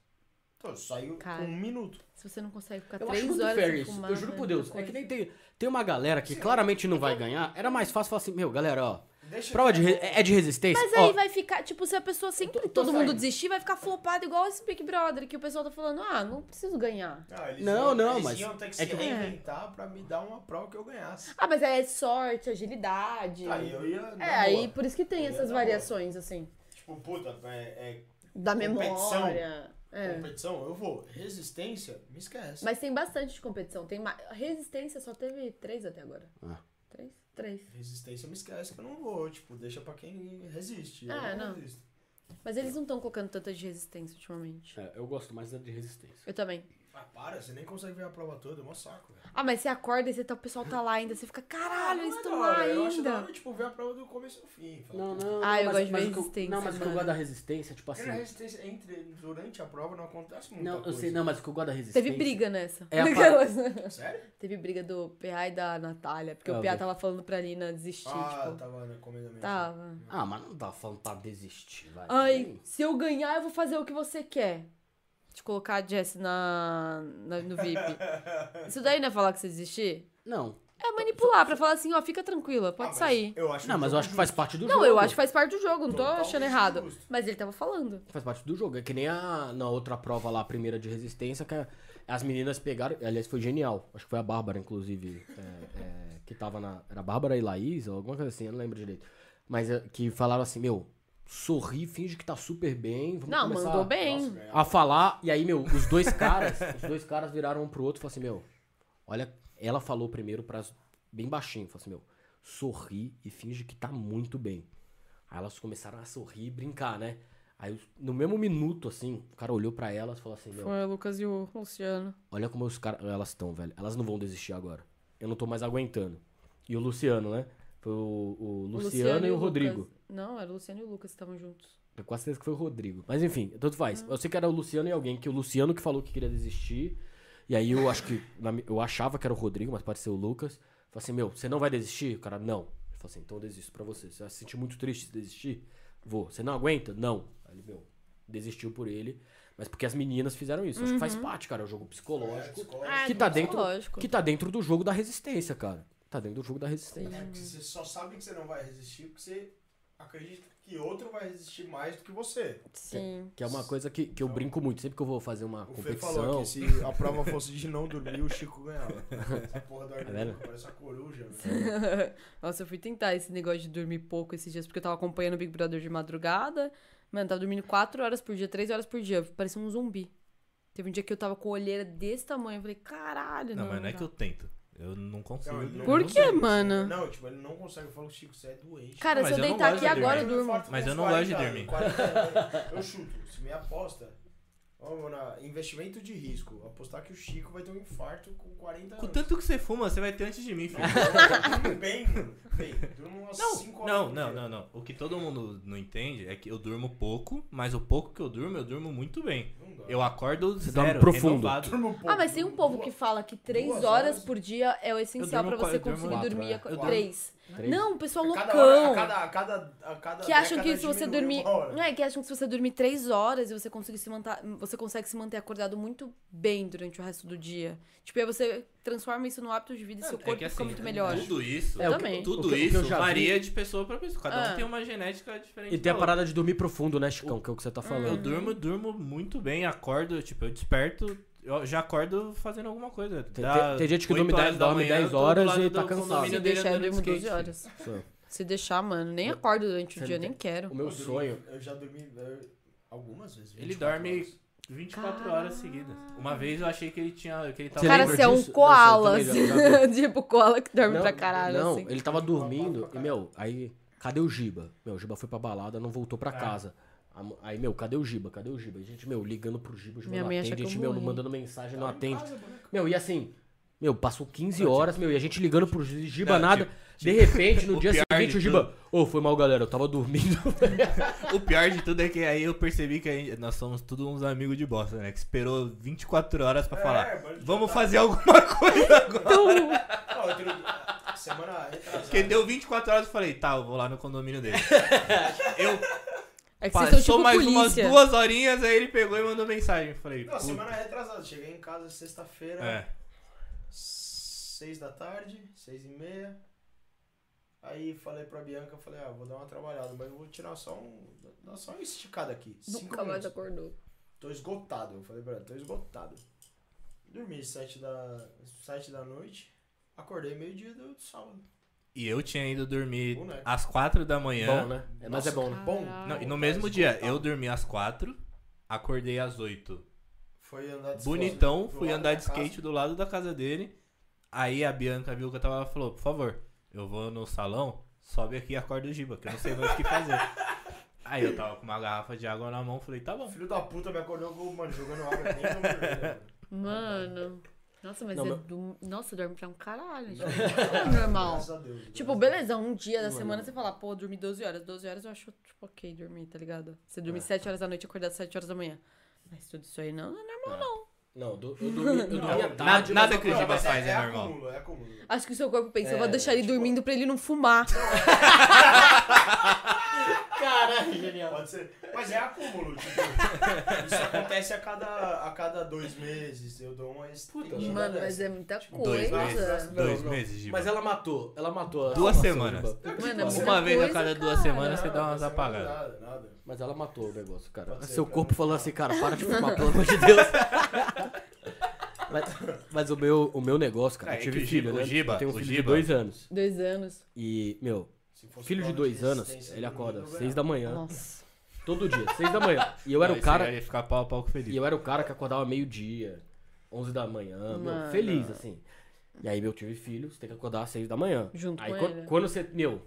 S3: Então, eu saio
S4: Cara.
S3: com um minuto.
S4: Se você não consegue ficar
S1: Eu acho
S4: três
S1: muito
S4: horas
S1: fair
S4: sem
S1: isso.
S4: fumar...
S1: Eu juro por
S4: né,
S1: Deus.
S4: outra
S1: É que nem
S4: coisa.
S1: tem, tem uma galera que claramente
S4: É
S1: não vai ganhar. Era mais fácil falar assim, meu, galera, ó.
S3: Deixa
S1: Prova de re- é de resistência?
S4: Mas
S1: Ó,
S4: aí vai ficar, tipo, se a pessoa sempre,
S1: tô- tô
S4: todo mundo
S1: saindo.
S4: desistir, vai ficar flopado igual esse Big Brother, que o pessoal tá falando, ah, não preciso ganhar.
S3: Ah, eles
S1: Não,
S3: iam-
S1: não,
S3: eles
S1: mas
S3: iam ter que
S1: é
S3: se
S1: que-
S3: reinventar pra me dar uma prova que eu ganhasse.
S4: Ah, mas aí é sorte, agilidade.
S3: Aí eu ia. na
S4: É, aí
S3: boa.
S4: por isso que tem
S3: Ia
S4: essas
S3: na boa.
S4: variações, assim,
S3: Tipo, puta, é- é
S4: da
S3: Competição.
S4: memória. É.
S3: Competição, eu vou. Resistência, me esquece.
S4: Mas tem bastante de competição. Tem ma- Resistência só teve três até agora.
S1: Ah.
S4: Três? Três.
S3: Resistência, me esquece que eu não vou. Tipo, deixa pra quem resiste. Eu
S4: Ah, não.
S3: resisto.
S4: Mas eles não estão colocando tanta de resistência ultimamente.
S1: É, eu gosto mais da de resistência.
S4: Eu também.
S3: Ah, para, você nem consegue ver a prova toda, é mó saco, velho.
S4: Ah, mas você acorda e você tá, o pessoal tá lá ainda. Você fica, caralho, eles
S3: Não é
S4: estão
S3: da
S4: lá
S3: hora, Eu acho da
S4: ainda.
S3: hora, tipo, ver a prova do começo ao fim. fala,
S1: Não,
S3: puta,
S1: não.
S4: Ah, eu
S1: não,
S4: gosto de
S1: mas
S4: ver
S1: o que eu-
S4: resistência,
S1: Não, mas o que eu
S4: mano.
S1: gosto da resistência, tipo assim.
S3: Porque na resistência, entre, durante a prova, não acontece muita
S1: Não, eu
S3: coisa.
S1: sei, não, mas o que eu gosto da resistência.
S4: Teve briga nessa.
S1: É a par-
S4: Aquelas.
S3: Sério?
S4: Teve briga do PA e da Natália, porque
S1: Ah,
S4: o PA
S1: vi.
S4: tava falando pra Nina desistir,
S3: Ah,
S4: tipo.
S3: tava né, comendo a minha.
S4: Tava.
S1: Ah, mas não dá falando pra desistir, vai.
S4: Ai, se eu ganhar, eu vou fazer o que você quer. De colocar a Jess na, na- no VIP. Isso daí não é falar que você desistir?
S1: Não.
S4: É manipular, pra falar assim, ó, fica tranquila, pode sair.
S3: Ah, Eu acho
S1: Não, mas eu acho que faz parte
S3: é
S1: do jogo.
S4: Não, eu acho que faz parte do jogo, não tô
S3: Totalmente
S4: achando errado.
S3: um justo.
S4: Mas ele tava falando.
S1: Faz parte do jogo. É que nem a, na outra prova lá, a primeira de resistência, que a- as meninas pegaram. Aliás, foi genial. Acho que foi a Bárbara, inclusive, é, é, que tava na. Era Bárbara e Laís, ou alguma coisa assim, eu não lembro direito. Mas é, que falaram assim, meu, sorri, finge que tá super bem. Vamos
S4: Não,
S1: começar
S4: mandou bem.
S1: A falar. E aí, meu, os dois caras, os dois caras viraram um pro outro e falaram assim, meu, olha, ela falou primeiro pras, bem baixinho, falou assim, meu, sorri e finge que tá muito bem. Aí elas começaram a sorrir e brincar, né? Aí os- no mesmo minuto, assim, o cara olhou pra elas e falou
S5: Então.
S1: assim, meu,
S4: Foi o Lucas e o Luciano.
S1: olha como os caras, elas estão, velho, elas não vão desistir agora. Eu não tô mais aguentando. E o Luciano, né? Foi o, o Luciano, e o Rodrigo.
S4: Lucas. Não, era o Luciano e o Lucas que estavam juntos.
S1: Eu quase certeza que foi o Rodrigo. Mas enfim, tanto faz.
S4: Uhum.
S1: Eu sei que era o Luciano e alguém, que o Luciano que falou que queria desistir. E aí eu acho que. na mi- eu achava que era o Rodrigo, mas pode ser o Lucas. Falei assim, meu, você não vai desistir? O cara, não. Ele falou assim, então eu desisto pra você. Você vai se sentir muito triste se desistir? Vou. Você não aguenta? Não. Aí ele, meu, desistiu por ele. Mas porque as meninas fizeram isso. Acho que
S4: Uhum.
S1: faz parte, cara. É um jogo psicológico.
S4: Ah,
S3: Ah,
S1: que, tá dentro,
S4: é um psicológico.
S1: que tá dentro do jogo da resistência, cara. Tá dentro do jogo da resistência.
S3: É, porque você só sabe que você não vai resistir porque você acredita que outro vai resistir mais do que você.
S4: Sim.
S1: Que é uma coisa que, que eu brinco muito. Sempre que eu vou fazer uma
S3: O Fê
S1: competição.
S3: falou que se a prova fosse de não dormir, o Chico ganhava. Essa porra do
S1: vendo?
S3: argumento parece uma coruja. velho.
S4: Nossa, eu fui tentar esse negócio de dormir pouco esses dias, porque eu tava acompanhando o Big Brother de madrugada. Mano, tava dormindo 4 horas por dia, 3 horas por dia. Parecia um zumbi. Teve um dia que eu tava com a olheira desse tamanho. Eu falei, caralho,
S5: Não,
S4: não.
S5: mas não é que
S4: dá.
S5: eu tento. Eu não consigo.
S3: Não, ele não
S4: Por
S3: consegue,
S4: quê,
S3: assim.
S4: mano?
S3: Não, tipo, ele não consegue. Eu falo, Chico, você é doente.
S4: Cara,
S5: Mas
S4: se eu,
S5: eu não
S4: deitar
S5: gosto
S4: aqui
S5: de
S4: agora, eu
S5: dormir.
S4: durmo.
S5: Mas
S3: com
S5: eu não
S3: uns
S5: gosto de
S3: 40,
S5: dormir.
S3: 40, eu chuto. Se minha aposta. Vamos na investimento de risco. Apostar que o Chico vai ter um infarto com 40 anos.
S5: Com tanto que você fuma, você vai ter antes de mim, filho.
S3: Tudo bem, mano. Bem, durmo umas
S5: Não,
S3: 5 horas.
S5: não,
S3: por
S5: não,
S3: dia.
S5: não, não. O que todo mundo não entende é que eu durmo pouco, mas o pouco que eu durmo, eu durmo muito bem.
S3: Não dá.
S5: Eu acordo
S1: Você
S5: zero,
S1: dorme profundo.
S5: renovado.
S3: Durmo pouco.
S4: Ah, mas tem um povo que fala que 3 horas
S3: horas?
S4: por dia é o essencial pra
S5: durmo quatro,
S4: você
S5: eu durmo
S4: conseguir
S1: quatro,
S4: dormir
S1: é.
S4: a co-
S5: Eu durmo-
S4: três.
S1: Três.
S4: Não, o pessoal
S3: É Cada hora,
S4: loucão.
S3: a cada, a cada, a cada
S4: Que acham que
S3: década
S4: se você
S3: diminui
S4: dormir.
S3: uma hora.
S4: Não é que acham que se você dormir três horas e você conseguir se manter. Você consegue se manter acordado muito bem durante o resto do dia. Tipo, aí você transforma isso num hábito de vida e seu corpo
S5: é que, assim,
S4: fica muito melhor.
S5: Tudo isso,
S1: É,
S4: o que- Também.
S5: tudo
S1: o que- o que eu
S5: isso
S1: já vi-
S5: varia de pessoa pra pessoa. Cada
S4: Ah.
S5: um tem uma genética diferente.
S1: E tem a
S4: Então,
S5: da
S1: parada de dormir profundo, né, Chicão? Que é o que você tá
S5: Eu
S1: falando.
S5: durmo, durmo muito bem, acordo, tipo, eu desperto, eu já acordo fazendo alguma coisa.
S1: Tem-
S5: Dá
S1: tem- tem gente que
S5: oito
S1: dorme
S5: horas
S1: dez-
S5: da
S1: dorme
S5: manhã,
S1: dez
S5: eu tô do
S1: horas
S5: lado
S1: e
S5: do
S1: tá cansado.
S5: condomínio
S4: Se
S5: dele
S4: deixar, eu
S5: andando de
S4: durmo 12
S5: skate.
S4: horas.
S1: Isso.
S4: Se deixar, mano, nem acordo durante o
S1: Você
S4: dia,
S1: não tem-
S4: nem quero.
S1: O meu
S3: Eu dormi-
S1: sonho.
S3: Eu já dormi eh, algumas vezes.
S5: Ele
S3: 24
S5: dorme
S3: horas.
S5: 24 horas seguidas. Uma vez eu achei que ele tinha, que ele tava...
S1: Você
S4: Cara,
S1: lembra
S4: você é um
S1: disso?
S4: koala,
S1: Nossa, eu também
S4: assim.
S1: já- já
S4: tipo, koala que dorme
S1: Não,
S4: pra caralho,
S1: Não,
S4: assim.
S1: ele tava dormindo e, meu, aí, cadê o Giba? Meu, o Giba foi pra balada, não voltou pra casa. A mo- Aí, meu, cadê o Giba? Cadê o Giba? A gente, meu, ligando pro Giba, o Giba
S4: Minha
S1: não
S4: mãe acha
S1: atende, a
S4: que eu
S1: gente, meu, não
S4: morri.
S1: mandando mensagem, não
S3: Tava em
S1: atende.
S3: casa, boneco.
S1: Meu, e assim, meu, passou 15 horas, meu, e a gente ligando pro Giba
S5: Não,
S1: nada.
S5: tipo-
S1: De repente, no
S5: O
S1: dia
S5: pior de
S1: seguinte, o Giba, ô, foi mal, galera, eu tava dormindo.
S5: O pior de tudo é que aí eu percebi que a gente- nós somos todos uns amigos de bosta, né? Que esperou 24 horas pra
S3: É,
S5: falar,
S3: pode
S5: vamos
S3: botar.
S5: fazer alguma coisa agora.
S3: Ó, outro- Semana retrasada.
S5: Porque deu 24 horas e falei, tá, eu vou lá no condomínio dele. Eu
S4: É que vocês são
S5: passou
S4: tipo
S5: mais
S4: polícia.
S5: umas duas horinhas, aí ele pegou e mandou mensagem. Eu Falei,
S3: Não, semana
S5: puta.
S3: retrasada. Cheguei em casa sexta-feira,
S5: É.
S3: seis da tarde, seis e meia. Aí falei pra Bianca, falei, ah, vou dar uma trabalhada, mas eu vou tirar só um. dar só uma esticada aqui. cinco
S4: Nunca mais
S3: minutos.
S4: acordou.
S3: Tô esgotado, eu falei pra ela, tô esgotado. Dormi sete da, sete da noite, acordei meio-dia do sábado.
S5: E eu tinha ido dormir
S3: Bom, né?
S5: às 4 da manhã.
S1: Bom, né? É, Mas
S3: Nossa,
S1: é bom, né?
S3: cara, Bom,
S4: Caralho.
S5: Não, e
S3: Bom,
S5: no mesmo
S3: tá
S5: dia,
S3: esgotado.
S5: eu dormi às 4, acordei às 8.
S3: Foi andar de
S5: Bonitão,
S3: do
S5: fui
S3: lado
S5: andar
S3: da
S5: de
S3: casa.
S5: skate do lado da casa dele. Aí a Bianca viu que eu tava e falou: Por favor, eu vou no salão, sobe aqui e acorda o Giba, que eu não sei mais o que fazer. Aí eu tava com uma garrafa de água na mão, falei: Tá bom.
S3: Filho da puta me acordou, com- mano, jogando água nem no meu joelho.
S4: Mano. Nossa, mas
S1: Não,
S4: é
S1: meu-
S4: do... Nossa, dorme pra um caralho. Tipo, não é normal.
S3: Graças a Deus.
S4: Tipo,
S3: graças
S4: beleza, um dia da semana você fala, pô, dormi 12 horas. 12 horas eu acho, tipo, ok dormir, tá ligado?
S5: É.
S4: Você dormir 7 horas da noite e acordar às 7 horas da manhã. Mas tudo isso aí não, não é normal.
S1: Não, eu do- eu dormi, eu dormi à
S3: Não,
S1: tarde. né?
S5: nada
S1: mas eu
S5: que o
S3: a Deus.
S1: acordava-
S5: Giba
S3: Mas
S5: faz,
S3: é
S5: é normal.
S3: acúmulo, é acúmulo.
S4: Acho que o seu corpo pensa, eu
S1: É,
S4: vou deixar ele dormindo pra ele não fumar.
S1: Caralho, genial.
S3: Pode ser. Mas é acúmulo, tipo. Isso acontece a cada, a cada dois meses. Eu dou uma estendida
S4: Mano, mas
S3: dessa.
S4: é muita
S5: Tipo, Dois
S4: coisa.
S5: meses. Dois meses, Giba.
S1: Mas ela matou, ela matou a
S5: Duas
S1: a
S5: semanas.
S1: Suruba.
S4: Mano, é muita
S5: é Uma vez a
S4: coisa,
S5: cada duas
S4: cara.
S5: semanas você dá umas
S3: Não, não é
S5: apagadas.
S3: Nada, nada.
S1: Mas ela matou o negócio, cara.
S3: Pode ser,
S1: Seu
S3: cara.
S1: corpo falou assim, cara, para de fumar, pelo amor de Deus. Mas, mas o, meu, o meu negócio, cara,
S5: É,
S1: eu
S5: é
S1: tive
S5: que o
S1: filho,
S5: Giba-
S1: né?
S5: o Giba-
S1: eu tenho um
S5: o
S1: filho de
S5: Giba-
S1: dois anos.
S4: Dois anos.
S1: E, meu,
S3: Se fosse
S1: filho de
S3: plano
S1: dois anos,
S3: resistência, é.
S1: ele
S3: eu não
S1: acorda
S3: ganhava.
S1: seis da
S5: É.
S1: manhã,
S4: Nossa.
S1: todo dia, seis da manhã. E eu era o
S5: Não, isso aí é
S1: cara,
S5: Ia ficar pau a pau com o Felipe.
S1: e eu era o cara que acordava meio-dia, onze da manhã, meu,
S4: Mano.
S1: feliz, assim. E aí, meu, tive filho, você tem que acordar às seis da manhã.
S4: Junto
S1: aí,
S4: com
S1: quan-
S4: ele.
S1: quando você, meu,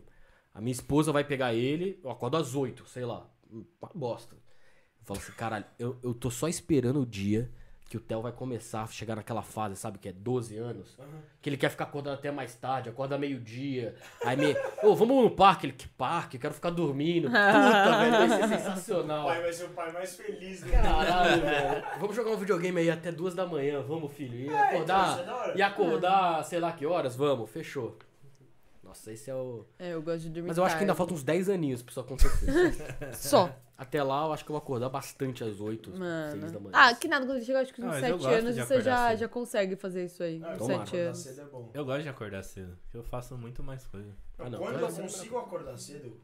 S1: a minha esposa vai pegar ele, eu acordo às oito, sei lá, uma bosta. Eu falo assim, caralho, eu, eu tô só esperando o dia que o Theo vai começar a chegar naquela fase, sabe, que é 12 anos, que ele quer ficar acordando até mais tarde, acorda meio-dia, aí me... Ô, vamos no parque? Ele, que parque? Eu quero ficar dormindo. Puta, velho, vai ser sensacional.
S3: Pai vai ser o pai mais feliz do
S1: Caralho, velho. Vamos jogar um videogame aí até duas da manhã, vamos, filho. E acordar,
S3: isso é da hora.
S1: e acordar, sei lá que horas, vamos, fechou. Nossa, esse é o.
S4: É, eu gosto de dormir
S1: Mas eu acho que ainda
S4: tarde.
S1: falta uns 10 aninhos pra isso acontecer.
S4: Só.
S5: É.
S1: até lá, eu acho que eu vou acordar bastante às 8,
S4: Mano.
S1: 6 da manhã.
S4: Ah, que nada, quando ele chega, acho que
S5: Ah,
S4: uns
S5: mas eu
S4: 7
S5: gosto
S4: anos
S5: de
S4: você
S5: acordar
S4: já,
S5: cedo.
S4: já consegue fazer isso aí.
S3: Ah,
S4: uns
S1: tomara.
S4: 7
S3: Acordar
S4: anos.
S3: cedo é bom.
S5: Eu gosto de acordar cedo, porque eu faço muito mais coisa.
S1: Ah, não,
S3: Quando
S1: claro.
S3: eu consigo acordar cedo,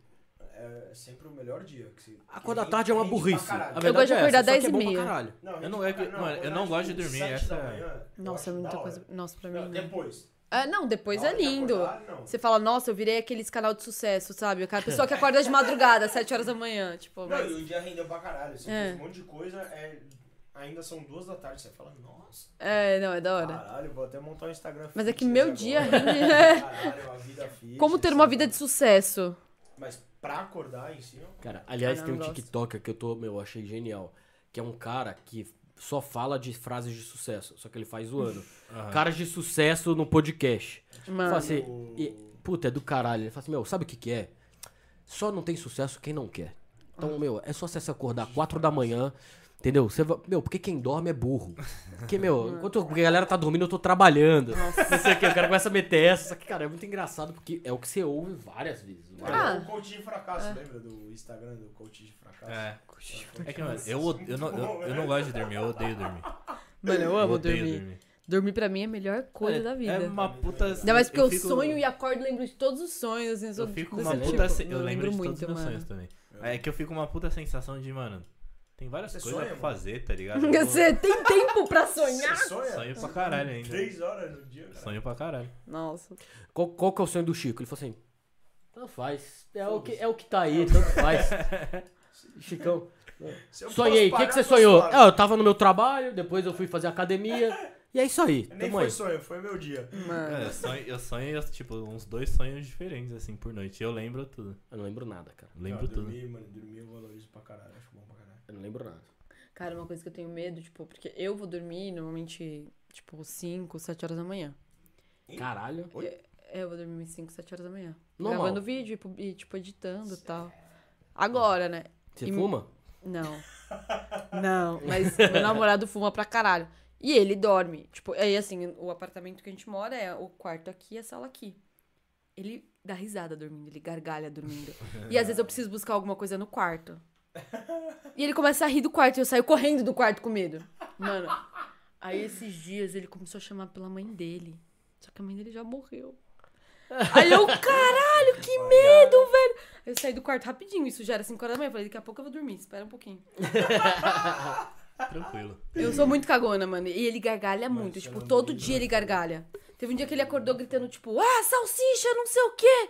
S3: é sempre o melhor dia. Que se...
S1: Acordar
S3: que
S1: tarde é uma
S3: rende pra
S1: burrice.
S3: caralho.
S1: A verdade
S4: gosto de
S1: é essa,
S4: acordar
S1: só que é
S4: 10 e
S1: bom pra
S4: meia.
S1: caralho.
S3: Não,
S5: Eu
S3: rende
S5: não- é
S3: pra
S5: que-
S3: caralho.
S5: mano, eu
S3: acordar,
S5: não gosto de
S3: tipo,
S5: dormir,
S3: sete
S5: essa-
S3: da manhã, eu
S4: Nossa, é
S3: acho
S4: muita
S3: da
S4: coisa.
S3: hora.
S4: Nossa, pra mim.
S3: Não,
S4: não.
S3: Depois.
S4: Ah, não, depois
S3: Na
S4: é
S3: hora de
S4: lindo.
S3: acordar, não.
S4: Você fala, nossa, eu virei aqueles canal de sucesso, sabe? Aquela pessoa que acorda de madrugada, às 7 horas da manhã. Tipo,
S3: Não,
S4: mas...
S3: e o dia rendeu pra caralho. Você
S4: É.
S3: fez um monte de coisa, é- ainda são duas da tarde. Você fala, nossa,
S4: É, não, é da hora.
S3: caralho, vou até montar um Instagram.
S4: Mas é
S3: fitness
S4: que meu
S3: agora.
S4: dia rende- é.
S3: Caralho, a vida fitness,
S4: Como ter uma vida de sucesso?
S3: Mas pra acordar em si, ó,
S1: Cara, aliás,
S4: Ah, não,
S1: tem um
S4: eu gosto.
S1: TikToker que eu tô, meu, eu achei genial. Que é um cara que só fala de frases de sucesso, só que ele faz o ano. Caras de sucesso no podcast.
S4: Mano.
S1: Fala assim, e- puta, é do caralho. Ele fala assim, meu, sabe o que que é? Só não tem sucesso quem não quer. Então, meu, é só você se acordar 4 da manhã, entendeu? Você vai- meu, porque quem dorme é burro. Porque, meu, enquanto a galera tá dormindo, eu tô trabalhando. Não sei o que, o cara começa a meter essa. Só que, cara, é muito engraçado, porque é o que você ouve várias vezes.
S3: Ah. O coach de
S4: É.
S3: fracasso, lembra do Instagram do coach de fracasso?
S5: É. É que, mano, eu, od- eu, não, eu, eu não gosto de dormir, eu odeio dormir.
S4: Mano, eu amo
S5: odeio
S4: dormir. dormir. pra mim é a melhor coisa
S5: É-
S4: da vida.
S5: É uma puta.
S4: Ainda mais porque eu,
S5: fico-
S4: sonho e acordo e lembro de todos os sonhos. Assim, sou
S5: Eu fico
S4: desse
S5: uma
S1: tipo.
S5: puta. se-
S4: Eu
S5: Eu lembro
S4: lembro
S5: de
S4: muito,
S5: todos os meus
S4: mano.
S5: sonhos também. É que eu fico uma puta sensação de, mano, tem várias
S3: Você
S5: coisas
S3: sonha,
S5: pra
S3: mano?
S5: fazer, tá ligado? Eu
S4: Você tem tempo pra sonhar?
S3: Você sonha?
S5: Sonho pra caralho ainda.
S3: Três horas no dia, cara.
S5: Sonho pra caralho.
S4: Nossa.
S1: Qual, qual que é o sonho do Chico? Ele falou assim: tanto faz. É o que, é o que tá aí, tanto faz. Chicão.
S3: Se eu
S1: Sonhei, o
S3: posso
S1: que,
S3: parar,
S1: que você
S3: eu posso
S1: sonhou?
S3: parar.
S1: Ah, eu tava no meu trabalho, depois eu fui fazer academia. E é isso aí.
S4: Ah,
S3: Nem
S1: Tamo aí.
S3: foi sonho, foi meu dia.
S5: É, eu sonho, eu sonho, tipo, uns dois sonhos diferentes, assim, por noite. Eu lembro tudo.
S1: Eu não lembro nada, cara.
S5: Eu lembro
S3: Ah,
S5: tudo.
S3: Dormi, mano, dormi, eu valorizo pra caralho, acho bom pra caralho.
S1: Eu não lembro nada.
S4: Cara, uma coisa que eu tenho medo, tipo, porque eu vou dormir normalmente, tipo, 5, 7 horas da manhã.
S1: Caralho.
S4: É, eu vou dormir 5, 7 horas da manhã.
S1: Normal.
S4: Gravando vídeo e pu- e, tipo, editando e tal. Agora, né?
S1: Você
S4: E-
S1: fuma?
S4: Não. Não, mas meu namorado fuma pra caralho. E ele dorme. Tipo, aí assim, o apartamento que a gente mora é o quarto aqui e a sala aqui. Ele dá risada dormindo, ele gargalha dormindo. E às vezes eu preciso buscar alguma coisa no quarto. E ele começa a rir do quarto e eu saio correndo do quarto com medo. Mano, aí esses dias ele começou a chamar pela mãe dele. Só que a mãe dele já morreu. Aí eu, caralho, que medo, velho. Aí eu saí do quarto rapidinho, isso já era 5 horas da manhã. Eu falei, daqui a pouco eu vou dormir, espera um pouquinho.
S5: Tranquilo.
S4: Eu sou muito cagona, mano. E ele gargalha
S3: Mano,
S4: muito.
S3: isso é
S4: Tipo,
S3: um
S4: todo
S3: doido,
S4: dia ele gargalha. Teve um dia que ele acordou gritando, tipo, ah, salsicha, não sei o quê.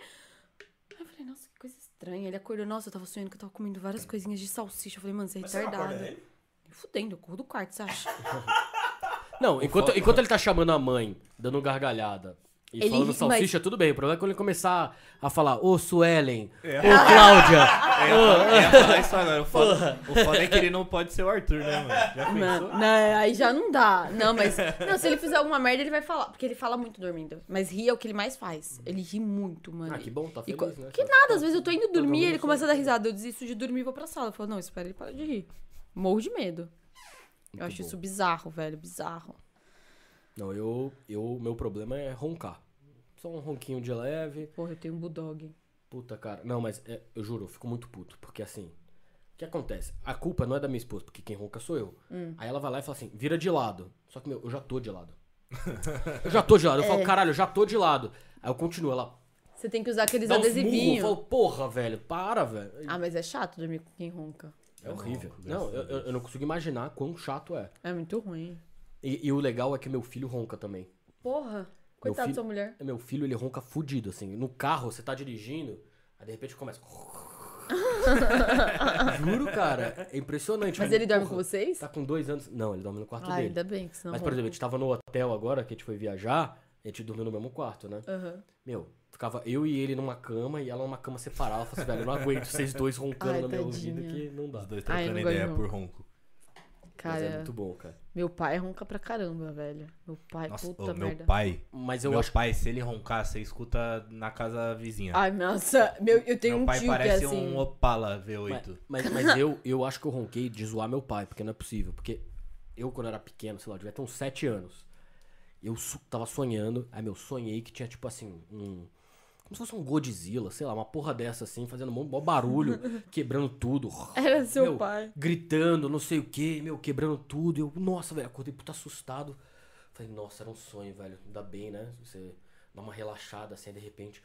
S4: Aí eu falei, nossa, que coisa estranha. Ele acordou, nossa, eu tava sonhando que eu tava comendo várias coisinhas de salsicha. Eu falei, mano, você é
S3: Mas você não
S4: retardado.
S3: acorda ele?
S4: Fudendo, eu corro do quarto, você acha?
S1: Não, enquanto, enquanto ele tá chamando a mãe, dando gargalhada. E
S4: Ele-
S1: falando
S4: mas-
S1: salsicha, tudo bem. O problema é quando ele começar a falar, ô Suelen,
S3: É.
S1: ô Cláudia.
S5: É, eu ia falar isso agora. O foda, o foda é que ele não pode ser o Arthur, né, mano? Já pensou?
S4: Não, não, aí já não dá. Não, mas. Não, se ele fizer alguma merda, ele vai falar. Porque ele fala muito dormindo. Mas rir é o que ele mais faz. Ele ri muito, mano.
S1: Ah, que bom, tá
S4: E co-
S1: feliz, né?
S4: Que nada, às vezes eu tô indo dormir
S1: mundo
S4: e ele
S1: só.
S4: começa a dar risada. Eu desisto de dormir e vou pra sala. Eu falo, não, espera ele parar de rir. Morro de medo. eu acho isso bizarro, velho, bizarro.
S1: Não, eu, eu. Meu problema é roncar. Só um ronquinho de leve.
S4: Porra, eu tenho um bulldog.
S1: Puta, cara. Não, mas é, eu juro, eu fico muito puto. Porque assim, o que acontece? A culpa não é da minha esposa, porque quem ronca sou eu. Aí ela vai lá e fala assim, vira de lado. Só que, meu, eu já tô de lado. eu já tô de lado. Eu falo, caralho, eu já tô de lado. Aí eu continuo, ela
S4: Você tem que usar aqueles
S1: dá uns murros. Eu
S4: adesivinhos.
S1: falo, porra, velho, para, velho.
S4: Ah, mas é chato dormir com quem ronca.
S1: É horrível. Não, eu, eu- eu não consigo imaginar quão chato é.
S4: É muito ruim.
S1: E, e o legal é que meu filho ronca também.
S4: Porra. Coitado
S1: filho-
S4: da sua mulher.
S1: Meu filho, ele ronca fudido, assim. No carro, você tá dirigindo, aí de repente começa. Juro, cara. É impressionante.
S4: Mas
S1: Falei,
S4: ele dorme
S1: "Porra,
S4: com vocês?
S1: Tá com dois anos. Não, ele dorme no quarto
S4: Ah,
S1: dele.
S4: ainda bem que senão.
S1: Mas, por exemplo, a
S4: ronca.
S1: gente tava no hotel agora, que a gente foi viajar, a gente dormiu no mesmo quarto, né?
S4: Aham.
S1: Meu, ficava eu e ele numa cama e ela numa cama separada. Eu falei assim, velho, eu não aguento vocês dois roncando
S4: Ai,
S1: na minha ouvida
S4: tadinha.
S1: que não dá.
S5: Os dois
S4: Ai, eu
S5: trocando
S4: não
S5: ideia
S4: gosto
S5: por ronco.
S1: Mas
S4: Cara,
S1: é muito bom, cara.
S4: meu pai ronca pra caramba, velho. Meu pai,
S5: Nossa,
S4: É puta
S5: ô, meu
S4: merda.
S5: pai.
S1: Mas eu
S5: Meu
S1: acho.
S5: pai, se ele roncar, você escuta na casa vizinha.
S4: Ai, nossa, meu, eu tenho
S5: meu
S4: Ah, um
S5: pai
S4: tio que é
S5: parece
S4: assim.
S5: um Opala
S1: Mas,
S5: V8.
S1: mas, mas eu, eu acho que eu ronquei de zoar meu pai, porque não é possível. Porque eu, quando era pequeno, sei lá, eu devia ter uns 7 anos. Eu su- tava sonhando, aí meu, sonhei que tinha tipo assim, um. Como se fosse um Godzilla, sei lá, uma porra dessa assim, fazendo um maior barulho, quebrando tudo.
S4: Era seu
S1: Meu,
S4: pai.
S1: Gritando, não sei o que, meu, quebrando tudo. E Eu, nossa, velho, acordei puta assustado. Falei, nossa, era um sonho, velho. Ainda bem, né? Você dá uma relaxada assim, aí, de repente.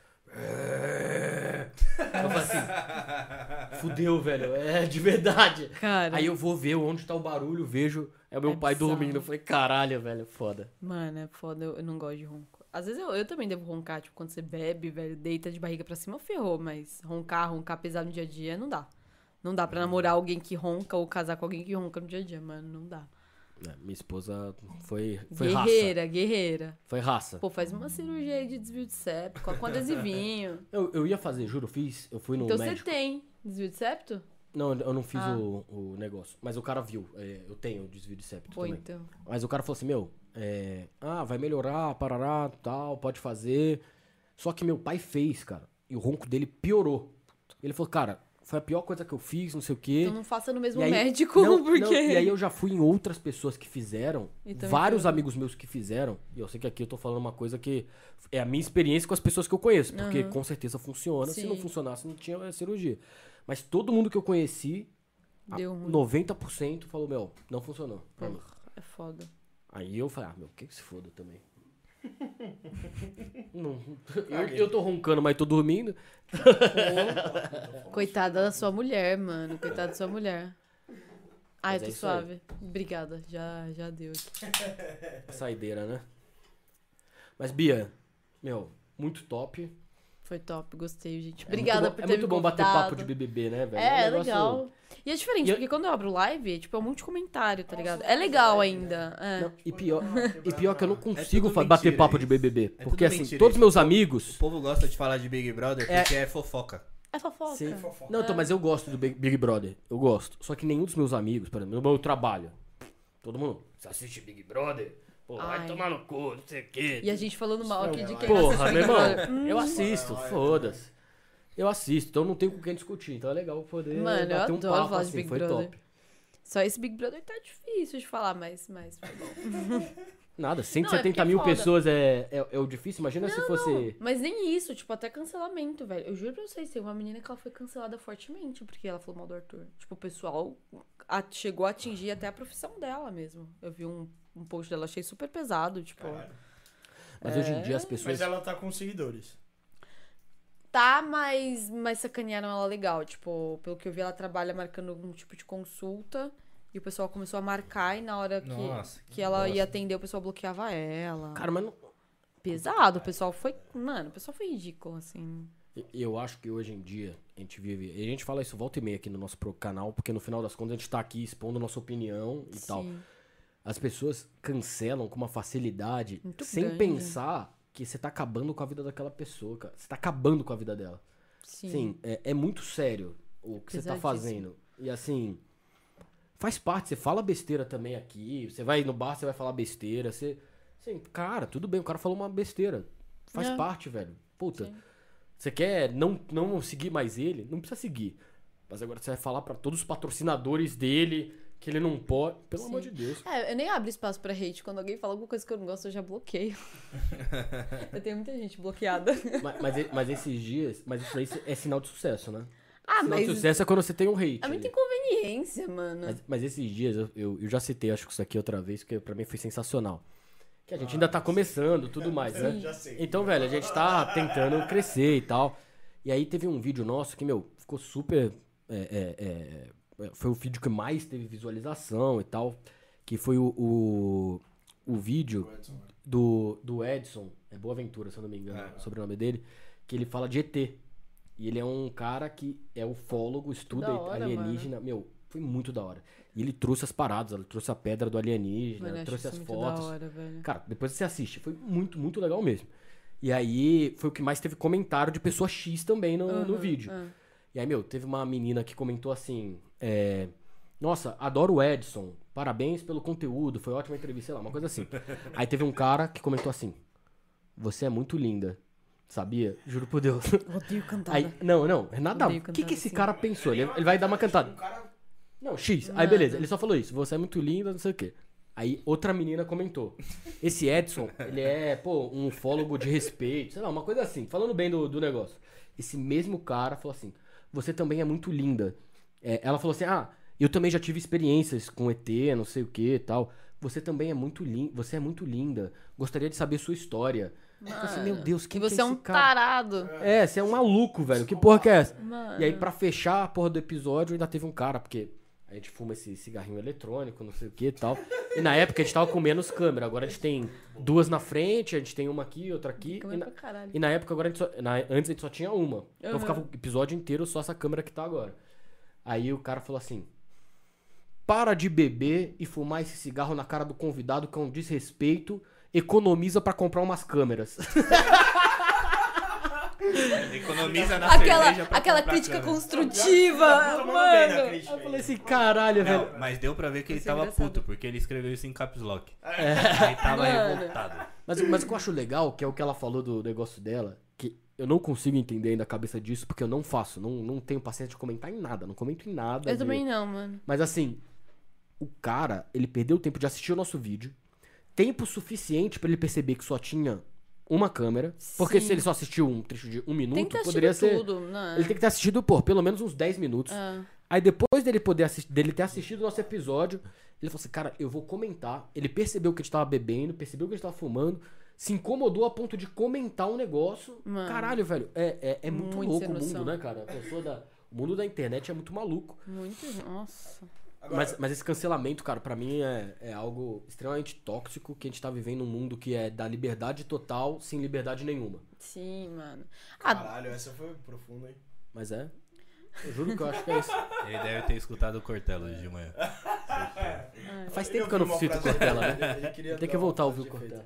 S1: Eu falei assim, fudeu, velho. É, de verdade.
S4: Cara,
S1: Aí eu vou ver onde tá o barulho, vejo. É o meu
S4: É
S1: pai
S4: bizarro.
S1: dormindo. Eu falei, caralho, velho, foda.
S4: mano, é foda, eu, eu não gosto de ronco. Às vezes eu, eu também devo roncar, tipo, quando você bebe, velho, deita de barriga pra cima, ferrou, mas roncar, roncar pesado no dia a dia, não dá. Não dá pra namorar alguém que ronca ou casar com alguém que ronca no dia a dia, mano, não dá.
S1: É, minha esposa foi, foi raça.
S4: guerreira, guerreira.
S1: Foi raça.
S4: Pô, faz uma cirurgia aí de desvio de septo, com adesivinho.
S1: Eu, eu ia fazer, juro, eu fiz. Eu fui no
S4: então você
S1: médico.
S4: tem desvio de septo?
S1: Não, eu não fiz
S4: Ah.
S1: o, o negócio. Mas o cara viu. é, eu tenho desvio de septo
S4: Pô,
S1: também.
S4: então.
S1: Mas o cara falou assim, meu, é, ah, vai melhorar, parará, tal, pode fazer. Só que meu pai fez, cara. E o ronco dele piorou. Ele falou, cara, foi a pior coisa que eu fiz, não sei o quê.
S4: Então não faça no mesmo
S1: E aí-
S4: médico,
S1: não, não,
S4: porque.
S1: e aí eu já fui em outras pessoas que fizeram,
S4: E também
S1: vários
S4: piorou.
S1: amigos meus que fizeram, e eu sei que aqui eu tô falando uma coisa que é a minha experiência com as pessoas que eu conheço, porque com certeza funciona, se
S4: Sim.
S1: não funcionasse não tinha eh, cirurgia. Mas todo mundo que eu conheci, a-
S4: Deu ruim.
S1: 90% falou, meu, não funcionou pra mim.
S4: Porra, é foda.
S1: Aí eu falei, ah, meu, que que se foda também. Não, eu, eu tô roncando, mas tô dormindo.
S4: Coitada da sua mulher, mano. Coitada da sua mulher. Ai,
S1: Mas
S4: eu
S1: é
S4: tô
S1: isso aí.
S4: suave. Obrigada, já, já deu aqui.
S1: Saideira, né? Mas, Bia, meu, muito top.
S4: Foi top, gostei, gente.
S1: É
S4: Obrigada
S1: muito bom-
S4: por
S1: É
S4: ter
S1: muito
S4: me
S1: bom bater
S4: convidado.
S1: papo de BBB, né, velho?
S4: É, é
S1: um negócio-
S4: legal. E é diferente,
S1: E eu-
S4: porque quando eu abro live, tipo, é um monte de comentário, tá ligado? É legal ainda. É.
S1: né? Não, e, pior, e pior que eu não consigo fa-
S5: É mentira
S1: bater papo de
S5: isso.
S1: BBB.
S5: É
S1: porque,
S5: tudo
S1: assim,
S5: mentira
S1: todos
S5: isso.
S1: meus amigos...
S5: O povo gosta de falar de Big Brother
S1: É.
S5: porque é fofoca.
S4: É fofoca.
S1: Sim. Não, então, mas eu gosto do Big, Big Brother. Eu gosto. Só que nenhum dos meus amigos, por exemplo, no meu trabalho, todo mundo, você assiste Big Brother? Pô,
S4: Ai.
S1: vai tomar no cu, não sei o quê.
S4: E a gente falando mal aqui de quem tá Uhum.
S1: Porra,
S4: assiste
S1: meu
S4: Big Brother.
S1: irmão, eu assisto,
S5: é
S1: foda-se. Eu assisto, então não tem com quem discutir. Então é legal poder
S4: Mano, eu
S1: bater um
S4: adoro
S1: papo
S4: falar de
S1: assim,
S4: Big
S1: foi
S4: Brother.
S1: top.
S4: Só esse Big Brother tá difícil de falar, mas, mas foi bom.
S1: Nada,
S4: Não, é
S1: 170
S4: porque é
S1: mil
S4: foda.
S1: pessoas é, é, é o difícil. Imagina se fosse.
S4: Mas nem isso, tipo, até cancelamento, velho. Eu juro pra vocês, tem uma menina que ela foi cancelada fortemente porque ela falou mal do Arthur. Tipo, o pessoal a- chegou a atingir até a profissão dela mesmo. Eu vi um, um post dela, achei super pesado, tipo...
S3: Caralho.
S1: Mas hoje em
S4: É,
S1: dia as pessoas.
S3: Mas ela tá com seguidores.
S4: Tá, mas, mas sacanearam ela legal. Tipo, pelo que eu vi, ela trabalha marcando algum tipo de consulta. E o pessoal começou a marcar e na hora que,
S5: Nossa,
S4: que ela ia atender, o pessoal bloqueava ela.
S1: Cara, mas não-
S4: Pesado, o pessoal foi... Mano, o pessoal foi ridículo, assim.
S1: eu acho que hoje em dia a gente vive. E a gente fala isso volta e meia aqui no nosso pro- canal, porque no final das contas a gente tá aqui expondo nossa opinião e tal.
S4: Sim.
S1: As pessoas cancelam com uma facilidade
S4: Muito
S1: sem
S4: grande.
S1: pensar que você tá acabando com a vida daquela pessoa, cara. Você tá acabando com a vida dela.
S4: Sim.
S1: Sim, é, é muito sério o que você tá
S4: Pesadíssimo.
S1: fazendo. E assim, faz parte, você fala besteira também aqui. Você vai no bar, você vai falar besteira. Você. Assim, cara, tudo bem, o cara falou uma besteira. Faz
S4: É.
S1: parte, velho. Puta.
S4: Sim.
S1: Você quer não, não seguir mais ele? Não precisa seguir. Mas agora você vai falar pra todos os patrocinadores dele que ele não pode. Pelo
S4: Sim.
S1: amor de Deus.
S4: É, eu nem abro espaço pra hate. Quando alguém fala alguma coisa que eu não gosto, eu já bloqueio. eu tenho muita gente bloqueada.
S1: mas, mas, e- mas esses dias. Mas isso daí é sinal de sucesso, né?
S4: Ah,
S1: sinal
S4: mas
S1: de sucesso é quando você tem um hate.
S4: é muita
S1: ali.
S4: inconveniência, mano.
S1: Mas, mas esses dias, eu, eu, eu já citei, acho que isso aqui outra vez, porque pra mim foi sensacional. Que a gente ainda tá começando tudo mais, né?
S3: Já sei.
S1: Então, velho, a gente tá tentando crescer e tal. E aí teve um vídeo nosso que, meu, ficou super. é, é, é, é, foi o vídeo que mais teve visualização e tal. Que foi o, o, o vídeo do, do Edson, é Boa Ventura, se eu não me engano, o sobrenome dele, que ele fala de ET. E ele é um cara que é ufólogo, estuda
S4: da hora,
S1: alienígena. Meu, foi muito da hora. E ele trouxe as paradas, ele trouxe a pedra do alienígena,
S4: Mano, eu acho
S1: trouxe as
S4: né, isso é muito
S1: fotos.
S4: da hora, velho.
S1: Cara, depois você assiste. Foi muito, muito legal mesmo. E aí, foi o que mais teve comentário de pessoa X também no, no vídeo. E aí, meu, teve uma menina que comentou assim: é, Nossa, adoro o Edson. Parabéns pelo conteúdo. Foi ótima entrevista, sei lá, uma coisa assim. aí teve um cara que comentou assim: Você é muito linda. Sabia? Juro por Deus.
S4: Odeio cantar.
S1: Aí, não, não, é nada.
S4: Odeio
S1: O que, que
S4: cantada
S1: esse
S4: assim.
S1: cara pensou? Ele, ele vai dar uma cantada. Não, X. Aí beleza, ele só falou isso. Você é muito linda, não sei o quê. Aí outra menina comentou. Esse Edson, ele é, pô, um ufólogo de respeito, sei lá, uma coisa assim, falando bem do, do negócio. Esse mesmo cara falou assim: Você também é muito linda. É, ela falou assim: Ah, eu também já tive experiências com ET, não sei o que e tal. Você também é muito linda. Você é muito linda. Gostaria de saber sua história. Eu falei assim, meu Deus,
S4: Que
S1: quem que
S4: você é um
S1: esse cara?
S4: tarado.
S1: É, você é um maluco, velho. Que porra que é essa?
S4: Mano.
S1: E aí, pra fechar a porra do episódio, ainda teve um cara, porque a gente fuma esse cigarrinho eletrônico, não sei o que e tal. E na época a gente tava com menos câmera. Agora a gente tem duas na frente, a gente tem uma aqui, outra aqui. E
S4: Câmera
S1: na,
S4: pra caralho.
S1: e na época agora a gente só, na- antes a gente só tinha uma. Então ficava o episódio inteiro só essa câmera que tá agora. Aí o cara falou assim: Para de beber e fumar esse cigarro na cara do convidado que é um desrespeito. Economiza pra comprar umas câmeras.
S2: Economiza na
S4: Aquela,
S2: cerveja pra
S4: aquela
S2: comprar
S4: crítica
S2: câmera.
S3: Tá
S4: construtiva,
S3: né,
S4: mano.
S1: Eu falei assim, caralho, velho.
S5: Não, mas deu pra ver que ele
S4: Isso é
S5: tava
S4: engraçado.
S5: puto, porque ele escreveu isso em caps lock. Ele tava
S4: Mano.
S5: revoltado.
S1: Mas, mas o que eu acho legal, que é o que ela falou do negócio dela, que eu não consigo entender ainda a cabeça disso, porque eu não faço, não, não tenho paciência de comentar em nada, não comento em nada.
S4: Eu
S1: de-
S4: também não, mano.
S1: Mas assim, o cara, ele perdeu tempo de assistir o nosso vídeo, tempo suficiente pra ele perceber que só tinha uma câmera, porque
S4: Sim.
S1: se ele só assistiu um trecho de um
S4: Tem que
S1: minuto,
S4: ter
S1: poderia
S4: assistido
S1: ser...
S4: tudo, né?
S1: Ele tem que ter assistido, pô, pelo menos uns 10 minutos.
S4: Ah.
S1: Aí depois dele poder assis- dele ter assistido o nosso episódio, ele falou assim, cara, eu vou comentar. Ele percebeu que a gente tava bebendo, percebeu que a gente tava fumando, se incomodou a ponto de comentar um negócio.
S4: Mano.
S1: Caralho, velho, é, é, é muito,
S4: Muito
S1: louco
S4: sem
S1: o mundo,
S4: noção.
S1: né, cara? A pessoa da- O mundo da internet é muito maluco.
S4: Muito. Nossa.
S1: Mas, mas esse cancelamento, cara, pra mim é, é algo extremamente tóxico que a gente tá vivendo um mundo que é da liberdade total sem liberdade nenhuma.
S4: Sim, mano. Ah,
S3: Caralho, essa foi profunda, hein?
S1: Mas é. Eu juro que eu acho que é isso.
S5: Ele deve ter escutado o Cortella hoje de manhã.
S1: Faz tempo que eu não cito o Cortella, né?
S3: né?
S1: Tem que voltar a ouvir o Cortella.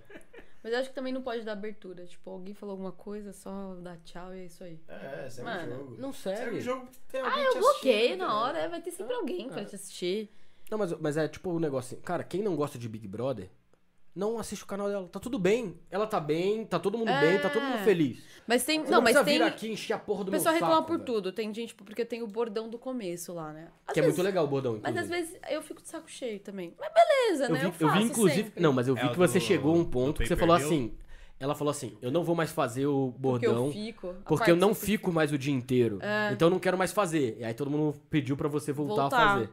S4: mas eu acho que também não pode dar abertura. Tipo, alguém falou alguma coisa, só dá tchau e é isso aí.
S3: É, segue
S4: Mano, é.
S3: o
S4: Ah,
S3: jogo.
S1: Não
S3: Segue
S1: sério.
S3: o jogo, tem alguém te
S4: Eu bloqueei
S3: assistindo, né?
S4: na hora, é, vai ter
S1: Ah,
S4: sempre alguém pra te assistir.
S1: Não, mas, mas é tipo o negócio assim. Cara, quem não gosta de Big Brother, não assiste o canal dela. Tá tudo bem. Ela tá bem, tá todo mundo bem, tá todo mundo feliz.
S4: Mas tem.
S1: Você
S4: É. não, mas
S1: precisa
S4: tem.
S1: vir aqui encher a porra do
S4: O pessoal
S1: meu saco,
S4: reclama por
S1: velho.
S4: tudo. Tem gente, tipo, porque tem o bordão do começo lá, né? Às
S1: Que é
S4: vezes-
S1: muito legal o bordão,
S4: Mas às
S1: inclusive.
S4: vezes eu fico de saco cheio também. Mas beleza,
S1: eu
S4: né?
S1: vi,
S4: eu faço
S1: inclusive.
S4: sempre.
S1: Não, mas eu vi
S5: É o
S1: que você
S5: do-
S1: chegou a um
S5: do
S1: ponto que você
S5: pay-per-view?
S1: falou assim. Ela falou assim: Eu não vou mais fazer o
S4: Porque eu
S1: bordão.
S4: fico. a
S1: Porque eu não
S4: parte-
S1: fico mais o dia inteiro.
S4: É.
S1: Então eu não quero mais fazer. E aí todo mundo pediu pra você voltar,
S4: Voltar.
S1: a fazer.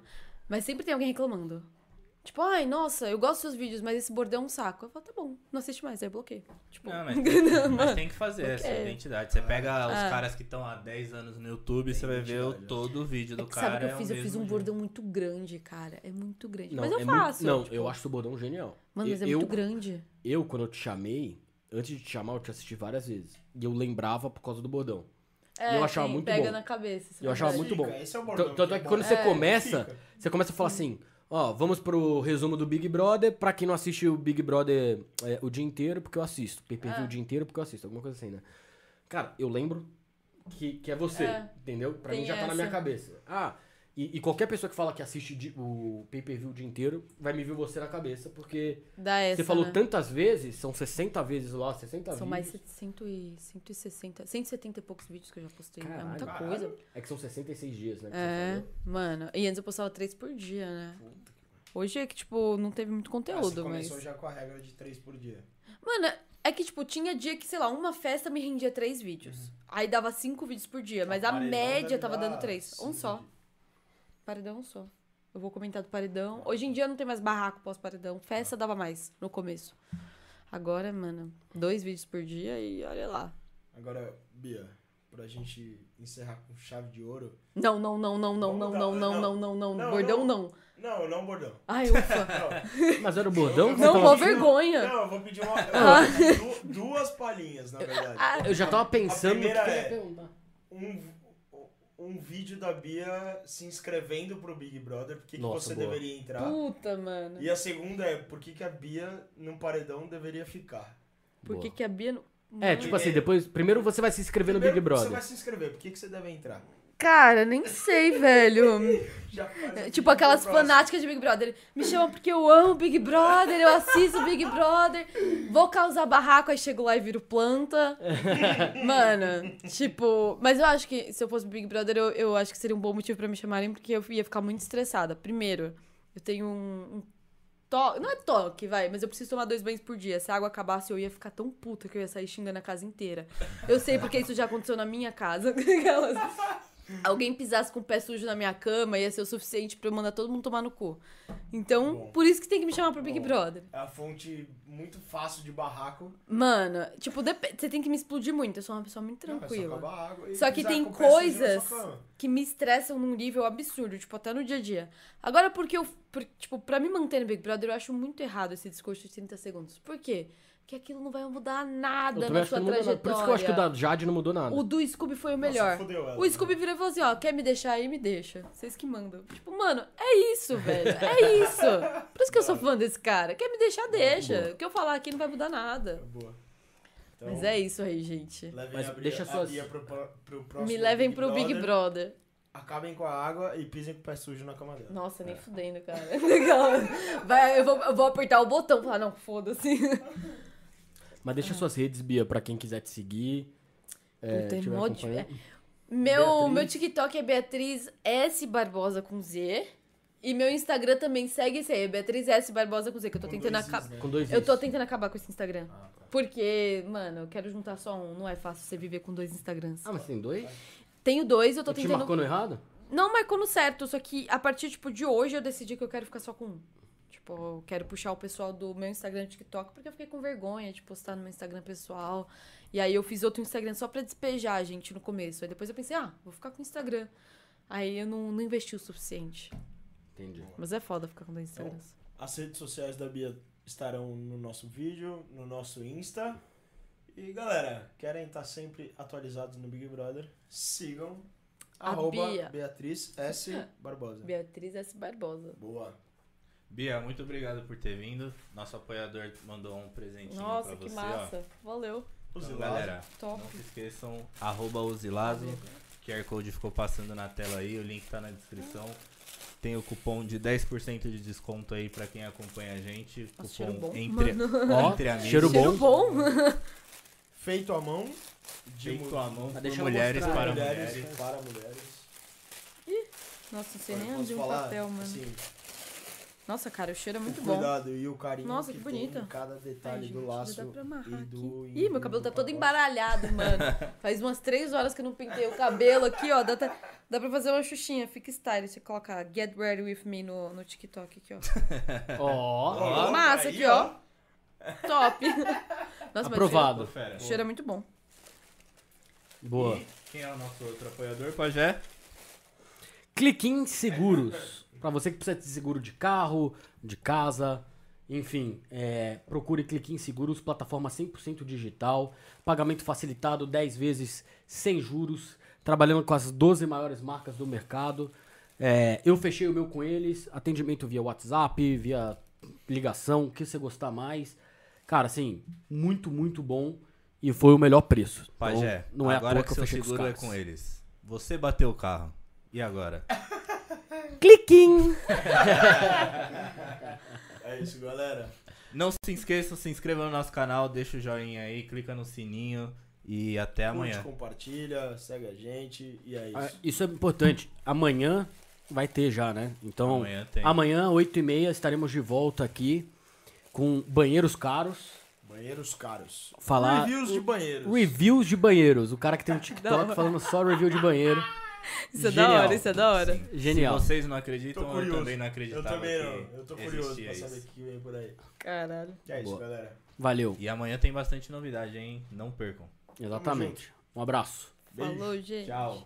S4: Mas sempre tem alguém reclamando. Tipo, ai, nossa, eu gosto dos seus vídeos, mas esse bordão é um saco. Eu falo, tá bom, não assiste mais, aí eu bloqueio. Tipo,
S5: Não, mas, tem- mas
S4: mano.
S5: tem que fazer essa
S4: quê?
S5: identidade. Você pega os
S4: Ah.
S5: caras que estão há 10 anos no YouTube, você vai ver o- todo o vídeo do
S4: É que
S5: cara.
S4: sabe o que
S5: é
S4: eu fiz?
S5: o
S4: eu fiz
S5: mesmo
S4: um
S5: jeito.
S4: bordão muito grande, cara. É muito grande.
S1: Não,
S4: mas eu
S1: é muito-
S4: faço.
S1: não,
S4: tipo,
S1: eu acho o bordão genial.
S4: Mano, mas é
S1: eu,
S4: muito grande.
S1: Eu, quando eu te chamei, antes de te chamar, eu te assisti várias vezes. E eu lembrava por causa do bordão.
S4: É,
S1: eu achava
S4: tem-
S1: muito
S4: pega
S1: bom.
S4: na cabeça. isso é
S1: Eu achava
S4: verdade.
S1: muito bom.
S3: Esse é o
S1: Tan-
S3: bordão.
S1: Tanto é que quando você começa, você começa a falar assim: ó, vamos pro resumo do Big Brother. Pra quem não assiste o Big Brother é, o dia inteiro, porque eu assisto.
S4: Ah.
S1: PPV o dia inteiro, porque eu assisto. Alguma coisa assim, né? Cara, eu lembro que, que é você,
S4: É.
S1: entendeu? Pra
S4: Tem
S1: mim já tá na minha
S4: essa.
S1: cabeça. Ah, E, e qualquer pessoa que fala que assiste di- o pay-per-view o dia inteiro vai me ver você na cabeça, porque
S4: Dá essa,
S1: você falou
S4: né?
S1: tantas vezes, são 60 vezes lá, 60
S4: São
S1: vídeos.
S4: mais de 100 e 160, 170 e poucos vídeos que eu já postei. é muita
S1: Caralho.
S4: coisa.
S1: É que são 66 dias, né? que você
S4: É,
S1: falou.
S4: mano. E antes eu postava três por dia, né? Hoje é que, tipo, não teve muito
S3: Ah,
S4: conteúdo,
S3: você
S4: mas.
S3: começou já com a regra de três por dia.
S4: Mano, é que, tipo, tinha dia que, sei lá, uma festa me rendia três vídeos.
S1: Uhum.
S4: Aí dava cinco vídeos por
S1: Tá
S4: dia, mas a
S9: paredão
S4: média
S3: deve
S4: tava
S3: dar
S4: dando três. Um
S3: cinco
S4: só.
S3: dias.
S4: Paredão, um só. Eu vou comentar do paredão. Hoje em dia não tem mais barraco pós-paredão. Festa dava mais no começo. Agora, mano, dois vídeos por dia e olha lá.
S3: Agora, Bia, pra gente encerrar com chave de ouro.
S4: Não, não, não, não, não, não,
S3: Vamos
S4: não,
S3: mudar,
S4: não, não,
S3: não.
S4: não, não,
S3: Não,
S4: Bordão não.
S3: Não, não bordão.
S4: Ai, ufa.
S1: Mas era o bordão? que você
S4: Não,
S1: tava-
S4: mó vergonha.
S3: um- Não, eu vou pedir uma. eu vou pedir du- duas palhinhas, na verdade.
S1: Eu já tava pensando no que eu
S3: primeira
S1: ia
S3: é-
S1: perguntar.
S3: Um, um vídeo da Bia se inscrevendo pro Big Brother, porque que
S1: Nossa,
S3: você
S1: boa.
S3: deveria
S4: Tá.
S3: entrar.
S4: Puta, mano.
S3: E a segunda é, por que, que a Bia num paredão deveria ficar?
S4: Por que,
S1: Boa.
S4: que a Bia não.
S1: É,
S4: Mano.
S1: tipo assim, depois. Primeiro você vai se inscrever no Big
S3: Primeiro, Você
S1: Brother.
S3: vai se inscrever, por que, que você deve entrar?
S4: Cara, nem sei, velho.
S3: Já faz um a
S4: É, tipo
S3: pergunta
S4: aquelas
S3: próxima.
S4: fanáticas de Big Brother. Me chamam porque eu amo Big Brother, eu assisto Big Brother, vou causar barraco, aí chego lá e viro planta. Mano, tipo. Mas eu acho que se eu fosse Big Brother, eu, eu acho que seria um bom motivo pra me chamarem, porque eu ia ficar muito estressada. Primeiro, eu tenho um. um to- Não é toque, vai, mas eu preciso tomar dois banhos por dia. Se a água acabasse, eu ia ficar tão puta que eu ia sair xingando a casa inteira. Eu sei porque isso já aconteceu na minha casa. Aquelas alguém pisasse com o pé sujo na minha cama ia ser o suficiente pra eu mandar todo mundo tomar no cu. Então,
S3: Bom.
S4: por isso que tem que me chamar pro Big
S3: Bom.
S4: Brother.
S3: É a fonte muito fácil de barraco. Ah, é
S4: Mano, tipo, depe- você tem que me explodir muito. Eu sou uma pessoa muito
S3: Não, é
S4: tranquila.
S3: só, acabar a água e
S4: Só que
S3: pisar
S4: tem
S3: com o pé sujo na
S4: coisas-
S3: sua cama.
S4: que me estressam num nível absurdo, tipo, até no dia a dia. Agora, porque eu. por- tipo, pra me manter no Big Brother, eu acho muito errado esse discurso de 30 segundos. Por quê? Porque aquilo não vai mudar
S1: Eu
S4: nada
S1: também
S4: na
S1: acho que
S4: sua
S1: não mudou
S4: trajetória.
S1: nada. Por isso que eu acho que o da Jade não mudou nada.
S4: O do Scooby foi o
S3: Nossa,
S4: melhor.
S3: fodeu ela.
S4: O Scooby virou e falou assim, ó, quer me deixar aí, me deixa. Vocês que mandam. Tipo, mano, é isso, velho. É isso. Por isso que eu sou fã desse cara. Quer me deixar, deixa. O que eu falar aqui não vai mudar nada.
S3: né? Boa. Então,
S4: Mas é isso aí, gente.
S3: Levem
S1: Mas
S3: a Bia,
S1: deixa
S3: a
S1: suas-
S3: Bia pro, pro- pro próximo
S4: Me levem pro Big
S3: Brother.
S4: Brother.
S3: Acabem com a água e pisem com o pé sujo na cama dela.
S4: Nossa,
S1: É.
S4: nem fudendo, cara. Legal. Vai, eu, vou, eu vou apertar o botão e falar, não, foda-se.
S1: Mas deixa suas redes, Bia, pra quem quiser te seguir.
S4: Ah. Puta, é
S1: tiver
S4: mó
S1: acompanhando.
S4: Meu,
S1: Beatriz.
S4: meu TikTok é Beatriz S. Barbosa com Z. E meu Instagram também segue esse aí, é Beatriz S. Barbosa com Z, que eu tô
S3: Com
S4: tentando
S3: dois
S4: acabar.
S3: is, né?
S1: Com dois
S4: é.
S1: Ah,
S4: Eu tô
S1: Is.
S4: tentando acabar com esse Instagram.
S1: tá.
S4: Porque, mano, eu quero juntar só um. Não é fácil você viver com dois Instagrams.
S1: Ah, mas tem dois?
S4: Tenho dois, eu tô
S1: Eu te
S4: tentando.
S1: marcou no errado?
S4: Não marcou no certo, só que a partir tipo, de hoje eu decidi que eu quero ficar só com um. Tipo, eu quero puxar o pessoal do meu Instagram e TikTok, porque eu fiquei com vergonha de postar no meu Instagram pessoal. E aí eu fiz outro Instagram só pra despejar a gente no começo. Aí depois eu pensei, ah, vou ficar com o Instagram. Aí eu não, não investi o suficiente.
S1: Entendi.
S4: Mas é foda ficar com dois Instagrams.
S3: As redes sociais da Bia estarão no nosso vídeo, no nosso Insta. E galera, querem estar sempre atualizados no Big Brother? Sigam
S4: A
S3: arroba
S4: Bia.
S3: Beatriz S. Barbosa.
S4: Beatriz S. Barbosa.
S3: Boa.
S5: Bia, muito obrigado por ter vindo. Nosso apoiador mandou um presentinho
S4: Nossa,
S5: pra
S4: que
S5: você, ó.
S4: massa. Valeu.
S5: Então,
S3: Usilazo.
S5: galera,
S4: Top.
S5: não se esqueçam, arroba Usilazo. QR Code ficou passando na tela aí, o link tá na descrição. Tem o cupom de 10% de desconto aí pra quem acompanha a gente.
S4: Nossa, cheiro
S5: cupom
S4: bom,
S5: entre,
S1: Ó,
S5: entre amigos.
S1: cheiro bom.
S4: Cheiro bom.
S3: Feito à mão de
S5: Feito à mão
S1: Mas
S5: por
S1: deixa eu
S5: mulheres
S1: mostrar.
S5: para
S3: mulheres,
S5: mulheres.
S3: para mulheres.
S4: Nossa, não sei
S3: Eu
S4: nem
S3: posso
S4: onde um
S3: falar,
S4: papel, mano.
S3: assim,
S4: Nossa, cara, o cheiro é muito
S3: o
S4: bom.
S3: cuidado e o carinho
S4: Nossa,
S3: que
S4: que
S3: tem
S4: bonita.
S3: em cada
S4: Ai,
S3: detalhe
S4: gente,
S3: Tá do
S4: já
S3: laço
S4: dá pra amarrar
S3: e do
S4: aqui. Ih, meu cabelo tá todo
S3: embaralhado.
S4: embaralhado, mano. Faz umas três horas que eu não pintei o cabelo aqui, ó. Dá, até- dá pra fazer uma xuxinha. Fica style. Você coloca Get Ready With Me no, no TikTok aqui, ó.
S1: Ó,
S3: Ó,
S4: Massa
S3: aí,
S4: aqui, ó. Top. Nossa,
S1: aprovado.
S5: Ô, fera.
S4: Mas o cheiro, o cheiro é muito bom.
S1: Boa.
S5: E quem é o nosso outro apoiador, Pajé?
S1: Cliquim Seguros. Pra você que precisa de seguro de carro, de casa, enfim, é, procure Cliquim Seguros, plataforma 100% digital, pagamento facilitado 10 vezes sem juros, trabalhando com as 12 maiores marcas do mercado. É, eu fechei o meu com eles, atendimento via WhatsApp, via ligação, o que você gostar mais. Cara, assim, muito, muito bom e foi o melhor preço. Então,
S5: Pajé,
S1: não é
S5: agora
S1: à toa que,
S5: que
S1: eu
S5: seu é
S1: fechei com os
S5: seguro é
S1: caras.
S5: com eles. Você bateu o carro. E agora?
S1: Cliquinho!
S3: É isso, galera.
S5: Não se esqueçam, se inscrevam no nosso canal, deixa o joinha aí, clica no sininho e até
S3: Curte,
S5: amanhã.
S3: compartilha, segue a gente e é isso.
S1: Ah, Isso é importante. Amanhã vai ter já, né? Então,
S5: Amanhã tem.
S1: amanhã, 8h30, estaremos de volta aqui com banheiros caros.
S3: Banheiros caros.
S1: Falar.
S3: Reviews de banheiros.
S1: Reviews de banheiros. O cara que tem um TikTok falando só review de banheiro.
S4: Isso é da
S1: Genial.
S4: hora, isso é da hora.
S1: Genial.
S5: Se vocês não
S3: Tô
S5: acreditam, eu
S3: curioso.
S5: também não acreditava
S3: Eu também não.
S5: que
S3: Eu tô curioso
S5: existia
S3: pra saber o
S5: isso.
S3: que vem por aí.
S4: Caralho.
S3: E é isso,
S1: Boa.
S3: galera.
S1: Valeu.
S5: E amanhã tem bastante novidade, hein? Não percam.
S1: Exatamente. Um abraço.
S3: Beijo.
S4: Falou, gente.
S5: Tchau.